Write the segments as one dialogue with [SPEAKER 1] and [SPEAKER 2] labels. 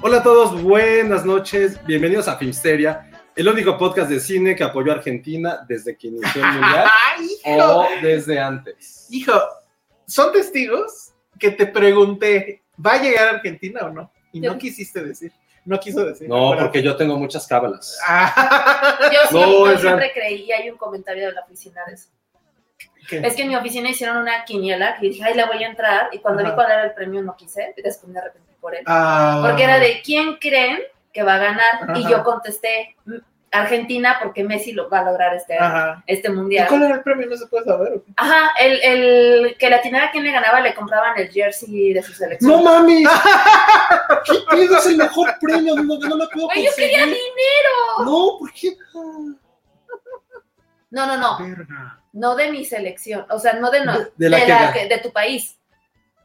[SPEAKER 1] Hola a todos, buenas noches, bienvenidos a Filmsteria, el único podcast de cine que apoyó a Argentina desde que inició el Mundial
[SPEAKER 2] ¡Ay, hijo!
[SPEAKER 1] o desde antes.
[SPEAKER 2] Hijo, son testigos que te pregunté, ¿va a llegar a Argentina o no? Y no quisiste decir, no quiso decir.
[SPEAKER 1] No,
[SPEAKER 2] Pero-
[SPEAKER 1] porque yo tengo muchas cábalas.
[SPEAKER 2] Ah,
[SPEAKER 3] Yo siempre,
[SPEAKER 1] No,
[SPEAKER 3] yo
[SPEAKER 1] es
[SPEAKER 3] siempre creí, hay un comentario de la oficina de eso.
[SPEAKER 2] ¿qué?
[SPEAKER 3] Es que en mi oficina hicieron una quiniela que dije, ay, la voy a entrar. Y cuando
[SPEAKER 2] Ajá.
[SPEAKER 3] vi cuál era el premio, no quise. Y después me arrepentí por él.
[SPEAKER 2] Ah.
[SPEAKER 3] Porque era de quién creen que va a ganar. Y
[SPEAKER 2] Ajá.
[SPEAKER 3] yo contesté, "Mm, Argentina, porque Messi lo va a lograr este,
[SPEAKER 2] Ajá.
[SPEAKER 3] este
[SPEAKER 2] ¿Y
[SPEAKER 3] mundial.
[SPEAKER 2] cuál era el premio? No se puede saber. ¿o qué?
[SPEAKER 3] Ajá, el, el que la tirada quien le ganaba le compraban el jersey de su selección.
[SPEAKER 1] ¡No mames! ¿Qué pedo? Es el mejor premio, no, no lo puedo
[SPEAKER 3] Güey, yo quería
[SPEAKER 1] conseguir.
[SPEAKER 3] dinero.
[SPEAKER 1] No, ¿por qué?
[SPEAKER 3] No, no, no.
[SPEAKER 2] Verga.
[SPEAKER 3] No de mi selección. O sea, no de, no,
[SPEAKER 1] De- de la que gana.
[SPEAKER 3] que- de tu país.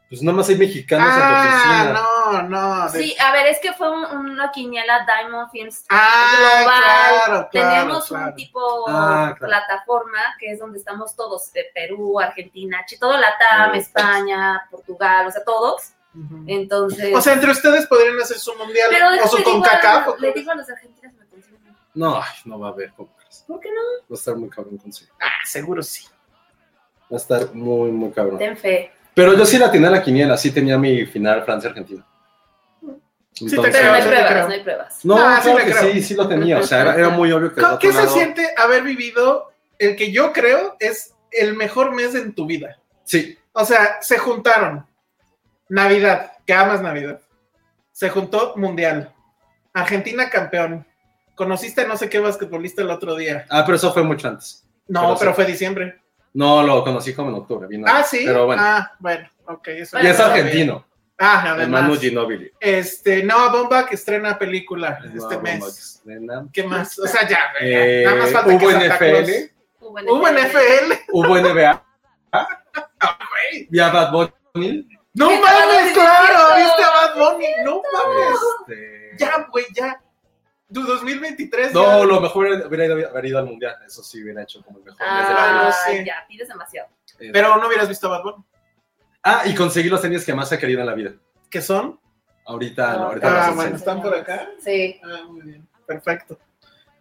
[SPEAKER 1] Pues nada más hay mexicanos en tu oficina.
[SPEAKER 2] Ah, no, no. de-
[SPEAKER 3] Sí, a ver, es que fue un- una quiniela Diamond Films
[SPEAKER 2] Ah,
[SPEAKER 3] global.
[SPEAKER 2] claro, claro,
[SPEAKER 3] Tenemos
[SPEAKER 2] claro.
[SPEAKER 3] un tipo
[SPEAKER 1] Ah, claro.
[SPEAKER 3] plataforma que es donde estamos todos, de Perú, Argentina, chi- todo Latam,
[SPEAKER 1] Sí.
[SPEAKER 3] España, Portugal, o sea, todos.
[SPEAKER 2] Ujú.
[SPEAKER 3] Entonces,
[SPEAKER 2] O sea, entre ustedes podrían hacer su mundial
[SPEAKER 3] pero
[SPEAKER 2] o
[SPEAKER 3] después
[SPEAKER 2] su
[SPEAKER 3] le digo a-
[SPEAKER 2] CONCACAF. ¿o
[SPEAKER 3] le
[SPEAKER 2] qué?
[SPEAKER 3] digo a los argentinos me consiguen.
[SPEAKER 1] No, ay, no va a haber ¿cómo crees?
[SPEAKER 3] ¿Por qué no?
[SPEAKER 1] Va a estar muy cabrón conseguir.
[SPEAKER 2] Ah, seguro sí.
[SPEAKER 1] Va a estar muy, muy cabrón.
[SPEAKER 3] Ten fe.
[SPEAKER 1] Pero yo sí la tenía en la quiniela, sí tenía mi final Francia-Argentina.
[SPEAKER 2] te
[SPEAKER 1] Entonces-
[SPEAKER 3] Pero no hay
[SPEAKER 2] sí te creo. ¿eh?
[SPEAKER 3] pruebas, no hay pruebas.
[SPEAKER 1] No,
[SPEAKER 2] Ah, sí
[SPEAKER 1] claro
[SPEAKER 2] le
[SPEAKER 1] que
[SPEAKER 2] creo.
[SPEAKER 1] sí, sí lo tenía. O sea, era, era muy obvio que.
[SPEAKER 2] ¿Qué-
[SPEAKER 1] el
[SPEAKER 2] ¿Qué
[SPEAKER 1] otro
[SPEAKER 2] se
[SPEAKER 1] lado-
[SPEAKER 2] siente haber vivido el que yo creo es el mejor mes en tu vida?
[SPEAKER 1] Sí,
[SPEAKER 2] O sea, se juntaron Navidad, que amas Navidad. Se juntó Mundial. Argentina campeón. Conociste a no sé qué basquetbolista el otro día.
[SPEAKER 1] ah, pero eso fue mucho antes.
[SPEAKER 2] No,
[SPEAKER 1] Pero
[SPEAKER 2] pero,
[SPEAKER 1] sí.
[SPEAKER 2] fue diciembre.
[SPEAKER 1] No, lo conocí como en octubre. vino.
[SPEAKER 2] ah, sí.
[SPEAKER 1] Pero bueno,
[SPEAKER 2] Ah, bueno, ok. Eso
[SPEAKER 1] y
[SPEAKER 2] ya
[SPEAKER 1] es
[SPEAKER 2] lo sabía.
[SPEAKER 1] argentino,
[SPEAKER 2] Ah,
[SPEAKER 1] el
[SPEAKER 2] además.
[SPEAKER 1] Manu Ginobili.
[SPEAKER 2] Este, Noah Bomba que estrena película este
[SPEAKER 1] No,
[SPEAKER 2] mes.
[SPEAKER 1] no, que estrena.
[SPEAKER 2] ¿Qué más? O sea, ya. güey,
[SPEAKER 1] Eh,
[SPEAKER 2] Nada más falta
[SPEAKER 1] hubo
[SPEAKER 2] que Santa
[SPEAKER 1] NFL.
[SPEAKER 2] Claus-
[SPEAKER 3] Hubo
[SPEAKER 2] Hubo NFL.
[SPEAKER 1] Hubo NBA.
[SPEAKER 2] güey.
[SPEAKER 1] Vi a Bad Bunny.
[SPEAKER 2] No
[SPEAKER 3] Viste a Bad
[SPEAKER 2] mames,
[SPEAKER 3] Bunny,
[SPEAKER 2] claro.
[SPEAKER 3] sí,
[SPEAKER 2] Viste a
[SPEAKER 3] cierto.
[SPEAKER 2] Bad Bunny. No mames.
[SPEAKER 1] Este,
[SPEAKER 2] Ya, güey, ya. Tu 2023.
[SPEAKER 1] No,
[SPEAKER 2] ya.
[SPEAKER 1] lo mejor era- hubiera ido, haber ido al mundial. Eso sí hubiera hecho como el mejor. mes de la vida.
[SPEAKER 3] Ah,
[SPEAKER 2] sí.
[SPEAKER 3] ya, pides demasiado.
[SPEAKER 1] Eh,
[SPEAKER 2] Pero no hubieras visto a Bad Bunny.
[SPEAKER 1] Ah, y conseguí los tenis que más he querido en la vida.
[SPEAKER 2] ¿Qué son?
[SPEAKER 1] Ahorita, no, ahorita
[SPEAKER 2] Ah,
[SPEAKER 1] los enseño.
[SPEAKER 2] bueno, ¿están por acá?
[SPEAKER 3] Sí.
[SPEAKER 2] Ah, muy bien. Perfecto.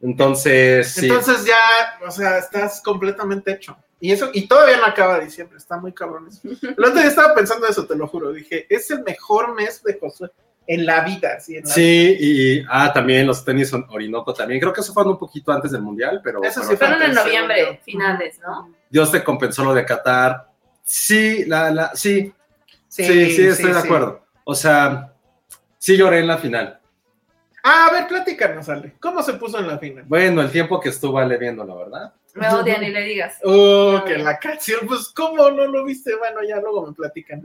[SPEAKER 1] Entonces, sí.
[SPEAKER 2] Entonces ya, o sea, estás completamente hecho. Y eso, y todavía no acaba diciembre, está muy cabrón eso. El otro día estaba pensando eso, te lo juro. Dije, es el mejor mes de Josué en la vida, sí, en la vida.
[SPEAKER 1] Sí, y ah, también los tenis son Orinoco también. Creo que eso fue un poquito antes del Mundial, pero,
[SPEAKER 2] Eso
[SPEAKER 1] pero
[SPEAKER 2] sí fue
[SPEAKER 3] Fueron en
[SPEAKER 2] antes, según
[SPEAKER 3] noviembre,
[SPEAKER 2] yo.
[SPEAKER 3] finales, ¿no?
[SPEAKER 1] Dios te compensó lo de Qatar. Sí, la, la, sí, sí, sí, estoy de
[SPEAKER 2] sí.
[SPEAKER 1] acuerdo. O sea, sí lloré en la final.
[SPEAKER 2] Ah, a ver, platícanos, Ale. ¿Cómo se puso en la final?
[SPEAKER 1] Bueno, el tiempo que estuvo Ale viendo, la verdad.
[SPEAKER 3] Me odian y le digas.
[SPEAKER 2] Oh, que la canción, pues, ¿cómo no lo viste? Bueno, ya luego me platican.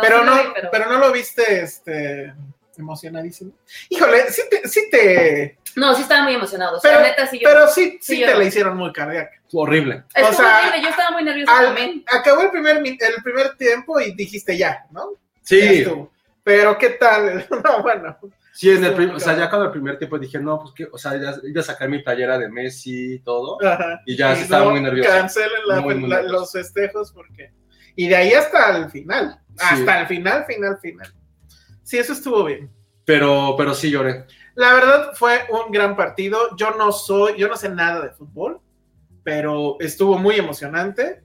[SPEAKER 2] pero,
[SPEAKER 3] sí
[SPEAKER 2] no,
[SPEAKER 3] lo vi,
[SPEAKER 2] pero... no lo viste este, emocionadísimo. Híjole, sí te, sí te,
[SPEAKER 3] No, sí estaba muy emocionado. O sea,
[SPEAKER 2] Pero-
[SPEAKER 3] neta, sí yo.
[SPEAKER 2] pero sí, sí
[SPEAKER 3] sí, yo
[SPEAKER 2] te
[SPEAKER 3] no.
[SPEAKER 2] la hicieron muy cardíaca.
[SPEAKER 1] Horrible.
[SPEAKER 3] Estuvo
[SPEAKER 2] o sea,
[SPEAKER 3] horrible, yo estaba muy nerviosa
[SPEAKER 2] Al-
[SPEAKER 3] también.
[SPEAKER 2] acabó el primer, min- el primer tiempo y dijiste ya, ¿no? Ya
[SPEAKER 1] Sí,
[SPEAKER 2] estuvo. Pero qué tal, no, bueno,
[SPEAKER 1] Sí, en el prim- o sea, ya cuando el primer tiempo dije, no, pues que, o sea, ya iba a sacar mi playera de Messi y todo.
[SPEAKER 2] Ajá.
[SPEAKER 1] Y ya
[SPEAKER 2] Y
[SPEAKER 1] se estaba
[SPEAKER 2] no
[SPEAKER 1] muy nervioso.
[SPEAKER 2] Cancelen la-
[SPEAKER 1] Muy, muy
[SPEAKER 2] la-
[SPEAKER 1] nervioso.
[SPEAKER 2] los festejos porque. Y de ahí hasta el final.
[SPEAKER 1] Sí.
[SPEAKER 2] Hasta el final, final, final. Sí, eso estuvo bien.
[SPEAKER 1] Pero, pero sí lloré.
[SPEAKER 2] La verdad fue un gran partido. Yo no soy, yo no sé nada de fútbol, pero estuvo muy emocionante.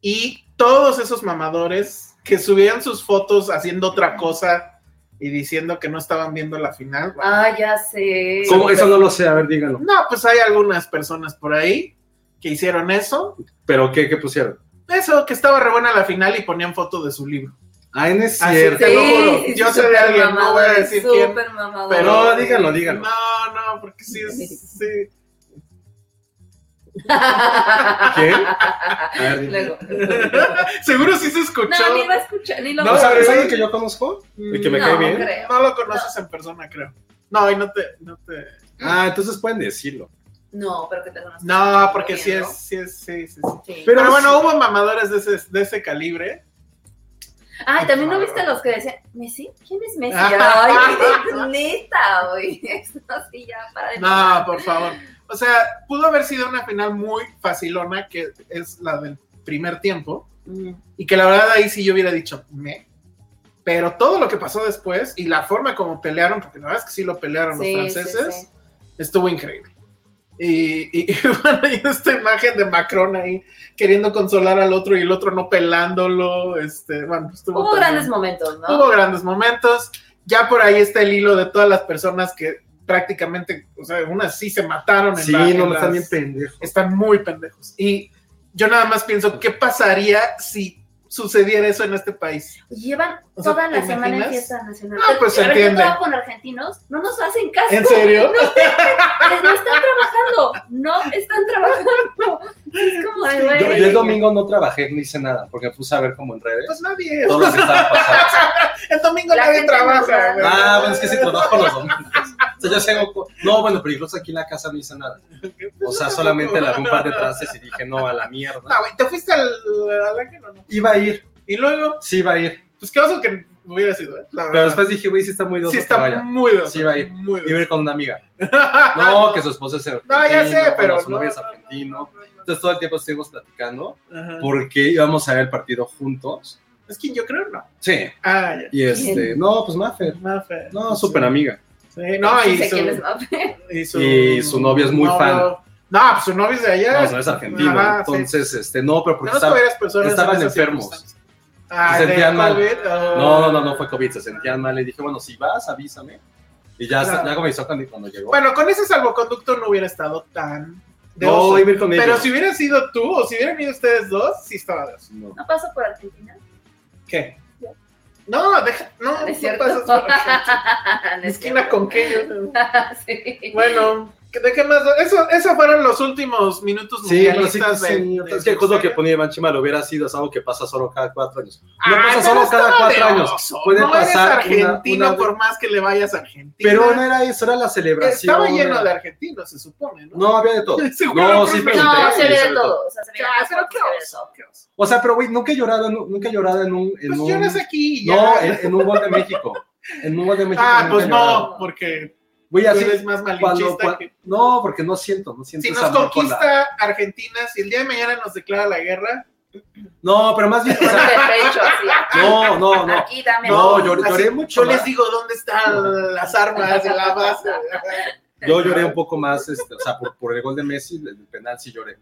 [SPEAKER 2] Y todos esos mamadores que subían sus fotos haciendo otra cosa y diciendo que no estaban viendo la final.
[SPEAKER 3] Ah, ya sé.
[SPEAKER 1] ¿Cómo? Eso no lo sé, a ver, díganlo.
[SPEAKER 2] No, pues hay algunas personas por ahí que hicieron eso.
[SPEAKER 1] ¿Pero qué, qué pusieron?
[SPEAKER 2] Eso, que estaba re buena la final y ponían foto de su libro.
[SPEAKER 1] Ah, no es
[SPEAKER 2] Así
[SPEAKER 1] cierto.
[SPEAKER 2] te lo juro, yo sé de
[SPEAKER 3] súper
[SPEAKER 2] alguien, no voy a
[SPEAKER 3] mamadores,
[SPEAKER 2] decir quién,
[SPEAKER 3] súper mamadores.
[SPEAKER 2] Pero
[SPEAKER 1] No, díganlo, díganlo.
[SPEAKER 2] No, no, porque sí es. Sí.
[SPEAKER 1] ¿Qué? A ver, dime.
[SPEAKER 3] Luego.
[SPEAKER 2] Seguro sí se escuchó.
[SPEAKER 3] No, ni lo escucha, ni lo
[SPEAKER 1] ¿No sabes
[SPEAKER 2] ¿es
[SPEAKER 1] alguien que yo conozco? ¿Y que me
[SPEAKER 3] No,
[SPEAKER 1] cae bien?
[SPEAKER 3] creo.
[SPEAKER 2] No lo conoces en persona, creo. No, y no te, no te.
[SPEAKER 1] Ah, entonces pueden decirlo.
[SPEAKER 3] No, pero que te conozco.
[SPEAKER 2] No, porque sí
[SPEAKER 3] Viendo.
[SPEAKER 2] es, sí es, sí, sí, sí.
[SPEAKER 3] Sí.
[SPEAKER 2] Pero,
[SPEAKER 1] Pero
[SPEAKER 2] bueno, hubo mamadores de ese, de ese calibre.
[SPEAKER 3] Ay, también no viste los que decían, ¿Messi? ¿Quién es Messi?
[SPEAKER 2] Ah.
[SPEAKER 3] Ay, neta, güey. No, sí, ya, para de
[SPEAKER 2] No, por favor. O sea, pudo haber sido una final muy facilona, que es la del primer tiempo.
[SPEAKER 3] Mm.
[SPEAKER 2] Y que la verdad ahí sí yo hubiera dicho, me. Pero todo lo que pasó después y la forma como pelearon, porque la verdad es que sí lo pelearon
[SPEAKER 3] Sí,
[SPEAKER 2] los
[SPEAKER 3] sí,
[SPEAKER 2] franceses.
[SPEAKER 3] sí.
[SPEAKER 2] estuvo increíble. Y, y, y, bueno, y esta imagen de Macron ahí queriendo consolar al otro y el otro no pelándolo, este, bueno, estuvo
[SPEAKER 3] Hubo
[SPEAKER 2] también-
[SPEAKER 3] grandes momentos, ¿no?
[SPEAKER 2] Hubo grandes momentos. Ya por ahí está el hilo de todas las personas que prácticamente, o sea, unas sí se mataron. En
[SPEAKER 1] Sí,
[SPEAKER 2] la- en
[SPEAKER 1] no, no
[SPEAKER 2] las-
[SPEAKER 1] están bien pendejos.
[SPEAKER 2] están muy pendejos. Y yo nada más pienso, ¿qué pasaría si sucediera eso en este país?
[SPEAKER 3] Pues Llevan
[SPEAKER 2] O sea,
[SPEAKER 3] toda
[SPEAKER 2] ¿te
[SPEAKER 3] la semana
[SPEAKER 2] imaginas?
[SPEAKER 3] en fiesta nacional.
[SPEAKER 2] Ah, pues se
[SPEAKER 3] Pero
[SPEAKER 2] entiende.
[SPEAKER 3] yo estaba con argentinos, no nos hacen caso.
[SPEAKER 2] ¿En serio?
[SPEAKER 3] No, no, no están trabajando. No están trabajando. Es como de,
[SPEAKER 1] Yo,
[SPEAKER 3] güey.
[SPEAKER 1] yo el domingo no trabajé, no hice nada, porque me puse a ver como en redes
[SPEAKER 2] Pues nadie.
[SPEAKER 1] todo lo que estaba pasando.
[SPEAKER 2] El domingo
[SPEAKER 3] La
[SPEAKER 2] nadie
[SPEAKER 3] gente
[SPEAKER 2] trabaja.
[SPEAKER 3] normal.
[SPEAKER 2] güey.
[SPEAKER 1] Ah, bueno, es que sí trabajo los domingos. O sea, yo sí hago co- No, bueno, pero incluso aquí en la casa no hice nada. O sea, solamente la un par de trances y dije, no, a la
[SPEAKER 2] No,
[SPEAKER 1] mierda.
[SPEAKER 2] güey, te fuiste al, al ángel o no?
[SPEAKER 1] Iba a ir,
[SPEAKER 2] Y luego,
[SPEAKER 1] sí iba a ir.
[SPEAKER 2] pues qué oso que hubiera sido, ¿eh? La
[SPEAKER 1] Pero
[SPEAKER 2] verdad.
[SPEAKER 1] después dije, güey, sí está muy doce
[SPEAKER 2] sí
[SPEAKER 1] que
[SPEAKER 2] está
[SPEAKER 1] vaya.
[SPEAKER 2] muy duro.
[SPEAKER 1] Sí va a ir.
[SPEAKER 2] Muy duro.
[SPEAKER 1] Iba a ir con una amiga. No, que su esposa es argentino.
[SPEAKER 2] No, ya sé,
[SPEAKER 1] bueno,
[SPEAKER 2] pero.
[SPEAKER 1] Su
[SPEAKER 2] no,
[SPEAKER 1] novio es
[SPEAKER 2] no, no,
[SPEAKER 1] argentino.
[SPEAKER 2] no, no, no.
[SPEAKER 1] Entonces todo el tiempo estuvimos platicando
[SPEAKER 2] Ajá.
[SPEAKER 1] porque íbamos a ver el partido juntos.
[SPEAKER 2] Es que yo creo no.
[SPEAKER 1] Sí.
[SPEAKER 2] Ah, ya.
[SPEAKER 1] Y este, no, pues Maffer.
[SPEAKER 2] Mafe.
[SPEAKER 1] No, súper amiga.
[SPEAKER 2] Sí, no,
[SPEAKER 3] Sí
[SPEAKER 2] y
[SPEAKER 3] sé quién es
[SPEAKER 2] su,
[SPEAKER 3] Mbappé.
[SPEAKER 2] y su.
[SPEAKER 1] Y su novio es muy fan.
[SPEAKER 2] No, pues su novio es de allá.
[SPEAKER 1] No, no es argentino.
[SPEAKER 2] Ajá,
[SPEAKER 1] entonces, este, no, pero
[SPEAKER 2] sí.
[SPEAKER 1] porque
[SPEAKER 2] No
[SPEAKER 1] estaba.
[SPEAKER 2] tuvieras personas. en
[SPEAKER 1] estaban
[SPEAKER 2] esas
[SPEAKER 1] enfermos.
[SPEAKER 2] circunstancias. Ah,
[SPEAKER 1] Se
[SPEAKER 2] de
[SPEAKER 1] sentían mal.
[SPEAKER 2] COVID, ah.
[SPEAKER 1] No, no, no, no fue COVID, se sentían mal. Le dije, bueno, si vas, avísame. Y ya,
[SPEAKER 2] Claro.
[SPEAKER 1] ya comenzó cuando, cuando llegó.
[SPEAKER 2] Bueno, con ese salvoconducto no hubiera estado tan. de
[SPEAKER 1] no,
[SPEAKER 2] oso.
[SPEAKER 1] iba a ir con
[SPEAKER 2] Pero
[SPEAKER 1] ellos.
[SPEAKER 2] si hubieran sido tú o si hubieran ido ustedes dos, sí estaba de oso.
[SPEAKER 1] No.
[SPEAKER 3] No paso por Argentina.
[SPEAKER 2] ¿Qué? No, deja, no,
[SPEAKER 3] No
[SPEAKER 2] no
[SPEAKER 3] es cierto.
[SPEAKER 2] pasas por la
[SPEAKER 3] No es
[SPEAKER 2] esquina
[SPEAKER 3] cierto.
[SPEAKER 2] con que yo.
[SPEAKER 3] Sí.
[SPEAKER 2] Bueno, ¿de qué más? Eso, esos fueron los últimos minutos
[SPEAKER 1] Sí, pero sí,
[SPEAKER 2] mundialistas de-
[SPEAKER 1] sí,
[SPEAKER 2] de-
[SPEAKER 1] es que justo lo que ponía Iván Chima lo hubiera sido, es algo que pasa solo cada cuatro años.
[SPEAKER 2] Ah,
[SPEAKER 1] No pasa solo cada cuatro años. Puede
[SPEAKER 2] no
[SPEAKER 1] pasar
[SPEAKER 2] eres argentino
[SPEAKER 1] una- una-
[SPEAKER 2] por más que le vayas a Argentina.
[SPEAKER 1] Pero no era eso, era la celebración.
[SPEAKER 2] estaba lleno de argentinos, se supone, ¿no?
[SPEAKER 1] No, había de todo.
[SPEAKER 2] Seguro
[SPEAKER 1] No,
[SPEAKER 2] que
[SPEAKER 1] sí
[SPEAKER 2] no.
[SPEAKER 1] pregunté.
[SPEAKER 3] No,
[SPEAKER 1] y
[SPEAKER 3] se ve
[SPEAKER 1] sobre
[SPEAKER 3] de todo. O sea, se ve
[SPEAKER 2] Ya,
[SPEAKER 3] de
[SPEAKER 2] pero
[SPEAKER 3] todo,
[SPEAKER 2] qué
[SPEAKER 3] se ve de
[SPEAKER 2] oso,
[SPEAKER 3] todo.
[SPEAKER 2] qué oso.
[SPEAKER 1] O sea, pero güey, nunca he llorado en un, nunca he llorado en un. En
[SPEAKER 2] Pues
[SPEAKER 1] un-
[SPEAKER 2] lloras aquí y ya.
[SPEAKER 1] No, en, en un gol de México. En un gol de México.
[SPEAKER 2] ah,
[SPEAKER 1] nunca
[SPEAKER 2] pues
[SPEAKER 1] he llorado.
[SPEAKER 2] no, porque
[SPEAKER 1] Güey,
[SPEAKER 2] tú
[SPEAKER 1] así.
[SPEAKER 2] eres más
[SPEAKER 1] Cuando,
[SPEAKER 2] malinchista
[SPEAKER 1] cua-
[SPEAKER 2] que...
[SPEAKER 1] No, porque no siento, no siento
[SPEAKER 2] Si
[SPEAKER 1] ese
[SPEAKER 2] nos
[SPEAKER 1] amor por la-
[SPEAKER 2] conquista Argentina, si el día de mañana nos declara la guerra,
[SPEAKER 1] No, pero más bien. o
[SPEAKER 3] Es
[SPEAKER 1] sea,
[SPEAKER 3] perfecto, sí.
[SPEAKER 1] no, no, no.
[SPEAKER 3] Aquí dame.
[SPEAKER 1] No,
[SPEAKER 3] dos.
[SPEAKER 1] yo- lloré
[SPEAKER 2] así,
[SPEAKER 1] mucho
[SPEAKER 2] Yo les
[SPEAKER 1] más.
[SPEAKER 2] digo dónde están las armas de la base.
[SPEAKER 1] Yo lloré un poco más, este, o sea, por, por el gol de Messi, el el penal sí lloré.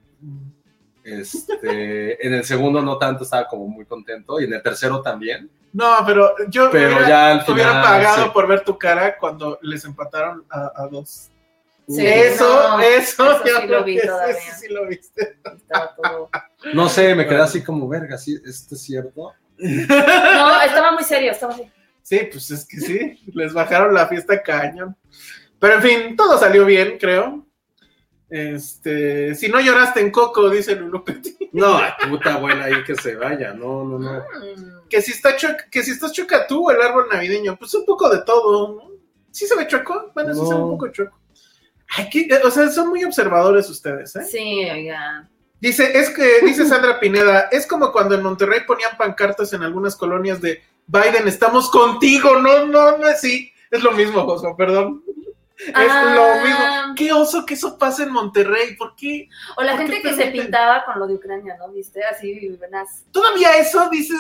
[SPEAKER 1] Este, en el segundo no tanto, estaba como muy contento. Y en el tercero también.
[SPEAKER 2] No, pero yo
[SPEAKER 1] Pero
[SPEAKER 2] hubiera-
[SPEAKER 1] ya al
[SPEAKER 2] te hubieran
[SPEAKER 1] final,
[SPEAKER 2] pagado
[SPEAKER 1] sí.
[SPEAKER 2] por ver tu cara cuando les empataron a, a dos.
[SPEAKER 3] Sí,
[SPEAKER 2] eso,
[SPEAKER 3] no,
[SPEAKER 2] eso,
[SPEAKER 3] eso
[SPEAKER 2] yo
[SPEAKER 3] sí
[SPEAKER 2] creo
[SPEAKER 3] lo vi
[SPEAKER 2] que
[SPEAKER 3] todavía.
[SPEAKER 2] eso sí lo viste.
[SPEAKER 3] Estaba todo-
[SPEAKER 1] No sé, me quedé así como, verga, sí, esto es cierto.
[SPEAKER 3] No, estaba muy serio, estaba así.
[SPEAKER 2] Sí, pues es que sí, les bajaron la fiesta cañón. Pero en fin, todo salió bien, creo. Este, si no lloraste en Coco, dice Lulu Petit,
[SPEAKER 1] No, ay, puta buena ahí que se vaya. No, no, no.
[SPEAKER 3] Mm.
[SPEAKER 2] que si está chueca, que si estás chueca tú el árbol navideño, pues un poco de todo, ¿no? Sí se ve chueco, bueno, sí se ve
[SPEAKER 1] No.
[SPEAKER 2] un poco chueco. Ay, qué- eh, o sea, son muy observadores ustedes, ¿eh?
[SPEAKER 3] Sí, oigan.
[SPEAKER 2] Dice, es que, dice Sandra Pineda, es como cuando en Monterrey ponían pancartas en algunas colonias de Biden, estamos contigo, no, no, no, sí. Es lo mismo, Josué, perdón. Es lo
[SPEAKER 3] Ah.
[SPEAKER 2] mismo. Qué oso que eso pasa en Monterrey. ¿Por qué?
[SPEAKER 3] O la
[SPEAKER 2] ¿Por
[SPEAKER 3] gente
[SPEAKER 2] qué
[SPEAKER 3] que se
[SPEAKER 2] permiten?
[SPEAKER 3] pintaba con lo de Ucrania, ¿no? ¿Viste? Así, unas
[SPEAKER 2] Todavía eso dices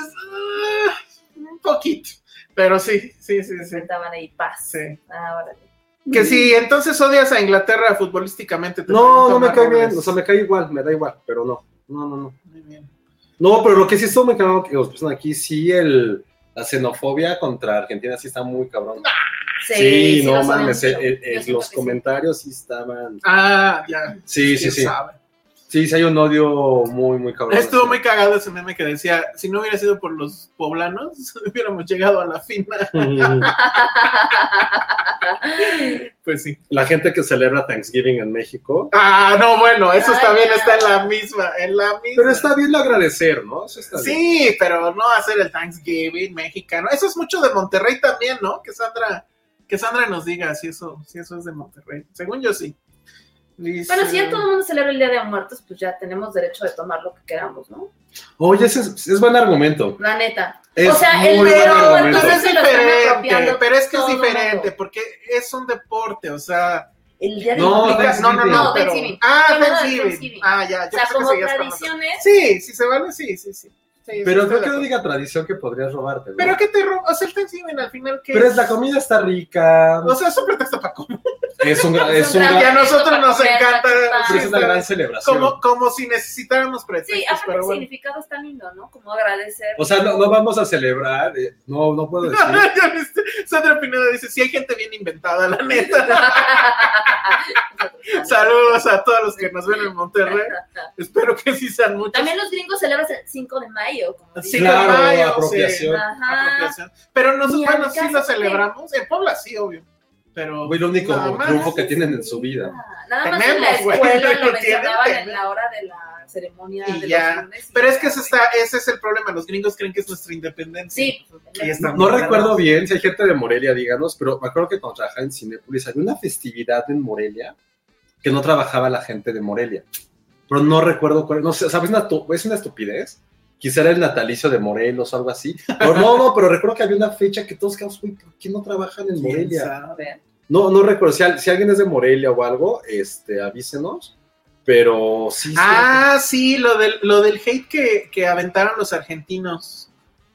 [SPEAKER 2] "Ah, un poquito. Pero sí, sí, sí, sí.
[SPEAKER 3] pintaban ahí paz.
[SPEAKER 2] Sí.
[SPEAKER 3] Ah, órale.
[SPEAKER 2] Que sí, entonces odias a Inglaterra futbolísticamente. te
[SPEAKER 1] No, no me
[SPEAKER 2] pregunto,
[SPEAKER 1] cae bien,
[SPEAKER 2] Marrones.
[SPEAKER 1] o sea, me cae igual, me da igual, pero no. No, no, no.
[SPEAKER 2] Muy bien.
[SPEAKER 1] No, pero lo que sí estuvo muy cabrón que os pusieron aquí, sí, el, la xenofobia contra Argentina sí está muy cabrón.
[SPEAKER 2] Ah,
[SPEAKER 3] Sí, sí
[SPEAKER 1] no
[SPEAKER 3] lo son
[SPEAKER 1] mames,
[SPEAKER 3] mucho.
[SPEAKER 1] el- el-
[SPEAKER 3] Yo siento
[SPEAKER 1] los
[SPEAKER 3] que sí.
[SPEAKER 1] comentarios sí estaban.
[SPEAKER 2] Ah, ya.
[SPEAKER 1] Sí, sí,
[SPEAKER 2] quién
[SPEAKER 1] sí.
[SPEAKER 2] sabe.
[SPEAKER 1] Sí, sí hay un odio muy, muy cabrón.
[SPEAKER 2] Estuvo
[SPEAKER 1] Así.
[SPEAKER 2] muy cagado ese meme que decía, si no hubiera sido por los poblanos, hubiéramos llegado a la final. Pues sí.
[SPEAKER 1] La gente que celebra Thanksgiving en México.
[SPEAKER 2] Ah, no, bueno, eso
[SPEAKER 3] Ay,
[SPEAKER 2] también
[SPEAKER 3] ya.
[SPEAKER 2] está en la misma, en la misma.
[SPEAKER 1] Pero está bien agradecer, ¿no? Eso está bien.
[SPEAKER 2] Sí, pero no hacer el Thanksgiving mexicano. Eso es mucho de Monterrey también, ¿no? Que Sandra, que Sandra nos diga si eso, si eso es de Monterrey. Según yo sí. Dice-
[SPEAKER 3] Bueno, si ya todo el mundo celebra el Día de Muertos, pues ya tenemos derecho de tomar lo que queramos, ¿no?
[SPEAKER 1] Oye, ese es, es buen argumento.
[SPEAKER 3] La neta.
[SPEAKER 1] Es
[SPEAKER 3] o sea,
[SPEAKER 1] muy
[SPEAKER 3] el
[SPEAKER 1] buen
[SPEAKER 3] Día de
[SPEAKER 1] argumento.
[SPEAKER 3] Muertos
[SPEAKER 2] Pero es
[SPEAKER 3] se lo están
[SPEAKER 2] diferente,
[SPEAKER 3] apropiando
[SPEAKER 2] pero es que es
[SPEAKER 3] todo el
[SPEAKER 2] diferente,
[SPEAKER 3] mundo.
[SPEAKER 2] porque es un deporte, o sea,
[SPEAKER 3] El Día de
[SPEAKER 1] No,
[SPEAKER 3] Muertos.
[SPEAKER 2] implica- no, no, no,
[SPEAKER 3] No,
[SPEAKER 2] pero-
[SPEAKER 3] Thanksgiving.
[SPEAKER 2] ah,
[SPEAKER 3] Hablando de
[SPEAKER 2] Thanksgiving.
[SPEAKER 3] Thanksgiving.
[SPEAKER 2] ah, ya, yo
[SPEAKER 3] O sea,
[SPEAKER 2] pensé que
[SPEAKER 3] como
[SPEAKER 2] seguías con nosotros.
[SPEAKER 3] tradiciones.
[SPEAKER 2] Sí, sí se vale, sí, sí, sí. Sí,
[SPEAKER 1] Pero
[SPEAKER 2] sí,
[SPEAKER 1] creo
[SPEAKER 2] estoy
[SPEAKER 1] que
[SPEAKER 2] de
[SPEAKER 1] la única tradición que podrías robarte. ¿no?
[SPEAKER 2] acuerdo. Pero que te robo, o sea, el Thanksgiving al final que
[SPEAKER 1] Pero es la comida está rica.
[SPEAKER 2] O sea, es un pretexto para comer.
[SPEAKER 1] Es un gran- es un
[SPEAKER 3] Ya
[SPEAKER 2] Y a
[SPEAKER 1] gran-
[SPEAKER 2] nosotros
[SPEAKER 3] Para
[SPEAKER 2] nos
[SPEAKER 3] comer,
[SPEAKER 2] encanta.
[SPEAKER 3] para
[SPEAKER 1] sí, es una gran
[SPEAKER 2] Como,
[SPEAKER 1] celebración.
[SPEAKER 2] Ah, como si necesitáramos pretextos,
[SPEAKER 3] Sí, aparte
[SPEAKER 2] pero
[SPEAKER 3] el
[SPEAKER 2] bueno.
[SPEAKER 3] significado está lindo, ¿no? Como agradecer.
[SPEAKER 1] O sea, no, no vamos a celebrar. eh, No, no puedo decir.
[SPEAKER 2] Ya viste, Sandra Pineda dice, sí hay gente bien inventada, la neta. Saludos a todos los que nos ven en Monterrey. Espero que sí sean muchos.
[SPEAKER 3] También los gringos celebran el 5 de mayo. Como
[SPEAKER 2] Ah, Sí,
[SPEAKER 3] dicen.
[SPEAKER 1] Claro,
[SPEAKER 2] mayo,
[SPEAKER 1] apropiación.
[SPEAKER 3] Ajá.
[SPEAKER 2] apropiación. Pero nosotros,
[SPEAKER 3] Ni a Ah, mi
[SPEAKER 2] bueno, sí
[SPEAKER 3] casa,
[SPEAKER 2] lo
[SPEAKER 3] ¿por qué?
[SPEAKER 2] celebramos. En Puebla sí, obvio. Pero
[SPEAKER 1] Fue el único
[SPEAKER 2] nada más.
[SPEAKER 1] triunfo que tienen en su vida.
[SPEAKER 3] Ah, Nada más en la
[SPEAKER 2] Tenemos, güey,
[SPEAKER 3] escuela
[SPEAKER 2] lo
[SPEAKER 3] lo
[SPEAKER 2] tienen,
[SPEAKER 3] mencionaban en
[SPEAKER 2] tenemos.
[SPEAKER 3] la hora de la ceremonia
[SPEAKER 2] Y
[SPEAKER 3] de
[SPEAKER 2] ya.
[SPEAKER 3] los lunes. y
[SPEAKER 2] Pero es que
[SPEAKER 3] ya,
[SPEAKER 2] ese,
[SPEAKER 3] güey.
[SPEAKER 2] está, ese es el problema. Los gringos creen que es nuestra independencia.
[SPEAKER 3] Sí.
[SPEAKER 2] Y está
[SPEAKER 1] No
[SPEAKER 2] muy
[SPEAKER 1] recuerdo
[SPEAKER 2] raro.
[SPEAKER 1] bien si hay gente de Morelia, díganos, pero me acuerdo que cuando trabajaba en Cinépolis había una festividad en Morelia que no trabajaba la gente de Morelia. Pero no recuerdo cuál. No sé, o sea, es una, tu- es una estupidez. Quizá era el natalicio de Morelos o algo así. Pero no, no, pero recuerdo que había una fecha que todos quedamos, "Uy, ¿por qué no trabajan en Morelia?
[SPEAKER 3] A ver.
[SPEAKER 1] No, no recuerdo. Si, al- si alguien es de Morelia o algo, este, avísenos. Pero sí. sí.
[SPEAKER 2] Ah, sí, lo del, lo del hate que, que aventaron los argentinos.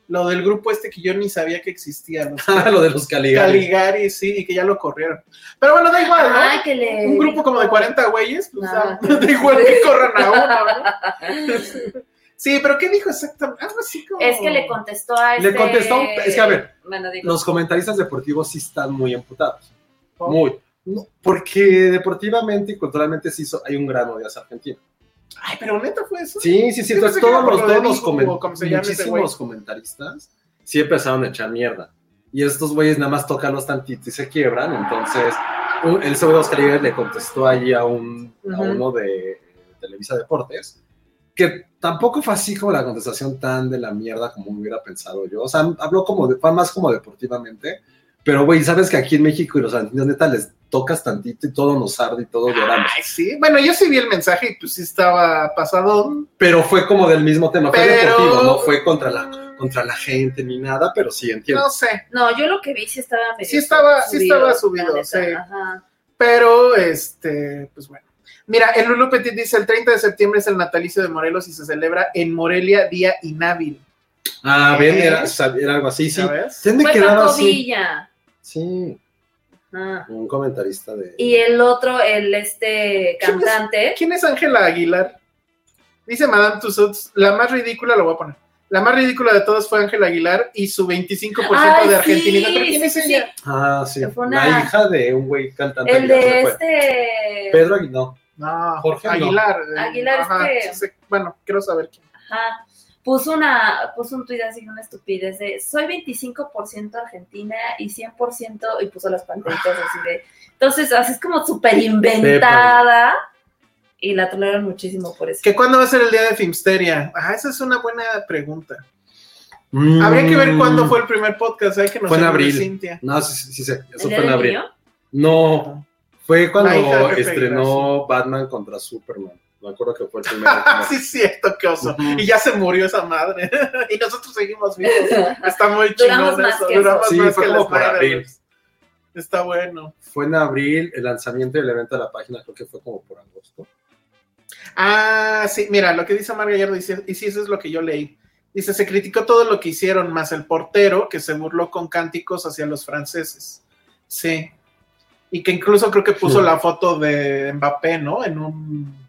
[SPEAKER 2] Lo del grupo este que yo ni sabía que existía. Los
[SPEAKER 1] lo de los Caligari.
[SPEAKER 2] Caligari, sí, y que ya lo corrieron. Pero bueno, da igual, Ah, ¿no?
[SPEAKER 3] Ay, que le
[SPEAKER 2] Un grupo como de
[SPEAKER 3] dijo-
[SPEAKER 2] 40 güeyes, pues
[SPEAKER 3] Ah.
[SPEAKER 2] ah, da igual que corran a uno, ¿no? Sí, pero ¿qué dijo exactamente? Algo así como...
[SPEAKER 3] Es que le contestó a
[SPEAKER 1] Le
[SPEAKER 3] este...
[SPEAKER 1] contestó un- es que, a ver,
[SPEAKER 3] Bueno, digo,
[SPEAKER 1] Los comentaristas deportivos sí están muy emputados. Muy. No, porque deportivamente y culturalmente sí so- hay un gran odio hacia Argentina.
[SPEAKER 2] Ay, pero neta fue eso.
[SPEAKER 1] Sí, sí, sí.
[SPEAKER 2] Yo pensé
[SPEAKER 1] Entonces
[SPEAKER 2] que
[SPEAKER 1] todos
[SPEAKER 2] era por
[SPEAKER 1] los,
[SPEAKER 2] lo de
[SPEAKER 1] todos los
[SPEAKER 2] Dibu,
[SPEAKER 1] comen-
[SPEAKER 2] o como se llame ese
[SPEAKER 1] muchísimos
[SPEAKER 2] güey.
[SPEAKER 1] comentaristas sí empezaron a echar mierda. Y estos güeyes nada más tocan los tantitos y se quiebran. Entonces, un- el sobre los Caligari le contestó allí a, un, a
[SPEAKER 2] Ujú.
[SPEAKER 1] uno de Televisa Deportes, que tampoco fue así como la contestación tan de la mierda como hubiera pensado yo. O sea, habló como de, fue más como deportivamente. Pero, güey, sabes que aquí en México y los argentinos, neta, les tocas tantito y todo nos arde y todo lloramos.
[SPEAKER 2] Ay, sí. Bueno, yo sí vi el mensaje y pues sí estaba pasadón.
[SPEAKER 1] Pero fue como del mismo tema, fue
[SPEAKER 2] Pero-
[SPEAKER 1] deportivo, no fue contra la, contra la gente ni nada, pero sí entiendo.
[SPEAKER 2] No sé.
[SPEAKER 3] No, yo lo que vi sí estaba medio
[SPEAKER 2] Sí estaba- sí estaba subido,
[SPEAKER 3] la neta,
[SPEAKER 2] sí.
[SPEAKER 3] Ajá.
[SPEAKER 2] Pero, este, pues bueno. Mira, el Lulu Petit dice, el 30 de septiembre es el natalicio de Morelos y se celebra en Morelia Día Inhábil.
[SPEAKER 1] Ah, ven,
[SPEAKER 2] ¿Eh?
[SPEAKER 1] era, sab- era algo así, sí.
[SPEAKER 2] ¿Sabes?
[SPEAKER 1] Se me
[SPEAKER 3] Fue
[SPEAKER 1] quedaba
[SPEAKER 3] Paco
[SPEAKER 1] así.
[SPEAKER 3] Villa.
[SPEAKER 1] Sí,
[SPEAKER 3] Ajá.
[SPEAKER 1] un comentarista de.
[SPEAKER 3] Y el otro, el este
[SPEAKER 2] ¿Quién es?
[SPEAKER 3] cantante.
[SPEAKER 2] ¿Quién es Ángela Aguilar? Dice Madame Tussauds, la más ridícula, lo voy a poner. La más ridícula de todas fue Ángela Aguilar y su 25%
[SPEAKER 3] Ay,
[SPEAKER 2] de
[SPEAKER 3] sí,
[SPEAKER 2] argentinidad. ¿Pero quién es
[SPEAKER 3] sí, sí.
[SPEAKER 2] ella?
[SPEAKER 1] Ah, sí.
[SPEAKER 3] Que fue una-
[SPEAKER 1] La hija de un güey cantante.
[SPEAKER 3] El
[SPEAKER 1] que ya se
[SPEAKER 3] de
[SPEAKER 1] fue.
[SPEAKER 3] este.
[SPEAKER 1] Pedro Aguilar.
[SPEAKER 2] No,
[SPEAKER 1] Jorge, no.
[SPEAKER 2] Aguilar. eh,
[SPEAKER 3] Aguilar,
[SPEAKER 2] ajá,
[SPEAKER 3] este-
[SPEAKER 2] sí, sí. Bueno, quiero saber quién.
[SPEAKER 3] Ajá. Puso, una, puso un tuit así, una estupidez de soy 25% argentina y 100% y puso las pantallitas así de. Entonces, así es como súper inventada y la toleraron muchísimo por eso.
[SPEAKER 2] ¿Que ¿Cuándo va a ser el día de Filmsteria? Ah, esa es una buena pregunta.
[SPEAKER 1] Mm.
[SPEAKER 2] Habría que ver cuándo fue el primer podcast. Hay que nos
[SPEAKER 1] Fue en
[SPEAKER 2] ayude
[SPEAKER 1] abril.
[SPEAKER 2] Cintia.
[SPEAKER 1] No, sí, sí, sí, sí, eso
[SPEAKER 3] ¿El día
[SPEAKER 1] fue en
[SPEAKER 3] del
[SPEAKER 1] abril.
[SPEAKER 3] niño?
[SPEAKER 1] No, fue
[SPEAKER 2] La hija de
[SPEAKER 1] cuando
[SPEAKER 2] Pepe
[SPEAKER 1] estrenó Batman contra Superman. Me acuerdo que fue el primero.
[SPEAKER 2] Ah, sí, es cierto, qué oso.
[SPEAKER 1] Ujú.
[SPEAKER 2] Y ya se murió esa madre. y nosotros seguimos vivos. Está muy
[SPEAKER 3] Duramos
[SPEAKER 2] chingón
[SPEAKER 3] más
[SPEAKER 2] eso.
[SPEAKER 3] que
[SPEAKER 2] Duramos
[SPEAKER 1] Sí,
[SPEAKER 2] más
[SPEAKER 1] fue
[SPEAKER 2] que el
[SPEAKER 1] como por
[SPEAKER 2] Spider-Man.
[SPEAKER 1] abril.
[SPEAKER 2] Está bueno.
[SPEAKER 1] Fue en abril el lanzamiento y el evento de la página, creo que fue como por agosto.
[SPEAKER 2] Ah, sí, mira, lo que dice Mar Gallardo, y sí, y sí, eso es lo que yo leí. Dice, se criticó todo lo que hicieron, más el portero que se burló con cánticos hacia los franceses. Sí. Y que incluso creo que puso
[SPEAKER 1] Sí.
[SPEAKER 2] la foto de Mbappé, ¿no? En un...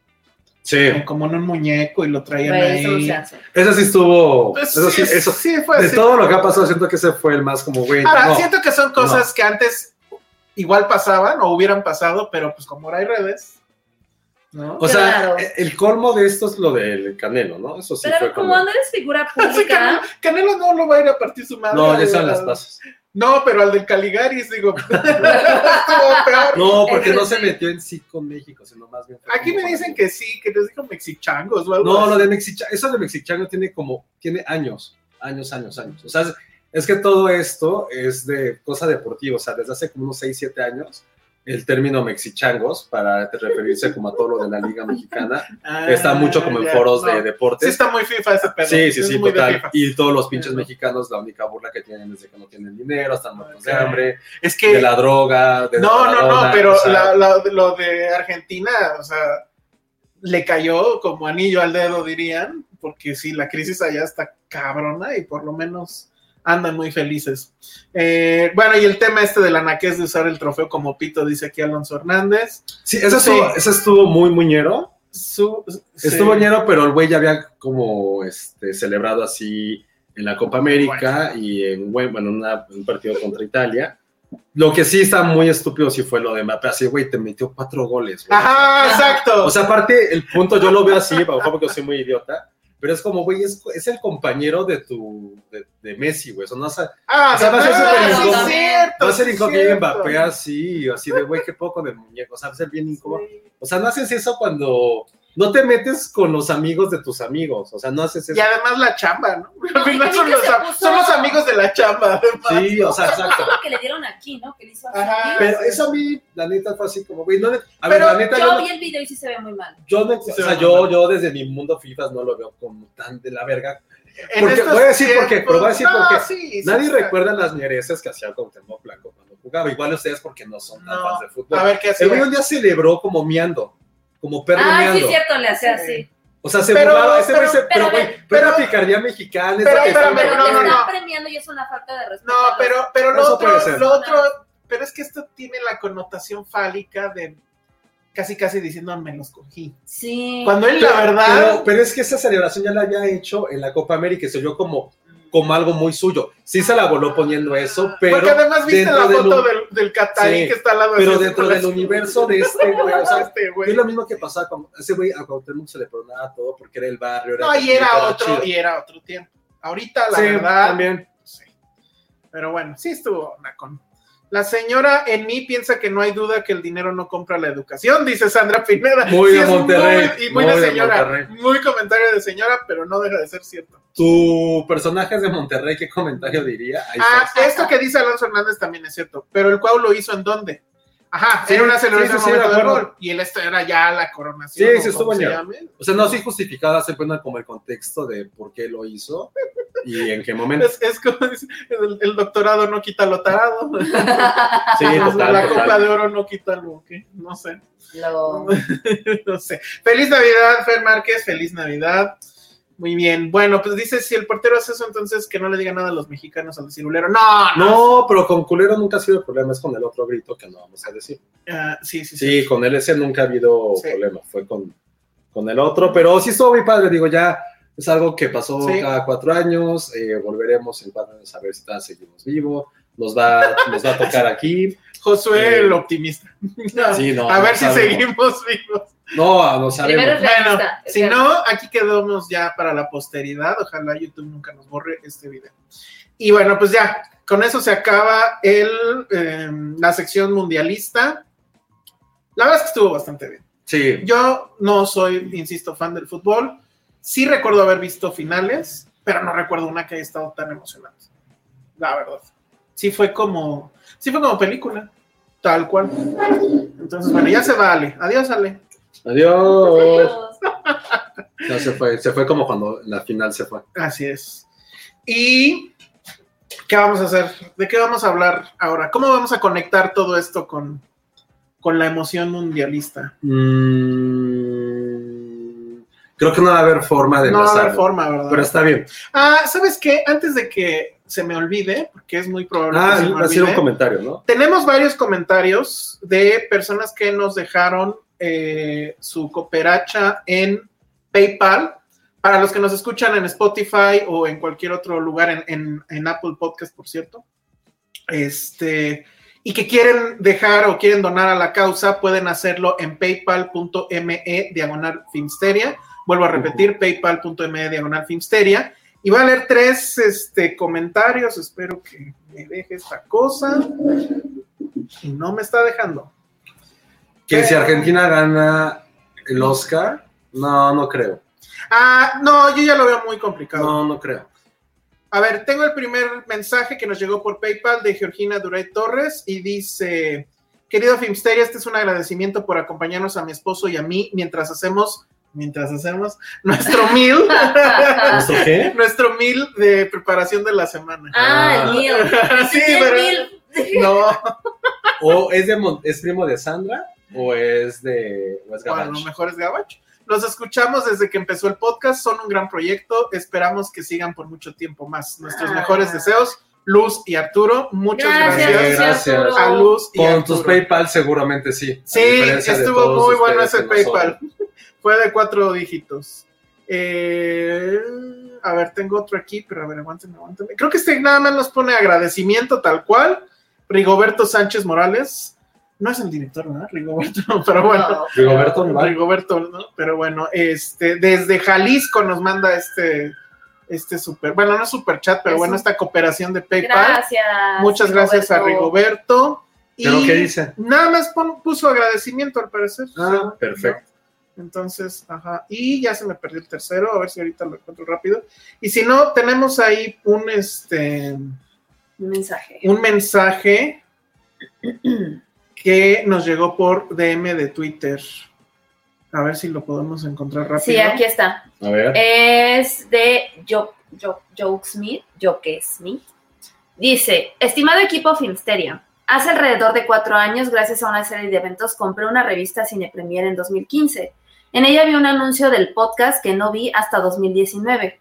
[SPEAKER 1] Sí.
[SPEAKER 2] Como en un muñeco y lo traían
[SPEAKER 3] Güey,
[SPEAKER 2] ahí.
[SPEAKER 3] eso no se hace.
[SPEAKER 1] Eso sí estuvo.
[SPEAKER 2] Pues
[SPEAKER 1] eso sí,
[SPEAKER 2] sí, pues
[SPEAKER 1] eso,
[SPEAKER 2] sí, fue
[SPEAKER 1] de
[SPEAKER 2] así.
[SPEAKER 1] todo lo que ha pasado, siento que ese fue el más como, güey.
[SPEAKER 2] Ahora,
[SPEAKER 1] no.
[SPEAKER 2] siento que son cosas que antes igual pasaban o hubieran pasado, pero pues como ahora hay redes, ¿no?
[SPEAKER 1] O sea, e,
[SPEAKER 3] Claro.
[SPEAKER 1] el colmo de esto es lo del canelo, ¿no? Eso sí
[SPEAKER 3] Pero
[SPEAKER 1] fue
[SPEAKER 3] como
[SPEAKER 1] como.
[SPEAKER 3] no eres figura
[SPEAKER 2] Así que
[SPEAKER 3] pública,
[SPEAKER 2] Canelo no lo va a ir a partir su madre.
[SPEAKER 1] No, ya
[SPEAKER 2] al-
[SPEAKER 1] están las pasas.
[SPEAKER 2] No, pero al del Caligaris, digo, estuvo peor.
[SPEAKER 1] No, porque
[SPEAKER 3] Ese
[SPEAKER 1] no
[SPEAKER 3] sí.
[SPEAKER 1] se metió en sí con México, sino más bien. fue
[SPEAKER 2] Aquí
[SPEAKER 1] como
[SPEAKER 2] me
[SPEAKER 1] con-
[SPEAKER 2] dicen que sí, que les dijo mexichangos o algo
[SPEAKER 1] No,
[SPEAKER 2] así.
[SPEAKER 1] lo de Mexichango, eso de Mexichango tiene como, tiene años, años, años, años. O sea, es, es que todo esto es de cosa deportiva, o sea, desde hace como unos 6, 7 años, el término Mexichangos, para referirse como a todo lo de la Liga Mexicana,
[SPEAKER 2] Ah,
[SPEAKER 1] está mucho como en
[SPEAKER 2] ya,
[SPEAKER 1] foros
[SPEAKER 2] no.
[SPEAKER 1] de
[SPEAKER 2] Sí
[SPEAKER 1] deportes.
[SPEAKER 2] está muy FIFA ese pedo.
[SPEAKER 1] Sí, sí,
[SPEAKER 2] Es
[SPEAKER 1] sí,
[SPEAKER 2] muy de
[SPEAKER 1] total.
[SPEAKER 2] FIFA.
[SPEAKER 1] Y todos los pinches
[SPEAKER 2] Sí.
[SPEAKER 1] mexicanos, la única burla que tienen es de que no tienen dinero, están muertos de
[SPEAKER 2] Ok.
[SPEAKER 1] hambre,
[SPEAKER 2] Es que...
[SPEAKER 1] de la droga, de la
[SPEAKER 2] No, no, no,
[SPEAKER 1] Maradona,
[SPEAKER 2] pero
[SPEAKER 1] o sea,
[SPEAKER 2] la- la- lo de Argentina, o sea, le cayó como anillo al dedo, dirían, porque sí, la crisis allá está cabrona y por lo menos andan muy felices. Eh, bueno, y el tema este del anaqués de usar el trofeo como pito, dice aquí Alonso Hernández.
[SPEAKER 1] Sí, eso
[SPEAKER 2] Sí.
[SPEAKER 1] estuvo, eso estuvo muy muñero.
[SPEAKER 2] Su-
[SPEAKER 1] Estuvo
[SPEAKER 2] sí.
[SPEAKER 1] ñero, pero el güey ya había como este, celebrado así en la Copa América y en bueno, en una- un partido contra Italia. Lo que sí está muy estúpido sí fue lo de Mbappé, así, güey, te metió cuatro goles. güey.
[SPEAKER 2] Ajá, exacto.
[SPEAKER 1] O sea, aparte, el punto yo lo veo así, a lo mejor porque soy muy idiota, pero es como, güey, es, es el compañero de tu, de, de Messi, güey. Eso no hace-
[SPEAKER 2] ah,
[SPEAKER 1] o sea, va a ser
[SPEAKER 2] ¿verdad?
[SPEAKER 1] súper
[SPEAKER 2] Sí,
[SPEAKER 3] incómodo.
[SPEAKER 2] cierto,
[SPEAKER 1] va a ser
[SPEAKER 2] sí,
[SPEAKER 1] incómodo
[SPEAKER 2] cierto.
[SPEAKER 1] Mbappé así, así de, güey, qué poco del muñeco. O sea, va a ser bien incómodo.
[SPEAKER 3] Sí.
[SPEAKER 1] O sea, no haces eso cuando... No te metes con los amigos de tus amigos. O sea, no haces eso.
[SPEAKER 2] Y además la chamba, ¿no?
[SPEAKER 3] No,
[SPEAKER 2] Al final
[SPEAKER 3] y
[SPEAKER 2] son
[SPEAKER 3] que
[SPEAKER 2] los,
[SPEAKER 3] se
[SPEAKER 2] am-
[SPEAKER 3] puso-
[SPEAKER 2] son los amigos de la chamba, además.
[SPEAKER 1] Sí, o sea,
[SPEAKER 3] Es
[SPEAKER 1] exacto.
[SPEAKER 3] lo que le dieron aquí, ¿no? Que le hizo así.
[SPEAKER 2] Ajá.
[SPEAKER 1] Pero eso a mí, la neta, fue así como, güey, no le- A
[SPEAKER 2] Pero
[SPEAKER 1] ver, la neta, yo,
[SPEAKER 3] Yo
[SPEAKER 1] no-
[SPEAKER 3] vi el video y sí se ve muy mal.
[SPEAKER 1] yo, no-
[SPEAKER 2] Sí,
[SPEAKER 1] o
[SPEAKER 2] se
[SPEAKER 1] sea,
[SPEAKER 2] ve
[SPEAKER 1] yo,
[SPEAKER 2] mal.
[SPEAKER 1] yo desde mi mundo FIFA no lo veo como tan de la verga.
[SPEAKER 2] En
[SPEAKER 1] Porque-
[SPEAKER 2] estos
[SPEAKER 1] voy a decir por qué, pero voy a decir por qué.
[SPEAKER 2] sí, sí,
[SPEAKER 1] Nadie
[SPEAKER 2] sí.
[SPEAKER 1] recuerda las ñereces que hacía Cuauhtémoc Blanco cuando jugaba. Igual ustedes porque no son tan
[SPEAKER 2] No.
[SPEAKER 1] fans de fútbol.
[SPEAKER 2] A ver qué
[SPEAKER 1] El güey
[SPEAKER 2] hacía.
[SPEAKER 1] un día celebró como miando, como perro
[SPEAKER 3] Ah, sí,
[SPEAKER 1] miando.
[SPEAKER 3] es cierto, le hacía así.
[SPEAKER 1] o sea, se
[SPEAKER 2] Pero-
[SPEAKER 1] burlaba. Ese güey
[SPEAKER 2] pero-
[SPEAKER 1] se- pero,
[SPEAKER 3] pero-
[SPEAKER 1] güey, pero,
[SPEAKER 2] pero-
[SPEAKER 1] la picardía mexicana. es
[SPEAKER 2] pero-
[SPEAKER 1] la que-
[SPEAKER 2] pero-
[SPEAKER 3] Pero
[SPEAKER 2] no,
[SPEAKER 3] te
[SPEAKER 2] no,
[SPEAKER 3] están
[SPEAKER 2] no.
[SPEAKER 3] premiando y es una falta de respeto.
[SPEAKER 2] No, pero, pero lo
[SPEAKER 1] Eso puede
[SPEAKER 2] otro,
[SPEAKER 1] ser.
[SPEAKER 2] lo otro, pero es que esto tiene la connotación fálica de casi casi diciendo me los cogí.
[SPEAKER 3] Sí.
[SPEAKER 2] Cuando él
[SPEAKER 1] Pero-
[SPEAKER 2] la verdad
[SPEAKER 1] pero- pero es que esa celebración ya la había hecho en la Copa América y se oyó como, como algo muy suyo. Sí se la voló poniendo eso, pero.
[SPEAKER 2] porque además viste
[SPEAKER 1] dentro
[SPEAKER 2] la
[SPEAKER 1] del
[SPEAKER 2] foto
[SPEAKER 1] un-
[SPEAKER 2] del, del catarí
[SPEAKER 1] Sí,
[SPEAKER 2] que está al lado
[SPEAKER 1] Pero
[SPEAKER 2] así,
[SPEAKER 1] dentro
[SPEAKER 2] con
[SPEAKER 1] del
[SPEAKER 2] las-
[SPEAKER 1] universo de este güey, o sea,
[SPEAKER 2] Este güey.
[SPEAKER 1] es lo mismo que pasaba con ese güey a Cuauhtémoc se le perdonaba todo porque era el barrio.
[SPEAKER 2] No, y
[SPEAKER 1] chido,
[SPEAKER 2] era otro,
[SPEAKER 1] chido.
[SPEAKER 2] y era otro tiempo. Ahorita la
[SPEAKER 1] Sí,
[SPEAKER 2] verdad
[SPEAKER 1] también.
[SPEAKER 2] Sí. Pero bueno, sí estuvo nacón. La señora en mí piensa que no hay duda que el dinero no compra la educación, dice Sandra Pineda.
[SPEAKER 1] Muy de
[SPEAKER 2] es
[SPEAKER 1] Monterrey,
[SPEAKER 2] Muy, y muy,
[SPEAKER 1] muy
[SPEAKER 2] de
[SPEAKER 1] de
[SPEAKER 2] señora.
[SPEAKER 1] Monterrey.
[SPEAKER 2] muy comentario de señora, pero no deja de ser cierto.
[SPEAKER 1] Tu personaje es de Monterrey, ¿qué comentario diría? Ahí
[SPEAKER 2] Ah,
[SPEAKER 1] está.
[SPEAKER 2] esto que dice Alonso Hernández también es cierto. Pero el Cuau lo hizo en dónde? Ajá,
[SPEAKER 1] Sí,
[SPEAKER 2] era una
[SPEAKER 1] sí,
[SPEAKER 2] celebración
[SPEAKER 1] sí, sí,
[SPEAKER 2] al momento
[SPEAKER 1] de
[SPEAKER 2] del
[SPEAKER 1] acuerdo.
[SPEAKER 2] gol. Y el este era ya la coronación.
[SPEAKER 1] Sí,
[SPEAKER 2] o
[SPEAKER 1] sí,
[SPEAKER 2] como
[SPEAKER 1] estuvo
[SPEAKER 2] se
[SPEAKER 1] ñero.
[SPEAKER 2] llame.
[SPEAKER 1] O sea, no así justificada, se pone como el contexto de por qué lo hizo y en qué momento.
[SPEAKER 2] Es, es como dice, el, el doctorado no quita lo tarado.
[SPEAKER 1] Sí,
[SPEAKER 2] la
[SPEAKER 1] total,
[SPEAKER 2] copa
[SPEAKER 1] total.
[SPEAKER 2] de oro no quita lo que, no sé.
[SPEAKER 3] Lo-
[SPEAKER 2] no sé. Feliz Navidad, Fer Márquez, feliz Navidad. Muy bien. Bueno, pues dice, si el portero hace eso, entonces que no le diga nada a los mexicanos al cirulero. No, no.
[SPEAKER 1] No, pero con culero nunca ha sido el problema, es con el otro grito que no vamos a decir.
[SPEAKER 2] Ah, sí, sí, sí.
[SPEAKER 1] Sí, con el ese nunca ha habido
[SPEAKER 2] Sí.
[SPEAKER 1] problema, fue con, con el otro, pero sí estuvo muy padre, digo, ya es algo que pasó
[SPEAKER 2] Sí.
[SPEAKER 1] cada cuatro años, eh, volveremos en cuatro años a ver si todavía seguimos vivo, nos va, nos va a tocar aquí.
[SPEAKER 2] Josué,
[SPEAKER 1] Eh,
[SPEAKER 2] el optimista.
[SPEAKER 1] Sí, no,
[SPEAKER 2] a
[SPEAKER 1] no
[SPEAKER 2] ver si
[SPEAKER 1] sabemos.
[SPEAKER 2] seguimos vivos.
[SPEAKER 1] No, no sabemos.
[SPEAKER 3] Primero es realista.
[SPEAKER 2] Bueno,
[SPEAKER 3] es
[SPEAKER 2] si
[SPEAKER 3] realista.
[SPEAKER 2] no, aquí quedamos ya para la posteridad. Ojalá YouTube nunca nos borre este video. Y bueno, pues ya, con eso se acaba el, eh, la sección mundialista. La verdad es que estuvo bastante bien.
[SPEAKER 1] Sí,
[SPEAKER 2] Yo no soy, insisto, fan del fútbol. Sí recuerdo haber visto finales, pero no recuerdo una que haya estado tan emocionante. La verdad. Sí fue como, sí fue como película, tal cual. Entonces, bueno, ya se va Ale. Adiós, Ale.
[SPEAKER 1] adiós.
[SPEAKER 3] Dios.
[SPEAKER 1] No, se fue, se fue como cuando en la final se fue.
[SPEAKER 2] Así es. Y ¿Qué vamos a hacer? ¿De qué vamos a hablar ahora? ¿Cómo vamos a conectar todo esto con, con la emoción mundialista?
[SPEAKER 1] Mm, creo que no va a haber forma de
[SPEAKER 2] No va a haber
[SPEAKER 1] enlazarlo,
[SPEAKER 2] forma, ¿verdad?
[SPEAKER 1] Pero está bien.
[SPEAKER 2] Ah, ¿sabes qué? Antes de que se me olvide, porque es muy probable que
[SPEAKER 1] Ah,
[SPEAKER 2] se me
[SPEAKER 1] hacer un
[SPEAKER 2] olvide,
[SPEAKER 1] comentario, ¿no?
[SPEAKER 2] tenemos varios comentarios de personas que nos dejaron eh, su cooperacha en PayPal. Para los que nos escuchan en Spotify o en cualquier otro lugar, en, en- en Apple Podcast, por cierto, este, y que quieren dejar o quieren donar a la causa, pueden hacerlo en paypal.me diagonal Filmsteria. Vuelvo a repetir, paypal.me diagonal Filmsteria. Y va a leer tres este, comentarios. Espero que me deje esta cosa. Y no me está dejando.
[SPEAKER 1] Que si Argentina gana el Oscar, no, no creo.
[SPEAKER 2] Ah, no, yo ya lo veo muy complicado.
[SPEAKER 1] No, no creo.
[SPEAKER 2] A ver, tengo el primer mensaje que nos llegó por PayPal de Georgina Duray Torres y dice, querido Filmsteria, este es un agradecimiento por acompañarnos a mi esposo y a mí mientras hacemos, mientras hacemos nuestro meal,
[SPEAKER 3] Ah.
[SPEAKER 1] ¿Esto qué?
[SPEAKER 2] nuestro meal de preparación de la semana.
[SPEAKER 3] Ah, el mío.
[SPEAKER 2] Sí,
[SPEAKER 3] El
[SPEAKER 2] pero-
[SPEAKER 3] mío.
[SPEAKER 2] No,
[SPEAKER 1] ¿O es, de, Mon- es primo de Sandra o es de o es
[SPEAKER 2] o a lo
[SPEAKER 1] gabacho?
[SPEAKER 2] mejor es Gabacho. Los escuchamos desde que empezó el podcast, son un gran proyecto, esperamos que sigan por mucho tiempo más. Nuestros
[SPEAKER 3] Ah.
[SPEAKER 2] mejores deseos, Luz y Arturo, muchas gracias,
[SPEAKER 1] Gracias,
[SPEAKER 3] gracias.
[SPEAKER 1] gracias.
[SPEAKER 2] a
[SPEAKER 3] Arturo.
[SPEAKER 2] Luz y
[SPEAKER 1] Con
[SPEAKER 2] Arturo.
[SPEAKER 1] tus PayPal seguramente sí. a
[SPEAKER 2] Sí,
[SPEAKER 1] diferencia de
[SPEAKER 2] estuvo
[SPEAKER 1] todos
[SPEAKER 2] muy bueno
[SPEAKER 1] ustedes
[SPEAKER 2] ese
[SPEAKER 1] que no son.
[SPEAKER 2] PayPal. Fue de cuatro dígitos. Eh, a ver, tengo otro aquí, pero a ver, aguántame, aguántame. Creo que este nada más nos pone agradecimiento tal cual. Rigoberto Sánchez Morales. No es el director, ¿no? Rigoberto, pero bueno.
[SPEAKER 1] Rigoberto Nodal.
[SPEAKER 2] Rigoberto, ¿no? Pero bueno, este, desde Jalisco nos manda este, este super, bueno, no super chat, pero
[SPEAKER 3] Es
[SPEAKER 2] bueno,
[SPEAKER 3] un-
[SPEAKER 2] esta cooperación de PayPal.
[SPEAKER 3] Gracias.
[SPEAKER 2] Muchas gracias a
[SPEAKER 3] Rigoberto.
[SPEAKER 2] Rigoberto.
[SPEAKER 1] ¿Pero
[SPEAKER 2] Y
[SPEAKER 1] qué dice?
[SPEAKER 2] Nada más pon- puso agradecimiento al parecer.
[SPEAKER 1] Ah, perfecto.
[SPEAKER 2] Entonces, ajá. Y ya se me perdió el tercero, a ver si ahorita lo encuentro rápido. Y si no, tenemos ahí un este
[SPEAKER 3] Un mensaje.
[SPEAKER 2] un mensaje que nos llegó por DM de Twitter. A ver si lo podemos encontrar rápido.
[SPEAKER 3] Sí, aquí está.
[SPEAKER 1] A ver.
[SPEAKER 2] Eh,
[SPEAKER 3] Es de Jo- Jo- Joke Smith, Joke Smith. Dice, estimado equipo Filmsteria, hace alrededor de cuatro años, gracias a una serie de eventos, compré una revista Cine Premier en 2015. En ella vi un anuncio del podcast que no vi hasta 2019.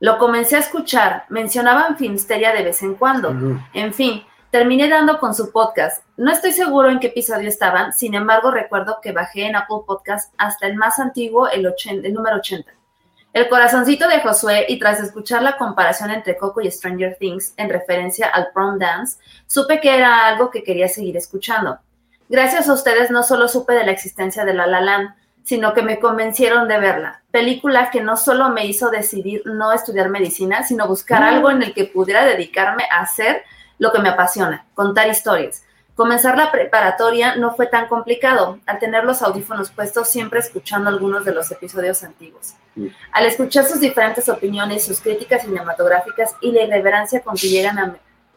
[SPEAKER 3] Lo comencé a escuchar, mencionaban Filmsteria de vez en cuando.
[SPEAKER 1] Ujú.
[SPEAKER 3] En fin, terminé dando con su podcast. No estoy seguro en qué episodio estaban, sin embargo recuerdo que bajé en Apple Podcast hasta el más antiguo, el, 80 el número 80. El corazoncito de Josué y tras escuchar la comparación entre Coco y Stranger Things en referencia al prom dance, supe que era algo que quería seguir escuchando. Gracias a ustedes no solo supe de la existencia de La La Land, sino que me convencieron de verla, película que no solo me hizo decidir no estudiar medicina, sino buscar algo en el que pudiera dedicarme a hacer lo que me apasiona, contar historias. Comenzar la preparatoria no fue tan complicado, al tener los audífonos puestos siempre escuchando algunos de los episodios antiguos. Al escuchar sus diferentes opiniones, sus críticas cinematográficas y la irreverencia con que llegan a,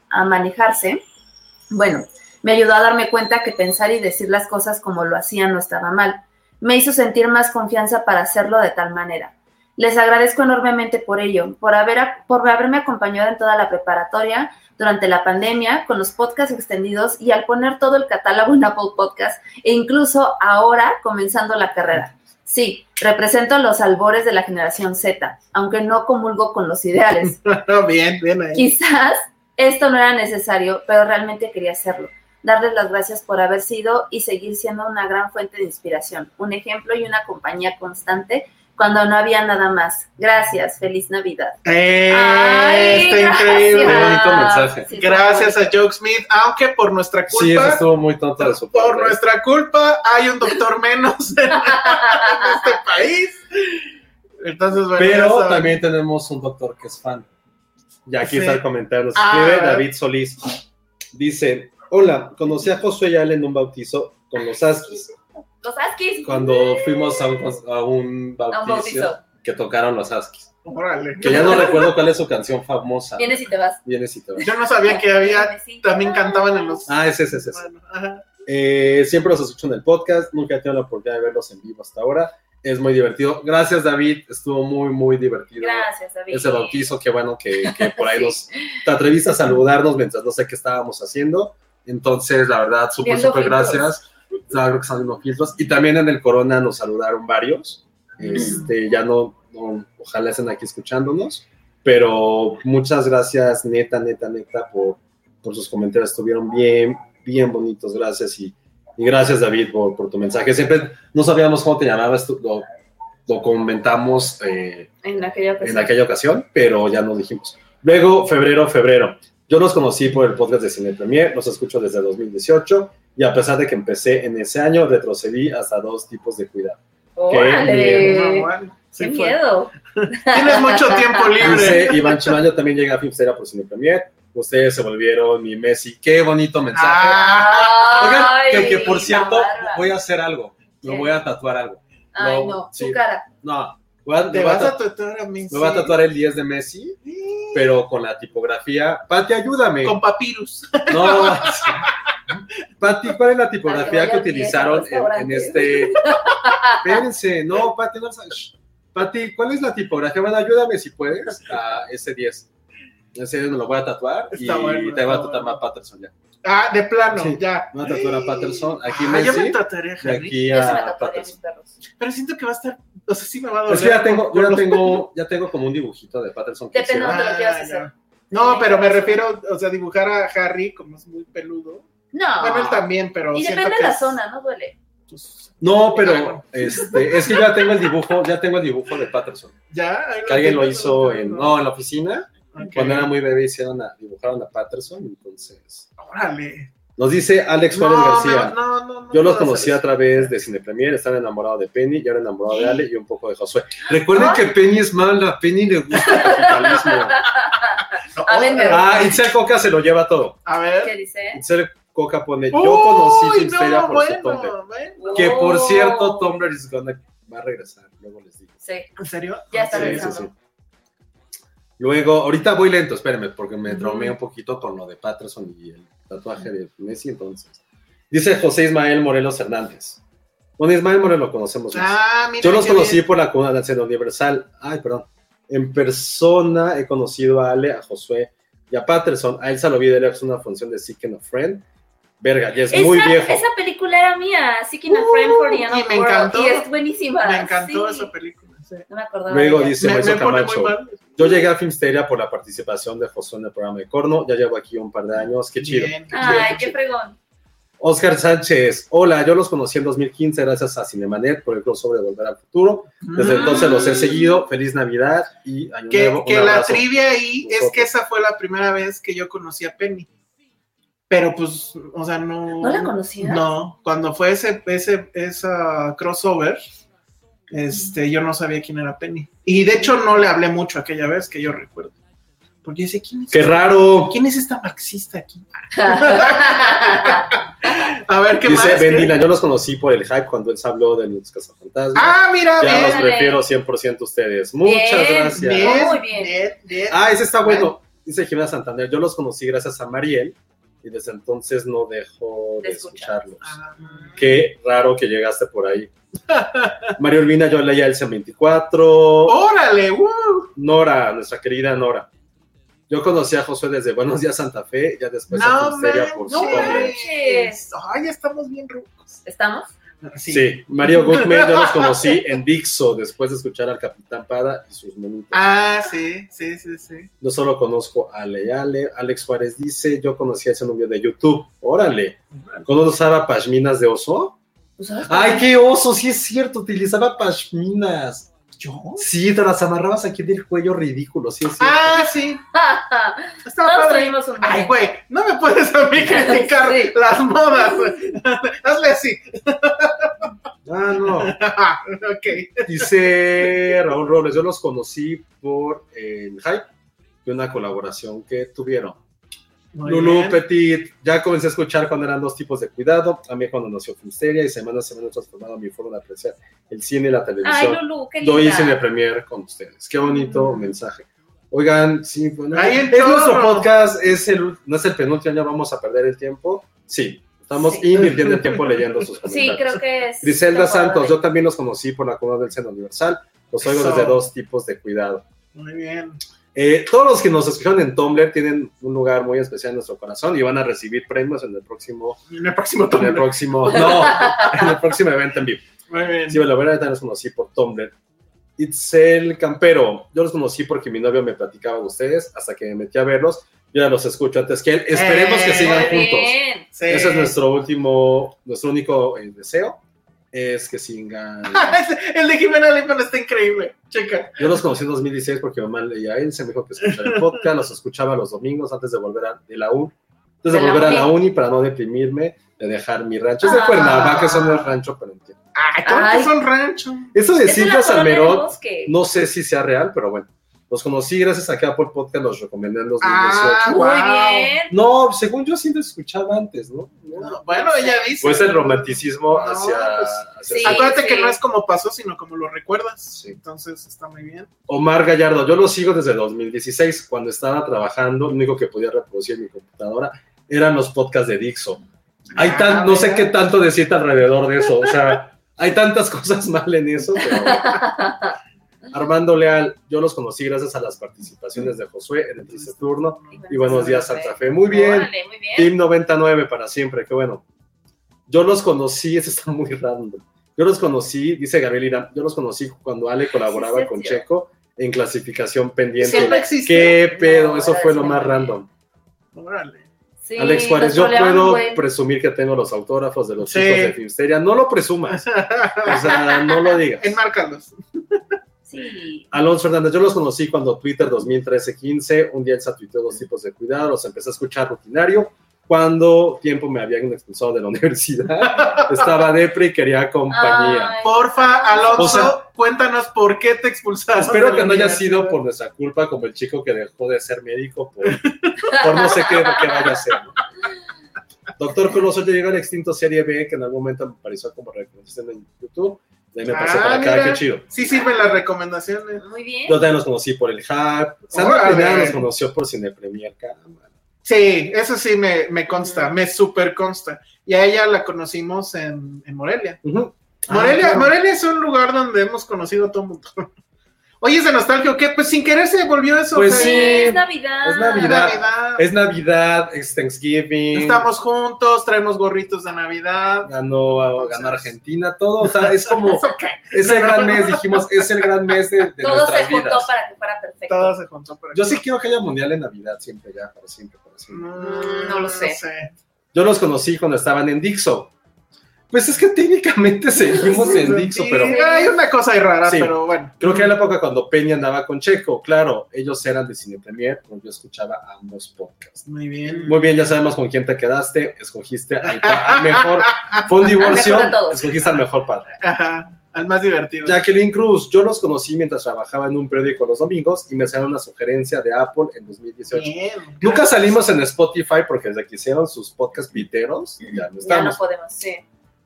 [SPEAKER 3] a manejarse, bueno, me ayudó a darme cuenta que pensar y decir las cosas como lo hacían no estaba mal. Me hizo sentir más confianza para hacerlo de tal manera. Les agradezco enormemente por ello, por, haber, por haberme acompañado en toda la preparatoria, durante la pandemia, con los podcasts extendidos y al poner todo el catálogo en Apple Podcasts e incluso ahora comenzando la carrera. Sí, represento los albores de la generación Z, aunque no comulgo con los ideales.
[SPEAKER 2] bien, bien ahí.
[SPEAKER 3] Quizás esto no era necesario, pero realmente quería hacerlo. Darles las gracias por haber sido y seguir siendo una gran fuente de inspiración, un ejemplo y una compañía constante cuando no había nada más. Gracias, feliz Navidad.
[SPEAKER 2] Eh,
[SPEAKER 3] Ay,
[SPEAKER 2] está
[SPEAKER 3] gracias.
[SPEAKER 2] increíble.
[SPEAKER 1] Qué bonito mensaje.
[SPEAKER 3] Sí, está
[SPEAKER 2] Gracias
[SPEAKER 3] bonito.
[SPEAKER 2] a Joke Smith, aunque por nuestra culpa.
[SPEAKER 1] Sí, eso estuvo muy tonto de su
[SPEAKER 2] Por
[SPEAKER 1] parte.
[SPEAKER 2] nuestra culpa hay un doctor menos en este país. Entonces, bueno, ya
[SPEAKER 1] Pero
[SPEAKER 2] saben.
[SPEAKER 1] también tenemos un doctor que es fan. Y aquí
[SPEAKER 2] Sí.
[SPEAKER 1] está el comentario. Nos
[SPEAKER 2] Ah,
[SPEAKER 1] escribe
[SPEAKER 2] ¿verdad?
[SPEAKER 1] David Solís. Dice: Hola, conocí a Josué y Ale en un bautizo con los Askis.
[SPEAKER 3] Los Askis.
[SPEAKER 1] Cuando fuimos a un, a un bautizo,
[SPEAKER 3] A un bautizo.
[SPEAKER 1] que tocaron los Askis.
[SPEAKER 2] Órale.
[SPEAKER 1] Que ya no recuerdo cuál es su canción famosa.
[SPEAKER 3] Vienes y te vas.
[SPEAKER 1] Vienes y te vas.
[SPEAKER 2] Yo no sabía que había. También cantaban en los.
[SPEAKER 1] Ah, ese, ese, ese. ese.
[SPEAKER 2] Bueno, ajá.
[SPEAKER 1] Eh, siempre los escucho en el podcast, nunca he tenido la oportunidad de verlos en vivo hasta ahora. es muy divertido. Gracias, David. Estuvo muy, muy divertido.
[SPEAKER 3] Gracias, David.
[SPEAKER 1] Ese bautizo, qué bueno que, que por ahí nos te atreviste a saludarnos mientras no sé qué estábamos haciendo. Entonces, la verdad, súper,
[SPEAKER 3] Viendo
[SPEAKER 1] súper
[SPEAKER 3] filtros.
[SPEAKER 1] gracias. Claro que salen los filtros. Y también en el Corona nos saludaron varios.
[SPEAKER 3] Mm.
[SPEAKER 1] Este, ya no, no- ojalá estén aquí escuchándonos. Pero muchas gracias, neta, neta, neta, por, por sus comentarios. Estuvieron bien, bien bonitos. Gracias. Y, y gracias, David, por, por tu mensaje. Siempre no sabíamos cómo te llamabas. tú- lo, lo comentamos eh,
[SPEAKER 3] En aquella
[SPEAKER 1] en
[SPEAKER 3] ocasión.
[SPEAKER 1] aquella ocasión, pero ya nos dijimos. Luego, febrero, febrero. Yo los conocí por el podcast de Cine Premier, los escucho desde 2018 y a pesar de que empecé en ese año, retrocedí hasta dos tipos de cuidado.
[SPEAKER 3] ¡Órale!
[SPEAKER 2] No, bueno, sí
[SPEAKER 3] ¡Qué
[SPEAKER 2] fue.
[SPEAKER 3] miedo!
[SPEAKER 2] Tienes mucho tiempo libre.
[SPEAKER 1] Dice Iván Chimaño también llega a Filmstera por Cine Premier. Ustedes se volvieron mi Messi. Qué bonito mensaje.
[SPEAKER 2] Ah.
[SPEAKER 1] Oigan, que, que por
[SPEAKER 3] Ay,
[SPEAKER 1] cierto,
[SPEAKER 3] Navarra.
[SPEAKER 1] voy a hacer algo. Me
[SPEAKER 3] ¿Qué?
[SPEAKER 1] voy a tatuar algo.
[SPEAKER 3] Ay,
[SPEAKER 1] no,
[SPEAKER 3] no,
[SPEAKER 1] sí.
[SPEAKER 3] su cara.
[SPEAKER 1] No, voy a-
[SPEAKER 2] Ah, Te
[SPEAKER 1] me, voy a
[SPEAKER 2] vas
[SPEAKER 1] ta-
[SPEAKER 2] a tatuar a mí.
[SPEAKER 1] me voy a
[SPEAKER 2] sí.
[SPEAKER 1] tatuar el 10 de Messi, pero con la tipografía. Pati, ayúdame.
[SPEAKER 2] Con papirus.
[SPEAKER 1] No. Pati, ¿cuál es la tipografía
[SPEAKER 3] Ay,
[SPEAKER 1] que
[SPEAKER 3] que vaya bien al
[SPEAKER 1] utilizaron en, en
[SPEAKER 3] restaurante.
[SPEAKER 1] este? Espérense, no, Pati, no sabes. Pati, ¿cuál es la tipografía? Bueno, ayúdame si puedes a ese 10. Ese 10 me lo voy a tatuar y
[SPEAKER 2] Está bueno,
[SPEAKER 1] te
[SPEAKER 2] está
[SPEAKER 1] voy a tatuar
[SPEAKER 2] bueno.
[SPEAKER 1] a Patterson ya.
[SPEAKER 2] Ah, de plano,
[SPEAKER 1] Sí,
[SPEAKER 2] ya.
[SPEAKER 1] me voy a tatuar a Patterson, aquí
[SPEAKER 2] Ah,
[SPEAKER 1] Messi,
[SPEAKER 2] Yo me tatuaré a
[SPEAKER 1] De
[SPEAKER 2] Henry.
[SPEAKER 1] aquí
[SPEAKER 3] Yo se me
[SPEAKER 1] a
[SPEAKER 3] tatuaría a mis
[SPEAKER 1] Patterson.
[SPEAKER 3] perros.
[SPEAKER 2] Pero siento que va a estar. O sea, sí me va a doler.
[SPEAKER 1] Es que ya tengo, yo
[SPEAKER 2] Con
[SPEAKER 1] ya
[SPEAKER 2] los-
[SPEAKER 1] tengo, ya tengo como un dibujito de Patterson. que
[SPEAKER 3] Depende
[SPEAKER 1] hicieron.
[SPEAKER 3] dónde lo quieras
[SPEAKER 2] Ah,
[SPEAKER 3] hacer.
[SPEAKER 2] ya. No, pero me refiero, o sea, dibujar a Harry como es muy peludo.
[SPEAKER 3] No.
[SPEAKER 2] Bueno, él también, pero.
[SPEAKER 3] Ah. y
[SPEAKER 2] siento
[SPEAKER 3] depende de
[SPEAKER 2] que
[SPEAKER 3] la
[SPEAKER 2] es-
[SPEAKER 3] zona, ¿no duele?
[SPEAKER 2] pues,
[SPEAKER 1] No, pero
[SPEAKER 2] Ah,
[SPEAKER 1] este, es que ya tengo el dibujo, ya tengo el dibujo de Patterson.
[SPEAKER 2] ya. ahí
[SPEAKER 1] Que alguien lo
[SPEAKER 2] tengo,
[SPEAKER 1] hizo
[SPEAKER 2] tengo.
[SPEAKER 1] en, no, en la oficina.
[SPEAKER 2] Ok.
[SPEAKER 1] Cuando era muy bebé hicieron a- dibujaron a Patterson, entonces.
[SPEAKER 2] Órale.
[SPEAKER 1] Nos dice Alex Juárez
[SPEAKER 2] No,
[SPEAKER 1] García.
[SPEAKER 2] me- no, no, no
[SPEAKER 1] Yo los
[SPEAKER 2] puedo
[SPEAKER 1] conocí a
[SPEAKER 2] hacer
[SPEAKER 1] través de Cine Premier, están enamorados de Penny y ahora enamorado de Ale y un poco de Josué. Recuerden que Penny es mala, a Penny le gusta el capitalismo.
[SPEAKER 2] eso. No,
[SPEAKER 3] A ver, me-
[SPEAKER 1] ah, Itzel Coca se lo lleva todo.
[SPEAKER 2] A ver.
[SPEAKER 3] ¿Qué dice?
[SPEAKER 1] Itzel Coca pone, yo
[SPEAKER 2] Uy,
[SPEAKER 1] conocí
[SPEAKER 2] no,
[SPEAKER 1] Filmsteria por su
[SPEAKER 2] bueno,
[SPEAKER 1] Tumblr.
[SPEAKER 2] bueno.
[SPEAKER 1] Que por
[SPEAKER 3] Oh.
[SPEAKER 1] cierto, Tumblr is gonna- va a regresar, luego les digo.
[SPEAKER 3] Sí,
[SPEAKER 2] ¿En serio?
[SPEAKER 3] Ya está
[SPEAKER 2] Sí, sí,
[SPEAKER 3] regresando.
[SPEAKER 1] Luego, ahorita voy lento, espérenme, porque me
[SPEAKER 3] Ujú.
[SPEAKER 1] traumé un poquito con lo de Patterson y el tatuaje de Messi, entonces. Dice José Ismael Morelos Hernández. Bueno, Ismael Morelos lo conocemos
[SPEAKER 2] sí.
[SPEAKER 1] más.
[SPEAKER 2] Ah, mira.
[SPEAKER 1] Yo los
[SPEAKER 2] qué
[SPEAKER 1] conocí
[SPEAKER 2] bien.
[SPEAKER 1] por la Comuna del Centro Universal. Ay, perdón. En persona he conocido a Ale, a Josué y a Patterson. A Elsa lo vi de lejos en una función de Seek and a Friend. Verga, ya es
[SPEAKER 3] Esa,
[SPEAKER 1] muy viejo.
[SPEAKER 3] esa película era mía, Seeking a
[SPEAKER 2] Uh,
[SPEAKER 3] Friend for the End
[SPEAKER 2] y
[SPEAKER 3] of
[SPEAKER 2] me
[SPEAKER 3] the World,
[SPEAKER 2] encantó.
[SPEAKER 3] Y es buenísima.
[SPEAKER 2] Me encantó
[SPEAKER 3] sí.
[SPEAKER 2] esa película. sí.
[SPEAKER 3] No me acordaba.
[SPEAKER 1] Luego
[SPEAKER 3] de ella.
[SPEAKER 1] dice
[SPEAKER 2] me,
[SPEAKER 1] Mauricio
[SPEAKER 2] me pone muy
[SPEAKER 1] Camacho.
[SPEAKER 2] mal.
[SPEAKER 1] Yo llegué a Filmsteria por la participación de Josué en el programa de Corno. Ya llevo aquí un par de años. Qué chido.
[SPEAKER 2] Bien.
[SPEAKER 3] Ay, qué fregón.
[SPEAKER 1] Oscar Sánchez, hola, yo los conocí en 2015 gracias a Cinemanet por el crossover de Volver al Futuro. Desde
[SPEAKER 2] Mm.
[SPEAKER 1] entonces los he seguido. Feliz Navidad y Año
[SPEAKER 2] Que,
[SPEAKER 1] Nuevo.
[SPEAKER 2] que
[SPEAKER 1] Un
[SPEAKER 2] la
[SPEAKER 1] abrazo.
[SPEAKER 2] trivia ahí es
[SPEAKER 1] Nosotros.
[SPEAKER 2] que esa fue la primera vez que yo conocí a Penny. Pero pues, o sea, no.
[SPEAKER 3] ¿No la conocías?
[SPEAKER 2] No, cuando fue ese, ese esa crossover, este, yo no sabía quién era Penny. Y de hecho no le hablé mucho aquella vez que yo recuerdo. Porque yo decía, ¿quién es,
[SPEAKER 1] ¡Qué raro!
[SPEAKER 2] ¿quién es esta marxista aquí? A ver qué
[SPEAKER 1] Dice
[SPEAKER 2] más.
[SPEAKER 1] Bendina, yo los conocí por el hype cuando él se habló de los cazafantasmas.
[SPEAKER 2] Ah,
[SPEAKER 1] ya
[SPEAKER 2] mira,
[SPEAKER 1] los
[SPEAKER 2] bien.
[SPEAKER 3] Ándale.
[SPEAKER 1] prefiero 100% a ustedes. Muchas
[SPEAKER 3] Bien,
[SPEAKER 1] gracias.
[SPEAKER 2] bien,
[SPEAKER 3] Oh, Muy bien.
[SPEAKER 2] bien.
[SPEAKER 1] Ah, ese está bueno. Dice Jimena Santander, yo los conocí gracias a Mariel y desde entonces no dejo de,
[SPEAKER 3] De
[SPEAKER 1] escucharlos.
[SPEAKER 2] Ah,
[SPEAKER 1] Qué raro que llegaste por ahí. María Urbina, yo leía el 24
[SPEAKER 2] Oh. Órale, uh, wow.
[SPEAKER 1] Nora, nuestra querida Nora. Yo conocí a Josué desde Buenos Días Santa Fe, ya después a
[SPEAKER 2] No,
[SPEAKER 1] Filmsteria
[SPEAKER 2] man,
[SPEAKER 1] por
[SPEAKER 2] no
[SPEAKER 1] su nombre.
[SPEAKER 2] manches. Ay, estamos bien rucos.
[SPEAKER 3] ¿Estamos?
[SPEAKER 1] Sí. Mario Goodman, yo los conocí en Dixo después de escuchar al Capitán Pada y sus monitos.
[SPEAKER 2] Ah, sí, sí, sí, sí.
[SPEAKER 1] Yo solo conozco a Ale Ale. Alex Juárez dice, yo conocí a ese novio de YouTube. Órale. ¿Conoces pashminas de oso?
[SPEAKER 3] Pues, ¿sabes?
[SPEAKER 1] ¡Ay, qué oso! Sí es cierto, utilizaba pashminas.
[SPEAKER 2] ¿Yo?
[SPEAKER 1] Sí, te las amarrabas aquí del cuello ridículo, sí es cierto.
[SPEAKER 2] Ah, sí. Estaba
[SPEAKER 3] Ah, Todos
[SPEAKER 2] padre.
[SPEAKER 3] tuvimos un
[SPEAKER 2] Ay, güey, no me puedes a mí criticar
[SPEAKER 3] Sí.
[SPEAKER 2] las modas. güey. Hazle así.
[SPEAKER 1] Ah, no.
[SPEAKER 2] ok.
[SPEAKER 1] Dice Raúl Robles, yo los conocí por el hype de una colaboración que tuvieron.
[SPEAKER 2] Muy
[SPEAKER 1] Lulu
[SPEAKER 2] bien.
[SPEAKER 1] Petit, ya comencé a escuchar cuando eran dos tipos de cuidado, también cuando nació Filmsteria y semana a semana he transformado mi forma de apreciar el cine y la
[SPEAKER 3] Ay,
[SPEAKER 1] televisión.
[SPEAKER 3] Lulu, qué linda.
[SPEAKER 1] Doy cine premier con ustedes. Qué bonito
[SPEAKER 3] Mm.
[SPEAKER 1] mensaje. Oigan, sí, bueno,
[SPEAKER 2] Ahí
[SPEAKER 1] es
[SPEAKER 2] entró.
[SPEAKER 1] nuestro podcast, es el, no es el penúltimo, ya vamos a perder el tiempo. Sí, Estamos
[SPEAKER 3] Sí.
[SPEAKER 1] invirtiendo tiempo leyendo sus
[SPEAKER 3] Sí,
[SPEAKER 1] comentarios.
[SPEAKER 3] creo que es.
[SPEAKER 1] Griselda
[SPEAKER 3] temporada
[SPEAKER 1] Santos,
[SPEAKER 3] de-
[SPEAKER 1] yo también los conocí por la comunidad del seno universal. Los oigo
[SPEAKER 2] Eso.
[SPEAKER 1] desde dos tipos de cuidado.
[SPEAKER 2] Muy bien.
[SPEAKER 1] Eh, todos los que nos escucharon en Tumblr tienen un lugar muy especial en nuestro corazón y van a recibir premios en el próximo,
[SPEAKER 2] En el próximo
[SPEAKER 1] en el
[SPEAKER 2] turno.
[SPEAKER 1] próximo, no, en el próximo evento en vivo.
[SPEAKER 2] Muy bien.
[SPEAKER 1] Sí, la verdad también los conocí por Tumblr. Itzel Campero, yo los conocí porque mi novio me platicaba de ustedes hasta que me metí a verlos. Yo ya los escucho antes que él. Esperemos que
[SPEAKER 2] Eh,
[SPEAKER 1] sigan
[SPEAKER 3] Muy
[SPEAKER 1] juntos.
[SPEAKER 3] bien.
[SPEAKER 2] Sí.
[SPEAKER 1] Ese es nuestro último, nuestro único eh, deseo, es que sigan.
[SPEAKER 2] Ah, el de Jimena Lipman está increíble. Checa.
[SPEAKER 1] Yo los conocí en 2016 porque mi mamá leía él, se me dijo que escuchara el podcast, los escuchaba los domingos antes de volver a, de la U, antes de,
[SPEAKER 3] ¿De la
[SPEAKER 1] volver a
[SPEAKER 3] uni?
[SPEAKER 1] la uni para no deprimirme, de dejar mi rancho. Es de
[SPEAKER 3] Ah.
[SPEAKER 1] Cuernavaca, eso no es rancho, pero entiendo.
[SPEAKER 2] Ay, ¿cómo
[SPEAKER 3] Ay.
[SPEAKER 2] que son rancho?
[SPEAKER 1] Eso de
[SPEAKER 3] Es en la
[SPEAKER 1] Silvia
[SPEAKER 3] corona del
[SPEAKER 1] Salmerón,
[SPEAKER 3] bosque.
[SPEAKER 1] no sé si sea real, pero bueno. Los conocí gracias a que Apple Podcast los recomendé en 2018.
[SPEAKER 2] Ah,
[SPEAKER 3] Muy
[SPEAKER 2] Wow.
[SPEAKER 3] bien.
[SPEAKER 1] No, según yo sí los escuchaba antes, ¿no?
[SPEAKER 2] No, bueno, ella dice.
[SPEAKER 1] Pues el romanticismo
[SPEAKER 2] No,
[SPEAKER 1] hacia...
[SPEAKER 2] pues,
[SPEAKER 1] hacia-
[SPEAKER 3] sí.
[SPEAKER 2] Acuérdate
[SPEAKER 3] sí.
[SPEAKER 2] que no es como pasó, sino como lo recuerdas.
[SPEAKER 1] Sí.
[SPEAKER 2] Entonces está muy bien.
[SPEAKER 1] Omar Gallardo, yo lo sigo desde 2016, cuando estaba trabajando, lo único que podía reproducir en mi computadora eran los podcasts de Dixon. Hay tan,
[SPEAKER 2] Ah,
[SPEAKER 1] no sé
[SPEAKER 2] mira.
[SPEAKER 1] qué tanto decirte alrededor de eso, o sea, hay tantas cosas mal en eso. pero bueno. Armando Leal, yo los conocí gracias a las participaciones de Josué en el triste turno y Buenos días Santa Fe. Muy bien,
[SPEAKER 3] pues, Órale, muy bien.
[SPEAKER 1] Team 99 para siempre, qué bueno. Yo los conocí, eso está muy random. Yo los conocí, dice Gabriel Irán, yo los conocí cuando Ale colaboraba
[SPEAKER 3] sí,
[SPEAKER 1] con
[SPEAKER 3] sí.
[SPEAKER 1] Checo en clasificación pendiente.
[SPEAKER 2] Siempre existió.
[SPEAKER 1] ¿Qué pedo?
[SPEAKER 3] No,
[SPEAKER 1] eso fue lo
[SPEAKER 3] sí.
[SPEAKER 1] más random.
[SPEAKER 2] Órale.
[SPEAKER 3] Sí,
[SPEAKER 1] Alex Juárez,
[SPEAKER 3] nos
[SPEAKER 1] yo
[SPEAKER 3] troleaban,
[SPEAKER 1] puedo
[SPEAKER 3] güey.
[SPEAKER 1] presumir que tengo los autógrafos de los
[SPEAKER 2] Sí.
[SPEAKER 1] chicos de Filmsteria. No lo presumas, o sea, no lo digas.
[SPEAKER 2] Enmárcalos.
[SPEAKER 3] Sí.
[SPEAKER 1] Alonso Hernández, yo los conocí cuando Twitter 2013-15, un día Elsa tuiteó dos tipos de cuidado, los empecé a escuchar rutinario, cuando tiempo me habían expulsado de la universidad, estaba depre y quería compañía.
[SPEAKER 3] Ay,
[SPEAKER 2] Porfa, Alonso,
[SPEAKER 1] O sea-
[SPEAKER 2] cuéntanos por qué te expulsaron. de
[SPEAKER 1] Espero
[SPEAKER 2] la
[SPEAKER 1] que no haya
[SPEAKER 2] universidad.
[SPEAKER 1] sido por nuestra culpa, como el chico que dejó de ser médico por, por no sé qué, qué vaya a ser. ¿no? Doctor Coloso, yo llegué al extinto Serie B, que en algún momento me pareció como recomendación en YouTube, de ahí me pasé
[SPEAKER 2] Ah,
[SPEAKER 1] para acá,
[SPEAKER 2] mira.
[SPEAKER 1] qué chido.
[SPEAKER 2] Sí sirven las recomendaciones.
[SPEAKER 3] Muy bien.
[SPEAKER 1] Yo también los conocí por el Hype, Sandra
[SPEAKER 2] Órale.
[SPEAKER 1] Pineda nos conoció por Cine Premier, caramba.
[SPEAKER 2] Sí, eso sí me, me consta, me super consta. Y a ella la conocimos en, en Morelia.
[SPEAKER 1] Ujú.
[SPEAKER 2] Morelia,
[SPEAKER 1] Ah, claro.
[SPEAKER 2] Morelia es un lugar donde hemos conocido a todo el mundo. Oye, ¿es de nostalgia o qué? Pues sin querer se volvió eso.
[SPEAKER 1] Pues
[SPEAKER 2] o sea,
[SPEAKER 3] Sí,
[SPEAKER 1] sí.
[SPEAKER 3] es Navidad.
[SPEAKER 1] Es Navidad.
[SPEAKER 2] Navidad.
[SPEAKER 1] Es Navidad, es Thanksgiving.
[SPEAKER 2] Estamos juntos, traemos gorritos de Navidad.
[SPEAKER 1] Ganó, ganó Argentina, todo. O sea, es como. Es el gran mes, dijimos, es el gran mes de, de
[SPEAKER 3] Todo se
[SPEAKER 1] nuestras
[SPEAKER 3] juntó
[SPEAKER 1] vidas.
[SPEAKER 3] para que fuera perfecto.
[SPEAKER 2] Todo se juntó por aquí.
[SPEAKER 1] Yo sí quiero que haya mundial en Navidad, siempre ya, para siempre, para siempre.
[SPEAKER 2] Mm,
[SPEAKER 3] No lo sé.
[SPEAKER 1] Yo los conocí cuando estaban en Dixo. Pues es que técnicamente seguimos en Dixo,
[SPEAKER 2] Sí,
[SPEAKER 1] pero
[SPEAKER 2] Hay una cosa ahí rara,
[SPEAKER 1] Sí.
[SPEAKER 2] pero bueno.
[SPEAKER 1] creo que era la época cuando Peña andaba con Checo. Claro, ellos eran de Cine Premier, pero yo escuchaba ambos podcasts.
[SPEAKER 2] Muy bien.
[SPEAKER 1] Muy bien, ya sabemos con quién te quedaste. Escogiste al, pa- al mejor. Fue un divorcio.
[SPEAKER 3] Al mejor de todos.
[SPEAKER 1] Escogiste al mejor padre.
[SPEAKER 2] Ajá, al más divertido.
[SPEAKER 1] Jacqueline Cruz, yo los conocí mientras trabajaba en un periódico los domingos y me hacían una sugerencia de Apple en 2018.
[SPEAKER 2] Bien.
[SPEAKER 1] Nunca salimos en Spotify porque desde que hicieron sus podcasts piteros, ya no
[SPEAKER 3] Ya no
[SPEAKER 1] estamos.
[SPEAKER 3] podemos, sí.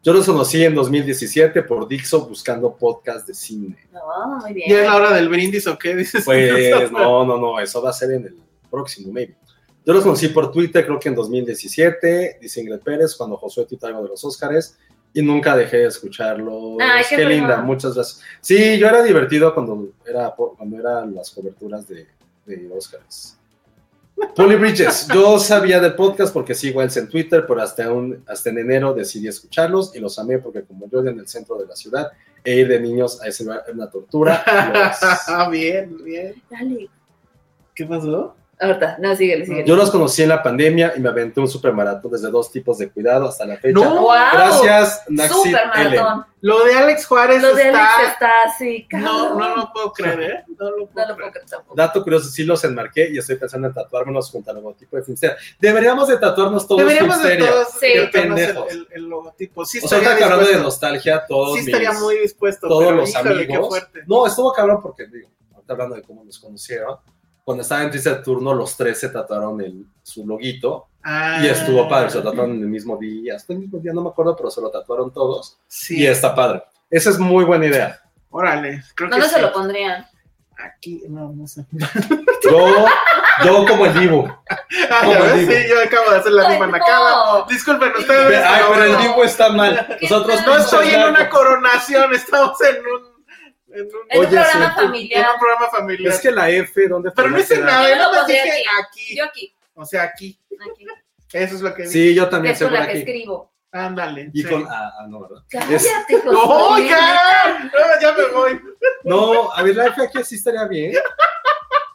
[SPEAKER 1] Yo los conocí en 2017 por Dixo buscando podcast de cine.
[SPEAKER 3] No, muy bien.
[SPEAKER 2] ¿Ya es la hora del brindis o qué dices?
[SPEAKER 1] Pues no, no, no, eso va a ser en el próximo, maybe. Yo los conocí por Twitter, creo que en 2017, dice Ingrid Pérez, cuando Josué tuiteó algo de los Óscares, y nunca dejé de escucharlo.
[SPEAKER 3] Ay,
[SPEAKER 1] qué
[SPEAKER 3] qué bueno.
[SPEAKER 1] linda, muchas gracias. Sí, yo era divertido cuando, era, por- cuando eran las coberturas de, de Óscares. Polly Bridges, yo sabía del podcast porque sigo a Elsa en Twitter, pero hasta, un, hasta en enero decidí escucharlos y los amé porque como yo era en el centro de la ciudad, e ir de niños a ese lugar era una tortura. Los-
[SPEAKER 2] bien, bien.
[SPEAKER 3] Dale.
[SPEAKER 2] ¿Qué pasó?
[SPEAKER 3] Ahorita, no, síguele, síguele.
[SPEAKER 1] Yo los conocí en la pandemia y me aventé un supermaratón desde dos tipos de cuidado hasta la fecha.
[SPEAKER 2] No,
[SPEAKER 3] ¡Wow!
[SPEAKER 1] Gracias, Naxi
[SPEAKER 3] Super
[SPEAKER 1] L.
[SPEAKER 3] maratón.
[SPEAKER 2] Lo de Alex Juárez
[SPEAKER 3] Lo de
[SPEAKER 2] está...
[SPEAKER 3] Alex está así,
[SPEAKER 2] No,
[SPEAKER 3] cabrón.
[SPEAKER 2] no lo puedo creer, ¿eh? No lo puedo
[SPEAKER 3] No lo puedo
[SPEAKER 2] creer.
[SPEAKER 3] creer tampoco.
[SPEAKER 1] Dato curioso, sí los enmarqué y estoy pensando en tatuármelos junto al logotipo de Finsteria. Deberíamos de tatuarnos todos
[SPEAKER 2] Deberíamos de
[SPEAKER 1] Finsteria.
[SPEAKER 2] todos
[SPEAKER 3] Sí.
[SPEAKER 2] de
[SPEAKER 1] Qué
[SPEAKER 2] todos el,
[SPEAKER 1] pendejos.
[SPEAKER 2] el- el logotipo. Sí,
[SPEAKER 1] O sea, ahorita
[SPEAKER 2] estaría
[SPEAKER 1] que hablando de
[SPEAKER 2] dispuesto.
[SPEAKER 1] nostalgia, todos
[SPEAKER 2] Sí estaría
[SPEAKER 1] mis-
[SPEAKER 2] muy dispuesto.
[SPEAKER 1] todos
[SPEAKER 2] pero,
[SPEAKER 1] los
[SPEAKER 2] híjole, qué
[SPEAKER 1] amigos.
[SPEAKER 2] fuerte.
[SPEAKER 1] No, estuvo cabrón porque, digo, ahorita hablando de cómo nos conocieron, cuando estaba en triste turno, los tres se tatuaron el, su loguito
[SPEAKER 2] Ah,
[SPEAKER 1] y estuvo padre. Se lo tatuaron en el mismo día, hasta el mismo día, no me acuerdo, pero se lo tatuaron todos
[SPEAKER 2] Sí.
[SPEAKER 1] y está padre. Esa es muy buena idea.
[SPEAKER 2] Órale. Creo que
[SPEAKER 3] ¿Dónde
[SPEAKER 2] sí.
[SPEAKER 3] se lo pondrían?
[SPEAKER 2] aquí, no, no sé.
[SPEAKER 1] Yo, yo como el Divo.
[SPEAKER 2] Ah,
[SPEAKER 1] Como
[SPEAKER 2] ya ves,
[SPEAKER 1] digo.
[SPEAKER 2] sí, yo acabo de hacer la
[SPEAKER 3] Ay,
[SPEAKER 2] misma
[SPEAKER 3] no.
[SPEAKER 2] nacada. Disculpen
[SPEAKER 1] Ve-
[SPEAKER 2] ustedes.
[SPEAKER 1] Ay,
[SPEAKER 2] pero
[SPEAKER 1] pero el
[SPEAKER 2] no.
[SPEAKER 1] Divo está mal. Nosotros
[SPEAKER 2] No
[SPEAKER 3] No
[SPEAKER 2] estoy en
[SPEAKER 1] somos
[SPEAKER 2] una
[SPEAKER 1] narcos.
[SPEAKER 2] coronación, estamos en un. En un,
[SPEAKER 3] En
[SPEAKER 1] Oye,
[SPEAKER 3] un programa
[SPEAKER 1] sí.
[SPEAKER 2] en
[SPEAKER 3] familiar.
[SPEAKER 2] un programa familiar.
[SPEAKER 1] Es que la F, ¿dónde
[SPEAKER 2] pero no
[SPEAKER 1] podría
[SPEAKER 2] hice
[SPEAKER 1] quedar?
[SPEAKER 2] nada,
[SPEAKER 3] Yo lo
[SPEAKER 2] yo más
[SPEAKER 3] pondría
[SPEAKER 2] dije aquí.
[SPEAKER 3] Yo aquí,
[SPEAKER 2] O sea, aquí.
[SPEAKER 3] aquí,
[SPEAKER 2] Eso es lo que dije.
[SPEAKER 1] Sí, yo
[SPEAKER 3] que
[SPEAKER 1] también
[SPEAKER 3] es con
[SPEAKER 1] seguro
[SPEAKER 3] la que
[SPEAKER 1] aquí.
[SPEAKER 3] escribo.
[SPEAKER 2] Ándale.
[SPEAKER 1] Y
[SPEAKER 2] sí.
[SPEAKER 1] con. Ah, ah, no, ¿verdad? Es-
[SPEAKER 3] Cállate, José.
[SPEAKER 2] ¡No, ya!
[SPEAKER 3] Pues
[SPEAKER 2] No, ya me voy.
[SPEAKER 1] No, a ver, la F aquí sí estaría bien.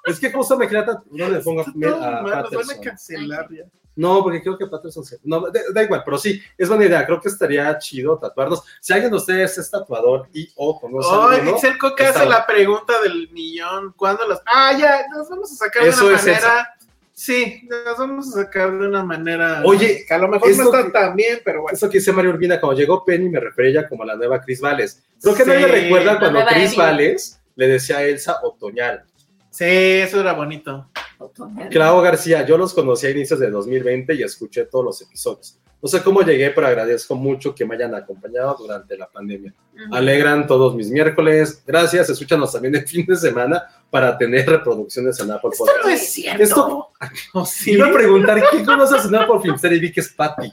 [SPEAKER 1] Es que justo me crea tan- No le pongo a,
[SPEAKER 2] No,
[SPEAKER 1] a
[SPEAKER 2] man, nos van a
[SPEAKER 1] Patterson.
[SPEAKER 2] cancelar ya.
[SPEAKER 1] No, porque creo que Patterson se- No, da, da igual, pero sí, es buena idea. Creo que estaría chido tatuarnos. Si alguien de ustedes es tatuador y o conoce a
[SPEAKER 2] Ay,
[SPEAKER 1] Pues, alguno,
[SPEAKER 2] Itzel Coca
[SPEAKER 1] Está
[SPEAKER 2] hace
[SPEAKER 1] bueno.
[SPEAKER 2] la pregunta del millón. ¿Cuándo los.? Ah, ya, nos vamos a sacar
[SPEAKER 1] Eso
[SPEAKER 2] de una
[SPEAKER 1] es
[SPEAKER 2] manera. Sí, nos vamos a sacar de una manera.
[SPEAKER 1] Oye,
[SPEAKER 2] que a lo mejor
[SPEAKER 1] eso
[SPEAKER 2] no está
[SPEAKER 1] que-
[SPEAKER 2] tan bien, pero bueno.
[SPEAKER 1] eso que dice Mario Urbina, cuando llegó Penny me refería ella como la nueva Cris Vales. Creo que
[SPEAKER 2] Sí,
[SPEAKER 1] nadie recuerda
[SPEAKER 2] la
[SPEAKER 1] cuando
[SPEAKER 3] nueva
[SPEAKER 1] Cris
[SPEAKER 3] Emi.
[SPEAKER 1] Vales le decía a Elsa otoñal.
[SPEAKER 2] Sí, eso era bonito.
[SPEAKER 3] Otoño.
[SPEAKER 1] Clau García, yo los conocí a inicios de 2020 y escuché todos los episodios. No sé cómo llegué, pero agradezco mucho que me hayan acompañado durante la pandemia.
[SPEAKER 3] Ujú.
[SPEAKER 1] Alegran todos mis miércoles. Gracias, escúchanos también el fin de semana para tener reproducciones en Apple
[SPEAKER 2] Esto
[SPEAKER 1] Podcast.
[SPEAKER 2] no es cierto.
[SPEAKER 1] Esto-
[SPEAKER 2] No,
[SPEAKER 1] Sí,
[SPEAKER 2] sí.
[SPEAKER 1] iba a preguntar, ¿quién conoce a su por Filmster? Y vi que es Patty.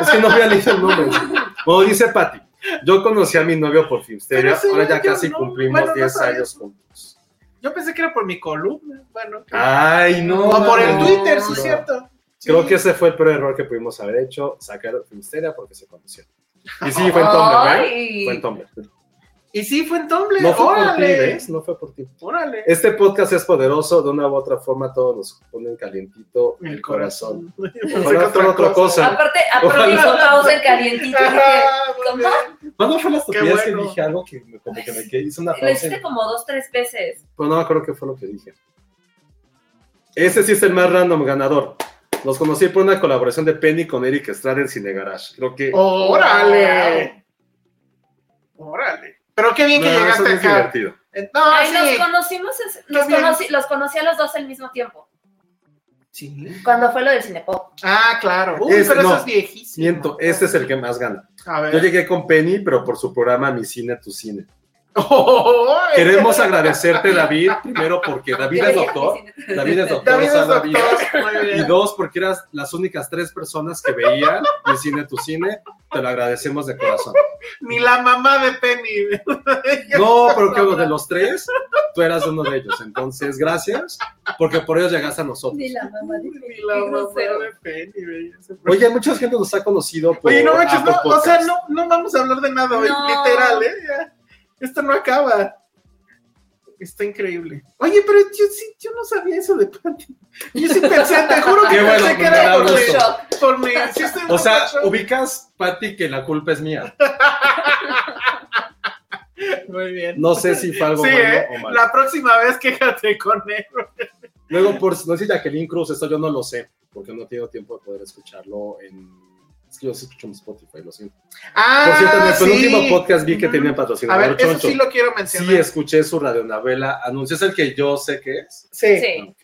[SPEAKER 1] Es que no había leído el nombre. No, dice Patty. Yo conocí a mi novio por Filmster.
[SPEAKER 2] Pero sí,
[SPEAKER 1] Ahora ya
[SPEAKER 2] yo
[SPEAKER 1] casi
[SPEAKER 2] no,
[SPEAKER 1] cumplimos
[SPEAKER 2] bueno, no
[SPEAKER 1] 10
[SPEAKER 2] sabía.
[SPEAKER 1] años juntos.
[SPEAKER 2] Yo pensé que era por mi columna. Bueno.
[SPEAKER 1] Ay, no.
[SPEAKER 2] o por el
[SPEAKER 1] Ah, no,
[SPEAKER 2] Twitter, sí,
[SPEAKER 1] no.
[SPEAKER 2] es cierto.
[SPEAKER 1] Creo
[SPEAKER 2] Sí.
[SPEAKER 1] que ese fue el peor error que pudimos haber hecho, sacar Filmsteria porque se conoció. Y sí, fue en Tumblr, ¿eh?
[SPEAKER 3] Ay.
[SPEAKER 1] Fue en Tumblr.
[SPEAKER 2] Y sí, fue en Tumblr.
[SPEAKER 1] No fue por ti,
[SPEAKER 2] órale.
[SPEAKER 1] ¿ves? No fue por ti.
[SPEAKER 2] Órale.
[SPEAKER 1] Este podcast es poderoso, de una u otra forma todos nos ponen calientito el corazón.
[SPEAKER 2] Pensé
[SPEAKER 1] Ojalá
[SPEAKER 2] que
[SPEAKER 1] fuera otra cosa.
[SPEAKER 3] Aparte, aparte hizo pausa en calientito.
[SPEAKER 2] Ah,
[SPEAKER 3] dije,
[SPEAKER 2] muy
[SPEAKER 3] ¿Toma?
[SPEAKER 2] bien.
[SPEAKER 1] ¿Cuándo Pues fue la estupidez que
[SPEAKER 2] bueno.
[SPEAKER 1] dije algo que me- como que me quedé? Hice una
[SPEAKER 3] Lo
[SPEAKER 1] pausa,
[SPEAKER 3] hiciste
[SPEAKER 1] y-
[SPEAKER 3] como dos, tres veces.
[SPEAKER 1] pero no me acuerdo qué fue lo que dije. Ese sí es el más random ganador. Los conocí por una colaboración de Penny con Eric Estrada en Cine Garage. Creo
[SPEAKER 2] Oh,
[SPEAKER 1] que...
[SPEAKER 2] Órale. Órale. Pero qué bien que
[SPEAKER 1] No, eso
[SPEAKER 2] llegaste
[SPEAKER 1] es
[SPEAKER 2] acá.
[SPEAKER 1] divertido.
[SPEAKER 2] Eh, No,
[SPEAKER 3] Ay,
[SPEAKER 2] sí.
[SPEAKER 3] nos conocimos, es-
[SPEAKER 2] Qué
[SPEAKER 3] los,
[SPEAKER 2] bien.
[SPEAKER 3] conocí, los conocí a los dos al mismo tiempo.
[SPEAKER 2] Sí.
[SPEAKER 3] Cuando fue lo del Cinepop.
[SPEAKER 2] Ah, claro. Uy,
[SPEAKER 1] Ese-
[SPEAKER 2] pero
[SPEAKER 1] no.
[SPEAKER 2] eso es viejísimo.
[SPEAKER 1] Miento, este es el que más gana.
[SPEAKER 2] A
[SPEAKER 1] Yo
[SPEAKER 2] ver.
[SPEAKER 1] llegué con Penny, pero por su programa Mi Cine, Tu Cine.
[SPEAKER 2] Ay.
[SPEAKER 1] Queremos agradecerte, David, primero porque David es doctor. David es doctor,
[SPEAKER 2] David es
[SPEAKER 1] sana
[SPEAKER 2] doctor.
[SPEAKER 1] vida.
[SPEAKER 2] Muy
[SPEAKER 1] Y
[SPEAKER 2] bien.
[SPEAKER 1] dos, porque eras las únicas tres personas que veían mi cine, tu cine. Te lo agradecemos de corazón.
[SPEAKER 2] Ni la mamá de Penny.
[SPEAKER 1] No, pero que uno de los tres, tú eras uno de ellos. Entonces, gracias, porque por ellos llegaste a nosotros.
[SPEAKER 3] Ni la mamá de
[SPEAKER 2] Ni la
[SPEAKER 3] Qué
[SPEAKER 2] mamá
[SPEAKER 3] grosero.
[SPEAKER 2] de Penny. güey.
[SPEAKER 1] Oye, mucha gente nos ha conocido. Por
[SPEAKER 2] Oye, no manches,
[SPEAKER 1] Apple
[SPEAKER 2] no, o sea,
[SPEAKER 1] Podcast.
[SPEAKER 2] no, no vamos a hablar de nada hoy,
[SPEAKER 3] No.
[SPEAKER 2] literal, ¿eh? Ya. Esto no acaba. Está increíble. Oye, pero yo sí, yo no sabía eso de Patty. Yo sí pensé, te juro que
[SPEAKER 1] Qué bueno,
[SPEAKER 2] pensé que
[SPEAKER 1] me
[SPEAKER 2] era
[SPEAKER 1] da
[SPEAKER 2] por mi,
[SPEAKER 1] gusto.
[SPEAKER 2] por mi, sí estoy un
[SPEAKER 1] O
[SPEAKER 2] poco
[SPEAKER 1] sea,
[SPEAKER 2] shock.
[SPEAKER 1] ubicas, Pati, que la culpa es mía.
[SPEAKER 2] Muy bien.
[SPEAKER 1] No sé si fue algo
[SPEAKER 2] sí,
[SPEAKER 1] bueno
[SPEAKER 2] ¿eh?
[SPEAKER 1] o malo.
[SPEAKER 2] La próxima vez quéjate con él.
[SPEAKER 1] Luego, por no sé, Jacqueline Cruz, esto yo no lo sé, porque no he tenido tiempo de poder escucharlo en. Es que yo sí escucho en Spotify, lo siento.
[SPEAKER 2] Ah,
[SPEAKER 1] Por cierto, en el penúltimo
[SPEAKER 2] sí.
[SPEAKER 1] podcast vi que
[SPEAKER 2] Ujú.
[SPEAKER 1] tenían
[SPEAKER 2] A
[SPEAKER 1] patrocinador
[SPEAKER 2] ver, eso
[SPEAKER 1] choncho.
[SPEAKER 2] sí lo quiero
[SPEAKER 1] Sí,
[SPEAKER 2] mencionar.
[SPEAKER 1] escuché su radionovela. Anuncio es el que yo sé que es.
[SPEAKER 2] sí.
[SPEAKER 3] Sí.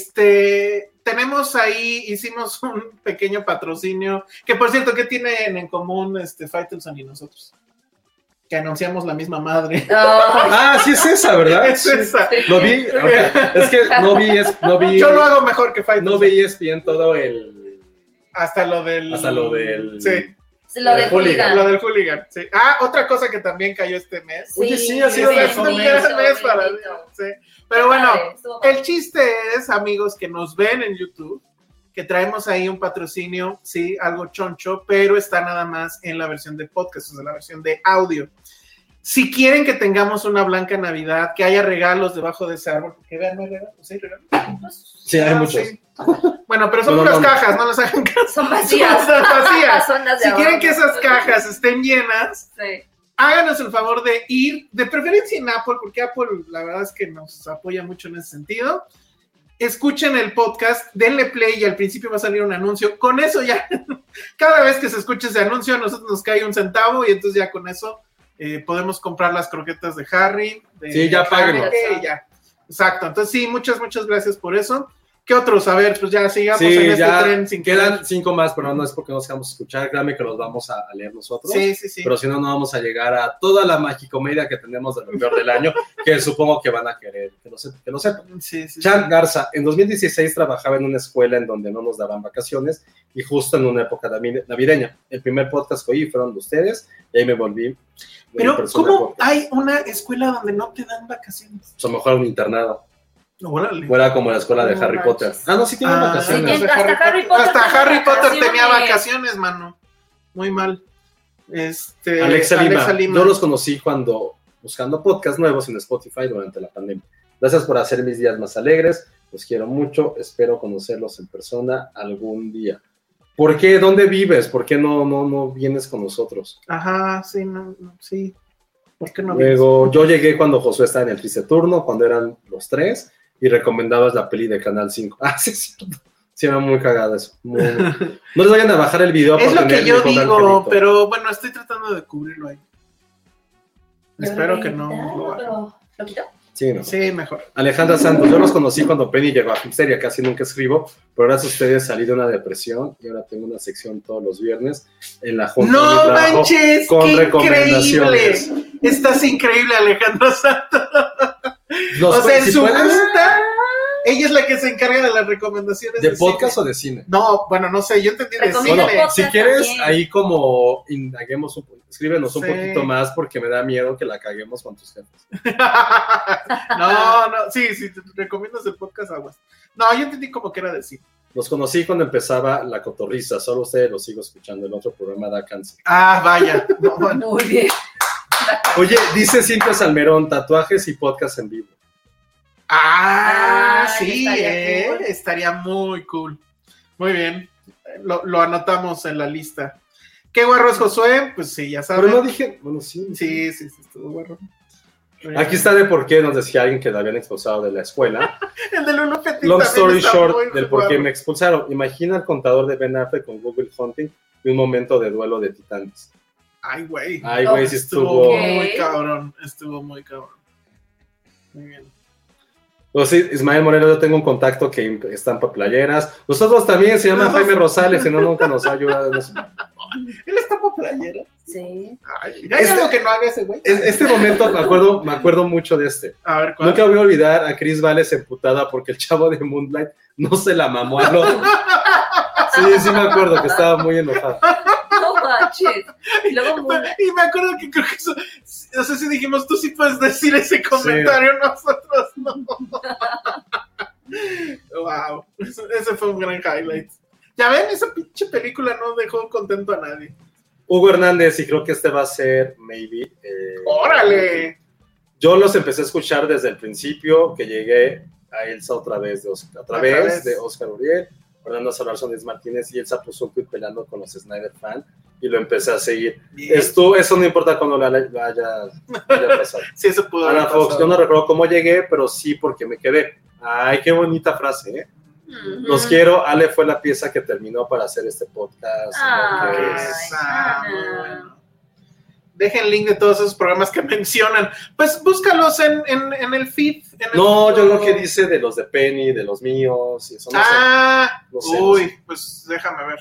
[SPEAKER 2] Este, tenemos ahí, hicimos un pequeño patrocinio, que por cierto, ¿qué tienen en común este Faitelson y nosotros? Que anunciamos la misma madre.
[SPEAKER 3] Ay,
[SPEAKER 1] Ah, sí es esa, ¿verdad?
[SPEAKER 2] Es esa.
[SPEAKER 1] Lo vi. ok. Es que no vi, es- no vi,
[SPEAKER 2] Yo lo hago mejor que Faitelson.
[SPEAKER 1] no vi E ESPN todo el,
[SPEAKER 2] Hasta lo del...
[SPEAKER 1] hasta lo del.
[SPEAKER 2] Sí,
[SPEAKER 3] Lo de
[SPEAKER 1] Hooligan.
[SPEAKER 2] lo
[SPEAKER 3] Julián.
[SPEAKER 2] del hooligan. sí. Ah, otra cosa que también cayó este mes.
[SPEAKER 1] Oye, sí, ha sido
[SPEAKER 2] Sí,
[SPEAKER 1] de
[SPEAKER 2] es
[SPEAKER 1] eso,
[SPEAKER 2] un
[SPEAKER 1] mes.
[SPEAKER 2] gran mes para- sí. Pero bueno, El chiste es, amigos que nos ven en YouTube, que traemos ahí un patrocinio, sí, algo choncho, pero está nada más en la versión de podcast, o sea, la versión de audio. Si quieren que tengamos una blanca Navidad, que haya regalos debajo de ese árbol, que vean, ¿no hay regalos? ¿Sí, hay regalos?
[SPEAKER 1] Sí, hay
[SPEAKER 2] Ah,
[SPEAKER 1] muchos.
[SPEAKER 2] sí. Bueno, pero son
[SPEAKER 1] No, no,
[SPEAKER 2] unas
[SPEAKER 1] no.
[SPEAKER 2] cajas, no las hagan caso.
[SPEAKER 3] Son
[SPEAKER 2] Son las vacías.
[SPEAKER 3] Son las de
[SPEAKER 2] Si quieren
[SPEAKER 3] ahora.
[SPEAKER 2] que esas cajas estén llenas,
[SPEAKER 3] Sí.
[SPEAKER 2] háganos el favor de ir, de preferencia en Apple, porque Apple la verdad es que nos apoya mucho en ese sentido. Escuchen el podcast, denle play y al principio va a salir un anuncio. Con eso ya, cada vez que se escuche ese anuncio, a nosotros nos cae un centavo y entonces ya con eso eh, podemos comprar las croquetas de Harry. de-
[SPEAKER 1] Sí, ya
[SPEAKER 2] de
[SPEAKER 1] páguenlo.
[SPEAKER 2] Haneke, y ya. Exacto, entonces sí, muchas, muchas gracias por eso. ¿Qué otros? A ver, pues ya sigamos
[SPEAKER 1] Sí,
[SPEAKER 2] en este
[SPEAKER 1] ya
[SPEAKER 2] tren sin
[SPEAKER 1] quedan
[SPEAKER 2] quedar.
[SPEAKER 1] cinco más, pero no es porque no seamos escuchar, créanme que los vamos a, a leer nosotros.
[SPEAKER 2] Sí, sí, sí.
[SPEAKER 1] Pero si no, no vamos a llegar a toda la magicomedia que tenemos de lo peor del año, que supongo que van a querer, que lo, sepan, que lo sepan.
[SPEAKER 2] Sí, sí, sí.
[SPEAKER 1] Chan Garza, en 2016 trabajaba en una escuela en donde no nos daban vacaciones y justo en una época navide- navideña. El primer podcast que oí fueron de ustedes y ahí me volví. de mi
[SPEAKER 2] Pero,
[SPEAKER 1] persona
[SPEAKER 2] ¿cómo
[SPEAKER 1] podcast.
[SPEAKER 2] hay una escuela donde no te dan vacaciones?
[SPEAKER 1] O sea, mejor un internado.
[SPEAKER 2] Órale.
[SPEAKER 1] Fuera como la escuela de
[SPEAKER 3] No
[SPEAKER 1] Harry
[SPEAKER 3] manches.
[SPEAKER 1] Potter. Ah, no, sí tienen
[SPEAKER 2] Ah,
[SPEAKER 1] vacaciones.
[SPEAKER 2] sí,
[SPEAKER 3] hasta Harry Potter
[SPEAKER 2] Hasta
[SPEAKER 3] tenía
[SPEAKER 2] Harry Potter tenía
[SPEAKER 3] vacaciones.
[SPEAKER 2] vacaciones, mano. Muy mal. Este,
[SPEAKER 1] Alexa Lima. Yo los conocí cuando buscando podcasts nuevos en Spotify durante la pandemia. Gracias por hacer mis días más alegres. Los quiero mucho. Espero conocerlos en persona algún día. ¿Por qué? ¿Dónde vives? ¿Por qué no, no, no vienes con nosotros?
[SPEAKER 2] Ajá, sí, no, no, sí. ¿Por qué no
[SPEAKER 1] Luego, yo llegué cuando Josué estaba en el triste turno, cuando eran los tres, y recomendabas la peli de Canal 5. Ah, sí, sí. Sí, era muy cagado eso. muy, muy. No les vayan a bajar el video.
[SPEAKER 2] Es
[SPEAKER 1] por
[SPEAKER 2] lo que
[SPEAKER 1] tener
[SPEAKER 2] yo
[SPEAKER 1] mi hijo
[SPEAKER 2] digo,
[SPEAKER 1] Angelito.
[SPEAKER 2] pero bueno, estoy tratando de cubrirlo ahí.
[SPEAKER 3] Yo
[SPEAKER 2] Espero
[SPEAKER 3] lo
[SPEAKER 2] que
[SPEAKER 3] voy a quitar,
[SPEAKER 2] no.
[SPEAKER 3] pero- ¿Lo quito?
[SPEAKER 1] Sí, no.
[SPEAKER 2] Sí, mejor.
[SPEAKER 1] Alejandra Santos, yo los conocí cuando Penny llegó a Hipsteria, casi nunca escribo, pero gracias a ustedes salí de una depresión y ahora tengo una sección todos los viernes en la Junta de
[SPEAKER 2] No
[SPEAKER 1] mi trabajo
[SPEAKER 2] manches,
[SPEAKER 1] con
[SPEAKER 2] qué
[SPEAKER 1] recomendaciones.
[SPEAKER 2] increíble. Estás increíble, Alejandro Santos.
[SPEAKER 1] Los
[SPEAKER 2] o sea, en su
[SPEAKER 1] principales
[SPEAKER 2] lista, ella es la que se encarga de las recomendaciones
[SPEAKER 1] de
[SPEAKER 2] de
[SPEAKER 1] podcast
[SPEAKER 2] cine.
[SPEAKER 1] o de cine.
[SPEAKER 2] No, bueno, no sé, yo entendí de
[SPEAKER 3] Recomienda
[SPEAKER 2] cine.
[SPEAKER 1] Bueno,
[SPEAKER 3] podcast
[SPEAKER 1] si quieres,
[SPEAKER 3] también.
[SPEAKER 1] ahí como indaguemos un poco, escríbenos un
[SPEAKER 2] Sí.
[SPEAKER 1] poquito más porque me da miedo que la caguemos con tus jefes.
[SPEAKER 3] Ah.
[SPEAKER 2] no, no, sí, sí, te recomiendas el podcast Aguas. No, yo entendí como que era de cine.
[SPEAKER 1] Los conocí cuando empezaba La Cotorrisa, solo ustedes los sigo escuchando, el otro programa da cáncer.
[SPEAKER 2] Ah, vaya. No, bueno.
[SPEAKER 3] Muy bien.
[SPEAKER 1] Oye, dice Cintia Salmerón, tatuajes y podcast en vivo.
[SPEAKER 2] Ah,
[SPEAKER 3] Ah,
[SPEAKER 2] sí,
[SPEAKER 3] estaría
[SPEAKER 2] eh,
[SPEAKER 3] cool.
[SPEAKER 2] estaría muy cool. Muy bien, lo, lo anotamos en la lista. ¿Qué guarro es Josué? Pues sí, ya
[SPEAKER 1] Pero
[SPEAKER 2] saben.
[SPEAKER 1] no dije, bueno, sí.
[SPEAKER 2] Sí, sí, sí, estuvo guarro.
[SPEAKER 1] Aquí está de por qué nos decía alguien que la habían expulsado de la escuela.
[SPEAKER 2] El de Lulu Petit
[SPEAKER 1] Long
[SPEAKER 2] también
[SPEAKER 1] story
[SPEAKER 2] está muy
[SPEAKER 1] short del por qué
[SPEAKER 2] guarro.
[SPEAKER 1] me expulsaron. Imagina el contador de Ben Affleck con Google Hunting y un momento de duelo de titanes.
[SPEAKER 2] Ay, güey.
[SPEAKER 1] Ay, güey, sí
[SPEAKER 2] pues,
[SPEAKER 1] estuvo.
[SPEAKER 2] Estuvo
[SPEAKER 3] Ok.
[SPEAKER 2] muy cabrón, estuvo muy cabrón. Muy bien.
[SPEAKER 1] Pues sí, Ismael Moreno, yo tengo un contacto que imp- estampa playeras. Nosotros también, se llama
[SPEAKER 2] Nos-
[SPEAKER 1] Jaime Rosales, si no, nunca nos ayuda. Nos-
[SPEAKER 2] Él está por playera.
[SPEAKER 3] Sí.
[SPEAKER 2] Ay, ya hay
[SPEAKER 1] Este-
[SPEAKER 2] algo que no haga ese güey.
[SPEAKER 1] Es- Este momento me acuerdo, me acuerdo mucho de este.
[SPEAKER 2] A ver, ¿cuál?
[SPEAKER 1] Nunca voy a olvidar a Chris Valles emputada porque el chavo de Moonlight no se la mamó al otro. Sí, sí me acuerdo que estaba muy enojado.
[SPEAKER 3] No manches. Y luego mm, Moonlight.
[SPEAKER 2] Y me acuerdo que creo que eso, no sé si dijimos, tú sí puedes decir ese comentario, nosotros no. wow, Eso- ese fue un gran highlight. Ya ven, esa pinche película no dejó contento a nadie.
[SPEAKER 1] Hugo Hernández, y creo que este va a ser, maybe. eh,
[SPEAKER 2] ¡Órale!
[SPEAKER 1] Yo los empecé a escuchar desde el principio, que llegué a Elsa otra vez, de Oscar, a través
[SPEAKER 2] través.
[SPEAKER 1] de Oscar Uriel, Fernando Solarzo Díaz Martínez y Elsa puso un tweet peleando con los Snyder fan y lo empecé a seguir. Esto, eso no importa cuando lo haya, lo haya- lo haya pasado.
[SPEAKER 2] Sí, eso pudo haber
[SPEAKER 1] Ana Fox,
[SPEAKER 2] pasado.
[SPEAKER 1] yo no recuerdo cómo llegué, pero sí porque me quedé. Ay, qué bonita frase, ¿eh? Los
[SPEAKER 3] mm.
[SPEAKER 1] quiero. Ale fue la pieza que terminó para hacer este podcast.
[SPEAKER 3] Ah.
[SPEAKER 1] ¿no? Que
[SPEAKER 2] Ay,
[SPEAKER 1] es-
[SPEAKER 2] está
[SPEAKER 3] Ana.
[SPEAKER 2] muy bueno. Dejen link de todos esos programas que mencionan. Pues búscalos en, en, en el feed. en el-
[SPEAKER 1] No, yo creo que dice de los de Penny, de los míos, y eso no sé.
[SPEAKER 2] ah,
[SPEAKER 1] No sé,
[SPEAKER 2] uy,
[SPEAKER 1] no
[SPEAKER 2] pues déjame ver.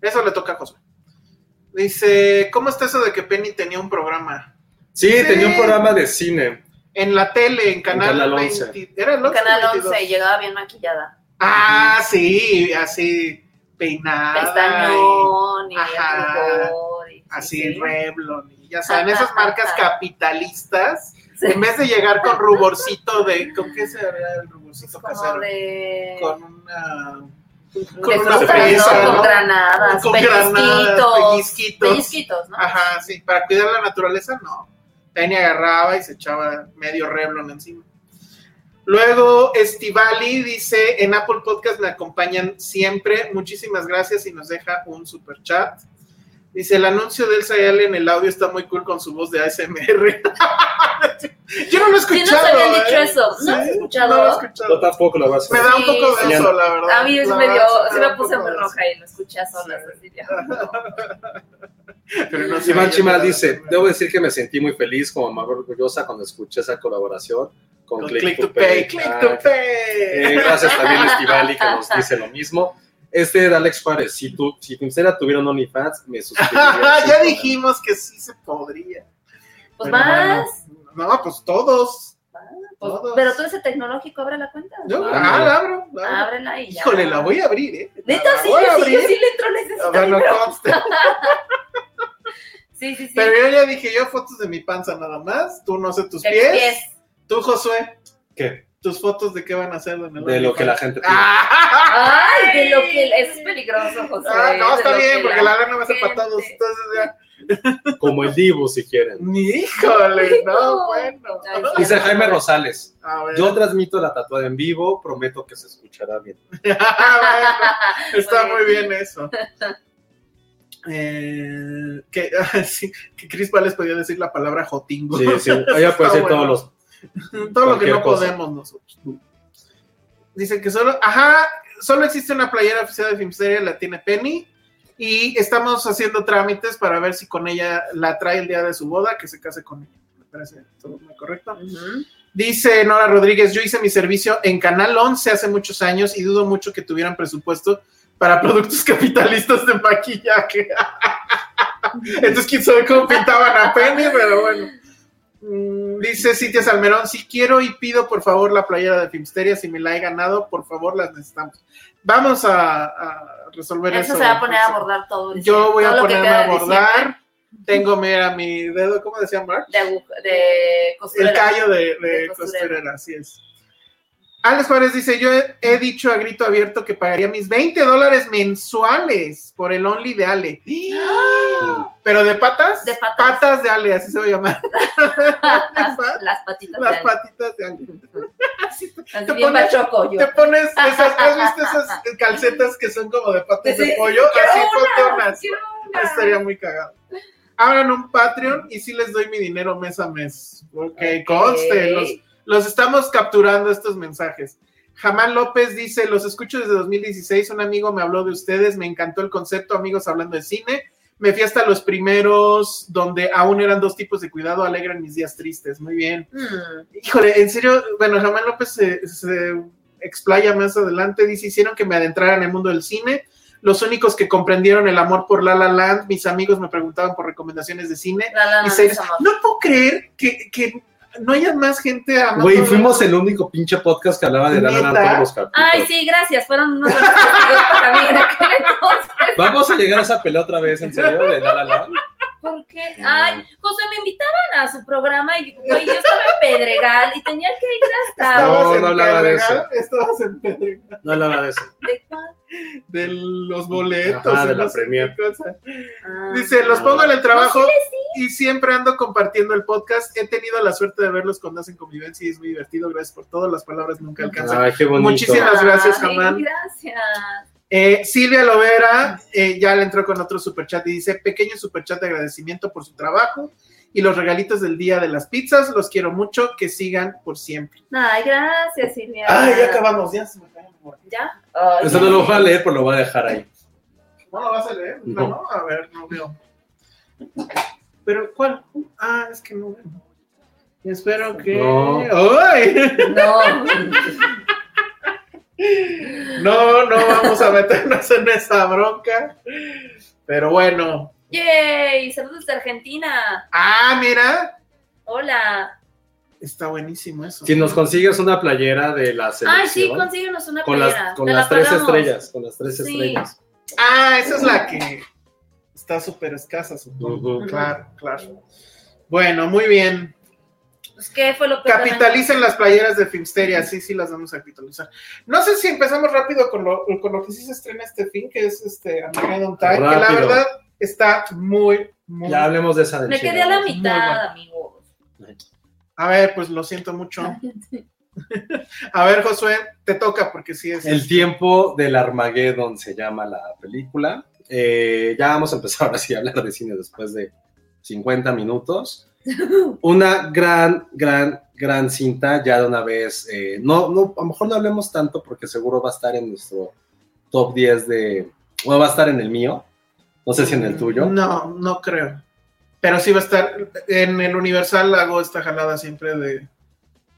[SPEAKER 2] Eso le toca a José. Dice, ¿cómo está eso de que Penny tenía un programa?
[SPEAKER 1] Sí,
[SPEAKER 2] Sí.
[SPEAKER 1] tenía un programa de cine.
[SPEAKER 2] En la tele, en Canal,
[SPEAKER 1] Canal 11.
[SPEAKER 2] 20 ¿Era el 11 o
[SPEAKER 3] Canal
[SPEAKER 2] 22?
[SPEAKER 3] 11 llegaba bien maquillada.
[SPEAKER 2] Ah, sí, así peinada.
[SPEAKER 3] Pestañón y
[SPEAKER 2] Ajá.
[SPEAKER 3] rubor y-
[SPEAKER 2] y Así,
[SPEAKER 3] sí.
[SPEAKER 2] Revlon. Y ya saben, esas marcas capitalistas. En vez de llegar con ruborcito de... ¿Con qué se hará el ruborcito
[SPEAKER 3] Como
[SPEAKER 2] casero?
[SPEAKER 3] de.
[SPEAKER 2] Con una...
[SPEAKER 3] de
[SPEAKER 2] una
[SPEAKER 3] frutas,
[SPEAKER 2] fresa,
[SPEAKER 3] ¿no?
[SPEAKER 2] ¿no?
[SPEAKER 3] Con granadas,
[SPEAKER 2] Con granadas,
[SPEAKER 3] pellizquitos.
[SPEAKER 2] pellizquitos. Ah,
[SPEAKER 3] Pellizquitos, ¿no?
[SPEAKER 2] Ajá, sí, para cuidar la naturaleza, no. Penny agarraba y se echaba medio Revlon encima. Luego, Estivali dice, en Apple Podcast me acompañan siempre, muchísimas gracias y nos deja un super chat. Dice, el anuncio del Sayal en el audio está muy cool con su voz de ASMR. Yo no lo he
[SPEAKER 3] Sí,
[SPEAKER 2] escuchado.
[SPEAKER 3] nos habían
[SPEAKER 2] ¿eh?
[SPEAKER 3] dicho eso. ¿No lo has
[SPEAKER 2] Sí,
[SPEAKER 3] escuchado?
[SPEAKER 2] no lo he
[SPEAKER 1] Yo
[SPEAKER 2] escuchado.
[SPEAKER 1] tampoco lo vas a
[SPEAKER 2] Me da un
[SPEAKER 3] Sí,
[SPEAKER 2] poco de
[SPEAKER 1] sí.
[SPEAKER 2] eso, la verdad.
[SPEAKER 3] A mí
[SPEAKER 2] La
[SPEAKER 3] eso me dio.
[SPEAKER 2] verdad, sí da
[SPEAKER 3] Sí me
[SPEAKER 2] un
[SPEAKER 3] puse
[SPEAKER 2] poco
[SPEAKER 3] muy
[SPEAKER 2] de eso.
[SPEAKER 3] roja y lo escuché a solas. así de, ah, no.
[SPEAKER 2] Pero no sé.
[SPEAKER 1] Iván Chimal dice, debo decir que me sentí muy feliz, como más orgullosa cuando escuché esa colaboración. con,
[SPEAKER 2] Con click, to pay, click to
[SPEAKER 1] Ah,
[SPEAKER 2] pay.
[SPEAKER 1] eh, gracias también a Estivali que nos dice lo mismo. Este de Alex Juárez, si tu, si tu Instagram tuviera un OnlyFans, me suscribiría.
[SPEAKER 2] ya dijimos que sí se podría.
[SPEAKER 3] Pues
[SPEAKER 2] Pero
[SPEAKER 3] más.
[SPEAKER 2] No, no, pues todos.
[SPEAKER 3] pues,
[SPEAKER 2] todos.
[SPEAKER 3] pero tú ese tecnológico, abre la cuenta.
[SPEAKER 2] Yo,
[SPEAKER 1] Ah,
[SPEAKER 2] ah, la abro, la abro.
[SPEAKER 3] Ábrela y ya.
[SPEAKER 2] Híjole, la voy a abrir, ¿eh?
[SPEAKER 3] Neta,
[SPEAKER 2] La
[SPEAKER 3] sí,
[SPEAKER 2] voy a
[SPEAKER 3] yo sí, yo
[SPEAKER 2] abrir.
[SPEAKER 3] sí le entro en ese
[SPEAKER 2] Ah, Bueno,
[SPEAKER 3] cerebro.
[SPEAKER 2] conste.
[SPEAKER 3] Sí, sí, sí.
[SPEAKER 2] Pero yo ya dije, yo fotos de mi panza nada más, tú no sé tus
[SPEAKER 3] De
[SPEAKER 2] pies.
[SPEAKER 3] mis pies.
[SPEAKER 2] Tú, Josué,
[SPEAKER 1] ¿Qué?
[SPEAKER 2] tus fotos de qué van a ser
[SPEAKER 1] De lo que la gente pide.
[SPEAKER 2] ¡Ah!
[SPEAKER 3] Ay, de lo que es peligroso, José.
[SPEAKER 2] Ah, no,
[SPEAKER 3] de
[SPEAKER 2] está
[SPEAKER 3] lo
[SPEAKER 2] bien,
[SPEAKER 3] que
[SPEAKER 2] porque la lana va a ser para
[SPEAKER 3] gente-
[SPEAKER 2] todos. Entonces, ya.
[SPEAKER 1] Como el Divo, si quieren.
[SPEAKER 2] Híjole, no,
[SPEAKER 3] No.
[SPEAKER 2] bueno.
[SPEAKER 3] Ay, sí.
[SPEAKER 1] Dice Jaime Rosales.
[SPEAKER 2] A ver.
[SPEAKER 1] Yo transmito la tatuada en vivo, prometo que se escuchará bien.
[SPEAKER 2] Bueno, está
[SPEAKER 3] Bueno.
[SPEAKER 2] muy bien eso. Eh, que, sí, que Chris Paul les podía decir la palabra jotingo.
[SPEAKER 1] Sí, sí, ella puede
[SPEAKER 2] Está
[SPEAKER 1] hacer
[SPEAKER 2] bueno.
[SPEAKER 1] todos los.
[SPEAKER 2] Todo lo que
[SPEAKER 1] Cualquier
[SPEAKER 2] no
[SPEAKER 1] cosa.
[SPEAKER 2] podemos nosotros. Dice que solo, ajá, solo existe una playera oficial de Filmsteria, la tiene Penny. Y estamos haciendo trámites para ver si con ella la trae el día de su boda, que se case con ella. Me parece todo muy correcto.
[SPEAKER 3] Ujú.
[SPEAKER 2] Dice Nora Rodríguez, yo hice mi servicio en Canal 11 hace muchos años y dudo mucho que tuvieran presupuesto para productos capitalistas de maquillaje. Entonces, quién sabe cómo pintaban a Penny, pero bueno. Mm, Dice Cintia Salmerón, si quiero y pido por favor la playera de Filmsteria, si me la he ganado, por favor las necesitamos. Vamos a, a resolver eso.
[SPEAKER 3] Eso se va a poner a
[SPEAKER 2] José.
[SPEAKER 3] abordar todo. el-
[SPEAKER 2] Yo voy
[SPEAKER 3] todo
[SPEAKER 2] a
[SPEAKER 3] lo que
[SPEAKER 2] ponerme
[SPEAKER 3] queda
[SPEAKER 2] a
[SPEAKER 3] de
[SPEAKER 2] abordar. Tengo, mira, mi dedo, ¿cómo decía Mark?
[SPEAKER 3] diciembre De, aguja- de costura.
[SPEAKER 2] El callo de, de
[SPEAKER 3] De
[SPEAKER 2] costurera.
[SPEAKER 3] costurera.
[SPEAKER 2] así es. Alex Juárez dice, yo he, he dicho a grito abierto que pagaría mis 20 dólares mensuales por el Only de Ale. Pero de patas,
[SPEAKER 3] De patas.
[SPEAKER 2] de Ale, así se va a llamar.
[SPEAKER 3] Las patitas.
[SPEAKER 2] Las
[SPEAKER 3] de Ale.
[SPEAKER 2] patitas de Ale. Así te-
[SPEAKER 3] Así
[SPEAKER 2] te
[SPEAKER 3] bien
[SPEAKER 2] pones-
[SPEAKER 3] machoco yo.
[SPEAKER 2] Te pones esas, ¿has visto esas calcetas que son como de patas de
[SPEAKER 3] Sí,
[SPEAKER 2] pollo?
[SPEAKER 3] quiero
[SPEAKER 2] Así
[SPEAKER 3] una,
[SPEAKER 2] potonas.
[SPEAKER 3] quiero una.
[SPEAKER 2] Estaría muy cagado. Abran un Patreon y sí les doy mi dinero mes a mes. Ok, conste, los, los estamos capturando estos mensajes. Jamal López dice, los escucho desde 2016, un amigo me habló de ustedes, me encantó el concepto, amigos hablando de cine, me fui hasta los primeros donde aún eran dos tipos de cuidado, alegran mis días tristes, muy bien.
[SPEAKER 3] Mm,
[SPEAKER 2] Híjole, en serio, bueno, Jamal López se, se explaya más adelante, dice, hicieron que me adentrara en el mundo del cine, los únicos que comprendieron el amor por La La Land, mis amigos me preguntaban por recomendaciones de cine,
[SPEAKER 3] la, la,
[SPEAKER 2] y
[SPEAKER 3] la,
[SPEAKER 2] se-
[SPEAKER 3] mis amores.
[SPEAKER 2] no puedo creer que, que no haya más gente amando.
[SPEAKER 1] Güey, fuimos el único pinche podcast que hablaba de la
[SPEAKER 2] ¿Neta?
[SPEAKER 1] lana todos los capítulos.
[SPEAKER 3] Ay, sí, gracias. Fueron unos buenos testigos para mí en aquel entonces.
[SPEAKER 1] Vamos a llegar a esa pelea otra vez, en serio, de la la la.
[SPEAKER 3] ¿Por qué? Ay,
[SPEAKER 2] Mm.
[SPEAKER 3] José, me invitaban a su programa y güey, yo estaba en Pedregal y tenía que ir hasta...
[SPEAKER 2] Estabas
[SPEAKER 1] No,
[SPEAKER 2] en
[SPEAKER 1] no hablaba de
[SPEAKER 2] Pedregal, Estabas en Pedregal.
[SPEAKER 1] No hablaba de eso.
[SPEAKER 3] ¿De cuál?
[SPEAKER 2] De los boletos.
[SPEAKER 1] Ajá, de
[SPEAKER 2] y
[SPEAKER 1] la
[SPEAKER 2] no sé
[SPEAKER 1] Premier.
[SPEAKER 2] qué cosa.
[SPEAKER 3] Ah.
[SPEAKER 2] Dice, los pongo en el trabajo
[SPEAKER 3] No, sí
[SPEAKER 2] y siempre ando compartiendo el podcast. He tenido la suerte de verlos cuando hacen convivencia y es muy divertido. Gracias por todo. Las palabras nunca alcanzan.
[SPEAKER 1] Ay, qué bonito.
[SPEAKER 2] Muchísimas- Muchas gracias,
[SPEAKER 3] Ay,
[SPEAKER 2] Haman.
[SPEAKER 3] Gracias.
[SPEAKER 2] Eh, Silvia Lovera eh, ya le entró con otro superchat y dice, pequeño superchat de agradecimiento por su trabajo y los regalitos del día de las pizzas. Los quiero mucho. Que sigan por siempre.
[SPEAKER 3] Ay, gracias, Silvia.
[SPEAKER 2] acabamos. Ya se me cae la memoria.
[SPEAKER 3] ¿Ya? Ay,
[SPEAKER 1] Eso no lo voy a leer, pero lo voy a dejar ahí.
[SPEAKER 2] ¿No lo vas a leer? No,
[SPEAKER 1] No.
[SPEAKER 2] no, a ver, no veo. ¿Pero cuál? Ah, es que no veo. Espero que.
[SPEAKER 1] No.
[SPEAKER 2] ¡Ay!
[SPEAKER 3] No.
[SPEAKER 2] No, no vamos a meternos en esa bronca. Pero bueno.
[SPEAKER 3] Yay, saludos de Argentina.
[SPEAKER 2] Ah, mira.
[SPEAKER 3] Hola.
[SPEAKER 2] Está buenísimo eso.
[SPEAKER 1] Si nos consigues una playera de la selección.
[SPEAKER 3] Ay, sí, consíguenos una
[SPEAKER 1] con
[SPEAKER 3] playera.
[SPEAKER 1] las, con
[SPEAKER 3] Te
[SPEAKER 1] las
[SPEAKER 3] la
[SPEAKER 1] tres
[SPEAKER 3] pagamos.
[SPEAKER 1] estrellas. Con las tres
[SPEAKER 3] Sí.
[SPEAKER 1] estrellas.
[SPEAKER 2] Ah, esa es la que está súper escasa, supongo.
[SPEAKER 1] Ujú.
[SPEAKER 2] Claro, claro. Bueno, muy bien.
[SPEAKER 3] Pues, ¿Qué fue lo que
[SPEAKER 2] Capitalicen las playeras de Filmsteria, sí, sí las vamos a capitalizar. No sé si empezamos rápido con lo, con lo que sí se estrena este fin, que es este American on Time, que la
[SPEAKER 1] Rápido.
[SPEAKER 2] verdad está muy, muy...
[SPEAKER 1] Ya hablemos de esa del
[SPEAKER 3] Me
[SPEAKER 1] chino.
[SPEAKER 3] quedé a la
[SPEAKER 2] Muy
[SPEAKER 3] mitad, amigos.
[SPEAKER 2] A ver, pues lo siento mucho. A ver, Josué, te toca porque sí es...
[SPEAKER 1] El tiempo del Armageddon se llama la película. Eh, ya vamos a empezar ahora sí a hablar de cine después de 50 minutos. Una gran, gran, gran cinta, ya de una vez. eh, no, no, a lo mejor no hablemos tanto porque seguro va a estar en nuestro top 10 de. Bueno, va a estar en el mío. No sé si en
[SPEAKER 3] Mm.
[SPEAKER 1] el tuyo.
[SPEAKER 2] No, no creo. Pero sí va a estar en el Universal, hago esta jalada siempre de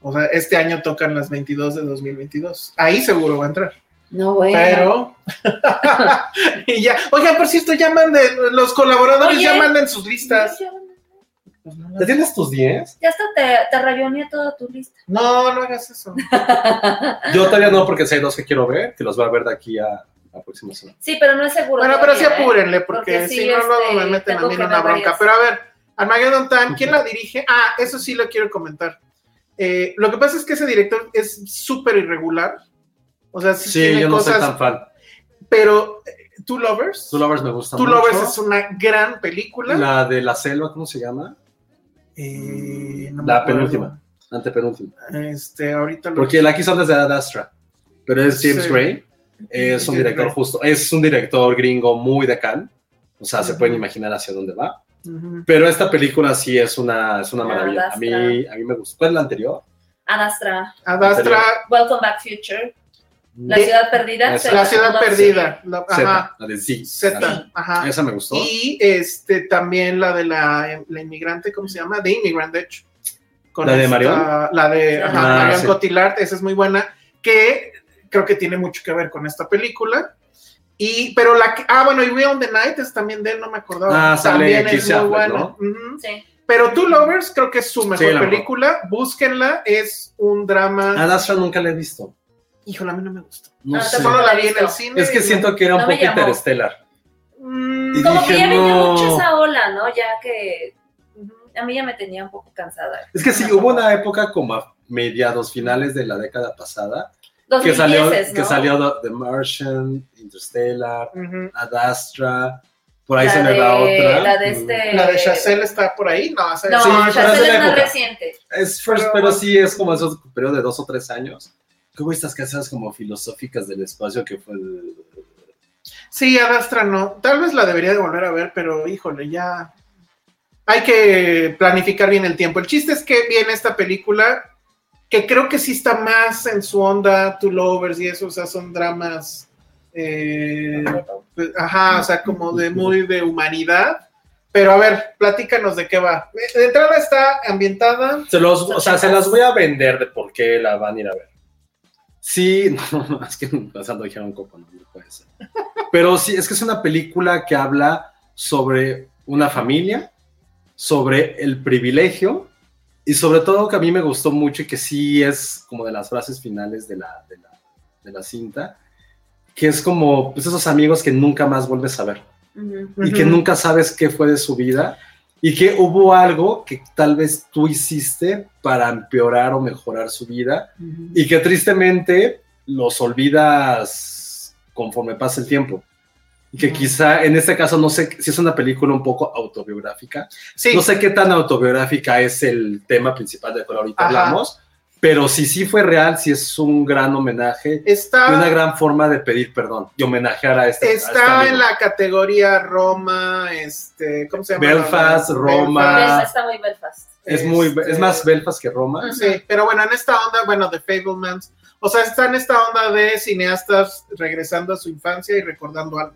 [SPEAKER 2] O sea, este año tocan las 22 de 2022. Ahí seguro va a entrar.
[SPEAKER 3] No, bueno.
[SPEAKER 2] Pero. y ya. Oigan, por cierto, ya manden. Los colaboradores
[SPEAKER 3] Oye.
[SPEAKER 2] ya manden sus listas. Pues no,
[SPEAKER 1] ¿Ya tienes tus 10?
[SPEAKER 3] Ya hasta te, te rayoneé toda tu lista.
[SPEAKER 2] no, no hagas eso.
[SPEAKER 1] Yo todavía no, porque si hay dos que quiero ver, que los voy a ver de aquí a la próxima semana.
[SPEAKER 3] Sí, pero no es seguro.
[SPEAKER 2] Bueno, pero sí
[SPEAKER 3] todavía, ¿eh?
[SPEAKER 2] apúrenle, porque,
[SPEAKER 3] Porque
[SPEAKER 2] si
[SPEAKER 3] sí,
[SPEAKER 2] no, luego me
[SPEAKER 3] este,
[SPEAKER 2] meten a
[SPEAKER 3] tengo
[SPEAKER 2] mí en
[SPEAKER 3] que
[SPEAKER 2] una
[SPEAKER 3] ver
[SPEAKER 2] bronca.
[SPEAKER 3] varias.
[SPEAKER 2] Pero a ver, Armageddon Tan, ¿quién la dirige? Ah, eso sí lo quiero comentar. Eh, lo que pasa es que ese director es súper irregular. O sea, sí,
[SPEAKER 1] Sí,
[SPEAKER 2] tiene
[SPEAKER 1] yo no soy
[SPEAKER 2] cosas,
[SPEAKER 1] tan fan.
[SPEAKER 2] pero eh, Two Lovers,
[SPEAKER 1] Two Lovers me gusta
[SPEAKER 2] Two
[SPEAKER 1] mucho.
[SPEAKER 2] Lovers es una gran película.
[SPEAKER 1] La de la selva, ¿cómo se llama?
[SPEAKER 2] Eh, no me
[SPEAKER 1] La
[SPEAKER 2] acuerdo.
[SPEAKER 1] penúltima. Antepenúltima.
[SPEAKER 2] Este, ahorita lo-
[SPEAKER 1] Porque la aquí son desde Ad Astra, pero es James
[SPEAKER 2] Sí.
[SPEAKER 1] Gray. Es un
[SPEAKER 2] James
[SPEAKER 1] director
[SPEAKER 2] Gray.
[SPEAKER 1] justo, es un director gringo muy de Cannes. O sea, se
[SPEAKER 2] Ujú.
[SPEAKER 1] pueden imaginar hacia dónde va.
[SPEAKER 2] Ujú.
[SPEAKER 1] Pero esta película sí es una, es una maravilla.
[SPEAKER 3] Ad
[SPEAKER 1] A mí, a mí me gustó. ¿Cuál es la anterior?
[SPEAKER 3] Adastra.
[SPEAKER 2] Ad Astra,
[SPEAKER 3] Welcome Back Future. La
[SPEAKER 2] De-
[SPEAKER 3] ciudad perdida.
[SPEAKER 1] Esa.
[SPEAKER 3] se
[SPEAKER 2] La
[SPEAKER 3] llama
[SPEAKER 2] Ciudad
[SPEAKER 3] Zeta.
[SPEAKER 2] Perdida. La,
[SPEAKER 1] Z,
[SPEAKER 2] ajá.
[SPEAKER 1] la de Z.
[SPEAKER 2] Z, ajá.
[SPEAKER 1] Esa me gustó.
[SPEAKER 2] Y este también la de la, la inmigrante, ¿cómo se llama? De Immigrant, de hecho. Con
[SPEAKER 1] ¿La de
[SPEAKER 2] esta-
[SPEAKER 1] Marion?
[SPEAKER 2] La de ajá,
[SPEAKER 1] Ah,
[SPEAKER 2] Marion
[SPEAKER 1] sí.
[SPEAKER 2] Cotillard, esa es muy buena, que creo que tiene mucho que ver con esta película. Y, pero la que, ah, bueno, y We on the Night es también de él, no me acordaba.
[SPEAKER 1] Ah, sale
[SPEAKER 2] también
[SPEAKER 1] Chris Affleck, ¿no?
[SPEAKER 2] Ujú.
[SPEAKER 3] Sí.
[SPEAKER 2] Pero Two Lovers creo que es su mejor
[SPEAKER 1] Sí, la mejor. Ah.
[SPEAKER 2] película. Búsquenla, es un drama.
[SPEAKER 1] Ad Astra nunca la he visto.
[SPEAKER 2] Híjole, a mí no me gusta.
[SPEAKER 1] No
[SPEAKER 3] Ah,
[SPEAKER 1] sé.
[SPEAKER 3] Sí.
[SPEAKER 2] Solo la vi en el
[SPEAKER 3] Es
[SPEAKER 2] cine.
[SPEAKER 1] Es que
[SPEAKER 2] y-
[SPEAKER 1] siento que era un
[SPEAKER 3] No me
[SPEAKER 1] poco
[SPEAKER 3] llamó.
[SPEAKER 1] interestelar.
[SPEAKER 2] Mm,
[SPEAKER 3] Como que
[SPEAKER 1] Dije,
[SPEAKER 3] ya venía
[SPEAKER 1] no.
[SPEAKER 3] mucho esa ola, ¿no? Ya que ujú, a mí ya me tenía un poco cansada.
[SPEAKER 1] Es que sí,
[SPEAKER 3] Ajá.
[SPEAKER 1] hubo una época como a mediados, finales de la década pasada,
[SPEAKER 3] Los
[SPEAKER 1] que salió,
[SPEAKER 3] ingleses,
[SPEAKER 1] que
[SPEAKER 3] ¿no?
[SPEAKER 1] salió The Martian, Interstellar,
[SPEAKER 2] ujú.
[SPEAKER 1] Ad Astra, por ahí
[SPEAKER 3] La
[SPEAKER 1] se me da
[SPEAKER 3] de-
[SPEAKER 1] otra.
[SPEAKER 3] La de este.
[SPEAKER 2] La de Chazelle está por ahí, no, o sea,
[SPEAKER 3] No,
[SPEAKER 1] Sí, pero
[SPEAKER 3] Chazelle
[SPEAKER 1] es de la
[SPEAKER 3] es más
[SPEAKER 1] época.
[SPEAKER 3] reciente.
[SPEAKER 1] Mm, Es first,
[SPEAKER 2] Pero-
[SPEAKER 1] pero sí es como esos periodos de dos o tres años. Que hubo estas casas como filosóficas del espacio que fue... el-
[SPEAKER 2] sí, Adastra no. Tal vez la debería de volver a ver, pero híjole, ya hay que planificar bien el tiempo. El chiste es que viene esta película que creo que sí está más en su onda, Two Lovers y eso, o sea, son dramas, eh, pues, ajá, o sea, como de muy de humanidad. Pero a ver, platícanos de qué va. De entrada está ambientada.
[SPEAKER 1] Se los, o sea, se las voy a vender de por qué la van a ir a ver. Sí, no, es que pasando dijeron copo, no, no puede ser. Pero sí, es que es una película que habla sobre una familia, sobre el privilegio y sobre todo que a mí me gustó mucho y que sí es como de las frases finales de la, de la, de la cinta, que es como pues, esos amigos que nunca más vuelves a ver
[SPEAKER 3] Ujú.
[SPEAKER 1] y que
[SPEAKER 2] Ujú.
[SPEAKER 1] nunca sabes qué fue de su vida y que hubo algo que tal vez tú hiciste para empeorar o mejorar su vida y que tristemente los olvidas conforme pasa el tiempo. Y que
[SPEAKER 2] Ujú.
[SPEAKER 1] quizá en este caso no sé si es una película un poco autobiográfica.
[SPEAKER 2] Sí,
[SPEAKER 1] No sé qué tan autobiográfica es el tema principal del cual ahorita
[SPEAKER 2] Ajá.
[SPEAKER 1] hablamos, pero si sí fue real, si es un gran homenaje
[SPEAKER 2] está.
[SPEAKER 1] y una gran forma de pedir perdón y homenajear a este. a este
[SPEAKER 2] Ah. Está
[SPEAKER 1] amigo.
[SPEAKER 2] en la categoría Roma, este, ¿cómo se llama?
[SPEAKER 1] Belfast,
[SPEAKER 2] La- la-
[SPEAKER 1] Roma.
[SPEAKER 2] Belfast,
[SPEAKER 3] Belfast, Está muy Belfast.
[SPEAKER 1] Es, muy,
[SPEAKER 2] este,
[SPEAKER 1] es más Belfast que Roma.
[SPEAKER 2] Sí, pero bueno, en esta onda, bueno, de Fablemans, o sea, está en esta onda de cineastas regresando a su infancia y recordando algo.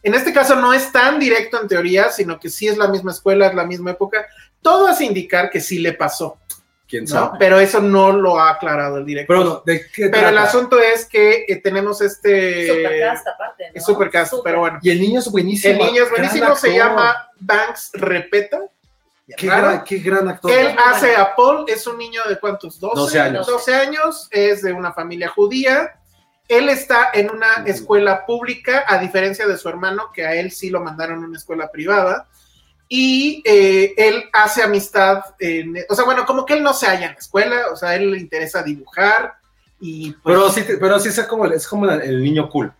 [SPEAKER 2] En este caso no es tan directo en teoría, sino que sí es la misma escuela, es la misma época. Todo hace indicar que sí le pasó,
[SPEAKER 1] ¿Quién
[SPEAKER 2] ¿no?
[SPEAKER 1] sabe?
[SPEAKER 2] Pero eso no lo ha aclarado el director.
[SPEAKER 1] Pero, no, ¿de qué
[SPEAKER 2] Pero el
[SPEAKER 1] trata?
[SPEAKER 2] asunto es que eh, tenemos este...
[SPEAKER 3] Supercast aparte, ¿no?
[SPEAKER 2] Es supercast, pero bueno.
[SPEAKER 1] Y el niño es buenísimo.
[SPEAKER 2] El niño es
[SPEAKER 1] gran
[SPEAKER 2] buenísimo, se
[SPEAKER 1] actor.
[SPEAKER 2] llama Banks Repeta.
[SPEAKER 1] Qué
[SPEAKER 2] Raro.
[SPEAKER 1] gran, qué gran actor.
[SPEAKER 2] Él
[SPEAKER 3] Bueno.
[SPEAKER 2] hace a Paul, es un niño de cuántos? 12,
[SPEAKER 1] 12 años.
[SPEAKER 2] 12 años, es de una familia judía. Él está en una
[SPEAKER 1] Ujú.
[SPEAKER 2] escuela pública, a diferencia de su hermano, que a él sí lo mandaron a una escuela privada. Y eh, él hace amistad, en- o sea, bueno, como que él no se halla en la escuela, o sea, a él le interesa dibujar y pues,
[SPEAKER 1] Pero sí, te- pero sí es como, el- es como el niño cool.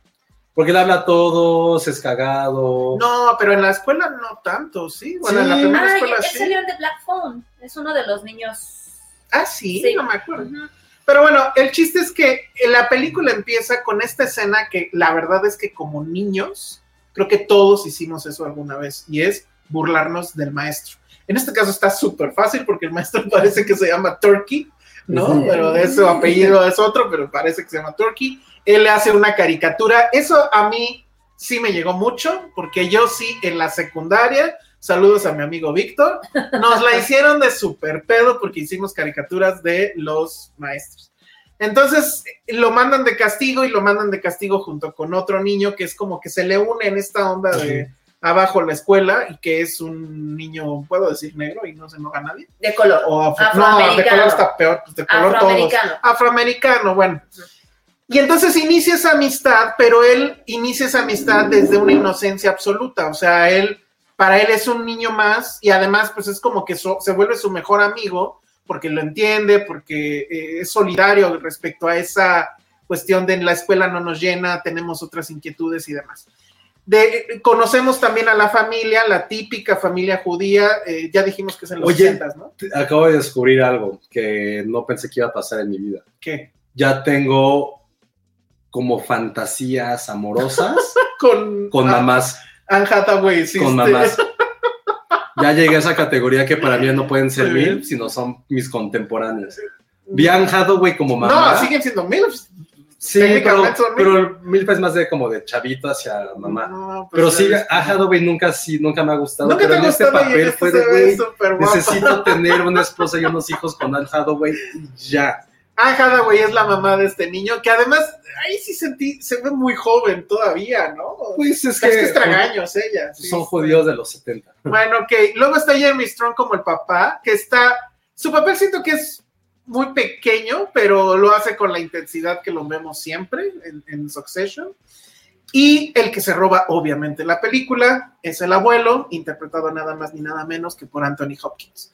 [SPEAKER 1] Porque él habla a todos, es cagado.
[SPEAKER 2] no, pero en la escuela no tanto, sí. Bueno, en la
[SPEAKER 1] Sí.
[SPEAKER 2] primera
[SPEAKER 3] Ah,
[SPEAKER 2] escuela
[SPEAKER 3] él
[SPEAKER 2] sí.
[SPEAKER 3] salió en The Black Phone. Es uno de los niños.
[SPEAKER 2] Ah, sí,
[SPEAKER 3] Sí.
[SPEAKER 2] no me acuerdo.
[SPEAKER 3] Ujú.
[SPEAKER 2] Pero bueno, el chiste es que la película empieza con esta escena que la verdad es que como niños, creo que todos hicimos eso alguna vez, y es burlarnos del maestro. En este caso está súper fácil porque el maestro parece que se llama Turkey, ¿no?
[SPEAKER 1] Ujú.
[SPEAKER 2] Pero de su apellido es otro, pero parece que se llama Turkey. Él le hace una caricatura. Eso a mí sí me llegó mucho porque yo sí en la secundaria Saludos a mi amigo Víctor. Nos la hicieron de super pedo porque hicimos caricaturas de los maestros. Entonces lo mandan de castigo y lo mandan de castigo junto con otro niño que es como que se le une en esta onda de abajo la escuela y que es un niño, puedo decir negro y no se enoja a nadie.
[SPEAKER 3] De color.
[SPEAKER 2] O afro-
[SPEAKER 3] Afroamericano.
[SPEAKER 2] No, de color está peor, pues de color todos.
[SPEAKER 3] Afroamericano.
[SPEAKER 2] Afroamericano, bueno. Y entonces inicia esa amistad, pero él inicia esa amistad desde una inocencia absoluta. O sea, él, para él es un niño más y además, pues es como que su- se vuelve su mejor amigo porque lo entiende, porque eh, es solidario respecto a esa cuestión de en la escuela no nos llena, tenemos otras inquietudes y demás. De, conocemos también a la familia, la típica familia judía, eh, ya dijimos que es en los
[SPEAKER 1] Oye.
[SPEAKER 2] 80, ¿no?
[SPEAKER 1] Acabo de descubrir algo que no pensé que iba a pasar en mi vida.
[SPEAKER 2] ¿Qué?
[SPEAKER 1] Ya tengo como fantasías amorosas
[SPEAKER 2] Con,
[SPEAKER 1] con
[SPEAKER 2] ah,
[SPEAKER 1] mamás,
[SPEAKER 2] Anne Hathaway, sí. este,
[SPEAKER 1] con mamás. Ya llegué a esa categoría que para mí no pueden ser
[SPEAKER 2] Muy bien.
[SPEAKER 1] mil, sino son mis contemporáneas. Vi a Anne Hathaway como Mm. mamá.
[SPEAKER 2] No, siguen siendo MILFs.
[SPEAKER 1] Sí, pero,
[SPEAKER 2] técnicamente son
[SPEAKER 1] pero mil es más de como de chavito hacia mamá.
[SPEAKER 2] No, pues,
[SPEAKER 1] Pero sí,
[SPEAKER 2] es-
[SPEAKER 1] a Hathaway nunca, sí, nunca me ha gustado.
[SPEAKER 2] Nunca
[SPEAKER 1] pero
[SPEAKER 2] te ha
[SPEAKER 1] en este
[SPEAKER 2] gustado y en
[SPEAKER 1] papel
[SPEAKER 2] este
[SPEAKER 1] fue
[SPEAKER 2] se
[SPEAKER 1] de,
[SPEAKER 2] ve
[SPEAKER 1] güey,
[SPEAKER 2] súper guapa.
[SPEAKER 1] necesito tener una esposa y unos hijos con Anne Hathaway y ya.
[SPEAKER 2] Anne Hathaway Ah, es la mamá de este niño, que además, ahí sí sentí, se ve muy joven todavía, ¿no?
[SPEAKER 1] Pues es
[SPEAKER 2] es,
[SPEAKER 1] que, pues,
[SPEAKER 2] que es tragaños ella. sí,
[SPEAKER 1] son
[SPEAKER 2] sí.
[SPEAKER 1] judíos de los 70.
[SPEAKER 2] Bueno, ok. Luego está Jeremy Strong como el papá, que está. Su papel siento que es muy pequeño, pero lo hace con la intensidad que lo vemos siempre en, en Succession. Y el que se roba, obviamente, la película es el abuelo, interpretado nada más ni nada menos que por Anthony Hopkins.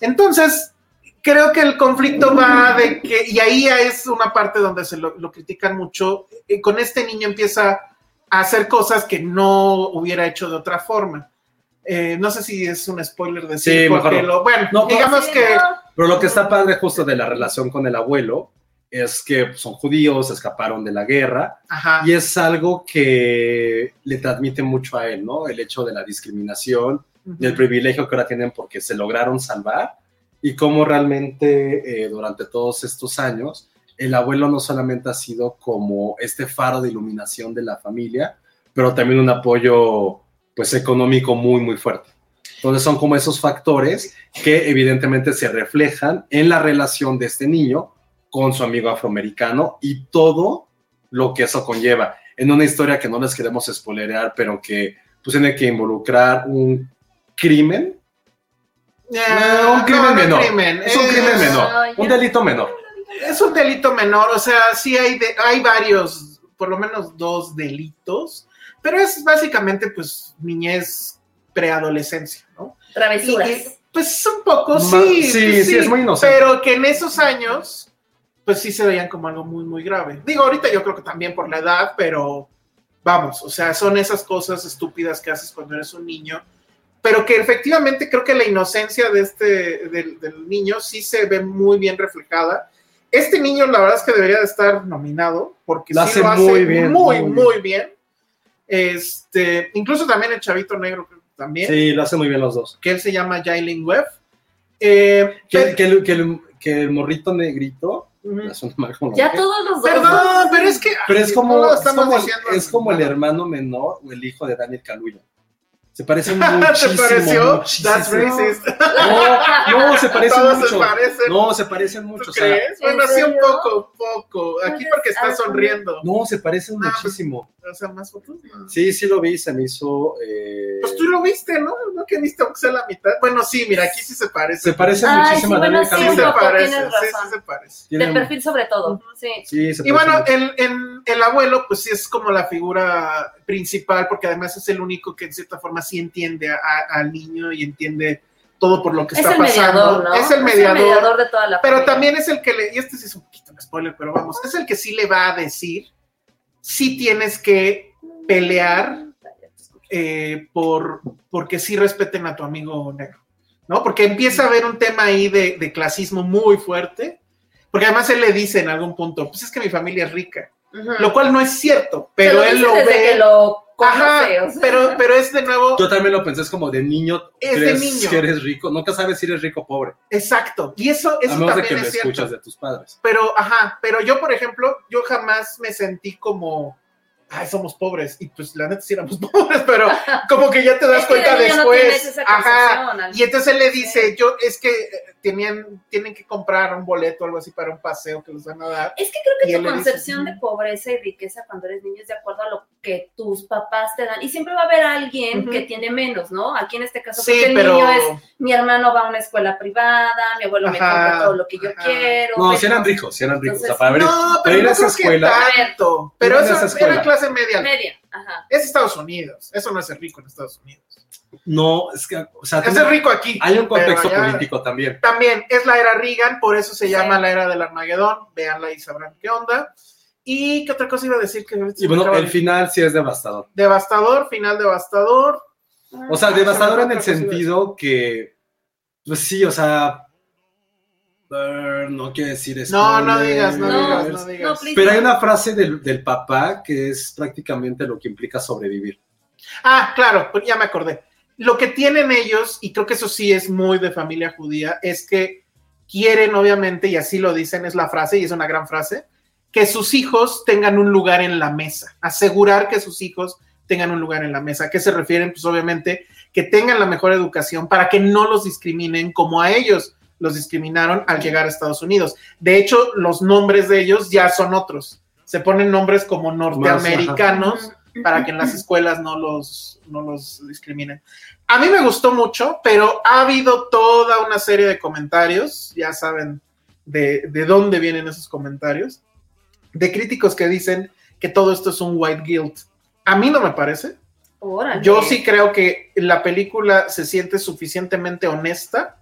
[SPEAKER 2] Entonces, creo que el conflicto va de que, y ahí es una parte donde se lo, lo critican mucho, eh, con este niño empieza a hacer cosas que no hubiera hecho de otra forma. Eh, no sé si es un spoiler decir,
[SPEAKER 1] Sí, mejor
[SPEAKER 2] porque
[SPEAKER 1] no.
[SPEAKER 2] lo- bueno,
[SPEAKER 1] No, no,
[SPEAKER 2] digamos
[SPEAKER 3] Sí,
[SPEAKER 2] que...
[SPEAKER 3] no.
[SPEAKER 1] Pero lo que está padre justo de la relación con el abuelo es que son judíos, escaparon de la guerra
[SPEAKER 2] Ajá.
[SPEAKER 1] Y es algo que le transmite mucho a él, ¿no? El hecho de la discriminación, del privilegio que ahora tienen porque se lograron salvar y cómo realmente eh, durante todos estos años el abuelo no solamente ha sido como este faro de iluminación de la familia, pero también un apoyo pues económico muy muy fuerte. Entonces son como esos factores que evidentemente se reflejan en la relación de este niño con su amigo afroamericano y todo lo que eso conlleva. En una historia que no les queremos spoilerear, pero que pues tiene que involucrar un crimen.
[SPEAKER 2] Eh,
[SPEAKER 1] un crimen
[SPEAKER 2] no, no
[SPEAKER 1] menor.
[SPEAKER 2] crimen,
[SPEAKER 1] Es un crimen menor,
[SPEAKER 3] Ay,
[SPEAKER 1] un
[SPEAKER 3] ya.
[SPEAKER 1] delito menor.
[SPEAKER 2] Es un delito menor, o sea, sí hay, de- hay varios, por lo menos dos delitos, pero es básicamente pues niñez preadolescencia, ¿no?
[SPEAKER 3] Travesuras.
[SPEAKER 2] Y- y, pues un poco,
[SPEAKER 1] Ma-
[SPEAKER 2] sí,
[SPEAKER 1] sí,
[SPEAKER 2] pues,
[SPEAKER 1] sí, es muy inocente.
[SPEAKER 2] Pero que en esos años, pues sí se veían como algo muy, muy grave. Digo, ahorita yo creo que también por la edad, pero vamos, o sea, son esas cosas estúpidas que haces cuando eres un niño, pero que efectivamente creo que la inocencia de este, del, del niño sí se ve muy bien reflejada. Este niño, la verdad es que debería de estar nominado, porque
[SPEAKER 1] Lo
[SPEAKER 2] sí
[SPEAKER 1] hace
[SPEAKER 2] lo hace
[SPEAKER 1] muy bien,
[SPEAKER 2] muy,
[SPEAKER 1] muy bien.
[SPEAKER 2] muy bien. Este, incluso también el chavito negro, creo que también
[SPEAKER 1] Sí, lo hacen muy bien los dos.
[SPEAKER 2] que él se llama Jalen Webb. Eh,
[SPEAKER 1] Que,
[SPEAKER 2] pe-
[SPEAKER 1] que el, que el- que el morrito negrito...
[SPEAKER 2] Ujú.
[SPEAKER 1] me suena mal como lo
[SPEAKER 3] Ya
[SPEAKER 1] dije,
[SPEAKER 3] todos los dos. ¿no?
[SPEAKER 2] Perdón, pero es que.
[SPEAKER 1] Pero es
[SPEAKER 2] no
[SPEAKER 1] como,
[SPEAKER 2] lo
[SPEAKER 1] es
[SPEAKER 2] estamos
[SPEAKER 1] como el-
[SPEAKER 2] diciendo.
[SPEAKER 1] es como el hermano menor o el hijo de Daniel Kaluuya. Se parece
[SPEAKER 2] ¿Te
[SPEAKER 1] muchísimo.
[SPEAKER 2] pareció?
[SPEAKER 1] muchísimo.
[SPEAKER 2] That's racist.
[SPEAKER 1] No, no, se parecen
[SPEAKER 2] Todos se
[SPEAKER 1] mucho.
[SPEAKER 2] parecen.
[SPEAKER 1] No, se parecen
[SPEAKER 2] ¿Tú
[SPEAKER 1] mucho. o sea,
[SPEAKER 2] crees?
[SPEAKER 3] ¿En
[SPEAKER 2] Bueno, sí, un
[SPEAKER 3] serio?
[SPEAKER 2] poco, poco. Aquí
[SPEAKER 3] Entonces,
[SPEAKER 2] porque está
[SPEAKER 3] ah,
[SPEAKER 2] sonriendo.
[SPEAKER 1] no, se parecen
[SPEAKER 2] Ah, pues-
[SPEAKER 1] muchísimo.
[SPEAKER 2] O sea, más fotos. no.
[SPEAKER 1] Sí, sí lo vi, se me hizo. eh,
[SPEAKER 2] Pues tú lo viste, ¿no? ¿No que viste aunque sea la mitad? Bueno, sí, mira, aquí sí se parece.
[SPEAKER 1] Se parece
[SPEAKER 3] Ay,
[SPEAKER 1] muchísimo
[SPEAKER 3] sí,
[SPEAKER 1] a Daniel
[SPEAKER 3] bueno,
[SPEAKER 2] Sí
[SPEAKER 3] Tienes
[SPEAKER 2] se
[SPEAKER 1] Kaluuya.
[SPEAKER 3] razón,
[SPEAKER 2] parece. Sí,
[SPEAKER 3] tienes
[SPEAKER 2] sí
[SPEAKER 3] razón.
[SPEAKER 2] se parece.
[SPEAKER 3] De perfil sobre todo. Sí.
[SPEAKER 1] Sí, se parece
[SPEAKER 2] Y bueno,
[SPEAKER 1] mucho.
[SPEAKER 2] el, en- el abuelo, pues sí es como la figura principal, porque además es el único que en cierta forma sí entiende a- a- al niño y entiende todo por lo que
[SPEAKER 3] Es
[SPEAKER 2] está
[SPEAKER 3] el
[SPEAKER 2] pasando.
[SPEAKER 3] mediador, ¿no?
[SPEAKER 2] Es el mediador.
[SPEAKER 3] de toda la
[SPEAKER 2] pero
[SPEAKER 3] familia.
[SPEAKER 2] también es el que le, y este sí es un poquito un spoiler, pero vamos, es el que sí le va a decir si tienes que pelear eh, por porque sí respeten a tu amigo negro, ¿no? Porque empieza a haber un tema ahí de, de clasismo muy fuerte, porque además él le dice en algún punto, pues es que mi familia es rica,
[SPEAKER 3] Ujú.
[SPEAKER 2] lo cual no es cierto, pero
[SPEAKER 3] Se
[SPEAKER 2] él
[SPEAKER 3] dice
[SPEAKER 2] lo
[SPEAKER 3] desde
[SPEAKER 2] ve.
[SPEAKER 3] que lo conoce,
[SPEAKER 2] Ajá,
[SPEAKER 3] o sea.
[SPEAKER 2] pero, pero es de nuevo,
[SPEAKER 1] Yo también lo pensé, es como de niño.
[SPEAKER 2] eh, Es de
[SPEAKER 1] crees
[SPEAKER 2] niño.
[SPEAKER 1] que eres rico. Nunca sabes si eres rico o pobre.
[SPEAKER 2] exacto, y eso,
[SPEAKER 1] a
[SPEAKER 2] eso
[SPEAKER 1] menos de que
[SPEAKER 2] también
[SPEAKER 1] lo
[SPEAKER 2] es cierto.
[SPEAKER 1] escuchas de tus padres.
[SPEAKER 2] Pero, ajá, pero yo, por ejemplo, yo jamás me sentí como ay, somos pobres. Y pues la neta sí éramos pobres, pero como que ya te das
[SPEAKER 3] Es que de
[SPEAKER 2] cuenta
[SPEAKER 3] niño no tienes
[SPEAKER 2] después.
[SPEAKER 3] esa
[SPEAKER 2] Ajá.
[SPEAKER 3] concepción, al-
[SPEAKER 2] Y entonces él le dice, yo, es que eh, tenían, tienen que comprar un boleto o algo así para un paseo que les van a dar.
[SPEAKER 3] Es que creo
[SPEAKER 2] Y
[SPEAKER 3] que
[SPEAKER 2] él
[SPEAKER 3] tu
[SPEAKER 2] le dice, "Mm".
[SPEAKER 3] concepción de pobreza y riqueza cuando eres niño es de acuerdo a lo que tus papás te dan. Y siempre va a haber alguien
[SPEAKER 2] Ujú.
[SPEAKER 3] que tiene menos, ¿no? Aquí en este caso,
[SPEAKER 2] Sí,
[SPEAKER 3] porque el
[SPEAKER 2] pero
[SPEAKER 3] niño es, mi hermano va a una escuela privada, mi abuelo me
[SPEAKER 2] Ajá,
[SPEAKER 3] compra todo lo que yo
[SPEAKER 2] ajá.
[SPEAKER 3] quiero. pues,
[SPEAKER 1] No,
[SPEAKER 3] pero-
[SPEAKER 1] si eran ricos, si eran ricos. o sea,
[SPEAKER 3] Entonces,
[SPEAKER 1] para ver,
[SPEAKER 2] no,
[SPEAKER 1] para
[SPEAKER 2] pero
[SPEAKER 1] ir a
[SPEAKER 2] no
[SPEAKER 1] esa
[SPEAKER 2] creo que
[SPEAKER 1] escuela.
[SPEAKER 2] tanto. Pero
[SPEAKER 1] Para ir a esa
[SPEAKER 2] eso
[SPEAKER 1] escuela.
[SPEAKER 2] era clase media.
[SPEAKER 3] Media, ajá.
[SPEAKER 2] Es Estados Unidos. Eso no es ser rico en Estados Unidos.
[SPEAKER 1] No, es que, o sea,
[SPEAKER 2] Es
[SPEAKER 1] tiene-
[SPEAKER 2] ser rico aquí.
[SPEAKER 1] Ah, hay un contexto
[SPEAKER 2] pero allá-
[SPEAKER 1] político también.
[SPEAKER 2] También es la era Reagan, por eso se
[SPEAKER 3] Sí.
[SPEAKER 2] llama la era del Armagedón. Veanla y sabrán qué onda. ¿Y qué otra cosa iba a decir? Que
[SPEAKER 1] Y bueno, el final sí es devastador.
[SPEAKER 2] Devastador, final devastador.
[SPEAKER 1] O sea,
[SPEAKER 2] Ah,
[SPEAKER 1] devastador
[SPEAKER 2] se
[SPEAKER 1] en
[SPEAKER 2] me
[SPEAKER 1] el
[SPEAKER 2] ocurre otra cosa.
[SPEAKER 1] sentido que, pues sí, o sea, eh, no quiero decir eso.
[SPEAKER 2] No, no digas, no,
[SPEAKER 3] No,
[SPEAKER 2] digas, no digas.
[SPEAKER 3] no, please.
[SPEAKER 1] Pero hay una frase del, del papá que es prácticamente lo que implica sobrevivir.
[SPEAKER 2] Ah, claro, pues ya me acordé. Lo que tienen ellos, y creo que eso sí es muy de familia judía, es que quieren, obviamente, y así lo dicen, es la frase, y es una gran frase, que sus hijos tengan un lugar en la mesa, asegurar que sus hijos tengan un lugar en la mesa. ¿A qué se refieren? Pues obviamente que tengan la mejor educación para que no los discriminen como a ellos los discriminaron al llegar a Estados Unidos. De hecho, los nombres de ellos ya son otros. Se ponen nombres como norteamericanos para que en las escuelas no los, no los discriminen. A mí me gustó mucho, pero ha habido toda una serie de comentarios, ya saben de, de dónde vienen esos comentarios, de críticos que dicen que todo esto es un white guilt. A mí no me parece.
[SPEAKER 3] Órale.
[SPEAKER 2] Yo sí creo que la película se siente suficientemente honesta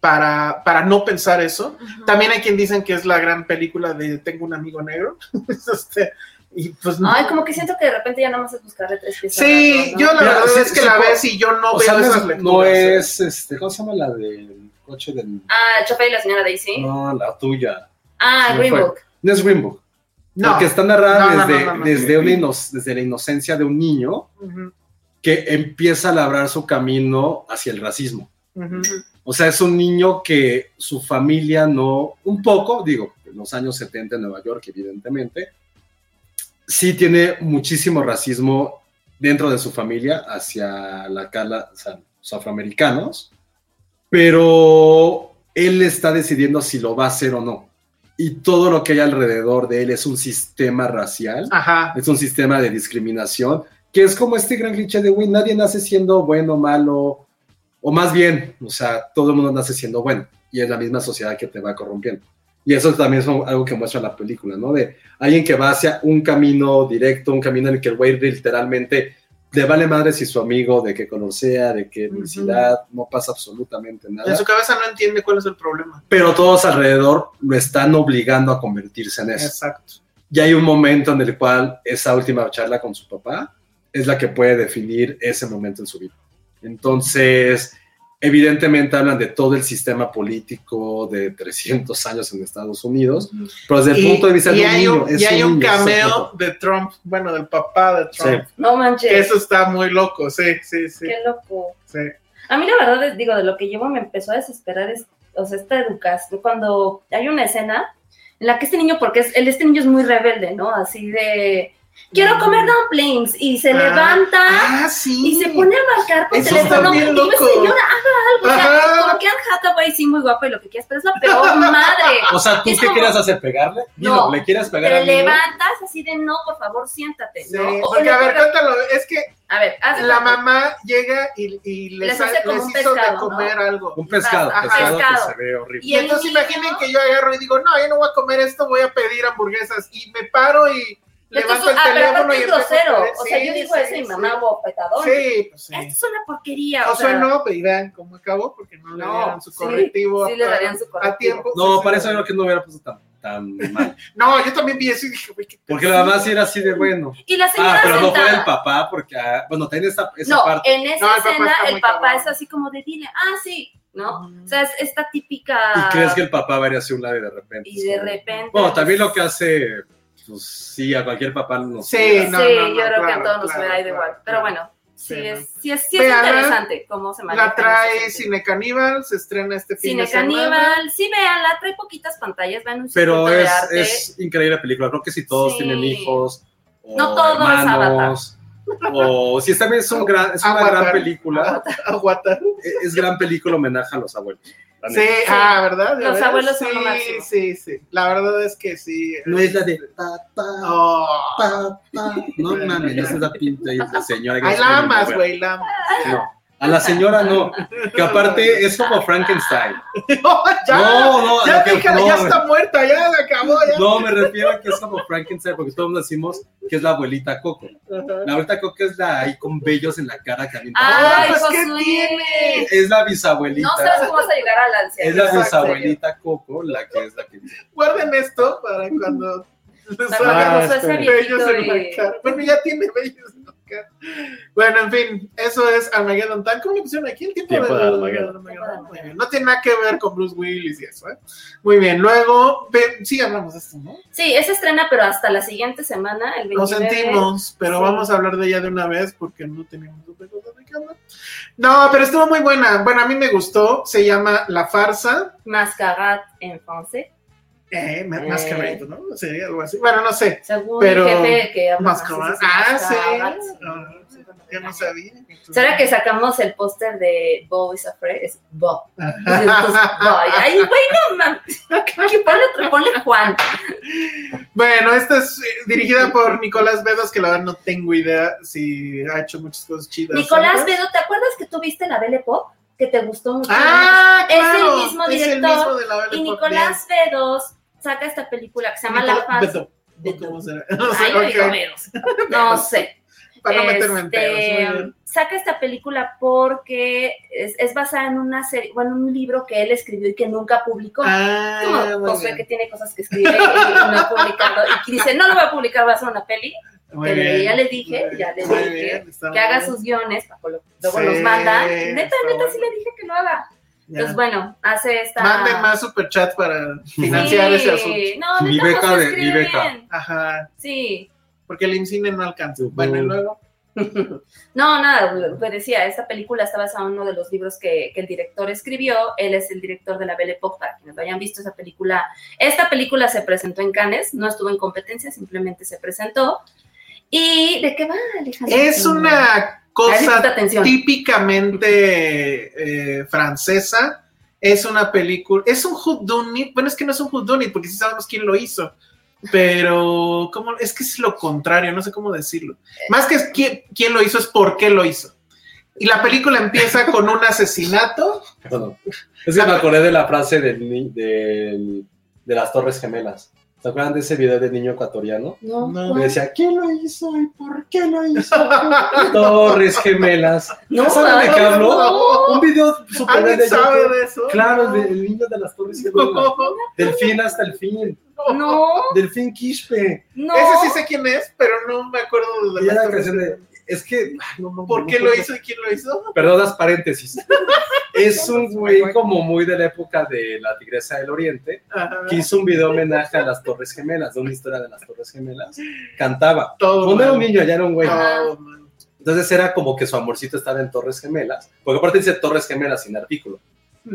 [SPEAKER 2] para, para no pensar eso.
[SPEAKER 3] Ujú.
[SPEAKER 2] También hay quien dicen que es la gran película de Tengo un amigo negro. Este, y pues no.
[SPEAKER 3] Ay, como que siento que de repente ya nomás es buscarle tres piezas.
[SPEAKER 2] Sí,
[SPEAKER 3] al
[SPEAKER 2] yo la
[SPEAKER 3] otro, ¿no?
[SPEAKER 1] Mira,
[SPEAKER 2] verdad
[SPEAKER 1] sí,
[SPEAKER 2] es que
[SPEAKER 1] sí,
[SPEAKER 2] la
[SPEAKER 1] po-
[SPEAKER 2] ves y yo no
[SPEAKER 1] o
[SPEAKER 2] veo
[SPEAKER 1] sea, no
[SPEAKER 2] esas
[SPEAKER 1] es,
[SPEAKER 2] lecturas.
[SPEAKER 1] no es, este, ¿cómo se llama la del coche del...
[SPEAKER 3] Ah, Chope y la señora Daisy.
[SPEAKER 1] No, la tuya.
[SPEAKER 3] Ah,
[SPEAKER 1] Se me
[SPEAKER 3] Green
[SPEAKER 1] fue.
[SPEAKER 3] Book.
[SPEAKER 1] No es Green Book.
[SPEAKER 2] No.
[SPEAKER 1] Porque está narrada
[SPEAKER 2] No, no,
[SPEAKER 1] desde,
[SPEAKER 2] no, no, no.
[SPEAKER 1] desde, una ino- desde la inocencia de un niño
[SPEAKER 2] Ujú,
[SPEAKER 1] que empieza a labrar su camino hacia el racismo.
[SPEAKER 2] ujú.
[SPEAKER 1] O sea, es un niño que su familia no, un poco, digo, en los años 70 en Nueva York, evidentemente, sí tiene muchísimo racismo dentro de su familia hacia la cala, o sea, los afroamericanos, pero él está decidiendo si lo va a hacer o no. Y todo lo que hay alrededor de él es un sistema racial,
[SPEAKER 2] Ajá.
[SPEAKER 1] es un sistema de discriminación, que es como este gran cliché de, güey, nadie nace siendo bueno, malo, o más bien, o sea, todo el mundo nace siendo bueno, y es la misma sociedad que te va corrompiendo. Y eso también es algo que muestra la película, ¿no? De alguien que va hacia un camino directo, un camino en el que el güey literalmente le vale madre si su amigo, de qué color sea, de qué etnicidad, no pasa absolutamente nada
[SPEAKER 2] En su cabeza no entiende cuál es el problema.
[SPEAKER 1] pero todos alrededor lo están obligando a convertirse en eso.
[SPEAKER 2] Exacto.
[SPEAKER 1] Y hay un momento en el cual esa última charla con su papá es la que puede definir ese momento en su vida. Entonces, evidentemente hablan de todo el sistema político de 300 años en Estados Unidos, pero desde el punto de vista
[SPEAKER 2] y
[SPEAKER 1] de un
[SPEAKER 2] hay
[SPEAKER 1] niño,
[SPEAKER 2] un,
[SPEAKER 1] es
[SPEAKER 2] y hay un
[SPEAKER 1] niño,
[SPEAKER 2] cameo de Trump, bueno, del papá de Trump.
[SPEAKER 3] No
[SPEAKER 2] Que
[SPEAKER 3] manches.
[SPEAKER 2] eso está muy loco, sí, sí, sí.
[SPEAKER 3] Qué loco.
[SPEAKER 2] sí.
[SPEAKER 3] A mí la verdad es, digo, de lo que llevo me empezó a desesperar es, o sea, esta educación, cuando hay una escena en la que este niño, porque es, el, este niño es muy rebelde, ¿no? Así de, quiero comer dumplings, y se
[SPEAKER 2] Mm. Ah.
[SPEAKER 3] levanta
[SPEAKER 2] Ah, sí.
[SPEAKER 3] y se pone a marcar por
[SPEAKER 2] Eso
[SPEAKER 3] teléfono,
[SPEAKER 2] está bien
[SPEAKER 3] dime
[SPEAKER 2] loco.
[SPEAKER 3] señora, haga algo, o sea,
[SPEAKER 2] Ajá.
[SPEAKER 3] porque Anne Hathaway sí, muy guapa y lo que quieras, pero es la peor madre.
[SPEAKER 1] O sea, ¿tú
[SPEAKER 3] Es
[SPEAKER 1] qué
[SPEAKER 3] como-
[SPEAKER 1] quieres hacer? ¿Pegarle? Dilo,
[SPEAKER 3] No,
[SPEAKER 1] ¿le quieres pegar
[SPEAKER 3] Te
[SPEAKER 1] al niño?
[SPEAKER 3] levantas así de, no, por favor, siéntate,
[SPEAKER 2] Sí,
[SPEAKER 3] ¿no? O
[SPEAKER 2] porque,
[SPEAKER 3] le
[SPEAKER 2] a ver,
[SPEAKER 3] toca-
[SPEAKER 2] cuéntalo, es que
[SPEAKER 3] a ver, haz de
[SPEAKER 2] la
[SPEAKER 3] cuenta.
[SPEAKER 2] mamá llega y, y les,
[SPEAKER 3] Les hace
[SPEAKER 2] ha-
[SPEAKER 3] como
[SPEAKER 2] les
[SPEAKER 3] un
[SPEAKER 2] hizo de
[SPEAKER 3] pescado, ¿no?
[SPEAKER 2] comer algo.
[SPEAKER 1] Un pescado,
[SPEAKER 2] Ajá.
[SPEAKER 1] pescado,
[SPEAKER 3] Pescado.
[SPEAKER 1] que se ve horrible.
[SPEAKER 2] Y,
[SPEAKER 3] el
[SPEAKER 2] entonces
[SPEAKER 3] niño-
[SPEAKER 2] imaginen que yo agarro y digo, no, yo no voy a comer esto, voy a pedir hamburguesas. Y me paro y
[SPEAKER 3] Pero esto es-
[SPEAKER 2] levanto el
[SPEAKER 3] ah, pero
[SPEAKER 2] teléfono
[SPEAKER 3] aparte
[SPEAKER 2] y
[SPEAKER 3] es
[SPEAKER 2] empiezo a
[SPEAKER 3] grosero.
[SPEAKER 2] comer.
[SPEAKER 3] O sea,
[SPEAKER 2] Sí,
[SPEAKER 3] yo digo
[SPEAKER 2] sí,
[SPEAKER 3] eso y mi
[SPEAKER 2] sí.
[SPEAKER 3] mamá bofetadón.
[SPEAKER 2] Sí, pues sí.
[SPEAKER 3] Esto es una porquería.
[SPEAKER 2] O
[SPEAKER 3] o
[SPEAKER 2] sea,
[SPEAKER 3] sea,
[SPEAKER 2] no, pues, y vean cómo acabó, porque no le
[SPEAKER 3] No,
[SPEAKER 2] dieron su
[SPEAKER 3] sí,
[SPEAKER 2] correctivo.
[SPEAKER 3] sí le
[SPEAKER 2] a-
[SPEAKER 3] darían su
[SPEAKER 2] A
[SPEAKER 3] correctivo.
[SPEAKER 2] tiempo.
[SPEAKER 1] No,
[SPEAKER 2] Sí,
[SPEAKER 1] para
[SPEAKER 2] sí,
[SPEAKER 1] eso
[SPEAKER 2] sí.
[SPEAKER 1] creo que no hubiera puesto tan, tan mal.
[SPEAKER 2] No, yo también vi eso y dije, güey, qué
[SPEAKER 1] Porque la mamá sí era así de bueno.
[SPEAKER 3] Y la
[SPEAKER 1] Ah,
[SPEAKER 3] señora
[SPEAKER 1] pero no fue
[SPEAKER 3] sentada.
[SPEAKER 1] el papá, porque, ah, bueno, tiene esa, esa
[SPEAKER 3] no,
[SPEAKER 1] parte.
[SPEAKER 3] en esa
[SPEAKER 2] No, el papá
[SPEAKER 3] escena
[SPEAKER 2] está muy
[SPEAKER 3] el papá
[SPEAKER 2] cabrón.
[SPEAKER 3] es así como de dile, ah, sí, ¿no?
[SPEAKER 2] Mm.
[SPEAKER 3] O sea, es esta típica.
[SPEAKER 1] Y crees que el papá va a ir hacia un lado y de repente.
[SPEAKER 3] Ah. Y de repente.
[SPEAKER 1] Bueno, también lo que hace, pues sí, a cualquier papá no
[SPEAKER 2] Sí,
[SPEAKER 3] Sí,
[SPEAKER 2] no, no, no,
[SPEAKER 3] yo creo que
[SPEAKER 2] claro,
[SPEAKER 3] a todos nos
[SPEAKER 2] claro,
[SPEAKER 3] hubiera ido
[SPEAKER 2] claro,
[SPEAKER 3] igual.
[SPEAKER 2] claro.
[SPEAKER 3] Pero bueno, sí,
[SPEAKER 2] Sí,
[SPEAKER 3] es, sí es, sí es
[SPEAKER 2] Véanla.
[SPEAKER 3] interesante cómo se maneja.
[SPEAKER 2] La trae
[SPEAKER 3] en ese
[SPEAKER 2] Cine Caníbal, se estrena este fin
[SPEAKER 3] sentido.
[SPEAKER 2] de
[SPEAKER 3] Cine
[SPEAKER 2] semana.
[SPEAKER 3] Caníbal. Sí, véanla, trae poquitas pantallas, van un
[SPEAKER 1] Pero
[SPEAKER 3] circuito de
[SPEAKER 1] es,
[SPEAKER 3] arte.
[SPEAKER 1] es increíble la película. Creo que si todos
[SPEAKER 3] Sí.
[SPEAKER 1] tienen hijos o
[SPEAKER 3] No todo es
[SPEAKER 1] hermanos, o si también es, un gran, es una gran
[SPEAKER 2] Avatar.
[SPEAKER 1] película,
[SPEAKER 2] Aguatar.
[SPEAKER 1] es, es gran película homenaje a los abuelos. la
[SPEAKER 2] Sí,
[SPEAKER 1] neta.
[SPEAKER 2] ah, ¿verdad? ¿De
[SPEAKER 3] Los
[SPEAKER 2] veras?
[SPEAKER 3] abuelos son
[SPEAKER 2] sí,
[SPEAKER 3] lo máximo.
[SPEAKER 2] Sí, sí. La verdad es que sí.
[SPEAKER 1] No es la de papá,
[SPEAKER 2] Oh.
[SPEAKER 1] papá. No mames, esa es la pinta y es la señora. que
[SPEAKER 2] Ay,
[SPEAKER 1] se
[SPEAKER 2] la
[SPEAKER 1] pone
[SPEAKER 2] amas,
[SPEAKER 1] novia.
[SPEAKER 2] güey, la amas.
[SPEAKER 1] No, a la señora no. Que aparte es como Frankenstein.
[SPEAKER 2] No, ya,
[SPEAKER 1] No, no,
[SPEAKER 2] ya,
[SPEAKER 1] lo que-
[SPEAKER 2] déjala,
[SPEAKER 1] no,
[SPEAKER 2] ya
[SPEAKER 1] güey.
[SPEAKER 2] está muerta, ya se acabó, ya.
[SPEAKER 1] No, me refiero a que es como Frankenstein, porque todos decimos que es la abuelita Coco. La abuelita Coco es la ahí con bellos en la cara que avienta.
[SPEAKER 3] Ay,
[SPEAKER 2] pues, ¿qué
[SPEAKER 3] Josué.
[SPEAKER 2] tiene?
[SPEAKER 1] Es la bisabuelita.
[SPEAKER 3] No sabes cómo vas a llegar a la anciana.
[SPEAKER 1] es la
[SPEAKER 2] Exacto.
[SPEAKER 1] bisabuelita Coco la que es la que dice.
[SPEAKER 2] Guarden esto para cuando este les
[SPEAKER 3] Para cuando
[SPEAKER 2] hagan
[SPEAKER 1] Josué sea
[SPEAKER 2] bellos
[SPEAKER 3] viejito
[SPEAKER 2] en la
[SPEAKER 3] y-
[SPEAKER 2] cara. Bueno, ya tiene bellos en la cara. Bueno, en fin, eso es Armageddon Time. ¿Cómo le pusieron aquí el tiempo,
[SPEAKER 4] Tiempo de Armageddon.
[SPEAKER 2] Muy bien, No tiene nada que ver con Bruce Willis y eso, ¿eh? Muy bien, luego, ve- sí hablamos de esto, ¿no?
[SPEAKER 3] Sí, esa estrena, pero hasta la siguiente semana, el 29.
[SPEAKER 2] Lo sentimos, pero
[SPEAKER 3] Sí.
[SPEAKER 2] vamos a hablar de ella de una vez porque no teníamos otra cosa de qué hablar. No, pero estuvo muy buena. Bueno, a mí me gustó. Se llama La Farsa.
[SPEAKER 3] Mascarat en francés.
[SPEAKER 2] Eh, ma-
[SPEAKER 3] Eh.
[SPEAKER 2] Masquerade, ¿no? Sería algo así. Bueno, no sé.
[SPEAKER 3] Según
[SPEAKER 2] Pero-
[SPEAKER 3] el jefe que ama
[SPEAKER 2] Mascarat.
[SPEAKER 3] más,
[SPEAKER 2] Ah,
[SPEAKER 3] es
[SPEAKER 2] sí.
[SPEAKER 3] Mascarat, sí.
[SPEAKER 2] Ah, Yo no sabía.
[SPEAKER 3] ¿Será que sacamos el póster de Bo is Afraid? Es Bo. Entonces, Bo. Ay, güey, no mames. Que Ponle, ponle Juan.
[SPEAKER 2] Bueno, esta es eh, dirigida por Nicolás Bedos, que la verdad no tengo idea si ha hecho muchas cosas chidas.
[SPEAKER 3] Nicolás
[SPEAKER 2] antes.
[SPEAKER 3] Bedo, ¿te acuerdas que tú viste la Belle Pop? Que te gustó mucho.
[SPEAKER 2] Ah,
[SPEAKER 3] Es el
[SPEAKER 2] claro,
[SPEAKER 3] mismo
[SPEAKER 2] es el
[SPEAKER 3] director.
[SPEAKER 2] mismo de la Belle
[SPEAKER 3] y
[SPEAKER 2] Époque.
[SPEAKER 3] Nicolás Bedos saca esta película que se llama La
[SPEAKER 2] Nicolás
[SPEAKER 3] Farsa.
[SPEAKER 2] Bedo. ¿Cómo será? No sé,
[SPEAKER 3] Ay, yo digo
[SPEAKER 2] ok.
[SPEAKER 3] Bedos. No sé.
[SPEAKER 2] Para no meterme en
[SPEAKER 3] Este,
[SPEAKER 2] pedos. muy bien.
[SPEAKER 3] Saca esta película porque es, es basada en una serie, bueno, un libro que él escribió y que nunca publicó.
[SPEAKER 2] Ah,
[SPEAKER 3] pues, Como
[SPEAKER 2] muy
[SPEAKER 3] Josué
[SPEAKER 2] bien.
[SPEAKER 3] que tiene cosas que escribe y no ha publicado y que dice, no lo voy a publicar, va a hacer una peli,
[SPEAKER 2] Muy
[SPEAKER 3] que le-
[SPEAKER 2] bien.
[SPEAKER 3] ya le dije,
[SPEAKER 2] Muy
[SPEAKER 3] ya le
[SPEAKER 2] bien,
[SPEAKER 3] dije,
[SPEAKER 2] bien, está muy
[SPEAKER 3] que haga
[SPEAKER 2] bien.
[SPEAKER 3] sus guiones, Paco lo- luego
[SPEAKER 2] Ah, Sí,
[SPEAKER 3] los manda. Neta, neta,
[SPEAKER 2] está bueno.
[SPEAKER 3] sí le dije que lo haga.
[SPEAKER 2] Ya.
[SPEAKER 3] Entonces, bueno, hace esta...
[SPEAKER 2] Manden más superchat para financiar
[SPEAKER 3] Sí.
[SPEAKER 2] ese asunto.
[SPEAKER 3] No,
[SPEAKER 1] Mi
[SPEAKER 3] neta,
[SPEAKER 1] beca
[SPEAKER 3] Josué
[SPEAKER 1] de-
[SPEAKER 3] escribe
[SPEAKER 1] mi beca.
[SPEAKER 3] bien.
[SPEAKER 2] Ajá,
[SPEAKER 3] Sí.
[SPEAKER 2] porque el IMCINE no alcanzó. Bueno, y
[SPEAKER 1] Ujú.
[SPEAKER 2] luego.
[SPEAKER 3] No, nada, lo que decía, esta película está basada en uno de los libros que, que el director escribió. Él es el director de la Belle Époque, para quienes lo hayan visto esa película. Esta película se presentó en Cannes, no estuvo en competencia, simplemente se presentó. ¿Y de qué va, Alejandro?
[SPEAKER 2] Es una
[SPEAKER 3] Ay, necesita
[SPEAKER 2] cosa
[SPEAKER 3] atención.
[SPEAKER 2] típicamente eh, francesa. Es una película. Es un Houdini. Bueno, es que no es un Houdini, porque sí sabemos quién lo hizo. Pero, ¿cómo? Es que es lo contrario, no sé cómo decirlo. Más que es quién, quién lo hizo, es por qué lo hizo. Y la película empieza con un asesinato.
[SPEAKER 1] Bueno, es que me acordé de la frase del, ni- del- de las Torres Gemelas. ¿Se acuerdan de ese video del niño ecuatoriano?
[SPEAKER 3] No,
[SPEAKER 2] No.
[SPEAKER 3] no,
[SPEAKER 1] Me decía, ¿quién lo hizo y por qué lo hizo? Torres Gemelas.
[SPEAKER 3] no,
[SPEAKER 1] ¿Saben de qué
[SPEAKER 3] no,
[SPEAKER 1] hablo?
[SPEAKER 3] no.
[SPEAKER 1] Un video super
[SPEAKER 2] ¿Alguien
[SPEAKER 1] de
[SPEAKER 2] sabe
[SPEAKER 1] YouTube.
[SPEAKER 2] de eso?
[SPEAKER 1] Claro,
[SPEAKER 2] No.
[SPEAKER 1] el del niño de las Torres Gemelas.
[SPEAKER 2] No.
[SPEAKER 1] Del fin hasta el fin.
[SPEAKER 3] No,
[SPEAKER 1] Del fin Quispe.
[SPEAKER 3] no.
[SPEAKER 2] Ese sí sé quién es, pero no me acuerdo de
[SPEAKER 1] Y
[SPEAKER 2] la
[SPEAKER 1] era la
[SPEAKER 2] historia.
[SPEAKER 1] canción de- Es que. ay, no, no,
[SPEAKER 2] ¿Por
[SPEAKER 1] no,
[SPEAKER 2] qué
[SPEAKER 1] no,
[SPEAKER 2] lo
[SPEAKER 1] no.
[SPEAKER 2] hizo y quién lo hizo?
[SPEAKER 1] Perdón las paréntesis. Es un güey como muy de la época de la Tigresa del Oriente,
[SPEAKER 2] Ajá.
[SPEAKER 1] que hizo un video homenaje a las Torres Gemelas, de una historia de las Torres Gemelas. Cantaba.
[SPEAKER 2] Ah, Todo
[SPEAKER 1] No era un
[SPEAKER 2] mal.
[SPEAKER 1] niño, ya era un güey.
[SPEAKER 2] Todo mal.
[SPEAKER 1] Entonces era como que su amorcito estaba en Torres Gemelas, porque aparte dice Torres Gemelas sin artículo.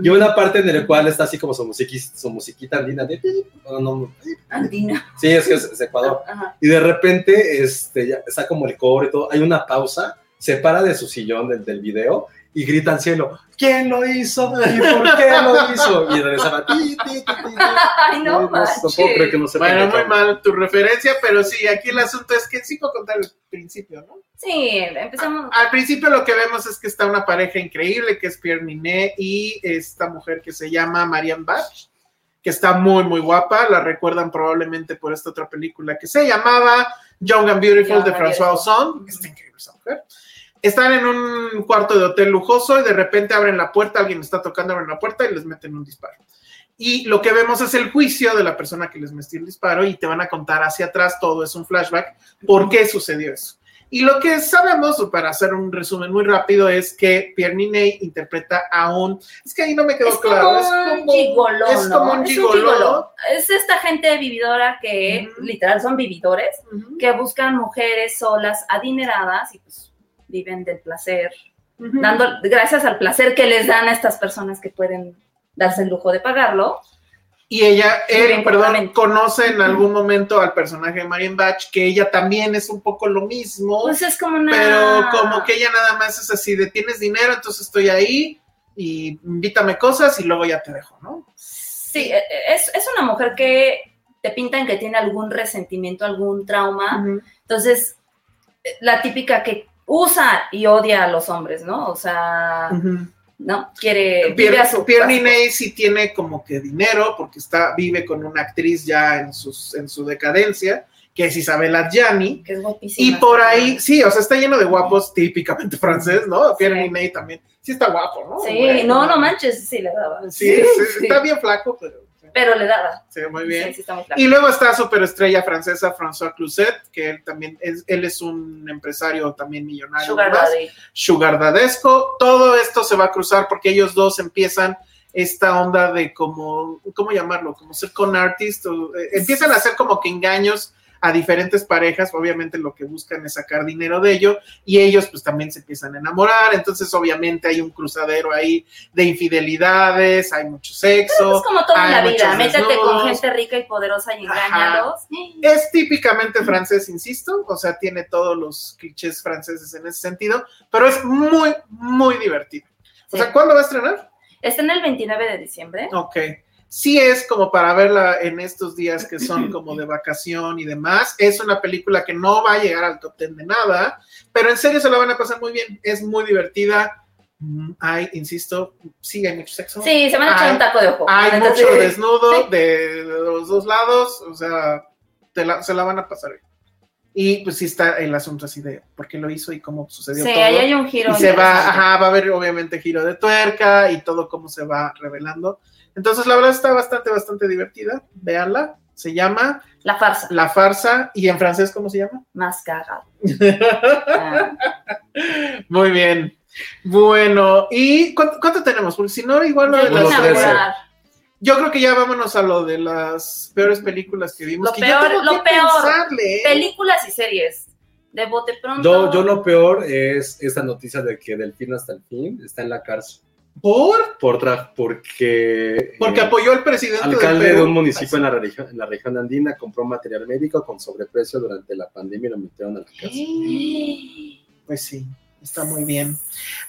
[SPEAKER 1] Y una parte en la cual está así como su musiquita, su musiquita andina de... pi, no, no,
[SPEAKER 3] Andina.
[SPEAKER 1] Sí, es que es, es Ecuador.
[SPEAKER 3] Ajá.
[SPEAKER 1] Y de repente este, ya está como el cobro y todo. Hay una pausa, se para de su sillón del, del video y grita al cielo: ¿Quién lo hizo? ¿Y por qué lo hizo? Y regresaba. "Ti, ti, ti, ti, ti".
[SPEAKER 3] Ay, no,
[SPEAKER 1] no, no
[SPEAKER 3] manches.
[SPEAKER 1] puedo creer que no se
[SPEAKER 2] Bueno, muy
[SPEAKER 1] tenga
[SPEAKER 2] mal tu referencia, pero sí, aquí el asunto es que sí puedo contar el principio, ¿no?
[SPEAKER 3] Sí, empezamos.
[SPEAKER 2] Al principio lo que vemos es que está una pareja increíble que es Pierre Ninet y esta mujer que se llama Marianne Bach, que está muy, muy guapa. La recuerdan probablemente por esta otra película que se llamaba Young and Beautiful
[SPEAKER 3] Young
[SPEAKER 2] de
[SPEAKER 3] and
[SPEAKER 2] François
[SPEAKER 3] Beautiful.
[SPEAKER 2] Ozon. Está increíble esa mujer. Están en un cuarto de hotel lujoso y de repente abren la puerta, alguien está tocando, abren la puerta y les meten un disparo. Y lo que vemos es el juicio de la persona que les metió el disparo y te van a contar hacia atrás, todo es un flashback, por qué sucedió eso. Y lo que sabemos, o para hacer un resumen muy rápido, es que Pierre Ninet interpreta a un... Es que ahí no me quedó
[SPEAKER 3] Es como
[SPEAKER 2] claro.
[SPEAKER 3] un gigoló,
[SPEAKER 2] es
[SPEAKER 3] ¿no?
[SPEAKER 2] como un
[SPEAKER 3] Es un
[SPEAKER 2] gigoló.
[SPEAKER 3] gigoló. Es esta gente vividora que
[SPEAKER 2] Ujú.
[SPEAKER 3] literal son vividores,
[SPEAKER 2] Ujú,
[SPEAKER 3] que buscan mujeres solas, adineradas y pues viven del placer,
[SPEAKER 2] ujú.
[SPEAKER 3] dando gracias al placer que les dan a estas personas que pueden darse el lujo de pagarlo.
[SPEAKER 2] Y ella,
[SPEAKER 3] Sí,
[SPEAKER 2] Erin, perdón,
[SPEAKER 3] completamente.
[SPEAKER 2] conoce en algún momento al personaje de Marion Batch, que ella también es un poco lo mismo,
[SPEAKER 3] Pues es como una.
[SPEAKER 2] pero como que ella nada más es así de tienes dinero, entonces estoy ahí y invítame cosas y luego ya te dejo, ¿no?
[SPEAKER 3] Sí, eh, es, es una mujer que te pintan que tiene algún resentimiento, algún trauma. Entonces, eh, la típica que usa y odia a los hombres, ¿no? O sea,
[SPEAKER 2] Ujú.
[SPEAKER 3] ¿no? Quiere. Eh, vive a
[SPEAKER 2] Pierre,
[SPEAKER 3] su-
[SPEAKER 2] Pierre
[SPEAKER 3] a su-
[SPEAKER 2] Niney sí tiene como que dinero porque está, vive con una actriz ya en, sus, en su decadencia, que es Isabela Gianni.
[SPEAKER 3] Que es
[SPEAKER 2] Y
[SPEAKER 3] guapísima.
[SPEAKER 2] por ahí, sí, o sea, está lleno de guapos típicamente francés, ¿no? Pierre
[SPEAKER 3] Sí.
[SPEAKER 2] Niney también. Sí está guapo, ¿no?
[SPEAKER 3] Sí,
[SPEAKER 2] Bueno.
[SPEAKER 3] no, no manches, sí le daba.
[SPEAKER 2] Sí, sí,
[SPEAKER 3] sí.
[SPEAKER 2] está bien flaco, pero sí,
[SPEAKER 3] Pero le daba.
[SPEAKER 2] sí, muy bien.
[SPEAKER 3] Sí, sí, está muy claro.
[SPEAKER 2] Y luego está superestrella francesa François Cluzet, que él también es, él es un empresario también millonario.
[SPEAKER 3] Sugar
[SPEAKER 2] además.
[SPEAKER 3] Daddy.
[SPEAKER 2] Sugardadesco. Todo esto se va a cruzar porque ellos dos empiezan esta onda de como, ¿cómo llamarlo? Como ser con artist. o, eh, empiezan a hacer como que engaños a diferentes parejas. Obviamente lo que buscan es sacar dinero de ello y ellos pues también se empiezan a enamorar. Entonces obviamente hay un cruzadero ahí de infidelidades, hay mucho
[SPEAKER 3] Pero
[SPEAKER 2] sexo.
[SPEAKER 3] es como todo en
[SPEAKER 2] hay
[SPEAKER 3] la
[SPEAKER 2] muchos
[SPEAKER 3] vida, métete
[SPEAKER 2] desnudos.
[SPEAKER 3] con gente rica y poderosa y
[SPEAKER 2] Ajá.
[SPEAKER 3] engáñalos.
[SPEAKER 2] Es típicamente francés, insisto, o sea, tiene todos los clichés franceses en ese sentido, pero es muy, muy divertido. O
[SPEAKER 3] Sí.
[SPEAKER 2] sea, ¿cuándo va a estrenar?
[SPEAKER 3] Está en el 29 de diciembre.
[SPEAKER 2] Ok. Sí es como para verla en estos días que son como de vacación y demás. Es una película que no va a llegar al top ten de nada, pero en serio se la van a pasar muy bien. Es muy divertida. Mm, Hay, insisto, sí hay mucho sexo.
[SPEAKER 3] Sí, se van a echar
[SPEAKER 2] Ay,
[SPEAKER 3] un taco de ojo.
[SPEAKER 2] Hay
[SPEAKER 3] Entonces,
[SPEAKER 2] mucho desnudo de los dos lados, o sea, te la- se la van a pasar bien. Y pues sí está el asunto así de por qué lo hizo y cómo sucedió
[SPEAKER 3] Sí,
[SPEAKER 2] todo.
[SPEAKER 3] ahí hay un giro.
[SPEAKER 2] Y se va,
[SPEAKER 3] interesante.
[SPEAKER 2] ajá, va a haber obviamente giro de tuerca y todo cómo se va revelando. Entonces, la verdad está bastante, bastante divertida. Véanla. Se llama
[SPEAKER 3] La farsa.
[SPEAKER 2] La Farsa. ¿Y en francés cómo se llama?
[SPEAKER 3] Más cagado. Ah,
[SPEAKER 2] Muy bien. Bueno, ¿y cuánto, cuánto tenemos? Porque si no, igual lo de
[SPEAKER 1] Uno
[SPEAKER 2] las-
[SPEAKER 1] trece.
[SPEAKER 2] Yo creo que ya vámonos a lo de las peores películas que vimos.
[SPEAKER 3] Lo
[SPEAKER 2] que
[SPEAKER 3] peor,
[SPEAKER 2] yo tengo
[SPEAKER 3] lo
[SPEAKER 2] que
[SPEAKER 3] peor.
[SPEAKER 2] pensarle, ¿eh?
[SPEAKER 3] Películas y series. De bote pronto.
[SPEAKER 1] Yo, yo lo peor es esta noticia de que del fin hasta el fin está en la cárcel.
[SPEAKER 2] ¿Por?
[SPEAKER 1] Por tra- porque.
[SPEAKER 2] Porque
[SPEAKER 1] eh,
[SPEAKER 2] apoyó al presidente del
[SPEAKER 1] Alcalde de
[SPEAKER 2] Perú.
[SPEAKER 1] un municipio en la, región, en la región andina compró material médico con sobreprecio durante la pandemia y lo metieron a la cárcel.
[SPEAKER 2] Pues sí, está muy bien.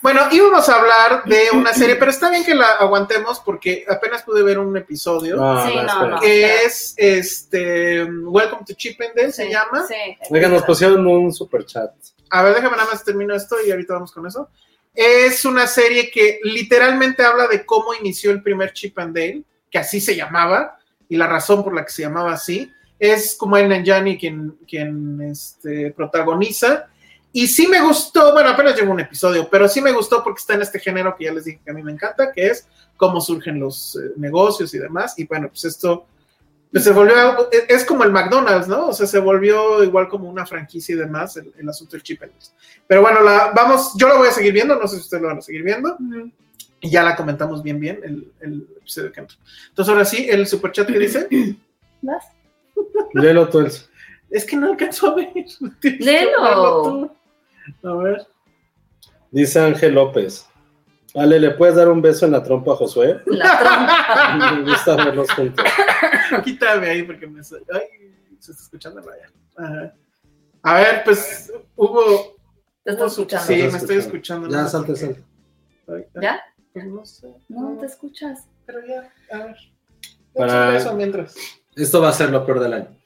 [SPEAKER 2] Bueno, íbamos a hablar de una serie, pero está bien que la aguantemos porque apenas pude ver un episodio
[SPEAKER 1] Ah,
[SPEAKER 3] Sí,
[SPEAKER 1] va,
[SPEAKER 3] no,
[SPEAKER 1] espera.
[SPEAKER 3] no.
[SPEAKER 2] que es este Welcome to Chippendale, se
[SPEAKER 3] Sí,
[SPEAKER 2] llama.
[SPEAKER 3] sí.
[SPEAKER 1] Oigan, nos pusieron un super chat.
[SPEAKER 2] A ver, déjame nada más termino esto y ahorita vamos con eso. Es una serie que literalmente habla de cómo inició el primer Chip and Dale, que así se llamaba, y la razón por la que se llamaba así. Es como el Nanjani quien, quien este, protagoniza. Y sí me gustó, bueno, apenas llevo un episodio, pero sí me gustó porque está en este género que ya les dije que a mí me encanta, que es cómo surgen los eh, negocios y demás. Y bueno, pues esto pues se volvió, algo- es- es como el McDonald's, ¿no? O sea, se volvió igual como una franquicia y demás, el, el asunto del chip. and Dale. Pero bueno, la, vamos, yo la voy a seguir viendo, no sé si ustedes lo van a seguir viendo. Y ya la comentamos bien, bien el, el episodio que entra. Entonces, ahora sí, el superchat que dice,
[SPEAKER 3] ¿Vas?
[SPEAKER 1] Léelo tú, Elsa.
[SPEAKER 2] es que no alcanzó a ver. Tienes que
[SPEAKER 3] Léelo.
[SPEAKER 2] verlo tú. A ver.
[SPEAKER 1] Dice Ángel López. Ale, ¿le puedes dar un beso en la trompa a Josué?
[SPEAKER 3] La trompa.
[SPEAKER 1] Me gusta verlos juntos.
[SPEAKER 2] Quítame ahí porque me. sa- Ay, se está escuchando Raya. Ajá. A ver, pues hubo. hubo
[SPEAKER 3] Te estoy
[SPEAKER 2] su-
[SPEAKER 3] escuchando.
[SPEAKER 2] Sí,
[SPEAKER 1] Estás
[SPEAKER 2] me estoy
[SPEAKER 1] escuchando.
[SPEAKER 2] escuchando.
[SPEAKER 1] Ya,
[SPEAKER 2] no sé
[SPEAKER 1] salte,
[SPEAKER 2] por qué.
[SPEAKER 1] salte.
[SPEAKER 2] Ay, ay,
[SPEAKER 3] ¿Ya?
[SPEAKER 2] pues no sé.
[SPEAKER 3] No te escuchas.
[SPEAKER 2] Pero ya, a ver.
[SPEAKER 1] Para-
[SPEAKER 2] Para eso mientras.
[SPEAKER 1] Esto va a ser lo peor del año.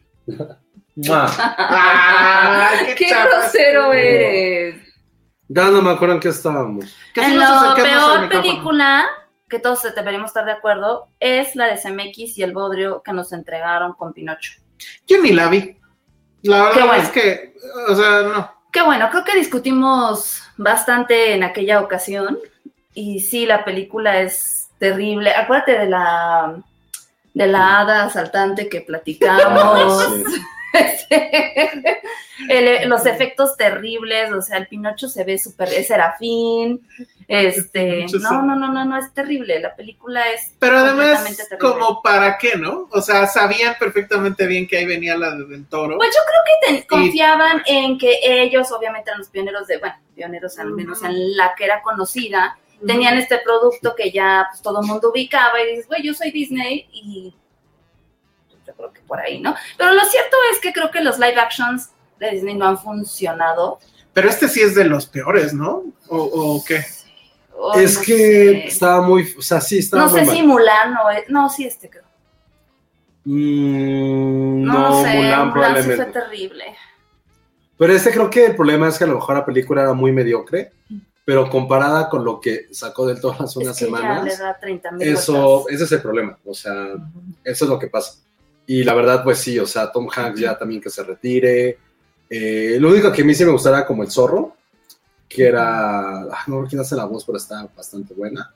[SPEAKER 1] ¡Mua!
[SPEAKER 2] ¡Ay,
[SPEAKER 3] Ah, ¡Qué grosero eres!
[SPEAKER 1] Ya no me acuerdo en qué estábamos.
[SPEAKER 2] si
[SPEAKER 3] En
[SPEAKER 2] nos
[SPEAKER 3] la
[SPEAKER 2] acercamos al
[SPEAKER 3] peor
[SPEAKER 2] micrófono?
[SPEAKER 3] película, que todos deberíamos estar de acuerdo, es la de CMX y el bodrio que nos entregaron con Pinocho.
[SPEAKER 2] Yo ni la vi. La verdad
[SPEAKER 3] Qué bueno.
[SPEAKER 2] es que, o sea, no.
[SPEAKER 3] Qué bueno, creo que discutimos bastante en aquella ocasión. Y sí, la película es terrible. Acuérdate de la de la hada asaltante que platicamos.
[SPEAKER 1] Sí.
[SPEAKER 3] El- los efectos terribles, o sea, el Pinocho se ve súper, es serafín, este,
[SPEAKER 2] Mucho
[SPEAKER 3] no, no, no, no, no, es terrible, la película es,
[SPEAKER 2] Pero
[SPEAKER 3] Completamente
[SPEAKER 2] además,
[SPEAKER 3] terrible.
[SPEAKER 2] como para qué, ¿no? O sea, sabían perfectamente bien que ahí venía la de del toro.
[SPEAKER 3] pues yo creo que te- confiaban en que ellos, obviamente eran los pioneros de, bueno, pioneros al menos en la que era conocida, tenían este producto que ya pues, todo el mundo ubicaba y dices, güey, yo soy Disney y yo creo que por ahí, ¿no? Pero lo cierto es que creo que los live actions de Disney no han funcionado.
[SPEAKER 2] Pero este sí es de los peores, ¿no? ¿O, o qué?
[SPEAKER 3] O
[SPEAKER 1] Eh, es
[SPEAKER 3] Oh, no
[SPEAKER 1] que
[SPEAKER 3] sé.
[SPEAKER 1] estaba muy, o sea, sí, estaba
[SPEAKER 3] No
[SPEAKER 1] muy
[SPEAKER 3] sé
[SPEAKER 1] mal.
[SPEAKER 3] si Mulan o... No, sí este creo.
[SPEAKER 1] Mm,
[SPEAKER 3] No,
[SPEAKER 1] no,
[SPEAKER 3] lo sé,
[SPEAKER 1] Mulan
[SPEAKER 3] Mulan sí
[SPEAKER 1] probablemente.
[SPEAKER 3] fue terrible.
[SPEAKER 1] Pero este creo que el problema es que a lo mejor la película era muy mediocre, pero comparada con lo que sacó del todo hace unas
[SPEAKER 3] es que ya le
[SPEAKER 1] semanas,
[SPEAKER 3] da 30 mil
[SPEAKER 1] eso, ese es el problema. O sea, eso es lo que pasa. Y la verdad, pues sí, o sea, Tom Hanks ya también que se retire. Eh, lo único que a mí sí me gustara como el zorro, que era, ah, no recuerdo quién hace la voz, pero está bastante buena.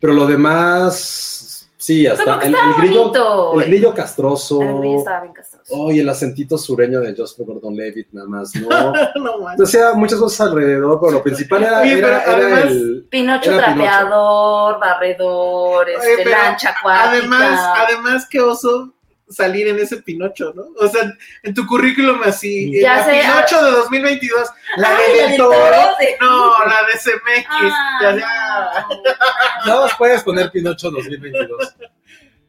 [SPEAKER 1] Pero lo demás, sí, hasta el, el grillo,
[SPEAKER 3] bonito.
[SPEAKER 1] el grillo castroso.
[SPEAKER 3] El grillo estaba bien castroso.
[SPEAKER 2] Oh,
[SPEAKER 1] Oye, el acentito sureño de Justin Gordon Levitt, nada más, ¿no?
[SPEAKER 2] no manches.
[SPEAKER 1] Decía muchas cosas alrededor, pero lo principal era,
[SPEAKER 2] Oye, pero
[SPEAKER 1] era- era
[SPEAKER 2] además-
[SPEAKER 1] el.
[SPEAKER 3] Pinocho
[SPEAKER 1] Era Pinocho.
[SPEAKER 3] trapeador, barredor, este,
[SPEAKER 2] pero
[SPEAKER 3] lancha acuática.
[SPEAKER 2] Además, además que oso salir en ese Pinocho, ¿no? O sea, en tu currículum así, eh,
[SPEAKER 3] Ya
[SPEAKER 2] la
[SPEAKER 3] sé, ah.
[SPEAKER 2] Pinocho de 2022, la
[SPEAKER 3] Ay,
[SPEAKER 2] de este,
[SPEAKER 3] la
[SPEAKER 2] del
[SPEAKER 3] del
[SPEAKER 2] Toro,
[SPEAKER 3] Toro, sí.
[SPEAKER 2] no, la de CMX,
[SPEAKER 3] Ah,
[SPEAKER 2] ya sea-
[SPEAKER 3] no.
[SPEAKER 1] Nada más puedes poner Pinocho 2022.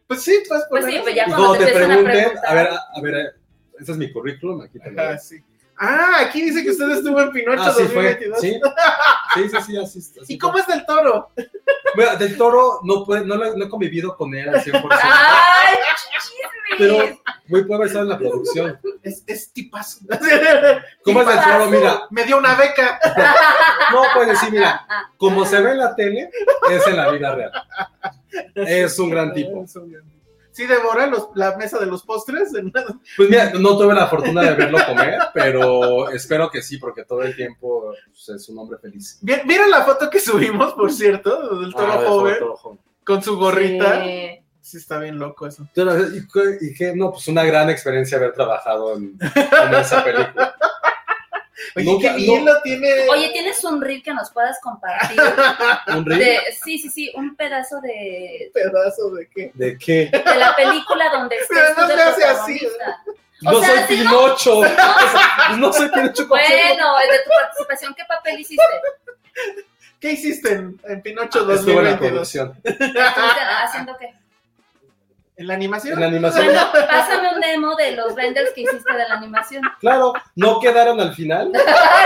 [SPEAKER 2] pues sí, pues, por
[SPEAKER 3] Pues sí,
[SPEAKER 2] ahí.
[SPEAKER 3] pues ya
[SPEAKER 1] Y
[SPEAKER 3] cuando
[SPEAKER 1] cuando
[SPEAKER 3] te
[SPEAKER 1] te
[SPEAKER 3] empiezan a
[SPEAKER 1] pregunten,
[SPEAKER 3] preguntar.
[SPEAKER 1] a ver, a a ver, eh, ese es mi currículum, aquí te lo
[SPEAKER 2] Ajá,
[SPEAKER 1] doy.
[SPEAKER 2] sí. Ah, aquí dice que usted estuvo en Pinocho
[SPEAKER 1] Ah, sí fue.
[SPEAKER 2] 2022.
[SPEAKER 1] Sí, sí, sí, sí, así, así
[SPEAKER 2] ¿Y
[SPEAKER 1] fue.
[SPEAKER 2] cómo es del toro?
[SPEAKER 1] Mira, del toro no, puede, no, lo- no he convivido con él al 100%,
[SPEAKER 3] ¡Ay, chismes!
[SPEAKER 1] pero muy puede haber estado en la producción.
[SPEAKER 2] Es, es tipazo.
[SPEAKER 1] ¿Cómo es del toro? Mira,
[SPEAKER 2] Me dio una beca.
[SPEAKER 1] no puedes decir, mira, como se ve en la tele, es en la vida real. Es un gran tipo.
[SPEAKER 2] Es un gran tipo. Ah, Sí, devora los- la mesa de los postres. en-
[SPEAKER 1] Pues mira, no tuve la fortuna de verlo comer, pero espero que sí, porque todo el tiempo pues, es un hombre feliz.
[SPEAKER 2] Vi- Vieron la foto que subimos, por cierto, del toro
[SPEAKER 1] Ah, de
[SPEAKER 2] joven
[SPEAKER 1] todo joven.
[SPEAKER 2] con su gorrita. Sí.
[SPEAKER 3] Sí.
[SPEAKER 2] está bien loco eso.
[SPEAKER 1] Entonces, ¿Y qué- y qué? No, pues una gran experiencia haber trabajado en, en esa película.
[SPEAKER 2] Oye,
[SPEAKER 1] Nunca-
[SPEAKER 2] qué bien
[SPEAKER 1] no-
[SPEAKER 2] lo tiene.
[SPEAKER 3] Oye, ¿tienes un reel que nos puedas compartir?
[SPEAKER 1] ¿Un reel?
[SPEAKER 3] De- sí, sí, sí, un pedazo de,
[SPEAKER 2] pedazo de qué.
[SPEAKER 1] ¿De qué?
[SPEAKER 3] de la película donde estés
[SPEAKER 2] Pero
[SPEAKER 3] tú
[SPEAKER 2] no
[SPEAKER 3] de
[SPEAKER 2] le hace así.
[SPEAKER 3] protagonista.
[SPEAKER 1] No
[SPEAKER 3] O
[SPEAKER 1] soy
[SPEAKER 3] sea, si no-
[SPEAKER 1] Pinocho. No soy Pinocho. ¿cómo se
[SPEAKER 3] Bueno, de tu participación, ¿qué papel hiciste?
[SPEAKER 2] ¿Qué hiciste en, en Pinocho
[SPEAKER 1] llama? Estuve Ah, en la
[SPEAKER 2] 2022?
[SPEAKER 1] producción.
[SPEAKER 3] ¿Estuviste ¿Haciendo qué?
[SPEAKER 2] ¿En la animación?
[SPEAKER 1] En la animación.
[SPEAKER 3] Bueno, pásame un demo de los renders que hiciste de la animación.
[SPEAKER 1] Claro, no quedaron al final.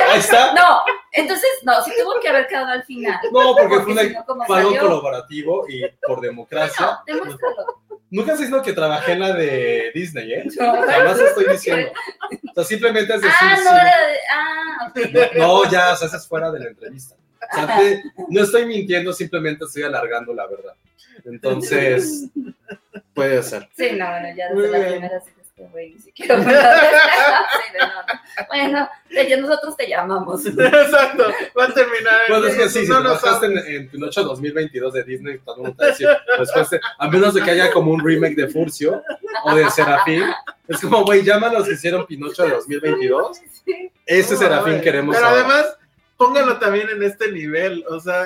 [SPEAKER 1] Ahí está.
[SPEAKER 3] No, entonces, no, sí tuvo que haber quedado al final.
[SPEAKER 1] No, porque fue
[SPEAKER 3] Porque si no, ¿cómo
[SPEAKER 1] un paro
[SPEAKER 3] salió?
[SPEAKER 1] colaborativo y por democracia.
[SPEAKER 3] No, demuéstralo.
[SPEAKER 1] Nunca se diciendo que trabajé en la de Disney, ¿eh?
[SPEAKER 3] No.
[SPEAKER 1] Jamás estoy diciendo. O sea, simplemente es decir,
[SPEAKER 3] Ah,
[SPEAKER 1] sí.
[SPEAKER 3] no era de. Ah, ok, ok.
[SPEAKER 1] No, no, ya, o sea, esa es fuera de la entrevista. O sea, te- no estoy mintiendo, simplemente estoy alargando la verdad. Entonces, puede ser.
[SPEAKER 3] Sí, no, bueno, ya
[SPEAKER 2] Muy
[SPEAKER 3] desde la
[SPEAKER 2] bien.
[SPEAKER 3] primera sí que este güey ni siquiera me lo deja. Sí, de no. Bueno, de- nosotros te llamamos.
[SPEAKER 2] Exacto, va a terminar. en-
[SPEAKER 1] Bueno, Pues es que sí, si
[SPEAKER 2] no nos
[SPEAKER 1] trabajaste en, en Pinocho 2022 de Disney, todo el mundo te va a decir, después de- a menos de que haya como un remake de Furcio o de Serafín, es como, güey, llámanos que hicieron Pinocho de 2022.
[SPEAKER 3] Sí.
[SPEAKER 1] Ese
[SPEAKER 2] No,
[SPEAKER 1] este Serafín
[SPEAKER 2] güey.
[SPEAKER 1] queremos
[SPEAKER 2] Pero
[SPEAKER 1] ahora.
[SPEAKER 2] además, póngalo también en este nivel, o sea,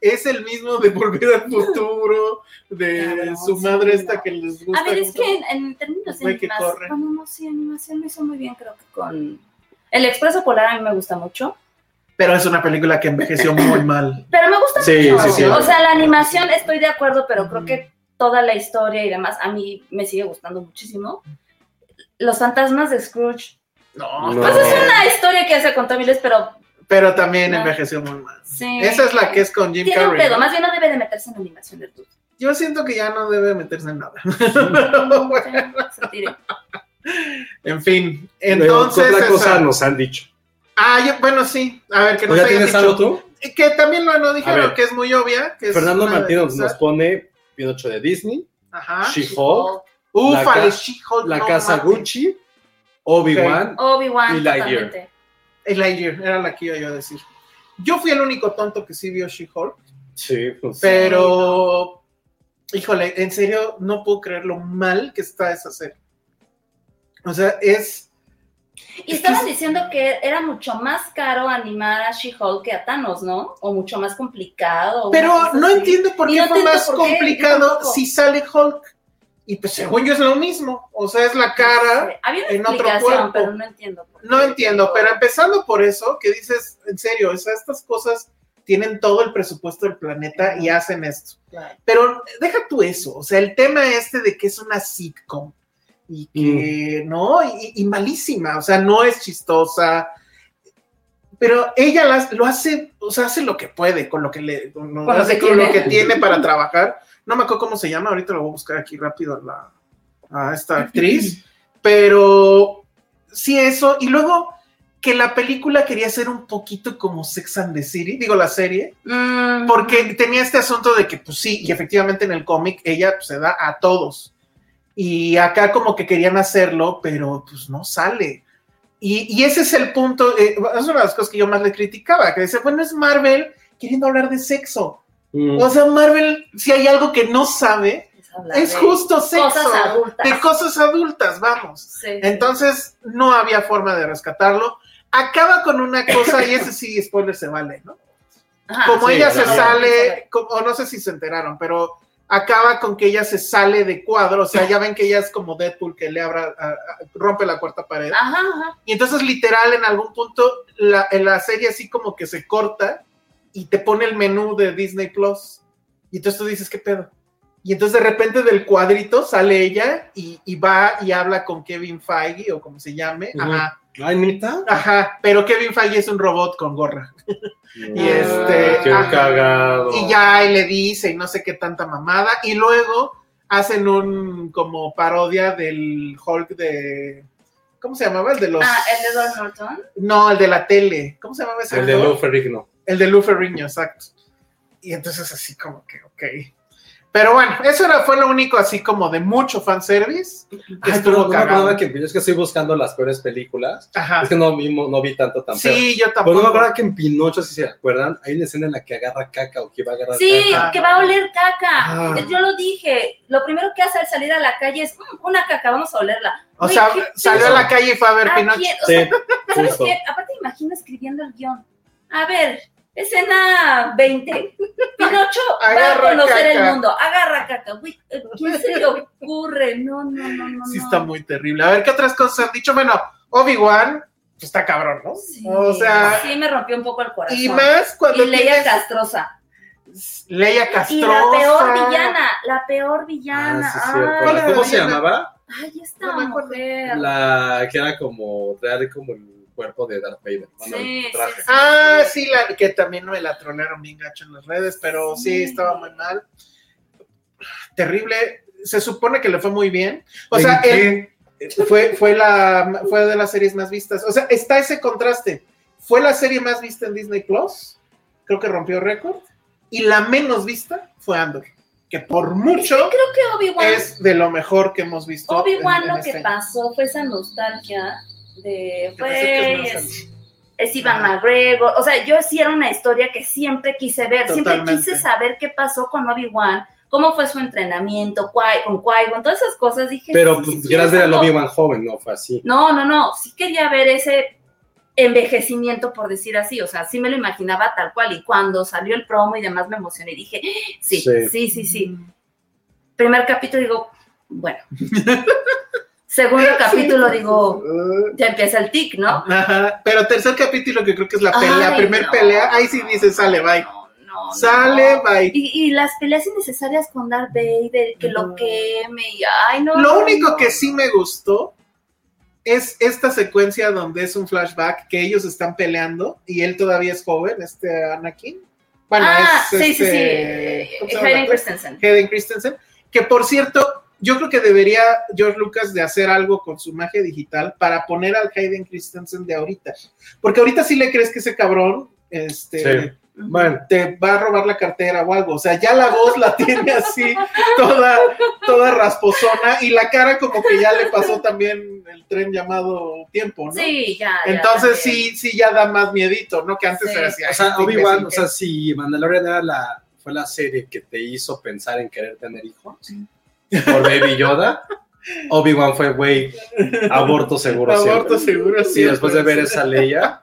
[SPEAKER 2] es el mismo de Volver al Futuro, de
[SPEAKER 3] Cabrón,
[SPEAKER 2] su
[SPEAKER 3] sí,
[SPEAKER 2] madre esta
[SPEAKER 3] no.
[SPEAKER 2] que les gusta.
[SPEAKER 3] A ver, es
[SPEAKER 2] mucho.
[SPEAKER 3] que en, en términos de
[SPEAKER 2] Güey que corre.
[SPEAKER 3] animación, bueno, no, sí, animación lo hizo muy bien, creo que con. El Expreso Polar a mí me gusta mucho,
[SPEAKER 2] Pero es una película que envejeció muy mal.
[SPEAKER 3] pero me gusta
[SPEAKER 1] Sí,
[SPEAKER 3] mucho.
[SPEAKER 1] sí, sí.
[SPEAKER 3] O sea, la animación estoy de acuerdo, pero creo que toda la historia y demás a mí me sigue gustando muchísimo. Los fantasmas de Scrooge.
[SPEAKER 1] No.
[SPEAKER 2] No, está
[SPEAKER 1] Pues es
[SPEAKER 2] bien.
[SPEAKER 3] Una historia que hace con Tom Hiddleston, pero
[SPEAKER 2] Pero también
[SPEAKER 3] No.
[SPEAKER 2] envejeció muy mal.
[SPEAKER 3] sí.
[SPEAKER 2] Esa es la que es con Jim
[SPEAKER 3] Tiene un
[SPEAKER 2] Carrey.
[SPEAKER 3] pedo,
[SPEAKER 2] ¿no?
[SPEAKER 3] más bien no debe de meterse en animación del todo.
[SPEAKER 2] Yo siento que ya no debe meterse en nada.
[SPEAKER 3] Satire.
[SPEAKER 2] en fin,
[SPEAKER 1] Luego, ¿qué
[SPEAKER 2] entonces.
[SPEAKER 1] otra
[SPEAKER 2] esa-
[SPEAKER 1] cosa nos han dicho?
[SPEAKER 2] Ah, yo- bueno, sí. A ver, que
[SPEAKER 1] ¿O
[SPEAKER 2] nos
[SPEAKER 1] Pues ya
[SPEAKER 2] hayan
[SPEAKER 1] tienes
[SPEAKER 2] dicho.
[SPEAKER 1] algo tú?
[SPEAKER 2] Eh, Que también lo no dijeron,
[SPEAKER 1] A ver.
[SPEAKER 2] que es muy obvia. Que es
[SPEAKER 1] Fernando
[SPEAKER 2] una de
[SPEAKER 1] Martínez
[SPEAKER 2] esas.
[SPEAKER 1] nos pone Pinocho de Disney,
[SPEAKER 2] Ajá.
[SPEAKER 1] She-Hulk, La
[SPEAKER 2] Ufa,
[SPEAKER 1] ca-
[SPEAKER 2] el She-Hulk.
[SPEAKER 1] La
[SPEAKER 2] no
[SPEAKER 1] Casa
[SPEAKER 2] mames.
[SPEAKER 1] Gucci, Obi-Wan. Y
[SPEAKER 3] Obi-Wan,
[SPEAKER 1] Lightyear.
[SPEAKER 3] totalmente.
[SPEAKER 2] El Lightyear, era la que iba yo a decir. Yo fui el único tonto que sí vio She-Hulk,
[SPEAKER 1] Sí, pues.
[SPEAKER 2] pero. Híjole, en serio, no puedo creer lo mal que está esa serie. O sea, es.
[SPEAKER 3] Y estaban diciendo que era mucho más caro animar a She-Hulk que a Thanos, ¿no? O mucho más complicado. una
[SPEAKER 2] Pero
[SPEAKER 3] cosa
[SPEAKER 2] no
[SPEAKER 3] Pues así.
[SPEAKER 2] entiendo por
[SPEAKER 3] Y
[SPEAKER 2] qué
[SPEAKER 3] no
[SPEAKER 2] fue
[SPEAKER 3] entiendo
[SPEAKER 2] más
[SPEAKER 3] por qué, yo
[SPEAKER 2] complicado
[SPEAKER 3] tampoco.
[SPEAKER 2] si sale Hulk. Y pues, según yo, es lo mismo. O sea, es la cara.
[SPEAKER 3] Sí, Había una
[SPEAKER 2] en otro cuerpo.
[SPEAKER 3] explicación, pero no entiendo. por
[SPEAKER 2] No
[SPEAKER 3] qué.
[SPEAKER 2] entiendo, pero empezando por eso, que dices, en serio, o sea, estas cosas tienen todo el presupuesto del planeta y hacen esto.
[SPEAKER 3] Claro.
[SPEAKER 2] Pero deja tú eso, o sea, el tema este de que es una sitcom, y que
[SPEAKER 3] Mm.
[SPEAKER 2] no, y, y malísima, o sea, no es chistosa. Pero ella las- lo hace, o sea, hace lo que puede con lo que le con, lo-
[SPEAKER 3] Con lo
[SPEAKER 2] hace
[SPEAKER 3] que
[SPEAKER 2] con lo
[SPEAKER 3] tiene.
[SPEAKER 2] que tiene para trabajar. No me acuerdo cómo se llama, ahorita lo voy a buscar aquí rápido a, la- a esta actriz, pero sí eso. Y luego que la película quería ser un poquito como Sex and the City, digo la serie,
[SPEAKER 3] Mm,
[SPEAKER 2] porque tenía este asunto de que, pues sí, y efectivamente en el cómic ella pues, se da a todos. Y acá como que querían hacerlo, pero pues no sale. Y, y ese es el punto, eh, es una de las cosas que yo más le criticaba, que dice, bueno, es Marvel queriendo hablar de sexo.
[SPEAKER 1] Mm.
[SPEAKER 2] O sea, Marvel, si hay algo que no sabe,
[SPEAKER 3] es hablar
[SPEAKER 2] es
[SPEAKER 3] de
[SPEAKER 2] justo sexo.
[SPEAKER 3] Cosas adultas.
[SPEAKER 2] De cosas adultas, vamos.
[SPEAKER 3] Sí, sí.
[SPEAKER 2] Entonces, no había forma de rescatarlo. Acaba con una cosa, y ese sí, spoiler se vale, ¿no?
[SPEAKER 3] Ajá,
[SPEAKER 2] como
[SPEAKER 1] sí,
[SPEAKER 2] ella se
[SPEAKER 1] claro.
[SPEAKER 2] sale, como- o no sé si se enteraron, pero acaba con que ella se sale de cuadro, o sea, ya ven que ella es como Deadpool que le abra, a- a- rompe la cuarta pared.
[SPEAKER 3] Ajá, ajá.
[SPEAKER 2] Y entonces literal en algún punto la, en la serie así como que se corta y te pone el menú de Disney Plus. Y entonces tú dices, ¿qué pedo? Y entonces de repente del cuadrito sale ella y, y va y habla con Kevin Feige o como se llame.
[SPEAKER 1] Ujú.
[SPEAKER 2] Ajá,
[SPEAKER 1] Ay, neta.
[SPEAKER 2] ajá. Pero Kevin Feige es un robot con gorra.
[SPEAKER 1] No.
[SPEAKER 2] Y este,
[SPEAKER 1] Ah, Qué
[SPEAKER 2] ajá.
[SPEAKER 1] cagado.
[SPEAKER 3] Oh.
[SPEAKER 2] y ya ahí le dice y no sé qué tanta mamada y luego hacen un como parodia del Hulk de ¿cómo se llamaba? El de los
[SPEAKER 3] Ah, el de Edward Norton.
[SPEAKER 2] no, el de la tele. ¿Cómo se llamaba ese?
[SPEAKER 1] El de
[SPEAKER 2] actor?
[SPEAKER 1] Lou Ferrigno.
[SPEAKER 2] El de Lou Ferrigno, exacto. Y entonces así como que ok. Pero bueno, eso era, fue lo único así como de mucho fanservice. Que
[SPEAKER 1] Ay, pero
[SPEAKER 2] estuvo
[SPEAKER 1] no me acordaba
[SPEAKER 2] cagado.
[SPEAKER 1] que yo es que estoy buscando las peores películas.
[SPEAKER 2] Ajá.
[SPEAKER 1] Es que no vi, no vi tanto tan feo.
[SPEAKER 2] Sí, yo
[SPEAKER 1] Pero
[SPEAKER 2] tampoco.
[SPEAKER 1] no me acuerdo que en Pinocho, si se acuerdan, hay una escena en la que agarra caca o que va a agarrar
[SPEAKER 3] Sí,
[SPEAKER 1] caca.
[SPEAKER 3] que va a oler caca.
[SPEAKER 1] Ah.
[SPEAKER 3] Yo lo dije. Lo primero que hace al salir a la calle es "Mm, una caca, vamos a olerla.
[SPEAKER 2] o
[SPEAKER 3] Güey,
[SPEAKER 2] sea,
[SPEAKER 3] ¿qué Ah,
[SPEAKER 2] salió a
[SPEAKER 3] pedo?
[SPEAKER 2] la calle y fue a ver
[SPEAKER 3] ¿A
[SPEAKER 2] Pinocho.
[SPEAKER 3] quién? O
[SPEAKER 1] Sí,
[SPEAKER 3] sea, ¿Sabes
[SPEAKER 1] justo.
[SPEAKER 3] qué? Aparte, imagino escribiendo el guión. A ver, escena 20. Pinocho va a
[SPEAKER 2] Agarra
[SPEAKER 3] conocer
[SPEAKER 2] caca.
[SPEAKER 3] el mundo. Agarra caca. Güey, ¿a ¿quién se le ocurre? No, no, no, no.
[SPEAKER 2] Sí
[SPEAKER 3] no.
[SPEAKER 2] está muy terrible. A ver, ¿qué otras cosas han dicho? Bueno, Obi-Wan pues, está cabrón, ¿no?
[SPEAKER 3] Sí,
[SPEAKER 2] o sea,
[SPEAKER 3] sí, me rompió un poco el corazón.
[SPEAKER 2] y más cuando
[SPEAKER 3] Y Leia
[SPEAKER 2] tienes-
[SPEAKER 3] Castrosa.
[SPEAKER 2] Leia
[SPEAKER 3] Y
[SPEAKER 2] Castrosa.
[SPEAKER 3] la peor villana, la peor villana.
[SPEAKER 1] Ah, sí, cierto.
[SPEAKER 2] ¿Cuál
[SPEAKER 3] Ay,
[SPEAKER 2] era
[SPEAKER 1] ¿Cómo
[SPEAKER 2] la
[SPEAKER 1] se
[SPEAKER 2] villana?
[SPEAKER 1] llamaba?
[SPEAKER 3] ay, esta
[SPEAKER 2] No me acuerdo.
[SPEAKER 3] mujer.
[SPEAKER 1] La que era como, traer como el cuerpo de Darth Vader. Bueno,
[SPEAKER 3] Sí,
[SPEAKER 1] el traje.
[SPEAKER 3] sí, sí.
[SPEAKER 2] Ah, sí, la, que también me la tronaron bien gacho en las redes, pero sí.
[SPEAKER 3] Sí.
[SPEAKER 2] estaba muy mal. Terrible. Se supone que le fue muy bien. O
[SPEAKER 1] ¿En
[SPEAKER 2] sea,
[SPEAKER 1] qué?
[SPEAKER 2] él- fue, fue, la, fue de las series más vistas. O sea, está ese contraste. Fue la serie más vista en Disney Plus, creo que rompió récord, y la menos vista fue Andor, que por mucho
[SPEAKER 3] Creo que Obi-Wan
[SPEAKER 2] es de lo mejor que hemos visto. en-
[SPEAKER 3] Obi-Wan
[SPEAKER 2] en
[SPEAKER 3] lo
[SPEAKER 2] este
[SPEAKER 3] que
[SPEAKER 2] año.
[SPEAKER 3] pasó fue esa nostalgia de,
[SPEAKER 2] Yo pensé que es
[SPEAKER 3] güey,
[SPEAKER 2] menos
[SPEAKER 3] es, es Ivan
[SPEAKER 1] Ah.
[SPEAKER 2] Ajá.
[SPEAKER 3] McGregor. O sea, yo sí era una historia que siempre quise ver, siempre
[SPEAKER 2] Totalmente.
[SPEAKER 3] quise saber qué pasó con Obi-Wan, cómo fue su entrenamiento, Qui- con Qui-Gon, todas esas cosas. Dije,
[SPEAKER 1] Pero
[SPEAKER 3] sí,
[SPEAKER 1] pues
[SPEAKER 3] sí,
[SPEAKER 1] quieras ver al
[SPEAKER 3] quiero saber.
[SPEAKER 1] Obi-Wan joven, no fue así.
[SPEAKER 3] No, no, no, sí quería ver ese envejecimiento, por decir así, o sea, sí me lo imaginaba tal cual, y cuando salió el promo y demás me emocioné, dije, ¡Ah! sí,
[SPEAKER 1] Sí.
[SPEAKER 3] sí, sí, sí. Primer capítulo digo, bueno. Segundo capítulo digo,
[SPEAKER 2] Uh,
[SPEAKER 3] ya empieza el tic, ¿no?
[SPEAKER 2] ajá. Pero tercer capítulo que creo que es la pelea,
[SPEAKER 3] Ay,
[SPEAKER 2] primer
[SPEAKER 3] no.
[SPEAKER 2] pelea, ahí sí dice sale, bye.
[SPEAKER 3] No, no, no.
[SPEAKER 2] Sale, bye.
[SPEAKER 3] Y, y las peleas innecesarias con Darth Vader, que
[SPEAKER 2] No.
[SPEAKER 3] lo queme y ay no.
[SPEAKER 2] Lo
[SPEAKER 3] no,
[SPEAKER 2] único
[SPEAKER 3] no.
[SPEAKER 2] que sí me gustó es esta secuencia donde es un flashback que ellos están peleando y él todavía es joven, este Anakin. Bueno,
[SPEAKER 3] ah,
[SPEAKER 2] es
[SPEAKER 3] sí,
[SPEAKER 2] este,
[SPEAKER 3] sí,
[SPEAKER 2] ¿cómo se
[SPEAKER 3] sí.
[SPEAKER 2] llama el
[SPEAKER 3] Hayden
[SPEAKER 2] actor?
[SPEAKER 3] Christensen.
[SPEAKER 2] Hayden Christensen, que por cierto, yo creo que debería George Lucas de hacer algo con su magia digital para poner al Hayden Christensen de ahorita, porque ahorita sí le crees que ese cabrón este
[SPEAKER 1] Sí. Bueno,
[SPEAKER 2] te va a robar la cartera o algo. O sea, ya la voz la tiene así, toda, toda rasposona, y la cara como que ya le pasó también el tren llamado tiempo, ¿no?
[SPEAKER 3] Sí, ya. ya,
[SPEAKER 2] Entonces sí,
[SPEAKER 3] también.
[SPEAKER 2] sí ya da más miedito, ¿no? Que antes
[SPEAKER 3] Sí.
[SPEAKER 2] era así.
[SPEAKER 1] o
[SPEAKER 2] ay,
[SPEAKER 1] sea,
[SPEAKER 2] este
[SPEAKER 1] Obi-Wan,
[SPEAKER 2] imbécil
[SPEAKER 1] o
[SPEAKER 2] que-
[SPEAKER 1] sea, si Mandalorian era la, fue la serie que te hizo pensar en querer tener hijos por Baby Yoda, Obi-Wan fue, güey, aborto seguro. siempre.
[SPEAKER 2] Aborto seguro,
[SPEAKER 1] Sí, después de ver esa Leia.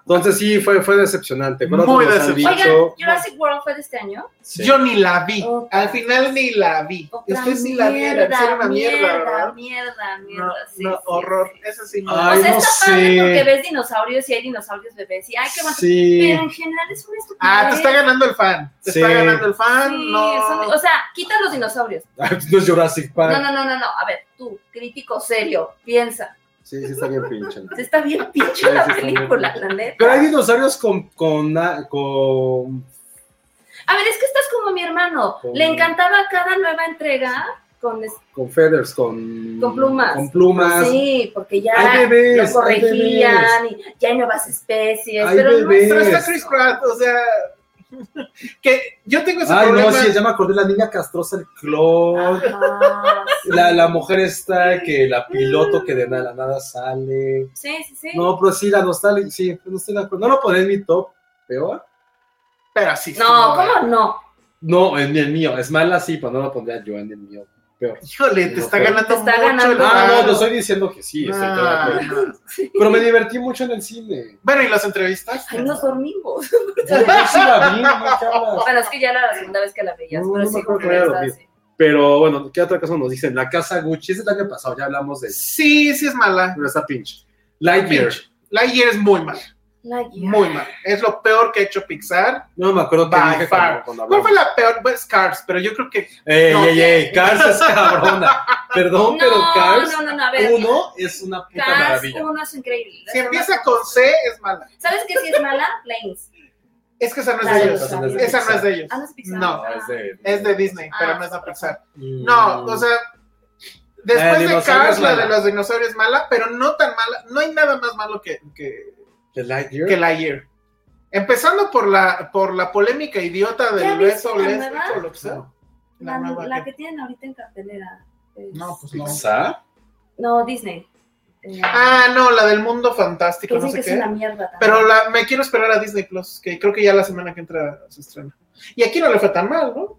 [SPEAKER 1] Entonces sí, fue, fue decepcionante. pero
[SPEAKER 2] Muy
[SPEAKER 1] nos han
[SPEAKER 2] decepcionante.
[SPEAKER 1] dicho-
[SPEAKER 3] Oigan, Jurassic World fue de este año.
[SPEAKER 1] Sí.
[SPEAKER 2] Yo ni la vi.
[SPEAKER 3] Otra.
[SPEAKER 2] Al final ni la vi.
[SPEAKER 3] Otra
[SPEAKER 2] Ustedes sí la vieron. sí Era una mierda,
[SPEAKER 3] Oh, mierda,
[SPEAKER 2] ¿verdad?
[SPEAKER 3] mierda,
[SPEAKER 2] No,
[SPEAKER 3] mierda, sí,
[SPEAKER 2] no,
[SPEAKER 3] sí,
[SPEAKER 2] horror.
[SPEAKER 3] sí.
[SPEAKER 2] Esa sí no.
[SPEAKER 1] Ay,
[SPEAKER 3] o sea,
[SPEAKER 1] no
[SPEAKER 3] está padre
[SPEAKER 1] sé.
[SPEAKER 3] porque ves dinosaurios y hay dinosaurios bebés y ay, qué bueno.
[SPEAKER 1] Sí.
[SPEAKER 3] Pero en general es una estupidez.
[SPEAKER 2] Ah, te está ganando el fan. Te está
[SPEAKER 1] Sí.
[SPEAKER 2] ganando el fan.
[SPEAKER 3] Sí,
[SPEAKER 2] no.
[SPEAKER 3] son- o sea, quita los dinosaurios.
[SPEAKER 1] pues, No es Jurassic Park.
[SPEAKER 3] No, no, no, no, no. A ver, tú, crítico serio, piensa.
[SPEAKER 1] Sí, sí está bien pinche. ¿no?
[SPEAKER 3] Se está bien pinche
[SPEAKER 1] Sí,
[SPEAKER 3] la
[SPEAKER 1] sí está bien.
[SPEAKER 3] película, la neta.
[SPEAKER 1] Pero hay dinosaurios con, con, a- con-
[SPEAKER 3] A ver, es que estás como mi hermano.
[SPEAKER 1] Con-
[SPEAKER 3] Le encantaba cada nueva entrega con, es-
[SPEAKER 1] con feathers, con,
[SPEAKER 3] con plumas.
[SPEAKER 1] Con plumas.
[SPEAKER 3] Sí, porque ya
[SPEAKER 1] Hay
[SPEAKER 3] lo
[SPEAKER 1] bebés, hay bebés.
[SPEAKER 3] corregían y ya hay nuevas especies.
[SPEAKER 1] Hay
[SPEAKER 3] pero el
[SPEAKER 1] bebés.
[SPEAKER 2] Pero
[SPEAKER 3] nuestro
[SPEAKER 2] está Chris Pratt, o sea, que yo tengo ese
[SPEAKER 1] Ay, no,
[SPEAKER 2] problema.
[SPEAKER 1] sí, ya me acordé, la niña castrosa, el clon,
[SPEAKER 3] Ajá, sí.
[SPEAKER 1] la, la mujer esta, que la piloto que de nada, nada sale.
[SPEAKER 3] Sí, sí, sí. No,
[SPEAKER 1] No, pero sí, la nostalgia, sí, no estoy de acuerdo. No lo pondré en mi top, peor.
[SPEAKER 2] Pero así.
[SPEAKER 3] ¿cómo no?
[SPEAKER 1] No, en el mío, es mala sí, pero no lo pondría yo en el mío. Peor.
[SPEAKER 2] Híjole, te está
[SPEAKER 1] Te
[SPEAKER 2] ganando
[SPEAKER 3] está
[SPEAKER 2] mucho
[SPEAKER 3] ganando.
[SPEAKER 2] el
[SPEAKER 1] Ah, no,
[SPEAKER 2] barro.
[SPEAKER 1] no estoy diciendo que sí, estoy de
[SPEAKER 2] Ah.
[SPEAKER 1] acuerdo. Pero me divertí mucho en el cine.
[SPEAKER 2] Bueno, ¿y las entrevistas?
[SPEAKER 3] Ay, nos dormimos.
[SPEAKER 1] Yo sí la vi, ¿no? ¿Qué hablas?
[SPEAKER 3] Bueno, es que ya era la segunda vez que la veías,
[SPEAKER 1] No,
[SPEAKER 3] pero
[SPEAKER 1] no me
[SPEAKER 3] sí,
[SPEAKER 1] acuerdo
[SPEAKER 3] como
[SPEAKER 1] que
[SPEAKER 3] que
[SPEAKER 1] la vi.
[SPEAKER 3] estás así.
[SPEAKER 1] Pero bueno, ¿qué otra cosa nos dicen? La casa Gucci, es el año pasado, ya hablamos de ella,
[SPEAKER 2] Sí, sí es mala.
[SPEAKER 1] pero está pinche. Lightyear,
[SPEAKER 2] Pinche. Lightyear es muy mal,
[SPEAKER 3] La guía.
[SPEAKER 2] muy mal. Es lo peor que ha hecho Pixar.
[SPEAKER 1] no me acuerdo qué
[SPEAKER 2] By
[SPEAKER 1] dije
[SPEAKER 2] far.
[SPEAKER 1] cuando, cuando
[SPEAKER 2] ¿Cuál
[SPEAKER 1] hablamos.
[SPEAKER 2] fue la peor? Pues Cars, pero yo creo que
[SPEAKER 1] Ey,
[SPEAKER 2] No.
[SPEAKER 1] ey, ey, Cars es cabrona. Perdón,
[SPEAKER 3] No,
[SPEAKER 1] pero Cars
[SPEAKER 3] no, no, no, a ver.
[SPEAKER 1] uno es una puta
[SPEAKER 3] Cars
[SPEAKER 1] maravilla.
[SPEAKER 3] 1 es increíble.
[SPEAKER 2] si empieza con C es mala.
[SPEAKER 3] ¿Sabes qué sí es mala? Planes.
[SPEAKER 2] Es que esa no es
[SPEAKER 3] La
[SPEAKER 2] de
[SPEAKER 3] de
[SPEAKER 2] ellos.
[SPEAKER 3] los
[SPEAKER 2] Esa
[SPEAKER 3] aviones.
[SPEAKER 2] no es de ellos.
[SPEAKER 3] Ah, no es Pixar.
[SPEAKER 2] No,
[SPEAKER 3] Ah.
[SPEAKER 1] es de-
[SPEAKER 2] Es de Disney,
[SPEAKER 3] Ah.
[SPEAKER 2] pero no es de Pixar.
[SPEAKER 1] Mm.
[SPEAKER 2] No, o sea,
[SPEAKER 1] La de
[SPEAKER 2] después de
[SPEAKER 1] dinosaurio
[SPEAKER 2] Cars,
[SPEAKER 1] es
[SPEAKER 2] la
[SPEAKER 1] mala.
[SPEAKER 2] de los dinosaurios es mala, pero no tan mala. No hay nada más malo que, que,
[SPEAKER 1] ¿The Lightyear?
[SPEAKER 2] que la Year. Empezando por la, por la polémica idiota
[SPEAKER 3] ¿Ya
[SPEAKER 2] del
[SPEAKER 3] viste
[SPEAKER 2] beso
[SPEAKER 3] la
[SPEAKER 2] les-
[SPEAKER 3] nueva?
[SPEAKER 2] o lo que sea.
[SPEAKER 3] La,
[SPEAKER 2] nueva
[SPEAKER 3] la
[SPEAKER 2] que-
[SPEAKER 3] que tienen ahorita en cartelera. es-
[SPEAKER 2] No, pues no.
[SPEAKER 1] ¿Pixar?
[SPEAKER 3] No, Disney. Eh,
[SPEAKER 2] Ah, no, la del mundo
[SPEAKER 3] que
[SPEAKER 2] fantástico, no
[SPEAKER 3] dicen que
[SPEAKER 2] sé
[SPEAKER 3] es una
[SPEAKER 2] qué.
[SPEAKER 3] mierda. también.
[SPEAKER 2] Pero la, me quiero esperar a Disney Plus, que creo que ya la semana que entra se estrena. Y aquí no le fue tan mal, ¿no?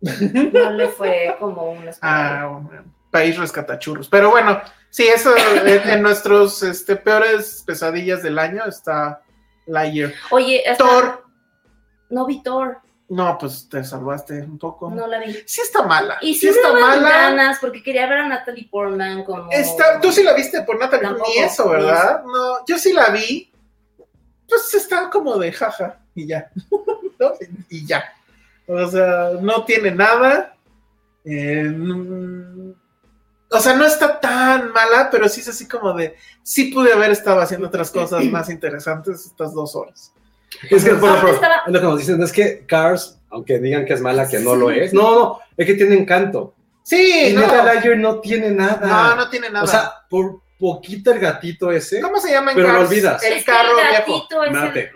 [SPEAKER 3] No le fue como un
[SPEAKER 2] Ah, bueno, país rescatachurros. Pero bueno, sí, eso eh, en, en nuestros este, peores pesadillas del año está la year.
[SPEAKER 3] Oye, hasta-
[SPEAKER 2] Thor,
[SPEAKER 3] no vi Thor.
[SPEAKER 2] no, pues te salvaste un poco.
[SPEAKER 3] No la vi.
[SPEAKER 2] Sí está mala.
[SPEAKER 3] Y sí,
[SPEAKER 2] está
[SPEAKER 3] me daban
[SPEAKER 2] mala.
[SPEAKER 3] ganas porque quería ver a Natalie Portman como.
[SPEAKER 2] Está, tú sí la viste por Natalie, Portman, ni
[SPEAKER 3] Tampoco,
[SPEAKER 2] eso,
[SPEAKER 3] ni
[SPEAKER 2] ¿verdad? No, yo sí la vi. Pues está como de jaja y ya. ¿No? Y ya. O sea, no tiene nada. Eh, mm, o sea, no está tan mala, pero sí es así como de. Sí pude haber estado haciendo otras cosas más interesantes estas dos horas.
[SPEAKER 1] Es que, bueno,
[SPEAKER 3] Ahorita
[SPEAKER 1] pero
[SPEAKER 3] estaba-
[SPEAKER 1] es lo que nos dicen, es que Cars, aunque digan que es mala, que no lo es. No, no, es que tiene encanto.
[SPEAKER 2] Sí,
[SPEAKER 1] y
[SPEAKER 2] no.
[SPEAKER 1] neta, Lightyear no tiene nada.
[SPEAKER 2] No, no tiene nada.
[SPEAKER 1] O sea, por poquito el gatito ese.
[SPEAKER 2] ¿Cómo se llama en
[SPEAKER 1] pero lo
[SPEAKER 2] Cars?
[SPEAKER 1] olvidas.
[SPEAKER 2] El
[SPEAKER 3] Es que
[SPEAKER 2] carro
[SPEAKER 3] el
[SPEAKER 2] viejo.
[SPEAKER 3] gatito es el-
[SPEAKER 1] Mate.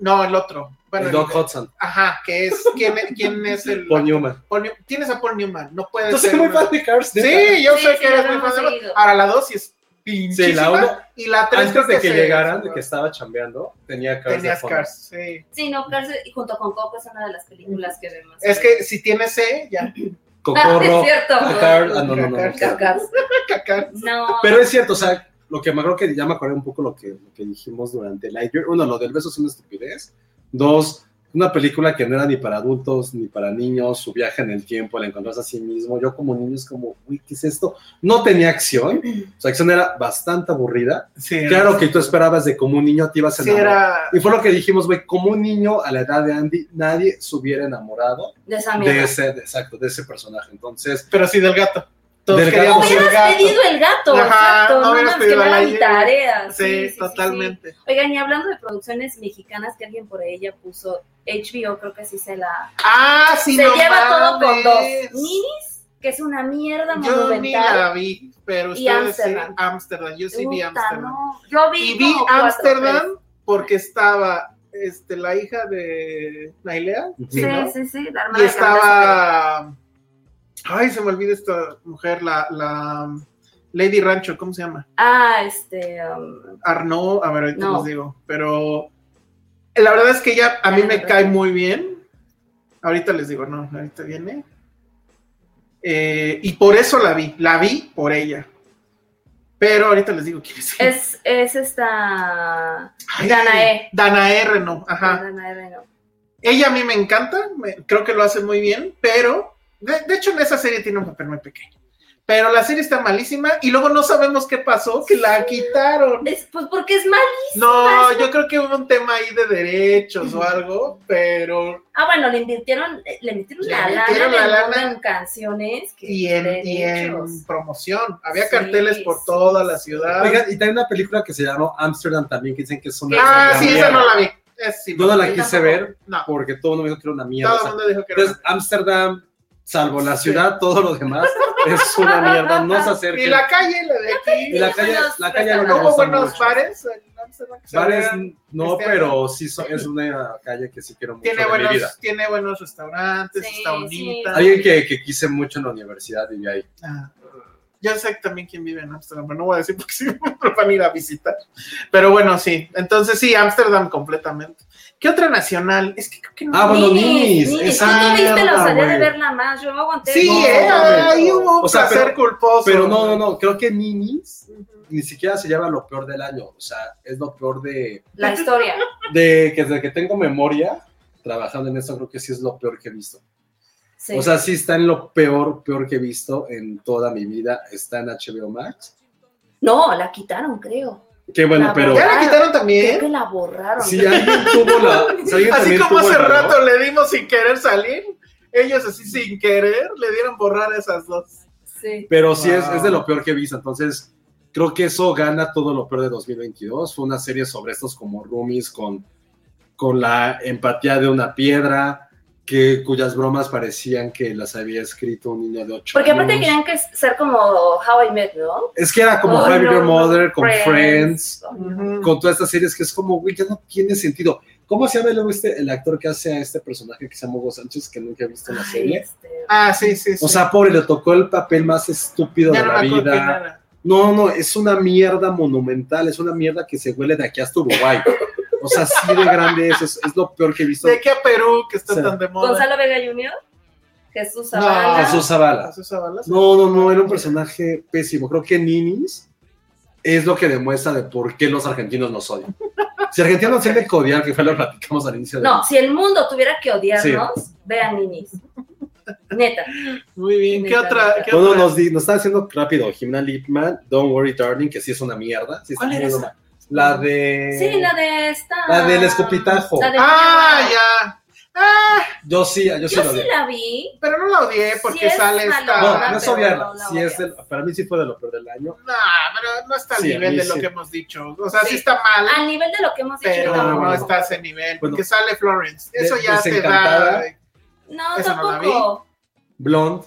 [SPEAKER 2] No, el otro. Bueno,
[SPEAKER 1] el
[SPEAKER 2] el-
[SPEAKER 1] Doc Hudson,
[SPEAKER 2] Ajá, que es. ¿Quién, quién es el.?
[SPEAKER 1] Paul Newman.
[SPEAKER 2] Paul Newman. Tienes a Paul Newman, no puedes.
[SPEAKER 1] Entonces, muy fan de Cars. neta.
[SPEAKER 2] Sí, yo
[SPEAKER 3] Sí,
[SPEAKER 2] sé
[SPEAKER 3] sí,
[SPEAKER 2] que
[SPEAKER 3] lo
[SPEAKER 2] eres muy
[SPEAKER 3] hemos
[SPEAKER 2] fan. de-
[SPEAKER 3] seguido.
[SPEAKER 2] Ahora la 2 sí es pinchísima.
[SPEAKER 1] Sí, la uno-
[SPEAKER 2] y la 3
[SPEAKER 1] Antes de que llegaran, de que estaba chambeando, tenía Cars. de
[SPEAKER 2] tenías
[SPEAKER 1] fondo.
[SPEAKER 2] Cars. Sí.
[SPEAKER 3] Sí, no, Cars y junto con Coco es una de las películas que vemos.
[SPEAKER 2] Es que si tienes C, ya.
[SPEAKER 3] Ah,
[SPEAKER 1] Cocorro.
[SPEAKER 3] es cierto.
[SPEAKER 1] Cars. Ah, no, no, no. no.
[SPEAKER 2] Cars.
[SPEAKER 3] Cars.
[SPEAKER 2] Cacar.
[SPEAKER 3] No.
[SPEAKER 1] Pero es cierto, o sea, lo que me acuerdo que ya me acordé un poco lo que, lo que dijimos durante Lightyear. Uno, lo del beso es una estupidez. Dos, una película que no era ni para adultos ni para niños. Su viaje en el tiempo, el encontrarse a sí mismo. Yo como niño es como, uy, ¿qué es esto? No tenía acción. Su acción era bastante aburrida.
[SPEAKER 2] Sí,
[SPEAKER 1] Claro que tú esperabas de como un niño te ibas a
[SPEAKER 2] Sí,
[SPEAKER 1] enamorar.
[SPEAKER 2] era.
[SPEAKER 1] Y fue lo que dijimos, güey, como un niño a la edad de Andy, nadie se hubiera enamorado
[SPEAKER 3] de esa
[SPEAKER 1] de
[SPEAKER 3] mierda.
[SPEAKER 1] ese, de- exacto, de ese personaje. Entonces,
[SPEAKER 2] Pero sí, del gato. Todos
[SPEAKER 1] Del
[SPEAKER 2] queríamos
[SPEAKER 1] gato.
[SPEAKER 2] el gato.
[SPEAKER 3] pedido el gato,
[SPEAKER 2] Ajá,
[SPEAKER 3] exacto.
[SPEAKER 2] no
[SPEAKER 3] No,
[SPEAKER 2] hubieras
[SPEAKER 3] más que
[SPEAKER 2] pedido
[SPEAKER 3] no
[SPEAKER 2] la
[SPEAKER 3] era mi
[SPEAKER 2] idea.
[SPEAKER 3] tarea.
[SPEAKER 2] Sí, totalmente.
[SPEAKER 3] sí. Oigan, y hablando de producciones mexicanas, que alguien por ahí ya puso HBO, creo que sí se la.
[SPEAKER 2] Ah, sí,
[SPEAKER 3] se
[SPEAKER 2] no
[SPEAKER 3] lleva todo con
[SPEAKER 2] mames.
[SPEAKER 3] dos. Minis, que es una mierda
[SPEAKER 2] Yo ni
[SPEAKER 3] monumental.
[SPEAKER 2] la vi, pero
[SPEAKER 3] Y
[SPEAKER 2] ustedes sí.
[SPEAKER 3] Ámsterdam.
[SPEAKER 2] Ámsterdam. Yo sí vi
[SPEAKER 3] Puta,
[SPEAKER 2] Ámsterdam.
[SPEAKER 3] no. Yo vi.
[SPEAKER 2] Y vi
[SPEAKER 3] como cuatro,
[SPEAKER 2] Ámsterdam porque estaba este, la hija de Nailea.
[SPEAKER 1] Ujú.
[SPEAKER 2] Sí, ¿no?
[SPEAKER 3] tres. Sí, sí, sí. la hermana
[SPEAKER 2] Y
[SPEAKER 3] de Carlos
[SPEAKER 2] estaba. Ay, se me olvida esta mujer, la, la um, Lady Rancho, ¿cómo se llama?
[SPEAKER 3] Ah, este. um,
[SPEAKER 2] Arnaud, a ver, ahorita
[SPEAKER 3] No.
[SPEAKER 2] les digo. Pero la verdad es que ella a mí me cae muy bien. Ahorita les digo, no, ahorita viene. Eh, y por eso la vi, la vi por ella. Pero ahorita les digo quién es. ella.
[SPEAKER 3] es, es esta.
[SPEAKER 2] Ay,
[SPEAKER 3] Danae.
[SPEAKER 2] Danae Reno, ajá.
[SPEAKER 3] Danae Reno.
[SPEAKER 2] Ella a mí me encanta, me- creo que lo hace muy bien, pero de, de hecho en esa serie tiene un papel muy pequeño. Pero la serie está malísima y luego no sabemos qué pasó, que la quitaron.
[SPEAKER 3] Es- pues porque es mal.
[SPEAKER 2] No, yo creo que hubo un tema ahí de derechos o algo, pero.
[SPEAKER 3] Ah, bueno, le invirtieron, le metieron
[SPEAKER 2] Le
[SPEAKER 3] la
[SPEAKER 2] metieron
[SPEAKER 3] lana,
[SPEAKER 2] la
[SPEAKER 3] en-
[SPEAKER 2] lana.
[SPEAKER 3] en canciones. que-
[SPEAKER 2] Y en, y en
[SPEAKER 3] derechos.
[SPEAKER 2] promoción. Había
[SPEAKER 3] Sí,
[SPEAKER 2] carteles por toda la ciudad.
[SPEAKER 1] Oigan, y también una película que se llamó Amsterdam también, que dicen que es una.
[SPEAKER 2] ah,
[SPEAKER 1] una
[SPEAKER 2] sí,
[SPEAKER 1] mierda.
[SPEAKER 2] esa no la vi. Esa sí
[SPEAKER 1] Yo no la
[SPEAKER 2] vi.
[SPEAKER 1] quise ver
[SPEAKER 2] No,
[SPEAKER 1] porque todo el mundo dijo que era una mierda.
[SPEAKER 2] todo
[SPEAKER 1] o
[SPEAKER 2] el
[SPEAKER 1] sea,
[SPEAKER 2] mundo dijo que era.
[SPEAKER 1] entonces, Amsterdam, salvo la ciudad, todo lo demás es una mierda. No se
[SPEAKER 2] una- Y
[SPEAKER 1] acerquen.
[SPEAKER 2] la calle, la de aquí.
[SPEAKER 1] Y la calle,
[SPEAKER 3] Buenos
[SPEAKER 1] la calle no me
[SPEAKER 2] Hubo
[SPEAKER 1] gusta
[SPEAKER 2] buenos
[SPEAKER 1] mucho.
[SPEAKER 2] bares en Amsterdam que se
[SPEAKER 1] Bares,
[SPEAKER 2] vean.
[SPEAKER 1] no,
[SPEAKER 2] este
[SPEAKER 1] pero sí so- es una calle que sí quiero mucho
[SPEAKER 2] Tiene
[SPEAKER 1] de mi vida.
[SPEAKER 2] buenos, tiene buenos restaurantes,
[SPEAKER 3] Sí,
[SPEAKER 2] está
[SPEAKER 3] sí.
[SPEAKER 2] bonita.
[SPEAKER 1] Alguien que, que quise mucho en la universidad vivía ahí.
[SPEAKER 2] Ah, Yo sé también quién vive en Ámsterdam, pero no voy a decir porque si no me van a ir a visitar. Pero bueno, sí. Entonces sí, Ámsterdam completamente. ¿Qué otra nacional? Es que creo que no.
[SPEAKER 1] Ah, bueno, Ninis,
[SPEAKER 3] Ninis, Ninis, tú
[SPEAKER 1] esa
[SPEAKER 3] tuviste la
[SPEAKER 1] mierda,
[SPEAKER 3] osadía de
[SPEAKER 1] güey.
[SPEAKER 3] verla más, yo no aguanté.
[SPEAKER 2] Sí,
[SPEAKER 1] No,
[SPEAKER 2] eh,
[SPEAKER 1] mames.
[SPEAKER 2] ahí hubo un
[SPEAKER 1] O sea,
[SPEAKER 2] placer
[SPEAKER 1] pero-
[SPEAKER 2] culposo.
[SPEAKER 1] Pero no, no, no, creo que Ninis ni siquiera se llama lo peor del año. O sea, es lo peor de,
[SPEAKER 3] La historia.
[SPEAKER 1] de que desde que tengo memoria, trabajando en esto, creo que sí es lo peor que he visto.
[SPEAKER 3] Sí.
[SPEAKER 1] O sea, sí está en lo peor, peor que he visto en toda mi vida. Está en HBO Max.
[SPEAKER 3] no, la quitaron, creo.
[SPEAKER 1] Qué bueno,
[SPEAKER 3] La
[SPEAKER 1] pero
[SPEAKER 2] Ya la
[SPEAKER 3] Claro.
[SPEAKER 2] quitaron
[SPEAKER 3] Creo Ah, que
[SPEAKER 2] también.
[SPEAKER 3] la borraron.
[SPEAKER 1] si alguien tuvo la... si alguien
[SPEAKER 2] Así
[SPEAKER 1] también
[SPEAKER 2] como
[SPEAKER 1] tuvo
[SPEAKER 2] hace
[SPEAKER 1] el valor-
[SPEAKER 2] rato le dimos sin querer salir, ellos así sin querer le dieron borrar esas dos.
[SPEAKER 3] Sí.
[SPEAKER 1] Pero sí es,
[SPEAKER 2] Wow.
[SPEAKER 1] es de lo peor que he visto. Entonces, creo que eso gana todo lo peor de 2022. Fue una serie sobre estos como roomies con, con la empatía de una piedra, que, cuyas bromas parecían que las había escrito un niño de 8
[SPEAKER 3] Porque aparte
[SPEAKER 1] años.
[SPEAKER 3] querían que ser como How I Met, ¿no?
[SPEAKER 1] Es que era como
[SPEAKER 3] Oh,
[SPEAKER 1] Five
[SPEAKER 3] no,
[SPEAKER 1] Your
[SPEAKER 3] no,
[SPEAKER 1] Mother, con Friends,
[SPEAKER 2] Ujú.
[SPEAKER 1] con todas estas series que es como, güey, ya no tiene sentido. ¿Cómo se llama luego este- el actor que hace a este personaje que se llama Hugo Sánchez, que nunca he visto en la
[SPEAKER 3] Ay,
[SPEAKER 1] serie?
[SPEAKER 3] este,
[SPEAKER 2] Ah, sí, sí, sí.
[SPEAKER 1] O sea, pobre, le tocó el papel más estúpido
[SPEAKER 2] Ya
[SPEAKER 1] de
[SPEAKER 2] no
[SPEAKER 1] la
[SPEAKER 2] me acuerdo quién
[SPEAKER 1] vida.
[SPEAKER 2] era.
[SPEAKER 1] No, no, es una mierda monumental, es una mierda que se huele de aquí hasta Uruguay. O sea, sí de grande es, es, es lo peor que he visto.
[SPEAKER 2] De aquí a Perú, que está
[SPEAKER 1] Sí.
[SPEAKER 2] tan de moda.
[SPEAKER 3] Gonzalo Vega Jr., Jesús
[SPEAKER 2] No,
[SPEAKER 3] Zavala.
[SPEAKER 1] Jesús Zavala.
[SPEAKER 2] Jesús Zavala, sí.
[SPEAKER 1] No, no, no, era un personaje pésimo. Creo que Ninis es lo que demuestra de por qué los argentinos nos odian. Si argentinos se de codiar, que fue lo que platicamos al inicio de
[SPEAKER 3] No, si el mundo tuviera que odiarnos, vean Ninis. Neta.
[SPEAKER 2] Muy bien, ¿qué
[SPEAKER 3] Neta,
[SPEAKER 2] otra?
[SPEAKER 3] neta.
[SPEAKER 2] qué
[SPEAKER 1] No, no,
[SPEAKER 2] otra?
[SPEAKER 1] nos, di- nos está haciendo rápido Jimena Lipman, Don't Worry Darling, que sí es una mierda. sí está
[SPEAKER 2] ¿Cuál
[SPEAKER 1] muy
[SPEAKER 2] era esa?
[SPEAKER 1] buena. La de...
[SPEAKER 3] Sí, la de esta.
[SPEAKER 1] La del escupitajo.
[SPEAKER 3] La de-
[SPEAKER 2] Ah, ya. Ah,
[SPEAKER 1] Yo sí, yo sí
[SPEAKER 3] Yo
[SPEAKER 1] lo
[SPEAKER 3] sí
[SPEAKER 1] vi.
[SPEAKER 3] la vi.
[SPEAKER 2] pero no la odié porque
[SPEAKER 3] Sí es
[SPEAKER 2] sale esta.
[SPEAKER 3] malona,
[SPEAKER 1] No, no es
[SPEAKER 3] pero
[SPEAKER 1] odiarla,
[SPEAKER 3] no la
[SPEAKER 1] sí es
[SPEAKER 3] odias.
[SPEAKER 1] del- para mí sí fue de lo peor del año.
[SPEAKER 2] No, Ah, pero no está al
[SPEAKER 1] Sí, a
[SPEAKER 2] nivel
[SPEAKER 1] mí
[SPEAKER 2] de lo
[SPEAKER 1] sí.
[SPEAKER 2] que hemos dicho. O sea, sí,
[SPEAKER 3] Sí. Ah,
[SPEAKER 2] está mal,
[SPEAKER 3] Al nivel de lo que hemos dicho.
[SPEAKER 2] pero
[SPEAKER 1] no,
[SPEAKER 2] no,
[SPEAKER 1] no.
[SPEAKER 2] está a ese nivel.
[SPEAKER 1] Bueno.
[SPEAKER 2] Porque sale Florence. Eso
[SPEAKER 1] De-
[SPEAKER 2] ya te da.
[SPEAKER 1] Desencantada.
[SPEAKER 3] No,
[SPEAKER 2] Esa no la
[SPEAKER 3] tampoco.
[SPEAKER 1] Blonde.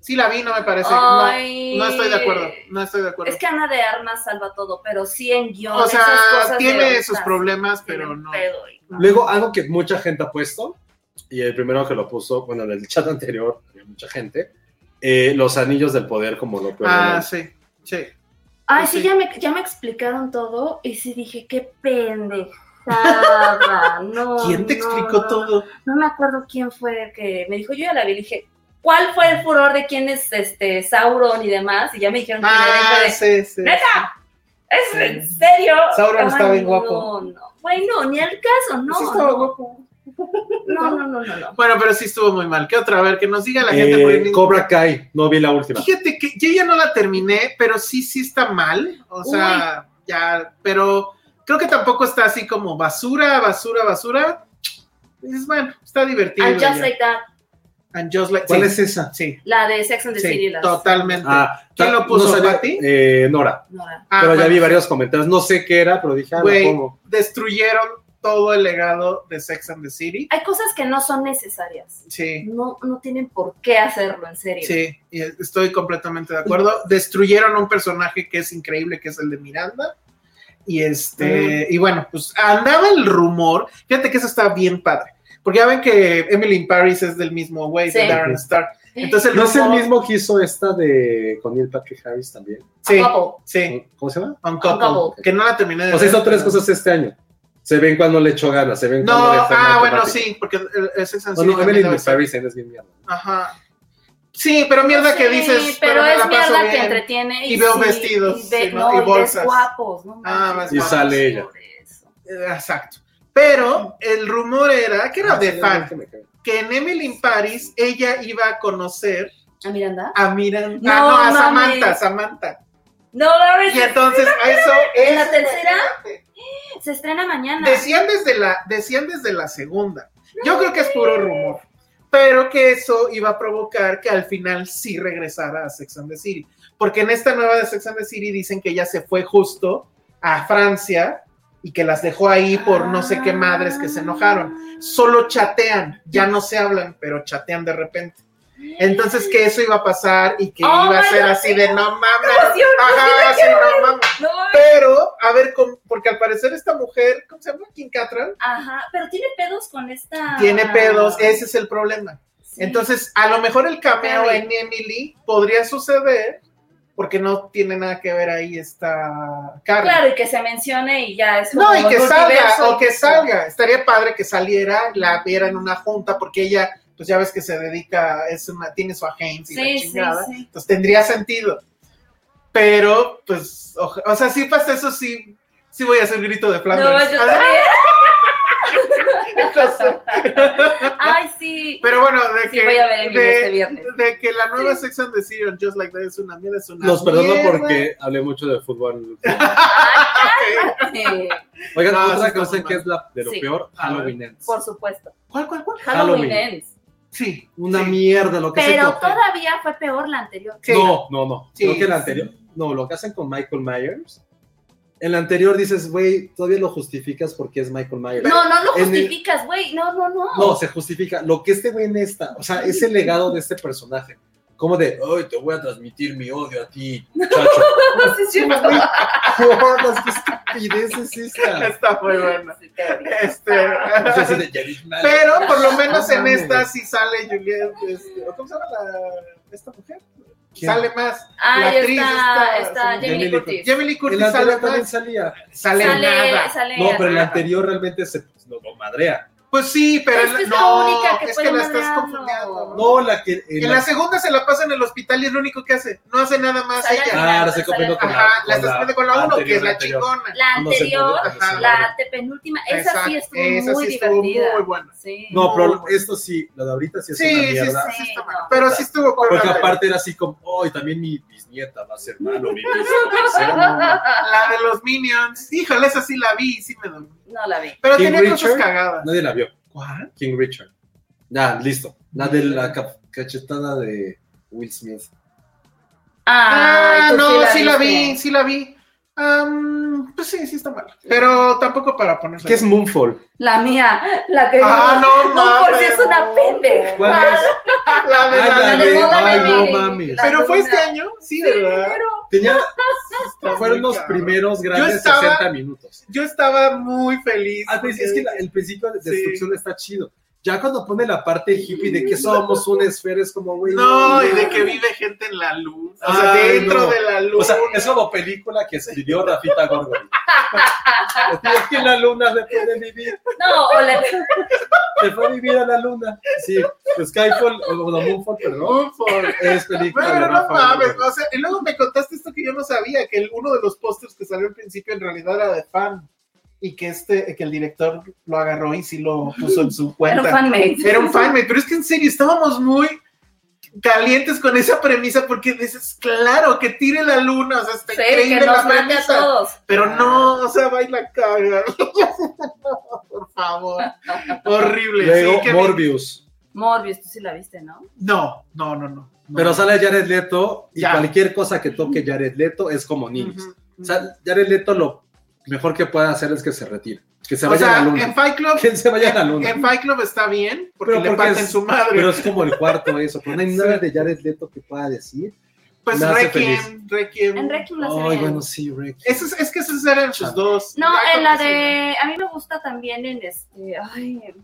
[SPEAKER 2] Sí, la vi, no me parece. No,
[SPEAKER 3] Ay.
[SPEAKER 2] no estoy de acuerdo. No estoy de acuerdo.
[SPEAKER 3] Es que Ana de Armas salva todo, pero sí en guión.
[SPEAKER 2] o sea,
[SPEAKER 3] esas cosas de
[SPEAKER 2] tiene
[SPEAKER 3] onzas,
[SPEAKER 2] sus problemas,
[SPEAKER 3] tiene
[SPEAKER 2] pero
[SPEAKER 3] un
[SPEAKER 2] no.
[SPEAKER 3] pedo y-
[SPEAKER 1] Luego, algo que mucha gente ha puesto, y el primero que lo puso, bueno, en el chat anterior, había mucha gente, eh, los anillos del poder como lo peor.
[SPEAKER 2] Ah,
[SPEAKER 1] del
[SPEAKER 2] sí. Sí.
[SPEAKER 3] Ay,
[SPEAKER 2] Sí.
[SPEAKER 3] sí, ya me, ya me explicaron todo y sí dije, qué pendejada. No,
[SPEAKER 2] ¿Quién te
[SPEAKER 3] no,
[SPEAKER 2] explicó
[SPEAKER 3] no,
[SPEAKER 2] todo?
[SPEAKER 3] No me acuerdo quién fue el que me dijo, yo ya la vi, le dije, ¿cuál fue el furor de quién es este Sauron y demás? Y ya me dijeron que
[SPEAKER 2] Ah,
[SPEAKER 3] era de...
[SPEAKER 2] sí, sí.
[SPEAKER 3] ¡Neta! ¿Es
[SPEAKER 2] Sí.
[SPEAKER 3] en serio?
[SPEAKER 2] Sauron
[SPEAKER 3] Ay,
[SPEAKER 2] está bien
[SPEAKER 3] no,
[SPEAKER 2] guapo.
[SPEAKER 3] No, Bueno, ni al caso, no.
[SPEAKER 2] Sí estaba
[SPEAKER 3] no.
[SPEAKER 2] guapo.
[SPEAKER 3] No, no, no, no, no.
[SPEAKER 2] Bueno, pero sí estuvo muy mal. ¿Qué otra? A ver, que nos diga la
[SPEAKER 1] año.
[SPEAKER 2] gente.
[SPEAKER 1] Eh,
[SPEAKER 2] porque ni-
[SPEAKER 1] Cobra Kai, no vi la última.
[SPEAKER 2] Fíjate que yo ya no la terminé, pero sí, sí está mal. O sea, ya, pero creo que tampoco está así como basura, basura, basura. Dices, bueno, está divertido.
[SPEAKER 3] And just
[SPEAKER 2] ya.
[SPEAKER 3] like that,
[SPEAKER 2] And just like
[SPEAKER 1] ¿Cuál
[SPEAKER 2] sí,
[SPEAKER 1] es esa?
[SPEAKER 2] Sí,
[SPEAKER 3] la de Sex and the
[SPEAKER 2] sí,
[SPEAKER 3] City. las-
[SPEAKER 2] totalmente.
[SPEAKER 1] Ah,
[SPEAKER 2] ¿Quién
[SPEAKER 1] ta-
[SPEAKER 2] lo puso,
[SPEAKER 1] sabía-
[SPEAKER 2] Pati?
[SPEAKER 1] eh, Nora.
[SPEAKER 3] Nora.
[SPEAKER 2] Ah,
[SPEAKER 1] pero ya
[SPEAKER 2] bueno,
[SPEAKER 1] vi varios comentarios. No sé qué era, pero dije, ah,
[SPEAKER 2] Güey.
[SPEAKER 1] lo pongo.
[SPEAKER 2] Destruyeron todo el legado de Sex and the City.
[SPEAKER 3] Hay cosas que no son necesarias.
[SPEAKER 2] Sí,
[SPEAKER 3] No, no tienen por qué hacerlo, en serio.
[SPEAKER 2] sí, y estoy completamente de acuerdo. Destruyeron un personaje que es increíble, que es el de Miranda. Y este, y bueno, pues andaba el rumor. Fíjate que eso está bien padre. Porque ya ven que Emily in Paris es del mismo güey, de
[SPEAKER 3] Sí.
[SPEAKER 2] Darren Star. Entonces el
[SPEAKER 1] ¿No es el
[SPEAKER 2] rumor-
[SPEAKER 1] mismo que hizo esta de con Neil Patrick Harris también?
[SPEAKER 2] Sí,
[SPEAKER 3] Guapo.
[SPEAKER 2] sí,
[SPEAKER 1] ¿Cómo se llama?
[SPEAKER 2] Uncoupled,
[SPEAKER 3] Uncoupled.
[SPEAKER 2] Que no la terminé de
[SPEAKER 1] O sea,
[SPEAKER 2] ver,
[SPEAKER 1] hizo tres
[SPEAKER 2] pero-
[SPEAKER 1] cosas este año. Se ven cuando le echó ganas, se ven
[SPEAKER 2] No,
[SPEAKER 1] cuando le fue
[SPEAKER 2] ah,
[SPEAKER 1] mal
[SPEAKER 2] bueno,
[SPEAKER 1] temática.
[SPEAKER 2] sí, porque el- el Sex and
[SPEAKER 1] No,
[SPEAKER 2] City
[SPEAKER 1] no,
[SPEAKER 2] también
[SPEAKER 1] Emily
[SPEAKER 2] debe
[SPEAKER 1] in
[SPEAKER 2] ser.
[SPEAKER 1] Paris es bien mierda.
[SPEAKER 2] Ajá. Sí, pero mierda que
[SPEAKER 3] Sí,
[SPEAKER 2] dices.
[SPEAKER 3] pero,
[SPEAKER 2] me
[SPEAKER 3] es
[SPEAKER 2] la paso
[SPEAKER 3] mierda
[SPEAKER 2] bien.
[SPEAKER 3] que entretiene.
[SPEAKER 2] Y veo
[SPEAKER 3] sí,
[SPEAKER 2] vestidos,
[SPEAKER 3] Y, ve-
[SPEAKER 2] sí, ¿no?
[SPEAKER 3] no,
[SPEAKER 2] Y
[SPEAKER 3] y ves
[SPEAKER 2] bolsas.
[SPEAKER 3] guapos. No
[SPEAKER 2] Ah,
[SPEAKER 3] manches,
[SPEAKER 2] más Y
[SPEAKER 3] guapos
[SPEAKER 1] sale ella.
[SPEAKER 3] por eso.
[SPEAKER 2] Exacto. Pero el
[SPEAKER 1] Ah,
[SPEAKER 2] rumor era que era de fan,
[SPEAKER 1] me cae.
[SPEAKER 2] que en Emily in Paris ella iba a conocer
[SPEAKER 3] ¿A Miranda?
[SPEAKER 2] a Miranda,
[SPEAKER 3] No,
[SPEAKER 2] ah, no, a
[SPEAKER 3] mames.
[SPEAKER 2] Samantha, Samantha.
[SPEAKER 3] No, la verdad es
[SPEAKER 2] Y
[SPEAKER 3] que
[SPEAKER 2] entonces a eso
[SPEAKER 3] ¿En la
[SPEAKER 2] eso,
[SPEAKER 3] tercera?
[SPEAKER 2] imagínate.
[SPEAKER 3] se estrena mañana.
[SPEAKER 2] Decían desde la decían desde la segunda. Yo creo que es puro rumor, pero que eso iba a provocar que al final sí regresara a Sex and the City, porque en esta nueva de Sex and the City dicen que ella se fue justo a Francia y que las dejó ahí por no sé qué madres que
[SPEAKER 3] Ah.
[SPEAKER 2] se enojaron. Solo chatean, ya no se hablan, pero chatean de repente. Entonces que eso iba a pasar y que
[SPEAKER 3] Oh
[SPEAKER 2] iba a
[SPEAKER 3] my
[SPEAKER 2] ser
[SPEAKER 3] God,
[SPEAKER 2] así
[SPEAKER 3] sí.
[SPEAKER 2] de no mames.
[SPEAKER 3] Emoción,
[SPEAKER 2] Ajá,
[SPEAKER 3] emoción,
[SPEAKER 2] sí,
[SPEAKER 3] quiero
[SPEAKER 2] no mames.
[SPEAKER 3] No, mames.
[SPEAKER 2] Pero, a ver, con- porque al parecer esta mujer, ¿cómo se llama? Kim Cattrall,
[SPEAKER 3] ajá, pero tiene pedos con esta.
[SPEAKER 2] tiene pedos, ese es el problema.
[SPEAKER 3] Ah. Sí.
[SPEAKER 2] Entonces, a lo mejor el cameo
[SPEAKER 3] Carrie.
[SPEAKER 2] en Emily podría suceder porque no tiene nada que ver ahí esta Carrie.
[SPEAKER 3] Claro, y que se mencione y ya es.
[SPEAKER 2] No,
[SPEAKER 3] como
[SPEAKER 2] y que
[SPEAKER 3] el
[SPEAKER 2] salga,
[SPEAKER 3] multiverso.
[SPEAKER 2] o que salga. Estaría padre que saliera, la viera en una junta, porque ella, pues ya ves que se dedica, es una, tiene su agencia y la
[SPEAKER 3] Sí, sí,
[SPEAKER 2] chingada.
[SPEAKER 3] sí.
[SPEAKER 2] Entonces tendría sentido. Pero, pues, oja- o, sea, si pasa eso, sí, sí voy a hacer grito de Flanders.
[SPEAKER 3] No, yo
[SPEAKER 2] Ah, entonces,
[SPEAKER 3] Ay, sí.
[SPEAKER 2] pero bueno, de
[SPEAKER 3] Sí,
[SPEAKER 2] que.
[SPEAKER 3] voy a ver el video
[SPEAKER 2] de,
[SPEAKER 3] este viernes.
[SPEAKER 2] de que la nueva sección de Serial Just Like That es una mierda, es una
[SPEAKER 1] Los perdono
[SPEAKER 2] mierda.
[SPEAKER 1] porque hablé mucho de fútbol.
[SPEAKER 3] eh,
[SPEAKER 2] Ok.
[SPEAKER 3] Sí,
[SPEAKER 1] Oigan,
[SPEAKER 2] No, eso
[SPEAKER 1] otra
[SPEAKER 2] está muy
[SPEAKER 1] cosa que
[SPEAKER 2] mal.
[SPEAKER 1] es la, de lo
[SPEAKER 3] Sí.
[SPEAKER 1] peor,
[SPEAKER 2] A ver.
[SPEAKER 1] Halloween Ends.
[SPEAKER 3] por supuesto.
[SPEAKER 2] ¿Cuál, cuál, cuál?
[SPEAKER 3] Halloween
[SPEAKER 1] Halloween.
[SPEAKER 3] Ends.
[SPEAKER 2] Sí.
[SPEAKER 1] Una
[SPEAKER 2] sí.
[SPEAKER 1] mierda lo que hacen
[SPEAKER 3] Pero
[SPEAKER 1] con-
[SPEAKER 3] todavía fue peor la anterior.
[SPEAKER 2] Sí.
[SPEAKER 1] No, no, no.
[SPEAKER 2] Sí,
[SPEAKER 1] Creo que el
[SPEAKER 2] sí.
[SPEAKER 1] anterior. No, lo que hacen con Michael Myers. En la anterior dices, güey, todavía lo justificas porque es Michael Myers.
[SPEAKER 3] No, no lo
[SPEAKER 1] En el-
[SPEAKER 3] justificas, güey. No, no, no.
[SPEAKER 1] No, se justifica. Lo que este güey en esta, o sea, es el legado de este personaje. Como de, hoy te voy a transmitir mi odio a ti, muchacho.
[SPEAKER 3] No, sí, es cierto.
[SPEAKER 1] Güey, jodas, qué estupidez es esta.
[SPEAKER 2] Está muy buena.
[SPEAKER 3] Sí, qué horrible.
[SPEAKER 2] Este,
[SPEAKER 1] O sea, así de, "Ya eres malo".
[SPEAKER 2] pero por lo menos en
[SPEAKER 1] mames.
[SPEAKER 2] esta sí sale Juliette, este, ¿cómo se llama la, esta mujer?
[SPEAKER 1] ¿Quién?
[SPEAKER 2] Sale más.
[SPEAKER 3] Ahí
[SPEAKER 2] actriz
[SPEAKER 3] está,
[SPEAKER 2] está-
[SPEAKER 3] está Jamie Lee
[SPEAKER 1] Jamie Lee
[SPEAKER 3] Curtis.
[SPEAKER 2] Jamie Lee
[SPEAKER 1] En
[SPEAKER 2] Curtis
[SPEAKER 1] la
[SPEAKER 2] sale
[SPEAKER 1] anterior también
[SPEAKER 2] más.
[SPEAKER 1] salía.
[SPEAKER 2] Sale, nada.
[SPEAKER 3] sale.
[SPEAKER 1] No, pero en la
[SPEAKER 3] ajá.
[SPEAKER 1] anterior realmente se lo, lo madrea.
[SPEAKER 2] Pues sí, pero
[SPEAKER 3] Es
[SPEAKER 2] en
[SPEAKER 3] que es la
[SPEAKER 2] no,
[SPEAKER 3] única que
[SPEAKER 2] es
[SPEAKER 3] puede
[SPEAKER 2] que la estás
[SPEAKER 3] mandarlo.
[SPEAKER 2] confundiendo. ¿no?
[SPEAKER 1] No, la que.
[SPEAKER 2] En la segunda se la pasa en el hospital y es lo único que hace. No hace nada más
[SPEAKER 3] Sale
[SPEAKER 2] ella.
[SPEAKER 3] al-
[SPEAKER 1] Ah, ahora se comiendo con la.
[SPEAKER 2] Ajá, la estás poniendo con la uno, que es la
[SPEAKER 1] anterior,
[SPEAKER 2] chingona.
[SPEAKER 3] La
[SPEAKER 1] No sé, no,
[SPEAKER 3] anterior,
[SPEAKER 2] ajá.
[SPEAKER 3] la penúltima, esa sí
[SPEAKER 2] Exacto,
[SPEAKER 3] estuvo
[SPEAKER 2] esa
[SPEAKER 3] muy
[SPEAKER 2] sí estuvo
[SPEAKER 3] divertida.
[SPEAKER 2] muy buena.
[SPEAKER 3] Sí.
[SPEAKER 1] No, pero esto sí, lo de ahorita sí es
[SPEAKER 2] Sí,
[SPEAKER 1] una
[SPEAKER 2] sí,
[SPEAKER 1] mierda.
[SPEAKER 2] sí,
[SPEAKER 3] Sí,
[SPEAKER 2] está
[SPEAKER 3] no.
[SPEAKER 2] mal. Pero sí estuvo con
[SPEAKER 1] Porque
[SPEAKER 2] la-
[SPEAKER 1] aparte era así como, oh, y también mi bisnieta va a ser malo, mi bisnieta.
[SPEAKER 2] La de los Minions. Híjole, esa sí la vi y sí me dormí.
[SPEAKER 3] No la vi.
[SPEAKER 2] Pero
[SPEAKER 1] King
[SPEAKER 2] tenía cosas
[SPEAKER 1] Richard.
[SPEAKER 2] cagadas.
[SPEAKER 1] Nadie la vio.
[SPEAKER 2] ¿Cuál?
[SPEAKER 1] King Richard. Ya, listo. La de la ca- cachetada de Will Smith.
[SPEAKER 2] Ah,
[SPEAKER 3] Ay, tú
[SPEAKER 2] no, sí la
[SPEAKER 3] viste.
[SPEAKER 2] vi, sí la vi. Am, pues sí, sí está mal. Pero tampoco para ponerse.
[SPEAKER 1] ¿Qué es Moonfall?
[SPEAKER 3] La mía, la que
[SPEAKER 2] Ah, no,
[SPEAKER 3] no, por si
[SPEAKER 2] mames. Pues,
[SPEAKER 3] es una pendeja.
[SPEAKER 1] ¿Cuál es?
[SPEAKER 2] La de
[SPEAKER 1] Ay,
[SPEAKER 2] la,
[SPEAKER 1] la
[SPEAKER 2] la de-
[SPEAKER 1] de-
[SPEAKER 3] Moda
[SPEAKER 1] ay, no
[SPEAKER 3] Mary.
[SPEAKER 1] mames.
[SPEAKER 3] La
[SPEAKER 2] Pero fue
[SPEAKER 3] segunda.
[SPEAKER 2] este año, sí,
[SPEAKER 3] Sí,
[SPEAKER 2] ¿verdad?
[SPEAKER 3] pero-
[SPEAKER 1] Tenía,
[SPEAKER 2] Está
[SPEAKER 1] fueron
[SPEAKER 2] muy
[SPEAKER 1] los
[SPEAKER 2] cabrón.
[SPEAKER 1] primeros
[SPEAKER 2] Yo
[SPEAKER 1] grandes
[SPEAKER 2] estaba-
[SPEAKER 1] 60 minutos.
[SPEAKER 2] Yo estaba muy feliz.
[SPEAKER 1] Al principio, es que la- el principio de
[SPEAKER 2] Sí.
[SPEAKER 1] destrucción está chido. Ya cuando pone la parte hippie de que somos una esfera, es como, güey.
[SPEAKER 2] No, y de que vive gente en la luz. O sea,
[SPEAKER 1] Ay,
[SPEAKER 2] dentro
[SPEAKER 1] no.
[SPEAKER 2] de la luz.
[SPEAKER 1] O sea, es como película que escribió Rafita Gorgori. es que la luna se puede vivir.
[SPEAKER 3] No, o la
[SPEAKER 1] Se fue a vivir a la luna. Sí, Skyfall, o o Moonfall, perdón.
[SPEAKER 2] Un for-
[SPEAKER 1] Es película.
[SPEAKER 2] Bueno,
[SPEAKER 1] de
[SPEAKER 2] pero no
[SPEAKER 1] Rafa
[SPEAKER 2] mames,
[SPEAKER 1] Gorgori.
[SPEAKER 2] o sea, y luego me contaste esto que yo no sabía, que el- uno de los pósters que salió al principio en realidad era de fan, y que este, que el director lo agarró y sí lo puso en su
[SPEAKER 3] era
[SPEAKER 2] cuenta.
[SPEAKER 3] un fanmate.
[SPEAKER 2] Era un fanmate, pero es que en serio estábamos muy calientes con esa premisa porque dices, claro, que tire la luna, o sea, está
[SPEAKER 3] Sí,
[SPEAKER 2] increíble
[SPEAKER 3] que
[SPEAKER 2] la
[SPEAKER 3] nos mate a
[SPEAKER 2] premisa,
[SPEAKER 3] todos.
[SPEAKER 2] pero no, o sea, baila caga. No, Por favor, horrible. sí,
[SPEAKER 1] Luego
[SPEAKER 2] que-
[SPEAKER 1] Morbius.
[SPEAKER 3] Morbius, tú sí la viste, ¿no?
[SPEAKER 2] No, no, no, no. no.
[SPEAKER 1] Pero sale Jared Leto y
[SPEAKER 2] Ya.
[SPEAKER 1] cualquier cosa que toque Jared Leto es como niños.
[SPEAKER 2] Ujú.
[SPEAKER 1] O sea, Jared Leto lo mejor que puede hacer es que se retire. Que se
[SPEAKER 2] o
[SPEAKER 1] vaya
[SPEAKER 2] sea,
[SPEAKER 1] a la
[SPEAKER 2] en
[SPEAKER 1] luna.
[SPEAKER 2] Fight Club
[SPEAKER 1] Que se vaya a la luna.
[SPEAKER 2] En Fight Club está bien, porque
[SPEAKER 1] Pero
[SPEAKER 2] le
[SPEAKER 1] porque
[SPEAKER 2] parten
[SPEAKER 1] es-
[SPEAKER 2] su madre.
[SPEAKER 1] Pero es como el cuarto eso. Pero no hay
[SPEAKER 2] Sí.
[SPEAKER 1] nada de Jared Leto que pueda decir.
[SPEAKER 2] pues
[SPEAKER 1] me hace
[SPEAKER 2] Requiem, Requiem.
[SPEAKER 3] En Requiem la
[SPEAKER 1] Ay,
[SPEAKER 3] serie.
[SPEAKER 1] bueno, sí, Rick.
[SPEAKER 2] Eso es, es que esos eran sus dos.
[SPEAKER 3] No,
[SPEAKER 2] Ya
[SPEAKER 3] en la
[SPEAKER 2] con-
[SPEAKER 3] de. A mí me gusta también en este. Ay.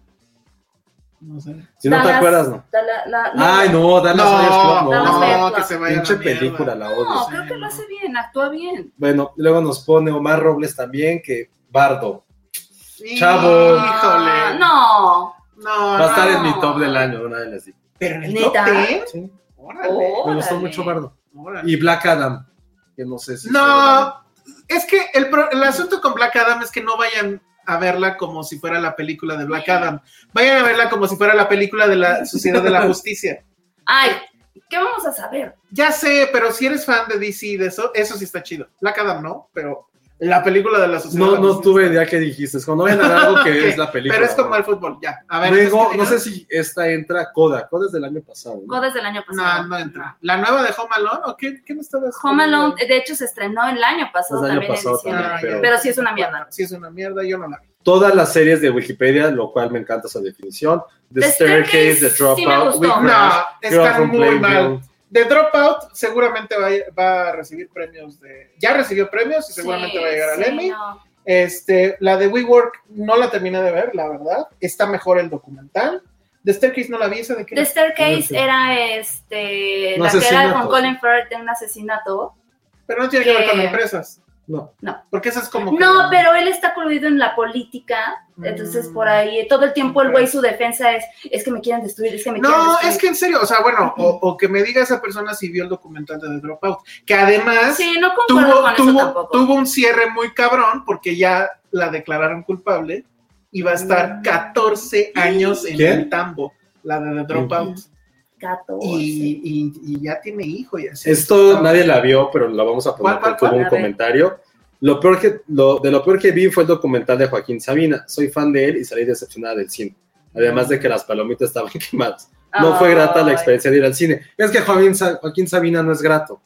[SPEAKER 2] No, sé.
[SPEAKER 1] Si no te
[SPEAKER 3] Dallas-
[SPEAKER 1] acuerdas, no.
[SPEAKER 3] Dala- la-
[SPEAKER 1] Ay, no,
[SPEAKER 2] no,
[SPEAKER 1] Dallas Buyers Club,
[SPEAKER 2] no,
[SPEAKER 1] no.
[SPEAKER 3] Dallas Buyers
[SPEAKER 2] que se vaya a la
[SPEAKER 1] Pinche
[SPEAKER 2] mierda.
[SPEAKER 1] película, la odio.
[SPEAKER 3] No,
[SPEAKER 2] sí,
[SPEAKER 3] creo que
[SPEAKER 2] no.
[SPEAKER 3] lo hace bien, actúa bien.
[SPEAKER 1] Bueno, luego nos pone Omar Robles también, que Bardo.
[SPEAKER 2] Sí,
[SPEAKER 1] Chavo.
[SPEAKER 3] Ah,
[SPEAKER 2] Híjole.
[SPEAKER 3] No.
[SPEAKER 2] no,
[SPEAKER 1] Va a estar
[SPEAKER 2] no.
[SPEAKER 1] en mi top del año, una de las sí.
[SPEAKER 2] Pero en el top
[SPEAKER 3] ¿Neta?
[SPEAKER 2] ten.
[SPEAKER 1] Sí,
[SPEAKER 2] Órale,
[SPEAKER 1] Me
[SPEAKER 3] ¿Eh? Órale.
[SPEAKER 1] gustó mucho Bardo.
[SPEAKER 2] órale.
[SPEAKER 1] Y Black Adam, que no sé si.
[SPEAKER 2] No, es que el, pro- el asunto con Black Adam es que no vayan a verla como si fuera la película de Black Adam. Vayan a verla como si fuera la película de la Sociedad de la Justicia.
[SPEAKER 3] Ay, ¿Qué vamos a saber?
[SPEAKER 2] Ya sé, pero si eres fan de DC y de eso, eso sí está chido. Black Adam no, pero la película de la sociedad.
[SPEAKER 1] No,
[SPEAKER 2] de
[SPEAKER 1] no
[SPEAKER 2] DC
[SPEAKER 1] tuve
[SPEAKER 2] está-
[SPEAKER 1] idea que dijiste. Cuando ven a algo que es la película.
[SPEAKER 2] Pero es como
[SPEAKER 1] ¿no?
[SPEAKER 2] el fútbol, ya. A ver.
[SPEAKER 1] Luego,
[SPEAKER 2] ¿qué
[SPEAKER 1] no sé
[SPEAKER 2] opinas?
[SPEAKER 1] si esta entra Coda. Coda es del año pasado. ¿no?
[SPEAKER 3] No desde el año pasado.
[SPEAKER 2] No, no entra. ¿La nueva de Home Alone o qué, qué me estabas
[SPEAKER 3] Home
[SPEAKER 2] hablando?
[SPEAKER 3] Alone, de hecho, se estrenó el año pasado
[SPEAKER 1] Pues El año
[SPEAKER 3] también
[SPEAKER 1] pasado
[SPEAKER 3] en diciembre.
[SPEAKER 1] también,
[SPEAKER 2] ya.
[SPEAKER 1] pero-
[SPEAKER 3] Pero sí es una mierda.
[SPEAKER 2] Sí es una mierda, yo no la vi.
[SPEAKER 1] Todas las series de Wikipedia, lo cual me encanta esa definición. The,
[SPEAKER 3] The
[SPEAKER 1] Staircase,
[SPEAKER 3] Staircase
[SPEAKER 1] The
[SPEAKER 3] sí me
[SPEAKER 1] Dropout,
[SPEAKER 3] gustó.
[SPEAKER 1] We
[SPEAKER 3] No,
[SPEAKER 1] Crash,
[SPEAKER 2] No, están
[SPEAKER 1] Girlfriend
[SPEAKER 2] muy
[SPEAKER 1] Playbill.
[SPEAKER 2] mal. The Dropout seguramente va a, va a recibir premios de... Ya recibió premios y Ah, seguramente
[SPEAKER 3] Sí,
[SPEAKER 2] va a llegar al
[SPEAKER 3] sí,
[SPEAKER 2] Emmy.
[SPEAKER 3] no.
[SPEAKER 2] Este, la de WeWork no la terminé de ver, la verdad. Está mejor el documental. The Staircase no la vi, ¿esa de qué?
[SPEAKER 3] The Staircase
[SPEAKER 1] Sí.
[SPEAKER 3] era este,
[SPEAKER 1] Un
[SPEAKER 3] la que era
[SPEAKER 1] asesinato.
[SPEAKER 3] con Colin Firth de un asesinato.
[SPEAKER 2] Pero no tiene que ver con
[SPEAKER 3] que-
[SPEAKER 2] empresas.
[SPEAKER 1] No.
[SPEAKER 2] Porque esa es como... que-
[SPEAKER 3] No, pero él está coludido en la política, entonces
[SPEAKER 2] Mm.
[SPEAKER 3] por ahí todo el tiempo el güey su defensa es es que me quieren destruir, es Pues que me quieren
[SPEAKER 2] No,
[SPEAKER 3] destruir.
[SPEAKER 2] es que en serio, o sea, bueno, o, o que me diga esa persona si vio el documental de The Dropout, que además
[SPEAKER 3] sí, no concuerdo
[SPEAKER 2] tuvo,
[SPEAKER 3] con eso
[SPEAKER 2] tuvo,
[SPEAKER 3] tampoco.
[SPEAKER 2] tuvo un cierre muy cabrón porque ya la declararon culpable y va a
[SPEAKER 3] Mm.
[SPEAKER 2] estar 14 años en
[SPEAKER 1] ¿Quién?
[SPEAKER 2] el tambo, la de The Dropout,
[SPEAKER 3] Gato, sí.
[SPEAKER 2] y, y- y ya tiene hijo y así.
[SPEAKER 1] Esto nadie la vio, pero la vamos a poner
[SPEAKER 2] ¿Cuál, cuál,
[SPEAKER 1] porque hubo
[SPEAKER 3] cuál?
[SPEAKER 1] un
[SPEAKER 3] A ver.
[SPEAKER 1] comentario. Lo peor que, lo, de lo peor que vi fue el documental de Joaquín Sabina. Soy fan de él y salí decepcionada del cine. Además de que las palomitas estaban quemadas. No fue grata la
[SPEAKER 3] Ay.
[SPEAKER 1] experiencia de ir al cine. Es que Joaquín, Sa- Joaquín Sabina no es grato.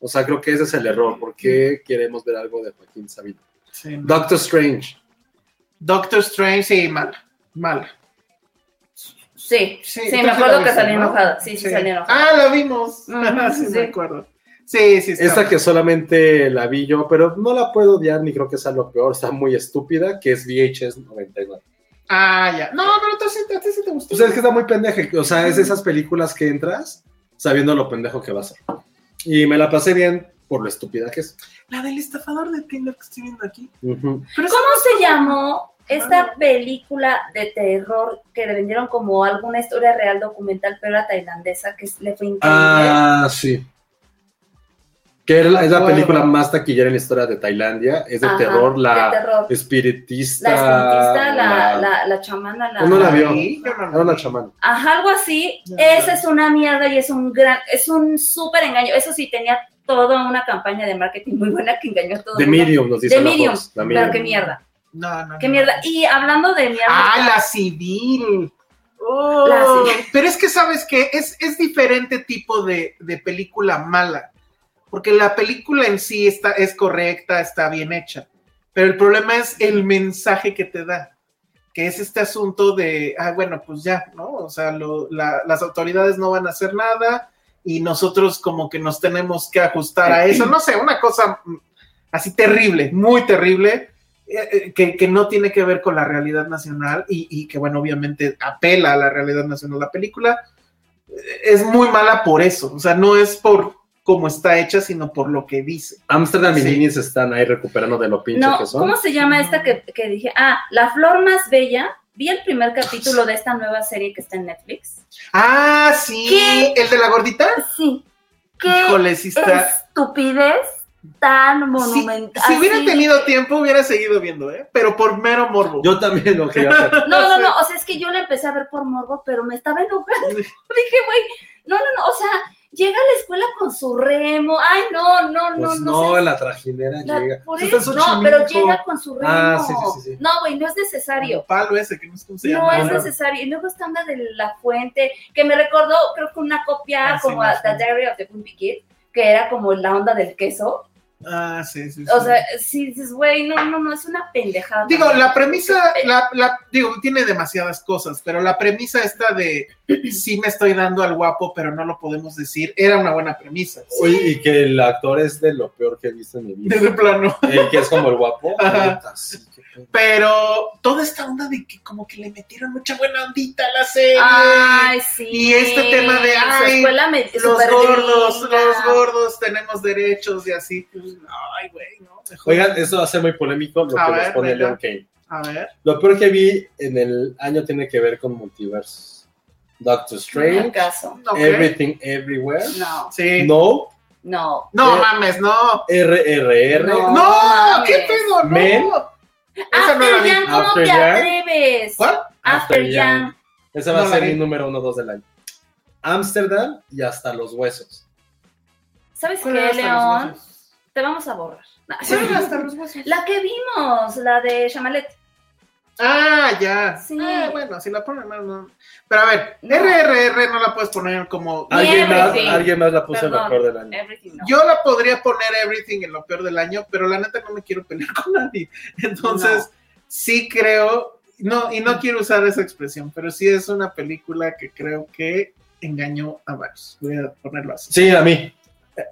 [SPEAKER 1] O sea, creo que ese es el error. ¿Por qué queremos ver algo de Joaquín Sabina?
[SPEAKER 2] Sí.
[SPEAKER 1] Doctor Strange.
[SPEAKER 2] Doctor Strange, sí, mala, mala.
[SPEAKER 3] Sí,
[SPEAKER 2] Sí,
[SPEAKER 3] sí,
[SPEAKER 2] tú
[SPEAKER 3] me
[SPEAKER 2] sí
[SPEAKER 3] acuerdo
[SPEAKER 2] la
[SPEAKER 3] que
[SPEAKER 2] viste,
[SPEAKER 3] salí
[SPEAKER 2] ¿no?
[SPEAKER 3] enojada. Sí, sí, salí enojada.
[SPEAKER 2] Ah, la vimos.
[SPEAKER 3] Ujú,
[SPEAKER 2] sí,
[SPEAKER 3] sí.
[SPEAKER 2] me acuerdo. Sí, sí, está
[SPEAKER 1] Esta
[SPEAKER 2] mal.
[SPEAKER 1] que solamente la vi yo, pero no la puedo odiar ni creo que sea lo peor. Está muy estúpida, que es VHS 99.
[SPEAKER 2] Ah, ya. No, pero tú sí, a ti sí te gustó.
[SPEAKER 1] O sea, Pues es que está muy pendeja. O sea, es de esas películas que entras sabiendo lo pendejo que va a ser. Y me la pasé bien por lo estúpida que es.
[SPEAKER 2] La del estafador de Tinder que estoy viendo aquí.
[SPEAKER 1] Ujú.
[SPEAKER 2] Pero esa
[SPEAKER 3] ¿Cómo
[SPEAKER 2] no es
[SPEAKER 3] se
[SPEAKER 2] como-
[SPEAKER 3] llamó
[SPEAKER 2] Ah.
[SPEAKER 3] esta película de terror que le vendieron como alguna historia real documental, pero era tailandesa, que le fue increíble?
[SPEAKER 1] Ah, sí. Que era la- es la
[SPEAKER 2] Bueno.
[SPEAKER 1] película más taquillera en la historia de Tailandia. Es de
[SPEAKER 3] Ajá,
[SPEAKER 1] terror, la
[SPEAKER 3] de terror.
[SPEAKER 1] espiritista.
[SPEAKER 3] La espiritista, la, la, la chamana, la...
[SPEAKER 1] Yo Ah, no la vio.
[SPEAKER 2] Sí, yo no la
[SPEAKER 1] Era una
[SPEAKER 2] vi.
[SPEAKER 1] chamana.
[SPEAKER 3] Ajá, algo así.
[SPEAKER 2] Ya,
[SPEAKER 3] Esa
[SPEAKER 2] ya.
[SPEAKER 3] es una mierda y es un gran, es un súper engaño. Eso sí, tenía toda una campaña de marketing muy buena que engañó a todo.
[SPEAKER 1] The
[SPEAKER 3] el mundo.
[SPEAKER 1] Medium, nos dice
[SPEAKER 3] The Medium,
[SPEAKER 1] La
[SPEAKER 3] Pero
[SPEAKER 1] Medium.
[SPEAKER 3] qué mierda,
[SPEAKER 2] No, no.
[SPEAKER 3] qué
[SPEAKER 2] no.
[SPEAKER 3] mierda. Y hablando de mierda,
[SPEAKER 2] Ah, la civil. Oh.
[SPEAKER 3] La civil.
[SPEAKER 2] Pero es que sabes que es, es diferente tipo de, de película mala. Porque la película en sí está, es correcta, está bien hecha. Pero el problema es el mensaje que te da. Que es este asunto de, ah, bueno, pues ya, ¿no? O sea, lo- la- las autoridades no van a hacer nada y nosotros como que nos tenemos que ajustar a eso. No sé, una cosa mm, así terrible, muy terrible eh, eh, que, que no tiene que ver con la realidad nacional y, y que, bueno, obviamente apela a la realidad nacional. La película eh, es muy mala por eso, o sea, no es por cómo está hecha, sino por lo que dice.
[SPEAKER 1] Amsterdam y
[SPEAKER 2] Sí.
[SPEAKER 1] Ninis están ahí recuperando de lo pinche
[SPEAKER 3] no,
[SPEAKER 1] que son.
[SPEAKER 3] ¿cómo se llama esta que, que dije? Ah, La Flor Más Bella. Vi el primer capítulo de esta nueva serie que está en Netflix.
[SPEAKER 2] Ah, sí,
[SPEAKER 3] ¿Qué?
[SPEAKER 2] el de la gordita.
[SPEAKER 3] Sí, qué
[SPEAKER 2] Híjole, sí está.
[SPEAKER 3] estupidez tan
[SPEAKER 2] Sí,
[SPEAKER 3] monumental. Ah,
[SPEAKER 2] si hubiera
[SPEAKER 3] así.
[SPEAKER 2] tenido tiempo, hubiera seguido viendo, ¿eh? Pero por mero morbo.
[SPEAKER 1] Yo también lo quería hacer.
[SPEAKER 3] No, no, no, o sea, es que yo la empecé a ver por morbo, pero me estaba enojando. Dije, güey, no, no, no, o sea, llega a la escuela con su remo. Ay, no, no, no,
[SPEAKER 1] Pues
[SPEAKER 3] no.
[SPEAKER 1] no,
[SPEAKER 3] sé.
[SPEAKER 1] la trajinera
[SPEAKER 3] La-
[SPEAKER 1] llega.
[SPEAKER 3] por
[SPEAKER 1] Pues está en
[SPEAKER 3] eso, no,
[SPEAKER 1] Xochimilco.
[SPEAKER 3] pero llega con su remo.
[SPEAKER 1] Ah, sí, sí, sí, sí.
[SPEAKER 3] No, güey, no es
[SPEAKER 2] El
[SPEAKER 3] necesario.
[SPEAKER 2] palo ese, que no sé cómo se
[SPEAKER 3] No
[SPEAKER 2] llama.
[SPEAKER 3] es necesario. Y luego está onda de la fuente, que me recordó, creo que una copia
[SPEAKER 2] Ah, sí,
[SPEAKER 3] como
[SPEAKER 2] la
[SPEAKER 3] a The
[SPEAKER 2] fuente.
[SPEAKER 3] Diary of the Wimpy Kid, que era como la onda del queso.
[SPEAKER 2] Ah, sí, sí.
[SPEAKER 3] O
[SPEAKER 2] sí.
[SPEAKER 3] sea, sí, dices, güey, no, no, no, es una pendejada.
[SPEAKER 2] Digo, la premisa, la, la- digo, tiene demasiadas cosas, pero la premisa esta de sí me estoy dando al guapo, pero no lo podemos decir, era una buena premisa.
[SPEAKER 1] Oye, y que el actor es de lo peor que he visto en mi vida.
[SPEAKER 2] Desde plano.
[SPEAKER 1] El que es como el guapo.
[SPEAKER 2] Ajá.
[SPEAKER 1] Puta, sí, qué pedo.
[SPEAKER 2] Pero toda esta onda de que como que le metieron mucha buena ondita a la serie.
[SPEAKER 3] Ay, sí.
[SPEAKER 2] Y este tema de,
[SPEAKER 3] Su
[SPEAKER 2] ay,
[SPEAKER 3] escuela me-
[SPEAKER 2] los
[SPEAKER 3] supergringa.
[SPEAKER 2] gordos, los gordos tenemos derechos y así. Pues, Ay, güey, no. Mejor.
[SPEAKER 1] Oigan, esto va a ser muy polémico lo
[SPEAKER 2] A
[SPEAKER 1] que
[SPEAKER 2] ver,
[SPEAKER 1] nos pone
[SPEAKER 2] venga.
[SPEAKER 1] Leon Kane.
[SPEAKER 2] A ver.
[SPEAKER 1] Lo peor que vi en el año tiene que ver con multiversos. Doctor
[SPEAKER 3] No,
[SPEAKER 1] Strange,
[SPEAKER 3] caso.
[SPEAKER 2] Ah, ok.
[SPEAKER 1] Everything Everywhere,
[SPEAKER 3] No,
[SPEAKER 2] Sí. No,
[SPEAKER 1] No,
[SPEAKER 3] no.
[SPEAKER 1] Eh.
[SPEAKER 2] mames, no.
[SPEAKER 1] RRR,
[SPEAKER 3] No.
[SPEAKER 2] No, qué
[SPEAKER 3] mames. Ah,
[SPEAKER 2] pedo, no.
[SPEAKER 1] Men.
[SPEAKER 2] Esa no la
[SPEAKER 3] After
[SPEAKER 2] vi.
[SPEAKER 3] Yang, ¿cómo
[SPEAKER 1] After
[SPEAKER 3] te
[SPEAKER 1] Yang.
[SPEAKER 3] atreves?
[SPEAKER 2] ¿Cuál?
[SPEAKER 3] After Yang.
[SPEAKER 1] Esa va
[SPEAKER 2] No
[SPEAKER 1] a
[SPEAKER 2] la
[SPEAKER 1] ser
[SPEAKER 2] vi.
[SPEAKER 1] mi número uno dos del año. Ámsterdam y hasta los huesos.
[SPEAKER 3] ¿Sabes
[SPEAKER 2] ¿Cuál era
[SPEAKER 3] qué,
[SPEAKER 2] hasta los
[SPEAKER 3] León?
[SPEAKER 2] huesos?
[SPEAKER 3] Te vamos a borrar. No.
[SPEAKER 2] ¿Cuál era hasta los huesos?
[SPEAKER 3] La que vimos, la de Chamalet.
[SPEAKER 2] Ah, ya.
[SPEAKER 3] Sí.
[SPEAKER 2] Ah, bueno, si la ponen mal, no. Pero a ver, RRR no la puedes poner como.
[SPEAKER 3] Ni
[SPEAKER 1] Alguien más,
[SPEAKER 3] everything.
[SPEAKER 1] alguien más la puso en lo
[SPEAKER 3] Perdón.
[SPEAKER 1] peor del año.
[SPEAKER 3] Everything, no.
[SPEAKER 2] Yo la podría poner Everything en lo peor del año, pero la neta no me quiero pelear con nadie. Entonces, sí creo, no, y no quiero usar esa expresión, pero sí es una película que creo que engañó a varios. Voy a ponerlo así.
[SPEAKER 1] Sí, a mí.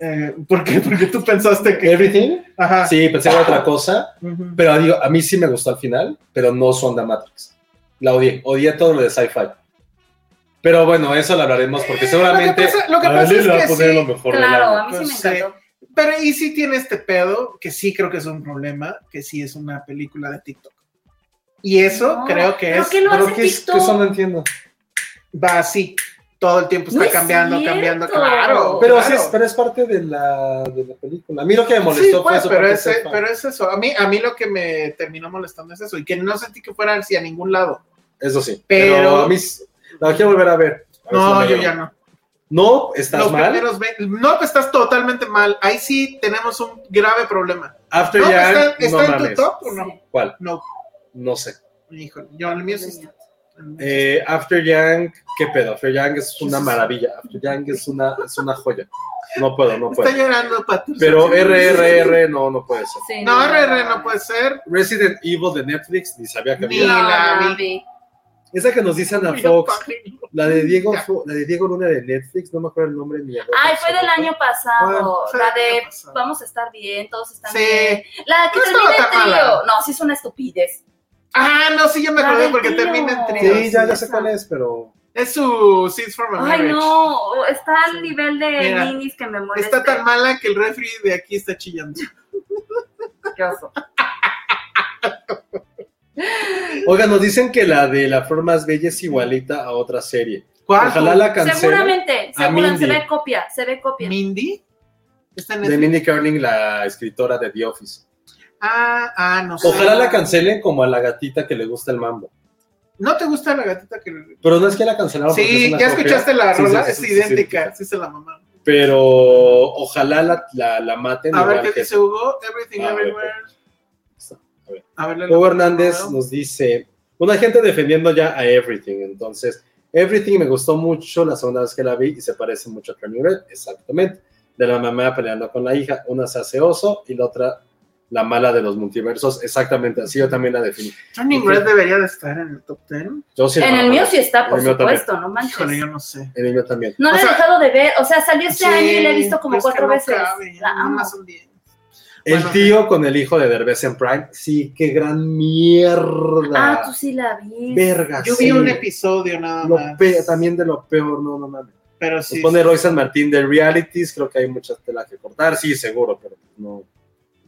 [SPEAKER 2] Eh, ¿Por qué? Porque tú pensaste que.
[SPEAKER 1] Everything.
[SPEAKER 2] Ajá.
[SPEAKER 1] Sí, pensé en otra cosa,
[SPEAKER 2] Ujú.
[SPEAKER 1] pero digo, a mí sí me gustó al final, pero no son The Matrix. La odié, odié todo lo de sci-fi. Pero bueno, eso lo hablaremos porque
[SPEAKER 2] Eh,
[SPEAKER 1] seguramente
[SPEAKER 2] lo que pasa- lo que pasa
[SPEAKER 1] Adele
[SPEAKER 2] es
[SPEAKER 1] le va
[SPEAKER 2] que
[SPEAKER 1] a poner
[SPEAKER 2] sí,
[SPEAKER 1] lo mejor del
[SPEAKER 3] Claro,
[SPEAKER 1] año.
[SPEAKER 3] a mí sí me
[SPEAKER 2] Pues,
[SPEAKER 3] encantó.
[SPEAKER 2] Pero y sí tiene este pedo, que sí creo que es un problema, que sí es una película de TikTok. Y eso
[SPEAKER 3] No,
[SPEAKER 2] creo que
[SPEAKER 3] ¿pero
[SPEAKER 2] es.
[SPEAKER 3] qué lo
[SPEAKER 1] Pero
[SPEAKER 3] hace
[SPEAKER 1] ¿qué es-
[SPEAKER 3] TikTok?
[SPEAKER 1] qué eso no entiendo.
[SPEAKER 2] Va así. Todo el tiempo está
[SPEAKER 3] No es
[SPEAKER 2] cambiando,
[SPEAKER 3] cierto.
[SPEAKER 2] cambiando. Claro.
[SPEAKER 1] Pero,
[SPEAKER 2] claro.
[SPEAKER 1] sí es, pero es parte de la, de la película. A mí lo que me molestó
[SPEAKER 2] Sí,
[SPEAKER 1] fue
[SPEAKER 2] pues,
[SPEAKER 1] eso.
[SPEAKER 2] pero, ese, pero es eso. A mí, a mí lo que me terminó molestando es eso. Y que no sentí que fuera hacia ningún lado.
[SPEAKER 1] Eso sí. Pero,
[SPEAKER 2] pero-
[SPEAKER 1] a mí s- la quiero volver a ver. A ver si
[SPEAKER 2] No,
[SPEAKER 1] la
[SPEAKER 2] yo
[SPEAKER 1] veo.
[SPEAKER 2] ya no.
[SPEAKER 1] No, estás
[SPEAKER 2] Los
[SPEAKER 1] mal.
[SPEAKER 2] primeros ve- No, pues, estás totalmente mal. Ahí sí tenemos un grave problema.
[SPEAKER 1] After
[SPEAKER 2] No, pues,
[SPEAKER 1] Dark,
[SPEAKER 2] ¿Está,
[SPEAKER 1] no
[SPEAKER 2] está en tu
[SPEAKER 1] mames.
[SPEAKER 2] top o no?
[SPEAKER 1] ¿Cuál?
[SPEAKER 2] No.
[SPEAKER 1] No sé.
[SPEAKER 2] Híjole, yo el mío sí está.
[SPEAKER 1] Eh, After Yang, ¿qué pedo? After Yang es una
[SPEAKER 2] Sí, sí, sí.
[SPEAKER 1] maravilla. After Yang es una, es una joya. No puedo, no
[SPEAKER 2] está
[SPEAKER 1] puedo.
[SPEAKER 2] llorando, Patricio.
[SPEAKER 1] Pero RRR no, no puede ser.
[SPEAKER 3] Sí,
[SPEAKER 2] No, RR no puede ser.
[SPEAKER 1] Resident Evil de Netflix, ni sabía que
[SPEAKER 2] Ni
[SPEAKER 3] No,
[SPEAKER 1] había.
[SPEAKER 2] la
[SPEAKER 3] no
[SPEAKER 2] vi.
[SPEAKER 3] vi.
[SPEAKER 1] Esa que nos dicen a Fox, la de Diego, Fo- la de Diego Luna de Netflix, no me acuerdo el nombre ni el otro.
[SPEAKER 3] Ay, fue del año pasado.
[SPEAKER 2] Bueno, fue
[SPEAKER 3] la
[SPEAKER 2] del año
[SPEAKER 3] de
[SPEAKER 2] pasado.
[SPEAKER 3] vamos a estar bien, todos están
[SPEAKER 2] Sí.
[SPEAKER 3] bien. La que
[SPEAKER 2] No estaba
[SPEAKER 3] termina en
[SPEAKER 2] tan mala.
[SPEAKER 3] trío. No, sí es una estupidez.
[SPEAKER 2] Ah, no, sí, ya me
[SPEAKER 3] La
[SPEAKER 2] acordé
[SPEAKER 3] del
[SPEAKER 2] porque
[SPEAKER 3] tiro.
[SPEAKER 2] termina en trío.
[SPEAKER 1] Sí, ya, ya sé cuál es, pero.
[SPEAKER 2] Es su Seeds from a
[SPEAKER 3] Ay,
[SPEAKER 2] Marriage.
[SPEAKER 3] no. Está al nivel de
[SPEAKER 2] Mira,
[SPEAKER 3] ninis que me molesta.
[SPEAKER 2] Está tan mala que el refri de aquí está chillando.
[SPEAKER 3] Qué oso.
[SPEAKER 1] Oiga, nos dicen que la de la flor más bella es igualita a otra serie.
[SPEAKER 2] ¿Cuál?
[SPEAKER 1] Ojalá la cancelen.
[SPEAKER 3] Seguramente,
[SPEAKER 1] a
[SPEAKER 3] seguramente
[SPEAKER 1] Mindy.
[SPEAKER 3] se ve copia, se ve copia.
[SPEAKER 2] ¿Mindy? Está en
[SPEAKER 1] De
[SPEAKER 2] Netflix.
[SPEAKER 1] Mindy Kaling, la escritora de The Office.
[SPEAKER 2] Ah, ah, no sé.
[SPEAKER 1] Ojalá la cancelen como a la gatita que le gusta el mambo.
[SPEAKER 2] ¿No te gusta la gatita que.?
[SPEAKER 1] Pero no es que la cancelaron. porque es
[SPEAKER 2] Sí,
[SPEAKER 1] una
[SPEAKER 2] ya
[SPEAKER 1] copia.
[SPEAKER 2] escuchaste la
[SPEAKER 1] Sí,
[SPEAKER 2] rola,
[SPEAKER 1] sí,
[SPEAKER 2] es
[SPEAKER 1] sí, sí,
[SPEAKER 2] idéntica.
[SPEAKER 1] sí.
[SPEAKER 2] Sí, se la mamá.
[SPEAKER 1] Pero ojalá la, la, la maten.
[SPEAKER 2] A ver
[SPEAKER 1] igual
[SPEAKER 2] qué
[SPEAKER 1] que-
[SPEAKER 2] dice Hugo. Everything
[SPEAKER 1] A ver, pues,
[SPEAKER 2] Everywhere.
[SPEAKER 1] a ver.
[SPEAKER 2] A ver, la-
[SPEAKER 1] Hugo Hernández
[SPEAKER 2] la-
[SPEAKER 1] nos dice, una gente defendiendo ya a Everything, entonces, Everything me gustó mucho la segunda vez que la vi y se parece mucho a Cranuret, exactamente, de la mamá peleando con la hija, una se hace oso y la otra la mala de los multiversos, exactamente así yo también la definí.
[SPEAKER 2] Turning Red debería de estar en el top 10.
[SPEAKER 1] Yo sí la
[SPEAKER 3] En
[SPEAKER 1] voy a
[SPEAKER 3] el mío
[SPEAKER 1] poner.
[SPEAKER 3] sí está, por
[SPEAKER 1] En el mío también.
[SPEAKER 3] supuesto, no
[SPEAKER 2] Híjole, yo
[SPEAKER 3] manches.
[SPEAKER 2] no sé.
[SPEAKER 1] En el mío también.
[SPEAKER 3] No
[SPEAKER 2] O
[SPEAKER 3] la he
[SPEAKER 2] sea-
[SPEAKER 3] dejado de ver, o sea, salió este año y la he visto como
[SPEAKER 2] pero es pues que
[SPEAKER 3] cuatro
[SPEAKER 2] no
[SPEAKER 3] veces.
[SPEAKER 2] cabe,
[SPEAKER 3] La
[SPEAKER 2] nada
[SPEAKER 3] amo.
[SPEAKER 2] más son diez.
[SPEAKER 1] El
[SPEAKER 2] Bueno.
[SPEAKER 1] tío con el hijo de Derbez en Prime, sí, qué gran mierda.
[SPEAKER 3] Ah, tú sí la vi.
[SPEAKER 1] Verga,
[SPEAKER 2] Yo
[SPEAKER 1] Ah, sí.
[SPEAKER 2] vi un episodio nada
[SPEAKER 1] Lo
[SPEAKER 2] más.
[SPEAKER 1] pe- también de lo peor, no, no mames.
[SPEAKER 2] Pero
[SPEAKER 1] Se
[SPEAKER 2] sí.
[SPEAKER 1] pone Roy San Martín de realities, creo que hay muchas telas que cortar, sí, seguro, pero no.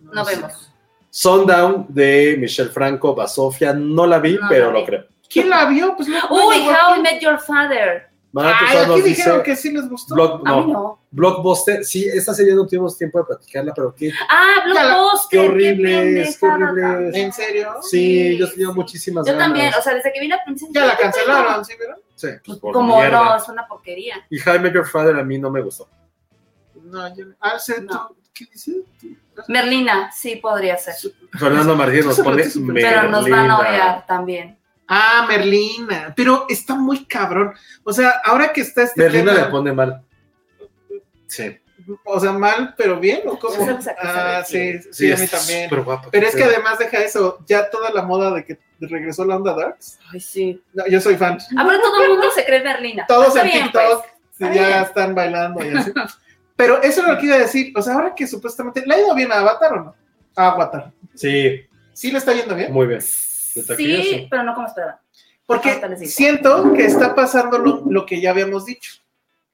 [SPEAKER 3] No
[SPEAKER 2] sé.
[SPEAKER 3] vemos.
[SPEAKER 1] Sundown de Michelle Franco, Basofia, no la vi,
[SPEAKER 3] No
[SPEAKER 1] pero
[SPEAKER 3] la vi.
[SPEAKER 1] lo creo.
[SPEAKER 2] ¿Quién la vio? Pues no.
[SPEAKER 3] Uy,
[SPEAKER 2] no,
[SPEAKER 3] How I
[SPEAKER 2] no.
[SPEAKER 3] Met Your Father.
[SPEAKER 1] Maratus
[SPEAKER 2] Ay, aquí
[SPEAKER 1] Ah, pues, nos dice,
[SPEAKER 2] Ah, dijeron que sí les gustó.
[SPEAKER 1] Block-
[SPEAKER 3] A
[SPEAKER 1] no,
[SPEAKER 3] mí no.
[SPEAKER 1] Blockbuster, sí, esta serie no tuvimos tiempo de platicarla, pero qué,
[SPEAKER 3] Ah,
[SPEAKER 2] Ya la-
[SPEAKER 3] Blockbuster.
[SPEAKER 1] qué horrible es, qué
[SPEAKER 3] pendejada
[SPEAKER 1] horrible es.
[SPEAKER 3] también.
[SPEAKER 2] ¿En serio?
[SPEAKER 1] Sí, yo he tenido
[SPEAKER 3] sí.
[SPEAKER 1] muchísimas
[SPEAKER 3] Yo
[SPEAKER 1] ganas.
[SPEAKER 3] también, o sea, desde que vi la princesa.
[SPEAKER 2] Ya la cancelaron, ¿sí vieron?
[SPEAKER 1] Sí, pues, por
[SPEAKER 3] Como
[SPEAKER 1] mierda.
[SPEAKER 3] no, es una porquería.
[SPEAKER 1] Y Jaime Your Father a mí no me gustó.
[SPEAKER 2] No, yo no. Ah, sí, tú-
[SPEAKER 3] No.
[SPEAKER 2] ¿Qué dices? Tú-
[SPEAKER 3] Merlina, sí podría ser.
[SPEAKER 1] Fernando Martínez nos pone
[SPEAKER 3] Pero nos van
[SPEAKER 1] Merlinda.
[SPEAKER 3] a odiar también.
[SPEAKER 2] Ah, Merlina. Pero está muy cabrón. O sea, ahora que está este
[SPEAKER 1] Merlina
[SPEAKER 2] tema-
[SPEAKER 1] le pone mal. Sí.
[SPEAKER 2] O sea, mal, pero bien, ¿o
[SPEAKER 3] No
[SPEAKER 2] cómo?
[SPEAKER 3] sabes a qué
[SPEAKER 2] Ah, sí,
[SPEAKER 3] sabe.
[SPEAKER 2] sí, a mí
[SPEAKER 1] es
[SPEAKER 2] también.
[SPEAKER 1] súper guapa.
[SPEAKER 2] Pero es que además deja eso, ya toda la moda de que regresó la onda Darks.
[SPEAKER 3] Ay, sí.
[SPEAKER 2] No, yo soy fan.
[SPEAKER 3] Ahora todo el mundo se cree Merlina.
[SPEAKER 2] Todos
[SPEAKER 3] Ah, Está
[SPEAKER 2] en
[SPEAKER 3] bien, pues.
[SPEAKER 2] TikTok
[SPEAKER 3] Está
[SPEAKER 2] ya
[SPEAKER 3] bien.
[SPEAKER 2] están bailando y así. Pero eso es lo que iba a decir. O sea, ahora que supuestamente. ¿Le ha ido bien a Avatar o no? A Avatar.
[SPEAKER 1] Sí,
[SPEAKER 2] ¿Sí le está yendo bien?
[SPEAKER 1] muy bien.
[SPEAKER 3] pues.
[SPEAKER 1] De taquilla, sí.
[SPEAKER 3] Sí, pero no como esperaban.
[SPEAKER 2] Porque
[SPEAKER 3] Avatar les hizo.
[SPEAKER 2] siento que está pasando lo, lo que ya habíamos dicho.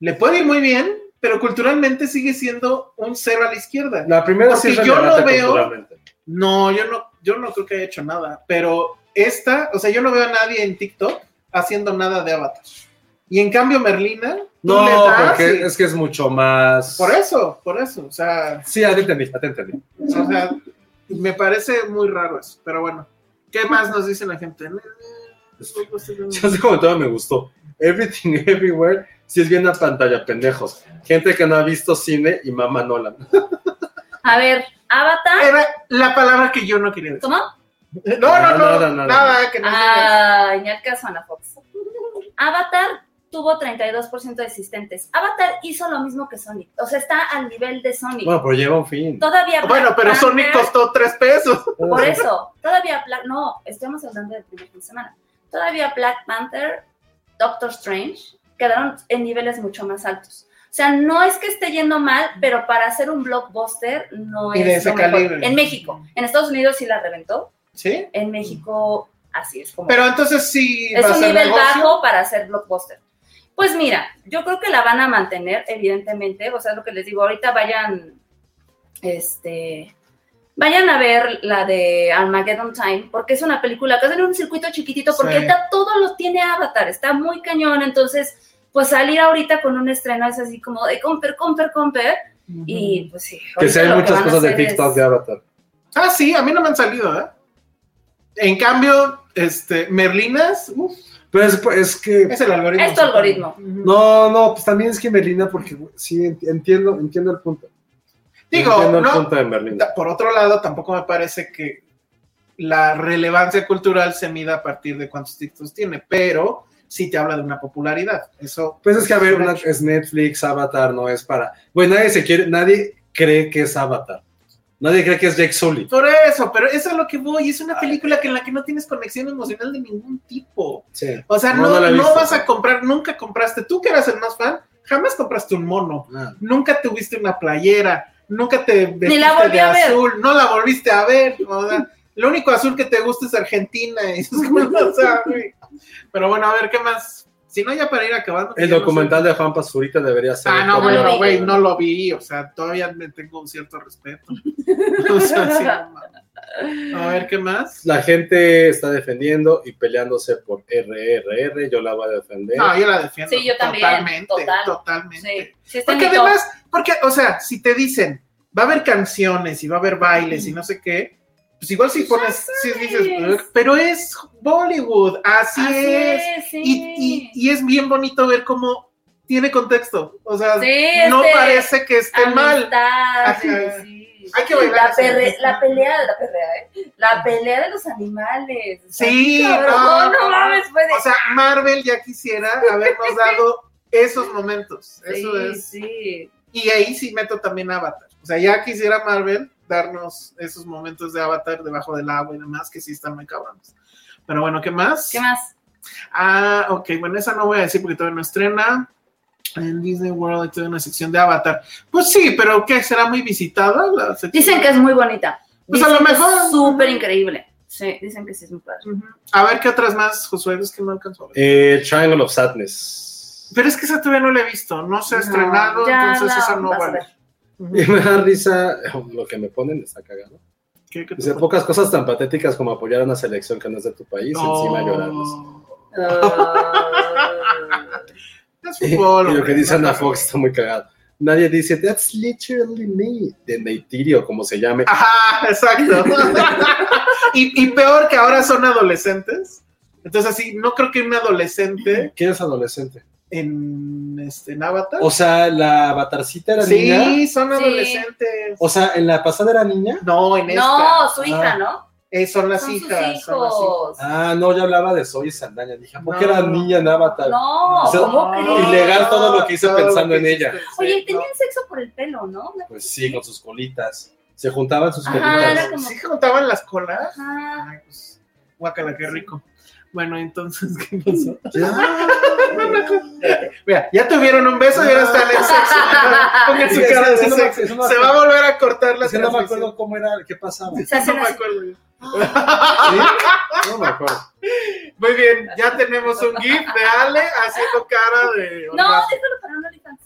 [SPEAKER 2] Le puede ir muy bien, pero culturalmente sigue siendo un cero a la izquierda.
[SPEAKER 1] La primera sí
[SPEAKER 2] Porque
[SPEAKER 1] es
[SPEAKER 2] yo lo
[SPEAKER 1] relevante
[SPEAKER 2] veo-
[SPEAKER 1] culturalmente.
[SPEAKER 2] No, yo no, yo no creo que haya hecho nada, pero esta, o sea, yo no veo a nadie en TikTok haciendo nada de Avatar. Y en cambio Merlina, tú
[SPEAKER 1] No,
[SPEAKER 2] le das
[SPEAKER 1] porque
[SPEAKER 2] y-
[SPEAKER 1] es que es mucho más.
[SPEAKER 2] por eso, por eso, o sea,
[SPEAKER 1] Sí, aténtame, aténtame.
[SPEAKER 2] o sea, me parece muy raro eso, pero bueno, ¿qué más nos dice la gente?
[SPEAKER 1] Ya sé cómo todo me gustó. Everything Everywhere sí es bien a pantalla, pendejos. Gente que no ha visto cine y mamá Nolan.
[SPEAKER 3] A ver, Avatar.
[SPEAKER 2] Era la palabra que yo no quería decir.
[SPEAKER 3] ¿Cómo?
[SPEAKER 2] No, no, no,
[SPEAKER 1] Nada, nada,
[SPEAKER 2] nada, que no digas.
[SPEAKER 3] Ah, ñaca Suana Fox. Avatar tuvo 32% de asistentes. Avatar hizo lo mismo que Sonic. O sea, está al nivel de Sonic.
[SPEAKER 1] Bueno, pero lleva un fin. Ah,
[SPEAKER 3] Todavía.
[SPEAKER 2] Bueno,
[SPEAKER 3] Black
[SPEAKER 2] pero
[SPEAKER 3] Panther-
[SPEAKER 2] Sonic costó tres pesos.
[SPEAKER 3] Por eso, todavía Black, no, estamos hablando del primer fin de semana. Todavía Black Panther, Doctor Strange, quedaron en niveles mucho más altos. O sea, no es que esté yendo mal, pero para hacer un blockbuster no
[SPEAKER 2] Y
[SPEAKER 3] es
[SPEAKER 2] de ese
[SPEAKER 3] lo mejor.
[SPEAKER 2] calibre.
[SPEAKER 3] En México, en Estados Unidos sí la reventó,
[SPEAKER 2] ¿Sí?
[SPEAKER 3] en México así es como
[SPEAKER 2] Pero entonces sí
[SPEAKER 3] es
[SPEAKER 2] va a
[SPEAKER 3] un
[SPEAKER 2] ser
[SPEAKER 3] nivel
[SPEAKER 2] negocio.
[SPEAKER 3] bajo para hacer blockbuster. Pues mira, yo creo que la van a mantener, evidentemente. O sea, lo que les digo, ahorita vayan, este, vayan a ver la de Armageddon Time, porque es una película que es en un circuito chiquitito, porque
[SPEAKER 2] Sí.
[SPEAKER 3] ahorita todo lo tiene Avatar, está muy cañón. Entonces, pues salir ahorita con un estreno es así como de comper, comper, comper. Y pues sí.
[SPEAKER 1] Que
[SPEAKER 3] ahorita
[SPEAKER 1] se ven
[SPEAKER 3] lo
[SPEAKER 1] muchas
[SPEAKER 3] van a
[SPEAKER 1] cosas de
[SPEAKER 3] hacer es-
[SPEAKER 1] TikTok de Avatar.
[SPEAKER 2] Ah, sí, a mí no me han salido, ¿eh? En cambio, este, Merlinas, uf,
[SPEAKER 1] Pero es, es que.
[SPEAKER 2] es el algoritmo.
[SPEAKER 3] Es tu algoritmo.
[SPEAKER 1] No,
[SPEAKER 2] No,
[SPEAKER 1] no, pues también es que Merlina, porque sí, entiendo, entiendo el punto.
[SPEAKER 2] Digo,
[SPEAKER 1] entiendo el
[SPEAKER 2] no,
[SPEAKER 1] punto de Merlina.
[SPEAKER 2] por otro lado, tampoco me parece que la relevancia cultural se mida a partir de cuántos títulos tiene, pero sí te habla de una popularidad. Eso.
[SPEAKER 1] Pues es que, a ver,
[SPEAKER 2] un
[SPEAKER 1] una-
[SPEAKER 2] hecho.
[SPEAKER 1] es Netflix, Avatar, no es para. Bueno, nadie se quiere, nadie cree que es Avatar. Nadie cree que es Jake Sully.
[SPEAKER 2] Por eso, pero eso es lo que voy. Es una película que en la que no tienes conexión emocional de ningún tipo.
[SPEAKER 1] Sí.
[SPEAKER 2] O sea,
[SPEAKER 1] No,
[SPEAKER 2] no,
[SPEAKER 1] no la he
[SPEAKER 2] no
[SPEAKER 1] visto.
[SPEAKER 2] vas a comprar, nunca compraste. Tú que eras el más fan, jamás compraste un mono.
[SPEAKER 1] Ah,
[SPEAKER 2] nunca tuviste una playera, nunca te vestiste
[SPEAKER 3] la volví
[SPEAKER 2] de
[SPEAKER 3] a ver.
[SPEAKER 2] azul, no la volviste a ver. o sea, lo único azul que te gusta es Argentina. y eso es como, o sea, güey. Pero bueno, a ver, ¿qué más? Si no, ya para ir acabando.
[SPEAKER 1] El
[SPEAKER 2] ya no
[SPEAKER 1] documental de Juan Pazurita debería
[SPEAKER 2] sé.
[SPEAKER 1] ser.
[SPEAKER 2] Ah, no,
[SPEAKER 3] No lo
[SPEAKER 2] bueno,
[SPEAKER 3] vi.
[SPEAKER 2] güey, no lo vi. O sea, todavía me tengo un cierto respeto. O sea, sí, no mames. a ver, ¿qué más?
[SPEAKER 1] La gente está defendiendo y peleándose por RRR. Yo la voy a defender.
[SPEAKER 2] No, yo la defiendo.
[SPEAKER 3] Sí, yo también,
[SPEAKER 2] Totalmente,
[SPEAKER 3] total.
[SPEAKER 2] totalmente.
[SPEAKER 3] Sí, sí está en
[SPEAKER 2] Porque
[SPEAKER 3] mi top.
[SPEAKER 2] además, porque, o sea, si te dicen, va a haber canciones y va a haber bailes y no sé qué, pues igual si pones, si dices,
[SPEAKER 3] sabes.
[SPEAKER 2] "Ugh", pero es Bollywood, así,
[SPEAKER 3] Así
[SPEAKER 2] es.
[SPEAKER 3] es, sí.
[SPEAKER 2] Y, y- y es bien bonito ver cómo tiene contexto. O sea,
[SPEAKER 3] Sí,
[SPEAKER 2] no
[SPEAKER 3] este,
[SPEAKER 2] parece que esté mal.
[SPEAKER 3] Amistades,
[SPEAKER 2] Ajá.
[SPEAKER 3] sí.
[SPEAKER 2] Hay que bailar
[SPEAKER 3] La,
[SPEAKER 2] así.
[SPEAKER 3] perre- la pelea de la perrea, ¿eh? La pelea de los animales. O sea,
[SPEAKER 2] Sí,
[SPEAKER 3] cabrón,
[SPEAKER 2] no,
[SPEAKER 3] no,
[SPEAKER 2] no,
[SPEAKER 3] mames, puede.
[SPEAKER 2] O sea, Marvel ya quisiera habernos dado esos momentos. Eso
[SPEAKER 3] sí,
[SPEAKER 2] es.
[SPEAKER 3] sí.
[SPEAKER 2] Y ahí sí meto también Avatar. O sea, ya quisiera Marvel darnos esos momentos de Avatar debajo del agua y demás, que sí están muy cabrones. Pero bueno, ¿qué más?
[SPEAKER 3] ¿Qué más?
[SPEAKER 2] Ah, ok, bueno, esa no voy a decir porque todavía no estrena. En Disney World hay toda una sección de Avatar. Pues sí, pero ¿qué? ¿Será muy visitada la sección?
[SPEAKER 3] Dicen que es muy bonita.
[SPEAKER 2] Pues a lo
[SPEAKER 3] Dicen que
[SPEAKER 2] mejor-
[SPEAKER 3] Es súper increíble. Sí, dicen que sí es muy padre.
[SPEAKER 2] Ujú. A ver, ¿qué otras más, Josué? Es que no alcanzó a ver.
[SPEAKER 1] Eh, Triangle of Sadness.
[SPEAKER 2] Pero es que esa todavía no la he visto. No se ha
[SPEAKER 3] No,
[SPEAKER 2] estrenado,
[SPEAKER 3] ya
[SPEAKER 2] entonces
[SPEAKER 3] la
[SPEAKER 2] esa no
[SPEAKER 3] vas a
[SPEAKER 2] vale.
[SPEAKER 3] ver.
[SPEAKER 1] Y me da risa lo que me ponen, está cagado.
[SPEAKER 2] ¿Qué- qué te
[SPEAKER 1] Dice,
[SPEAKER 2] parece?
[SPEAKER 1] pocas cosas tan patéticas como apoyar a una selección que no es de tu país y encima llorarles.
[SPEAKER 2] No.
[SPEAKER 3] Ah,
[SPEAKER 2] Es
[SPEAKER 1] Y
[SPEAKER 2] fútbol,
[SPEAKER 1] lo que
[SPEAKER 2] hombre,
[SPEAKER 1] dice
[SPEAKER 2] no
[SPEAKER 1] Ana
[SPEAKER 2] pasa
[SPEAKER 1] Fox está muy cagado. Nadie dice, that's literally me, de Neitirio, como se llame.
[SPEAKER 2] Ah. Ajá, exacto. y, y peor que ahora son adolescentes. Entonces, así, no creo que un adolescente
[SPEAKER 1] ¿Quién es adolescente?
[SPEAKER 2] en, este, en Avatar.
[SPEAKER 1] O sea, la avatarcita era
[SPEAKER 2] sí,
[SPEAKER 1] niña.
[SPEAKER 2] son
[SPEAKER 3] Sí.
[SPEAKER 2] adolescentes.
[SPEAKER 1] O sea, en la pasada era niña.
[SPEAKER 2] no, en esta.
[SPEAKER 3] no, su hija, ¿no?
[SPEAKER 2] Eh, son las
[SPEAKER 3] Son sus
[SPEAKER 2] hijas. son las hijas.
[SPEAKER 3] hijos.
[SPEAKER 1] Ah, no, yo hablaba de Zoe Saldaña. Dije, ¿por qué
[SPEAKER 2] No.
[SPEAKER 1] era niña en Avatar?
[SPEAKER 3] No,
[SPEAKER 1] O sea,
[SPEAKER 3] ¿cómo crees?
[SPEAKER 1] ilegal todo lo que hice
[SPEAKER 2] Todo lo
[SPEAKER 1] pensando en
[SPEAKER 2] hiciste,
[SPEAKER 1] ella.
[SPEAKER 2] sí,
[SPEAKER 3] Oye,
[SPEAKER 2] no.
[SPEAKER 3] tenían sexo por el pelo, ¿no?
[SPEAKER 1] Pues sí, con sus colitas. Se juntaban sus
[SPEAKER 3] Ajá,
[SPEAKER 1] colitas.
[SPEAKER 3] era como-
[SPEAKER 2] ¿Sí juntaban las colas?
[SPEAKER 3] Ajá.
[SPEAKER 2] Ay, pues, guácala, qué rico. Bueno, entonces, ¿qué pasó? Mira, ya tuvieron un beso y ahora están en sexo. Pongan su
[SPEAKER 1] Sí,
[SPEAKER 2] cara de
[SPEAKER 1] sí, no me-
[SPEAKER 2] sexo.
[SPEAKER 1] sí, no me
[SPEAKER 2] Se va a volver a cortar la
[SPEAKER 1] Es que no me acuerdo cómo era, qué pasaba.
[SPEAKER 3] Se hacen
[SPEAKER 2] No me
[SPEAKER 3] así.
[SPEAKER 2] acuerdo.
[SPEAKER 1] ¿Sí? No me acuerdo.
[SPEAKER 2] Muy bien, ya tenemos un GIF de Ale haciendo cara de.
[SPEAKER 3] No, déjalo para un OnlyFans.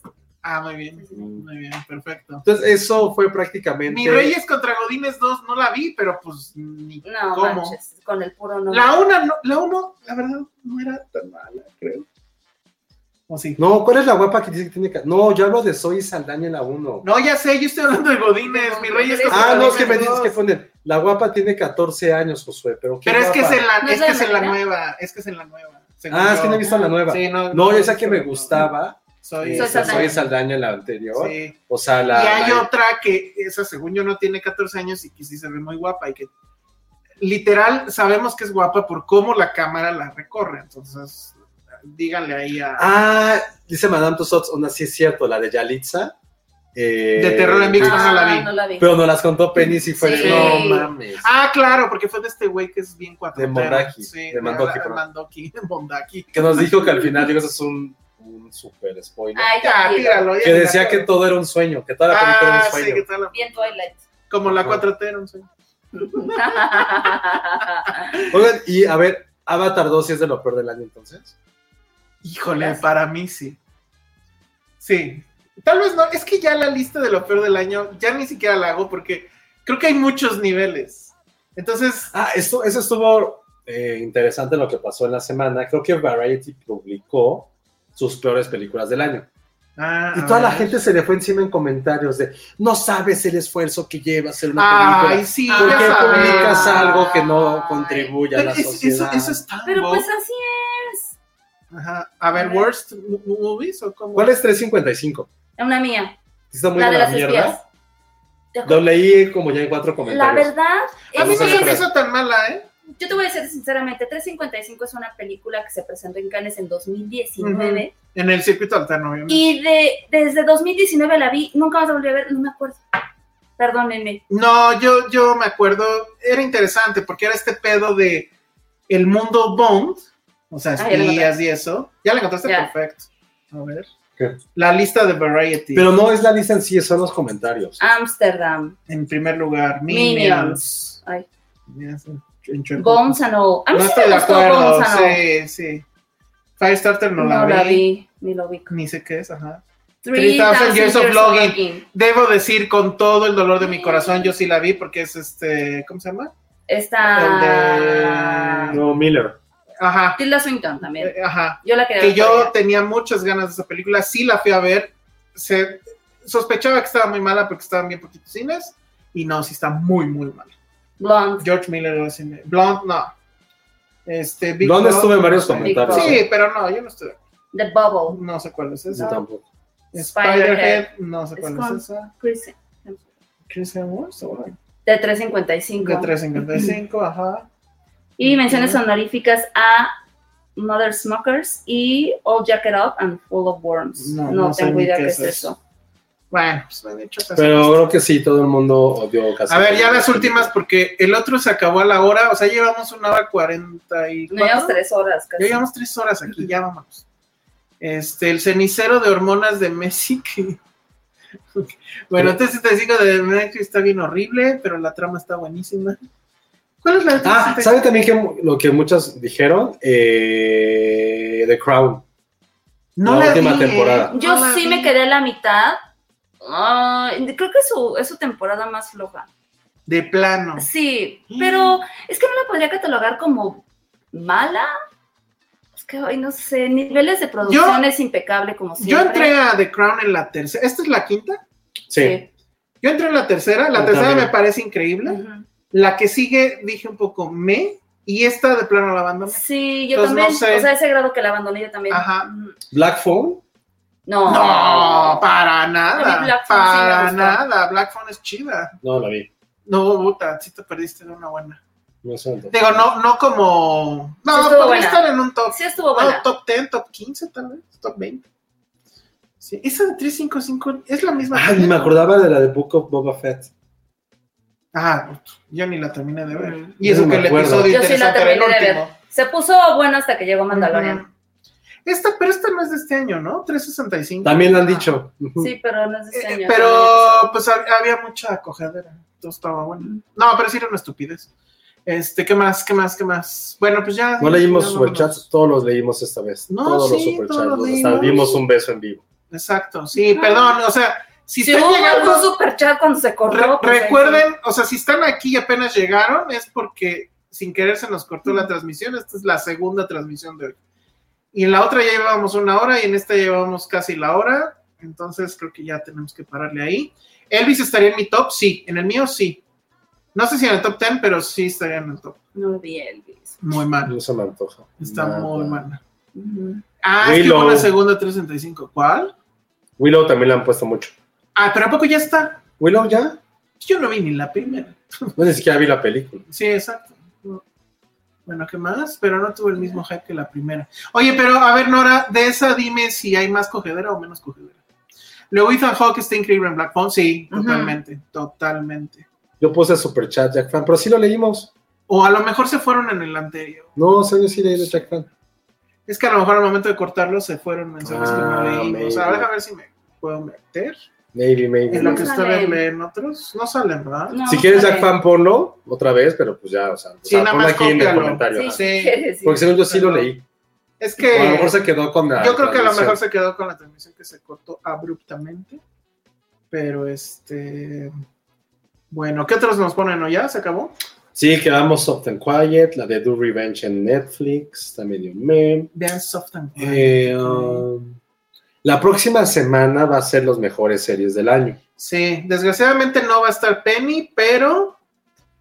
[SPEAKER 2] Ah, muy bien. Muy bien, perfecto.
[SPEAKER 1] Entonces, eso fue prácticamente.
[SPEAKER 2] Mi Reyes contra Godines 2 no la vi, pero pues ni
[SPEAKER 3] No,
[SPEAKER 2] cómo.
[SPEAKER 3] manches, con el puro nombre. Ah,
[SPEAKER 2] La 1, no, la, uno, la verdad, no era tan mala, creo. ¿O sí?
[SPEAKER 1] No, ¿cuál es la guapa que dice que tiene ca- No, yo hablo de Zoe Saldaña en la 1.
[SPEAKER 2] No, ya sé, yo estoy hablando de Godines. Mi Reyes contra
[SPEAKER 1] ah, no, es que me
[SPEAKER 2] Godínez
[SPEAKER 1] dices
[SPEAKER 2] 2.
[SPEAKER 1] que ponen. La guapa tiene 14 años, Josué, pero qué
[SPEAKER 2] Pero es que es
[SPEAKER 1] guapa.
[SPEAKER 2] en la,
[SPEAKER 3] ¿No
[SPEAKER 2] es
[SPEAKER 3] es
[SPEAKER 2] que
[SPEAKER 3] la
[SPEAKER 2] es en la
[SPEAKER 3] primera?
[SPEAKER 2] nueva. Es que es en la nueva. según
[SPEAKER 1] Ah, es que
[SPEAKER 2] yo.
[SPEAKER 1] no he visto la nueva.
[SPEAKER 2] Sí, no,
[SPEAKER 1] No,
[SPEAKER 2] no,
[SPEAKER 1] esa que
[SPEAKER 2] no,
[SPEAKER 1] me
[SPEAKER 2] no.
[SPEAKER 1] gustaba
[SPEAKER 2] Soy,
[SPEAKER 3] Soy
[SPEAKER 2] esa-
[SPEAKER 3] Saldaña.
[SPEAKER 1] Soy Saldaña la anterior.
[SPEAKER 2] Sí.
[SPEAKER 1] O sea, la.
[SPEAKER 2] y hay
[SPEAKER 1] la-
[SPEAKER 2] otra que, esa según yo no tiene 14 años y que sí se ve muy guapa y que literal sabemos que es guapa por cómo la cámara la recorre. Entonces, díganle ahí a...
[SPEAKER 1] Ah, dice Madame Tussauds, una sí es cierto, la de Yalitza. eh,
[SPEAKER 2] De terror en Big Mouth. no la vi.
[SPEAKER 3] No la vi.
[SPEAKER 1] Pero nos las contó Penny si fue.
[SPEAKER 3] Sí.
[SPEAKER 1] No mames.
[SPEAKER 2] Ah, claro, porque fue de este güey que es bien cuatro.
[SPEAKER 1] Mondaki, de Mandoki,
[SPEAKER 2] De
[SPEAKER 1] perdón.
[SPEAKER 2] Mandoki, de Mondoki.
[SPEAKER 1] Que nos dijo que al final, digo, eso es un, un super spoiler.
[SPEAKER 3] Ay,
[SPEAKER 2] Ya,
[SPEAKER 3] ya, tíralo.
[SPEAKER 2] tíralo. ya,
[SPEAKER 1] que decía
[SPEAKER 2] tíralo.
[SPEAKER 1] que todo era un sueño, que toda la película era
[SPEAKER 2] Ah,
[SPEAKER 1] un
[SPEAKER 2] sí,
[SPEAKER 1] sueño.
[SPEAKER 2] que tal.
[SPEAKER 3] Bien Twilight.
[SPEAKER 2] Como la
[SPEAKER 1] Ajá.
[SPEAKER 2] 4T era un sueño.
[SPEAKER 1] Oigan, y a ver, Avatar 2 sí es de lo peor del año entonces.
[SPEAKER 2] Híjole, para mí sí. Sí. Tal vez no, es que ya la lista de lo peor del año ya ni siquiera la hago porque creo que hay muchos niveles. Entonces,
[SPEAKER 1] Ah, esto, eso estuvo eh, interesante lo que pasó en la semana. Creo que Variety publicó sus peores películas del año.
[SPEAKER 2] ah,
[SPEAKER 1] Y
[SPEAKER 2] a
[SPEAKER 1] toda la
[SPEAKER 2] ver.
[SPEAKER 1] gente se le fue encima en comentarios de no sabes el esfuerzo que lleva hacer una
[SPEAKER 2] Ay,
[SPEAKER 1] película.
[SPEAKER 2] sí,
[SPEAKER 1] ¿Por
[SPEAKER 2] ya
[SPEAKER 1] qué
[SPEAKER 2] sabes.
[SPEAKER 1] publicas algo que no
[SPEAKER 3] Ay,
[SPEAKER 1] contribuye a
[SPEAKER 2] Pero
[SPEAKER 1] la
[SPEAKER 2] es- eso,
[SPEAKER 1] sociedad?
[SPEAKER 2] eso es tan
[SPEAKER 3] Pero
[SPEAKER 2] woke.
[SPEAKER 3] pues así es.
[SPEAKER 2] Ajá. A ver, worst mo- movies o cómo?
[SPEAKER 1] ¿Cuál es 355?
[SPEAKER 3] Una mía.
[SPEAKER 1] Está muy
[SPEAKER 3] la
[SPEAKER 1] de
[SPEAKER 3] de
[SPEAKER 1] la
[SPEAKER 3] las
[SPEAKER 1] mierda.
[SPEAKER 3] espías.
[SPEAKER 1] Lo leí como ya en cuatro
[SPEAKER 3] La
[SPEAKER 1] comentarios.
[SPEAKER 3] verdad,
[SPEAKER 2] A mí no
[SPEAKER 3] es
[SPEAKER 1] Vamos a
[SPEAKER 2] se
[SPEAKER 3] que-
[SPEAKER 2] me
[SPEAKER 1] ver.
[SPEAKER 2] hizo tan mala, ¿eh?
[SPEAKER 3] yo te voy a decir sinceramente, 355 es una película que se presentó en Cannes en 2019
[SPEAKER 2] En el circuito alterno, obviamente.
[SPEAKER 3] y de, desde 2019 la vi, nunca más la volví a ver, no me acuerdo. Perdónenme.
[SPEAKER 2] No, yo, yo me acuerdo, era interesante porque era este pedo de el mundo Bond, o sea,
[SPEAKER 3] Ah, ya la
[SPEAKER 2] espías y eso. Ya la encontraste
[SPEAKER 3] Ya.
[SPEAKER 2] perfecto. A ver.
[SPEAKER 1] ¿Qué?
[SPEAKER 2] La lista de Variety.
[SPEAKER 1] Pero no es la lista en sí, son los comentarios.
[SPEAKER 3] Amsterdam,
[SPEAKER 2] en primer lugar, Minions.
[SPEAKER 3] Minions, ay,
[SPEAKER 2] Ya sé, en chueco.
[SPEAKER 3] Bones and All. A mí
[SPEAKER 2] No
[SPEAKER 3] sí
[SPEAKER 2] estoy
[SPEAKER 3] me
[SPEAKER 2] de
[SPEAKER 3] gustó
[SPEAKER 2] acuerdo,
[SPEAKER 3] Bones and All.
[SPEAKER 2] sí, sí. Firestarter no,
[SPEAKER 3] No,
[SPEAKER 2] la, vi.
[SPEAKER 3] ni lo vi.
[SPEAKER 2] Ni sé qué es, ajá.
[SPEAKER 3] 3000
[SPEAKER 2] Years of Longing.
[SPEAKER 3] Longing.
[SPEAKER 2] Debo decir con todo el dolor de mi corazón, yo sí la vi porque es este, ¿cómo se llama?
[SPEAKER 3] Está
[SPEAKER 2] El de-
[SPEAKER 1] No, Miller.
[SPEAKER 2] Ajá.
[SPEAKER 3] Tilda Swinton también.
[SPEAKER 2] eh, Ajá.
[SPEAKER 3] Yo la quería
[SPEAKER 2] que
[SPEAKER 3] ver
[SPEAKER 2] yo
[SPEAKER 3] todavía.
[SPEAKER 2] tenía muchas ganas de esa película, sí la fui a ver, se, sospechaba que estaba muy mala porque estaban bien poquitos cines, y no, sí está muy, muy mala.
[SPEAKER 3] Blonde.
[SPEAKER 2] George Miller lo hace, Blonde, no. Este, Big
[SPEAKER 1] ¿Dónde
[SPEAKER 2] Mouth,
[SPEAKER 1] estuve en varios
[SPEAKER 2] no sé.
[SPEAKER 1] comentarios?
[SPEAKER 3] Big
[SPEAKER 2] Sí, pero no, yo no estoy,
[SPEAKER 3] The Bubble.
[SPEAKER 2] no sé cuál es
[SPEAKER 1] Yo
[SPEAKER 2] esa.
[SPEAKER 1] tampoco.
[SPEAKER 2] Spiderhead, no sé cuál
[SPEAKER 3] Es con-
[SPEAKER 2] es esa.
[SPEAKER 3] Chris-
[SPEAKER 2] Chris Hemsworth, seguro.
[SPEAKER 3] De
[SPEAKER 2] De
[SPEAKER 3] 355.
[SPEAKER 2] 355, ajá.
[SPEAKER 3] Y menciones honoríficas a Mother Smokers y All Jacket Up and Full of Worms.
[SPEAKER 2] No,
[SPEAKER 3] No,
[SPEAKER 2] no sé
[SPEAKER 3] tengo
[SPEAKER 2] ni
[SPEAKER 3] idea
[SPEAKER 2] qué
[SPEAKER 3] qué
[SPEAKER 2] es
[SPEAKER 3] es
[SPEAKER 2] eso.
[SPEAKER 3] eso.
[SPEAKER 2] Bueno, pues me han dicho esas
[SPEAKER 1] Pero
[SPEAKER 2] cosas.
[SPEAKER 1] creo que sí, todo el mundo odió casi.
[SPEAKER 2] A ver, ya las últimas, porque el otro se acabó a la hora, o sea, llevamos una hora cuarenta y
[SPEAKER 3] No llevamos tres horas
[SPEAKER 2] Ya
[SPEAKER 3] casi.
[SPEAKER 2] llevamos tres horas aquí, ya vámonos. Este, el cenicero de hormonas de Messi. que- bueno, entonces te digo de Messi está bien horrible, pero la trama está buenísima. ¿Cuál es la
[SPEAKER 1] Ah,
[SPEAKER 2] otra?
[SPEAKER 1] ¿sabe también que lo que muchas dijeron? Eh, The Crown. la última
[SPEAKER 2] ¿eh?
[SPEAKER 1] temporada.
[SPEAKER 3] Yo
[SPEAKER 2] No la
[SPEAKER 3] sí
[SPEAKER 2] vi.
[SPEAKER 3] me quedé a la mitad. Ay, creo que su, es su temporada más floja.
[SPEAKER 2] De plano.
[SPEAKER 3] Sí,
[SPEAKER 2] Mm.
[SPEAKER 3] pero es que no la podría catalogar como mala. Es que hoy no sé, niveles de producción es impecable como
[SPEAKER 2] Yo
[SPEAKER 3] siempre.
[SPEAKER 2] entré a The Crown en la tercera. ¿Esta es la quinta?
[SPEAKER 1] Sí.
[SPEAKER 2] Yo entré en la tercera. La
[SPEAKER 1] Yo
[SPEAKER 2] tercera
[SPEAKER 1] también.
[SPEAKER 2] me parece increíble.
[SPEAKER 3] Ujú.
[SPEAKER 2] La que sigue, dije un poco me. Y esta de plano la abandoné.
[SPEAKER 3] Sí, yo
[SPEAKER 2] Entonces,
[SPEAKER 3] también.
[SPEAKER 2] no sé.
[SPEAKER 3] O sea, ese grado que la abandoné yo también.
[SPEAKER 2] Ajá.
[SPEAKER 3] Ujú.
[SPEAKER 1] Black Phone.
[SPEAKER 3] No.
[SPEAKER 2] No, para nada.
[SPEAKER 3] A mí Black Phone sí me
[SPEAKER 2] para
[SPEAKER 3] gustó.
[SPEAKER 2] nada. Black Phone es chida.
[SPEAKER 1] No la vi.
[SPEAKER 2] No, puta, sí te perdiste de una buena.
[SPEAKER 1] No sé. entonces.
[SPEAKER 2] Digo, no, no como. No,
[SPEAKER 3] Sí estuvo
[SPEAKER 2] podría
[SPEAKER 3] buena.
[SPEAKER 2] estar en un top.
[SPEAKER 3] Sí estuvo
[SPEAKER 2] no,
[SPEAKER 3] buena.
[SPEAKER 2] top 10, top 15, tal vez, top 20. Sí, esa de 355 es la misma.
[SPEAKER 1] Ah,
[SPEAKER 2] que-
[SPEAKER 1] ni me acordaba de la de Book of Boba Fett.
[SPEAKER 2] Ah, puto, yo ni la terminé de ver.
[SPEAKER 3] Mm.
[SPEAKER 2] Y eso
[SPEAKER 1] Yo
[SPEAKER 2] que
[SPEAKER 1] me
[SPEAKER 2] el
[SPEAKER 1] acuerdo.
[SPEAKER 2] episodio
[SPEAKER 3] Yo sí la
[SPEAKER 2] interesante era el
[SPEAKER 3] terminé de ver.
[SPEAKER 2] último.
[SPEAKER 3] Se puso buena hasta que llegó Mandalorian.
[SPEAKER 2] Ujú. Esta, pero esta no es de este año, ¿no? 365.
[SPEAKER 1] También lo han dicho.
[SPEAKER 3] Sí, pero no es de
[SPEAKER 2] Ah. Eh,
[SPEAKER 3] este año.
[SPEAKER 2] pero pues hab- había mucha acogedera. Todo estaba bueno. No, pero sí era una estupidez. Este, ¿qué más? ¿Qué más? ¿Qué más? Bueno, pues ya.
[SPEAKER 1] No leímos
[SPEAKER 2] ya vámonos.
[SPEAKER 1] superchats, todos los leímos esta vez.
[SPEAKER 2] No,
[SPEAKER 1] todos los
[SPEAKER 2] sí,
[SPEAKER 1] superchats.
[SPEAKER 2] todos los
[SPEAKER 1] los-
[SPEAKER 2] leímos.
[SPEAKER 1] Hasta dimos un beso en vivo.
[SPEAKER 2] Exacto, sí, perdón, o sea, si
[SPEAKER 3] Si
[SPEAKER 2] están
[SPEAKER 3] hubo
[SPEAKER 2] llegando,
[SPEAKER 3] algún superchat cuando se
[SPEAKER 2] re-
[SPEAKER 3] corrió. pues,
[SPEAKER 2] recuerden, o sea, si están aquí y apenas llegaron, es porque sin querer se nos cortó la transmisión, esta es la segunda transmisión de hoy. Y en la otra ya llevábamos una hora y en esta llevamos casi la hora, entonces creo que ya tenemos que pararle ahí. Elvis estaría en mi top, sí, en el mío sí. No sé si en el top 10, pero sí estaría en el top.
[SPEAKER 3] ahí- No vi Elvis.
[SPEAKER 2] Muy mal,
[SPEAKER 1] No se me antoja.
[SPEAKER 2] está
[SPEAKER 1] Nada.
[SPEAKER 2] muy mal.
[SPEAKER 3] Ujú.
[SPEAKER 2] Ah, es que
[SPEAKER 1] Willow.
[SPEAKER 2] hubo una segunda 365. ¿Cuál?
[SPEAKER 1] Willow también la han puesto mucho.
[SPEAKER 2] Ah, pero ¿a poco ya está?
[SPEAKER 1] ¿Willow ya?
[SPEAKER 2] Yo no vi ni la primera.
[SPEAKER 1] No ni siquiera vi la película.
[SPEAKER 2] Sí, exacto. Bueno, ¿qué más? Pero no tuvo el mismo hype que la primera. Oye, pero a ver, Nora, de esa dime si hay más cogedera o menos cogedera. Luego Ethan Hawke está increíble en Black Phone. Sí,
[SPEAKER 3] Ujú.
[SPEAKER 2] totalmente, totalmente.
[SPEAKER 1] Yo puse super chat Jack Fan, pero sí lo leímos.
[SPEAKER 2] O a lo mejor se fueron en el anterior.
[SPEAKER 1] No, sé yo sí leí de Jack Fan.
[SPEAKER 2] Es que a lo mejor al momento de cortarlo se fueron mensajes que no
[SPEAKER 1] Ah,
[SPEAKER 2] leímos. O sea,
[SPEAKER 1] maybe.
[SPEAKER 2] a ver si me puedo meter.
[SPEAKER 1] Maybe, maybe.
[SPEAKER 2] En lo
[SPEAKER 3] No
[SPEAKER 2] que ustedes
[SPEAKER 3] salen.
[SPEAKER 2] leen otros. No salen, ¿verdad?
[SPEAKER 3] No,
[SPEAKER 1] si quieres Jack
[SPEAKER 3] sale.
[SPEAKER 1] Fan, ponlo otra vez, pero pues ya, o sea, o
[SPEAKER 2] Sí,
[SPEAKER 1] sea,
[SPEAKER 2] nada
[SPEAKER 1] ponlo
[SPEAKER 2] más
[SPEAKER 1] aquí en el
[SPEAKER 2] cópialo.
[SPEAKER 1] comentario.
[SPEAKER 3] Sí,
[SPEAKER 1] ajá.
[SPEAKER 2] Sí.
[SPEAKER 3] sí, quiere decir.
[SPEAKER 1] Porque según yo sí lo leí.
[SPEAKER 2] Es
[SPEAKER 1] O a lo
[SPEAKER 2] que
[SPEAKER 1] mejor se quedó con la.
[SPEAKER 2] yo creo que a lo
[SPEAKER 1] transmisión.
[SPEAKER 2] mejor se quedó con la transmisión que se cortó abruptamente. Pero este. Bueno, ¿qué otros nos ponen? ¿O ya se acabó?
[SPEAKER 1] Sí, quedamos Soft and Quiet, la de Do Revenge en Netflix, también medio meme.
[SPEAKER 2] Vean Soft and Quiet.
[SPEAKER 1] Eh, um, la próxima semana va a ser los mejores series del año.
[SPEAKER 2] Sí, desgraciadamente no va a estar Penny, pero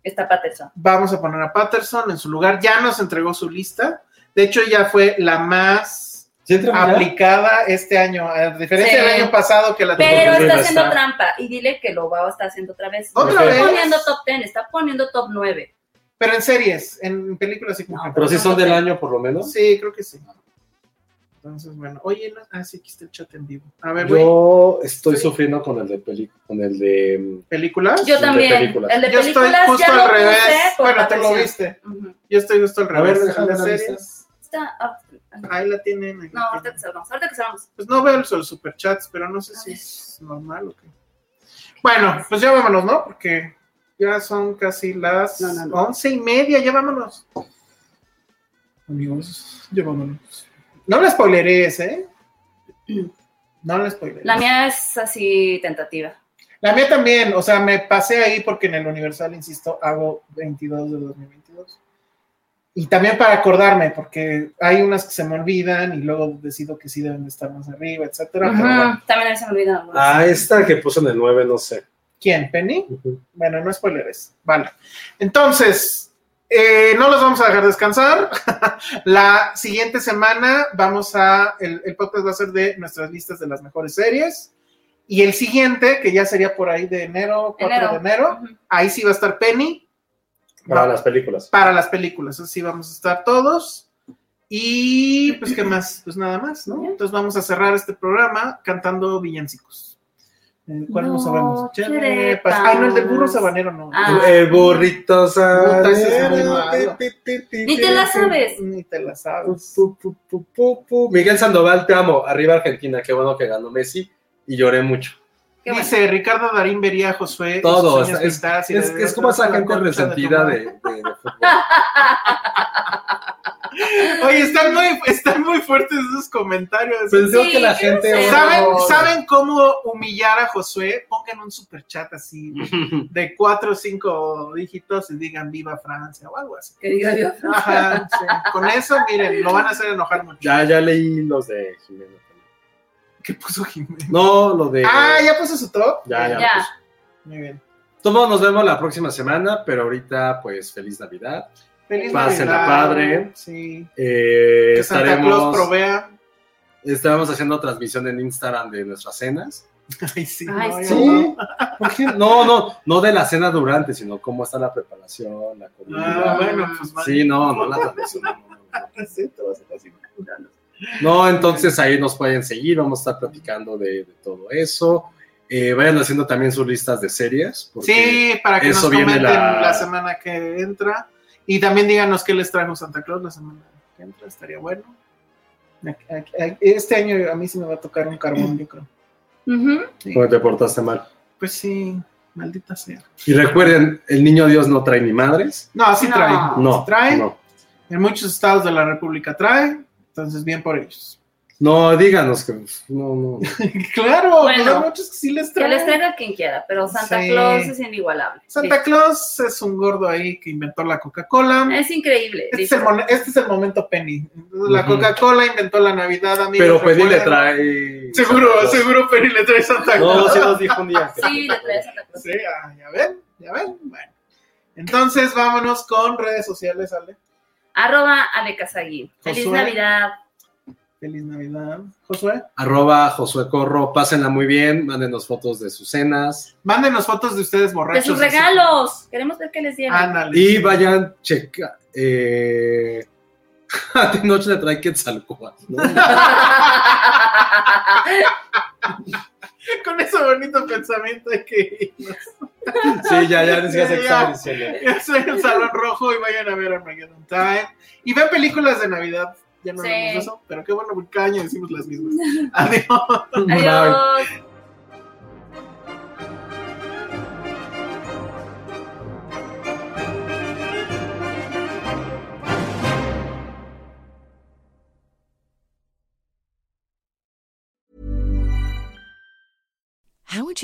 [SPEAKER 3] Está Patterson.
[SPEAKER 2] vamos a poner a Patterson en su lugar. Ya nos entregó su lista. De hecho, ya fue la más
[SPEAKER 1] ¿Sí entra ya?
[SPEAKER 2] aplicada este año, a diferencia
[SPEAKER 3] Sí.
[SPEAKER 2] del año pasado que la
[SPEAKER 3] Pero
[SPEAKER 1] Porque
[SPEAKER 3] está
[SPEAKER 1] no
[SPEAKER 3] haciendo
[SPEAKER 1] está.
[SPEAKER 3] trampa. Y dile que lo va a estar haciendo otra vez.
[SPEAKER 2] ¿Otra
[SPEAKER 3] no
[SPEAKER 2] vez?
[SPEAKER 3] está poniendo top 10, está poniendo top 9.
[SPEAKER 2] Pero en series, en películas y como.
[SPEAKER 1] Pero sí son del año por lo menos.
[SPEAKER 2] Sí, creo que sí. Entonces, bueno. Oye, no- ah, sí, aquí está el chat en vivo. A ver, güey,
[SPEAKER 1] Yo estoy sufriendo con el de peli, con el de mm,
[SPEAKER 2] ¿películas?
[SPEAKER 3] Yo
[SPEAKER 1] El de
[SPEAKER 3] también.
[SPEAKER 1] películas.
[SPEAKER 3] El de
[SPEAKER 2] Yo estoy
[SPEAKER 3] películas
[SPEAKER 2] justo
[SPEAKER 3] ya lo
[SPEAKER 2] al revés.
[SPEAKER 3] puse por
[SPEAKER 2] Bueno, tú lo
[SPEAKER 3] Patterson.
[SPEAKER 2] viste.
[SPEAKER 3] Ujú.
[SPEAKER 2] Yo estoy justo al
[SPEAKER 1] A ver,
[SPEAKER 2] revés.
[SPEAKER 1] déjame
[SPEAKER 2] Las
[SPEAKER 1] la
[SPEAKER 2] series,
[SPEAKER 1] lista.
[SPEAKER 3] Está- ah,
[SPEAKER 2] Ahí la tienen. ahí
[SPEAKER 3] no,
[SPEAKER 2] la
[SPEAKER 3] ahorita
[SPEAKER 2] tienen.
[SPEAKER 3] que salgamos. Ahorita que salgamos.
[SPEAKER 2] Pues no veo los superchats, pero no sé si es normal o qué. Bueno, pues ya vámonos, ¿no? Porque ya son casi las
[SPEAKER 3] No, no, no.
[SPEAKER 2] once y media, ya vámonos. Amigos, ya vámonos. No la spoileréis, ¿eh? No la spoileréis.
[SPEAKER 3] La mía es así tentativa.
[SPEAKER 2] La mía también, o sea, me pasé ahí porque en el Universal, insisto, hago 22 de 2022. Y también para acordarme, porque hay unas que se me olvidan y luego decido que sí deben de estar más arriba, etcétera. pero
[SPEAKER 3] Ujú,
[SPEAKER 2] bueno.
[SPEAKER 3] También a mí se me olvidan algunas.
[SPEAKER 1] Ah, esta que puso en el 9, no sé.
[SPEAKER 2] ¿Quién? ¿Penny?
[SPEAKER 1] Ujú.
[SPEAKER 2] Bueno, no spoilers. Vale. Entonces, eh, no los vamos a dejar descansar. la siguiente semana vamos a. El, el podcast va a ser de nuestras listas de las mejores series. Y el siguiente, que ya sería por ahí de enero, 4
[SPEAKER 3] Enero.
[SPEAKER 2] de enero.
[SPEAKER 3] Ujú.
[SPEAKER 2] ahí sí va a estar Penny.
[SPEAKER 1] Para
[SPEAKER 2] Va-
[SPEAKER 1] las películas.
[SPEAKER 2] para las películas, así vamos a estar todos. Y pues, ¿qué más? Pues nada más, ¿no?
[SPEAKER 3] Ya.
[SPEAKER 2] Entonces vamos a cerrar este programa cantando villancicos. Eh, ¿Cuál no,
[SPEAKER 3] No,
[SPEAKER 2] sabemos?
[SPEAKER 3] cherepas.
[SPEAKER 2] Ah, no, el del burro sabanero, no.
[SPEAKER 3] Ah.
[SPEAKER 1] El burrito
[SPEAKER 2] Puta, ese es muy malo.
[SPEAKER 1] sabanero. Ti, ti, ti,
[SPEAKER 3] Ni
[SPEAKER 1] ti,
[SPEAKER 3] te la
[SPEAKER 1] ti.
[SPEAKER 3] sabes.
[SPEAKER 2] Ni te la sabes.
[SPEAKER 1] Pu, pu, pu, pu, pu. Miguel Sandoval, te amo. Arriba Argentina, qué bueno que ganó Messi. Y lloré mucho.
[SPEAKER 3] Qué bueno.
[SPEAKER 2] Dice Ricardo Darín vería a Josué. y
[SPEAKER 1] Todo.
[SPEAKER 2] sus
[SPEAKER 1] o sea,
[SPEAKER 2] uñas
[SPEAKER 1] es,
[SPEAKER 2] pintadas y
[SPEAKER 1] es-
[SPEAKER 2] le
[SPEAKER 1] es
[SPEAKER 2] veía
[SPEAKER 1] como
[SPEAKER 2] atrás
[SPEAKER 1] esa
[SPEAKER 2] la
[SPEAKER 1] gente
[SPEAKER 2] concha de tu
[SPEAKER 1] resentida
[SPEAKER 2] madre.
[SPEAKER 1] de, de- de fútbol.
[SPEAKER 2] Oye, están muy, están muy fuertes esos comentarios.
[SPEAKER 1] Pensó
[SPEAKER 3] Sí,
[SPEAKER 1] que la
[SPEAKER 3] yo no
[SPEAKER 1] gente.
[SPEAKER 3] sé.
[SPEAKER 2] ¿Saben, ¿Saben cómo humillar a Josué? Pongan un superchat así de cuatro o cinco dígitos y digan viva Francia o algo así.
[SPEAKER 3] Que diga Dios.
[SPEAKER 2] Ajá, sí. Con eso, miren, lo van a hacer enojar mucho.
[SPEAKER 1] Ya, ya leí los de Jimena.
[SPEAKER 2] ¿Qué puso Jiménez?
[SPEAKER 1] No, los de.
[SPEAKER 2] Ah, ya puso su top.
[SPEAKER 1] Ya, ya.
[SPEAKER 3] Ya.
[SPEAKER 1] pues.
[SPEAKER 2] Muy bien.
[SPEAKER 1] Todos nos vemos la próxima semana, pero ahorita, pues, feliz Navidad.
[SPEAKER 2] Feliz
[SPEAKER 1] Pásenla
[SPEAKER 2] Navidad.
[SPEAKER 1] padre.
[SPEAKER 2] Sí.
[SPEAKER 1] Eh,
[SPEAKER 2] Que Santa Claus
[SPEAKER 1] estaremos,
[SPEAKER 2] provea.
[SPEAKER 1] estaremos haciendo transmisión en Instagram de nuestras cenas.
[SPEAKER 2] Ay, sí.
[SPEAKER 3] Ay,
[SPEAKER 2] no,
[SPEAKER 3] sí.
[SPEAKER 2] ya no.
[SPEAKER 1] ¿Por qué? No, no, no de la cena durante, sino cómo está la preparación, la
[SPEAKER 2] Ah,
[SPEAKER 1] comida.
[SPEAKER 2] bueno, pues vale.
[SPEAKER 1] Sí, no, no la transmisión. no, no, no.
[SPEAKER 2] Sí, te vas a pasar.
[SPEAKER 1] No, entonces ahí nos pueden seguir, vamos a estar platicando de, de todo eso. Eh, vayan haciendo también sus listas de series. porque-
[SPEAKER 2] Sí, para que
[SPEAKER 1] eso
[SPEAKER 2] nos
[SPEAKER 1] viene
[SPEAKER 2] comenten
[SPEAKER 1] la-
[SPEAKER 2] la... semana que entra. Y también díganos qué les trajo Santa Claus la semana que entra, estaría bueno. Aquí- aquí- aquí- Este año a mí sí me va a tocar un carbón, yo creo.
[SPEAKER 1] pues.
[SPEAKER 3] Ujú.
[SPEAKER 2] Sí.
[SPEAKER 1] Porque te portaste mal.
[SPEAKER 2] Pues sí, maldita sea.
[SPEAKER 1] Y recuerden, el niño Dios no trae ni madres.
[SPEAKER 2] No, sí
[SPEAKER 3] No.
[SPEAKER 2] trae.
[SPEAKER 1] No,
[SPEAKER 2] Sí trae.
[SPEAKER 1] no.
[SPEAKER 2] En muchos estados de la República trae. Entonces, bien por ellos.
[SPEAKER 1] No, díganos que. pues, No, no. no.
[SPEAKER 2] claro,
[SPEAKER 3] Bueno.
[SPEAKER 2] pero hay muchos que sí les
[SPEAKER 3] Que les
[SPEAKER 2] traen.
[SPEAKER 3] traiga quien quiera, pero Santa
[SPEAKER 2] Sí.
[SPEAKER 3] Claus es inigualable.
[SPEAKER 2] Santa Claus es un gordo ahí que inventó la Coca-Cola.
[SPEAKER 3] Es increíble.
[SPEAKER 2] Este es,
[SPEAKER 3] Eh,
[SPEAKER 2] el,
[SPEAKER 3] dice.
[SPEAKER 2] mon- este es el momento Penny. La
[SPEAKER 1] Ujú.
[SPEAKER 2] Coca-Cola inventó la Navidad, amigos.
[SPEAKER 1] Pero
[SPEAKER 4] pues,
[SPEAKER 1] Penny le
[SPEAKER 2] recuerden.
[SPEAKER 1] trae.
[SPEAKER 2] Seguro, seguro Penny le trae Santa
[SPEAKER 1] No,
[SPEAKER 2] Claus.
[SPEAKER 1] sí nos dijo un día. que-
[SPEAKER 3] Sí, le trae Santa Claus.
[SPEAKER 2] Sí, ah, ya ven, ya ven. Bueno. Entonces vámonos con redes sociales, Ale.
[SPEAKER 3] Arroba Ale Casagui. Feliz
[SPEAKER 2] Josué.
[SPEAKER 3] Navidad.
[SPEAKER 2] Feliz Navidad. Josué.
[SPEAKER 4] Arroba Josué Corro, pásenla muy bien, mándenos fotos de sus cenas.
[SPEAKER 2] Mándenos fotos de ustedes
[SPEAKER 3] De
[SPEAKER 2] borrachos.
[SPEAKER 3] sus regalos. Queremos ver qué les dieron.
[SPEAKER 2] Ándale.
[SPEAKER 4] Y vayan, checa. Eh... A ti noche le trae Quetzalcóatl, ¿no?
[SPEAKER 2] Con ese bonito pensamiento de que
[SPEAKER 4] Sí, ya, ya, decías
[SPEAKER 2] Sí, ya.
[SPEAKER 4] examen, Celia.
[SPEAKER 2] yo soy el Salón Rojo y vayan a ver Armageddon Time. Y vean películas de Navidad. Ya no
[SPEAKER 3] Sí.
[SPEAKER 2] hablamos de eso, pero qué bueno, porque cada año decimos las mismas. Adiós.
[SPEAKER 4] Bye.
[SPEAKER 3] Adiós.
[SPEAKER 5] How would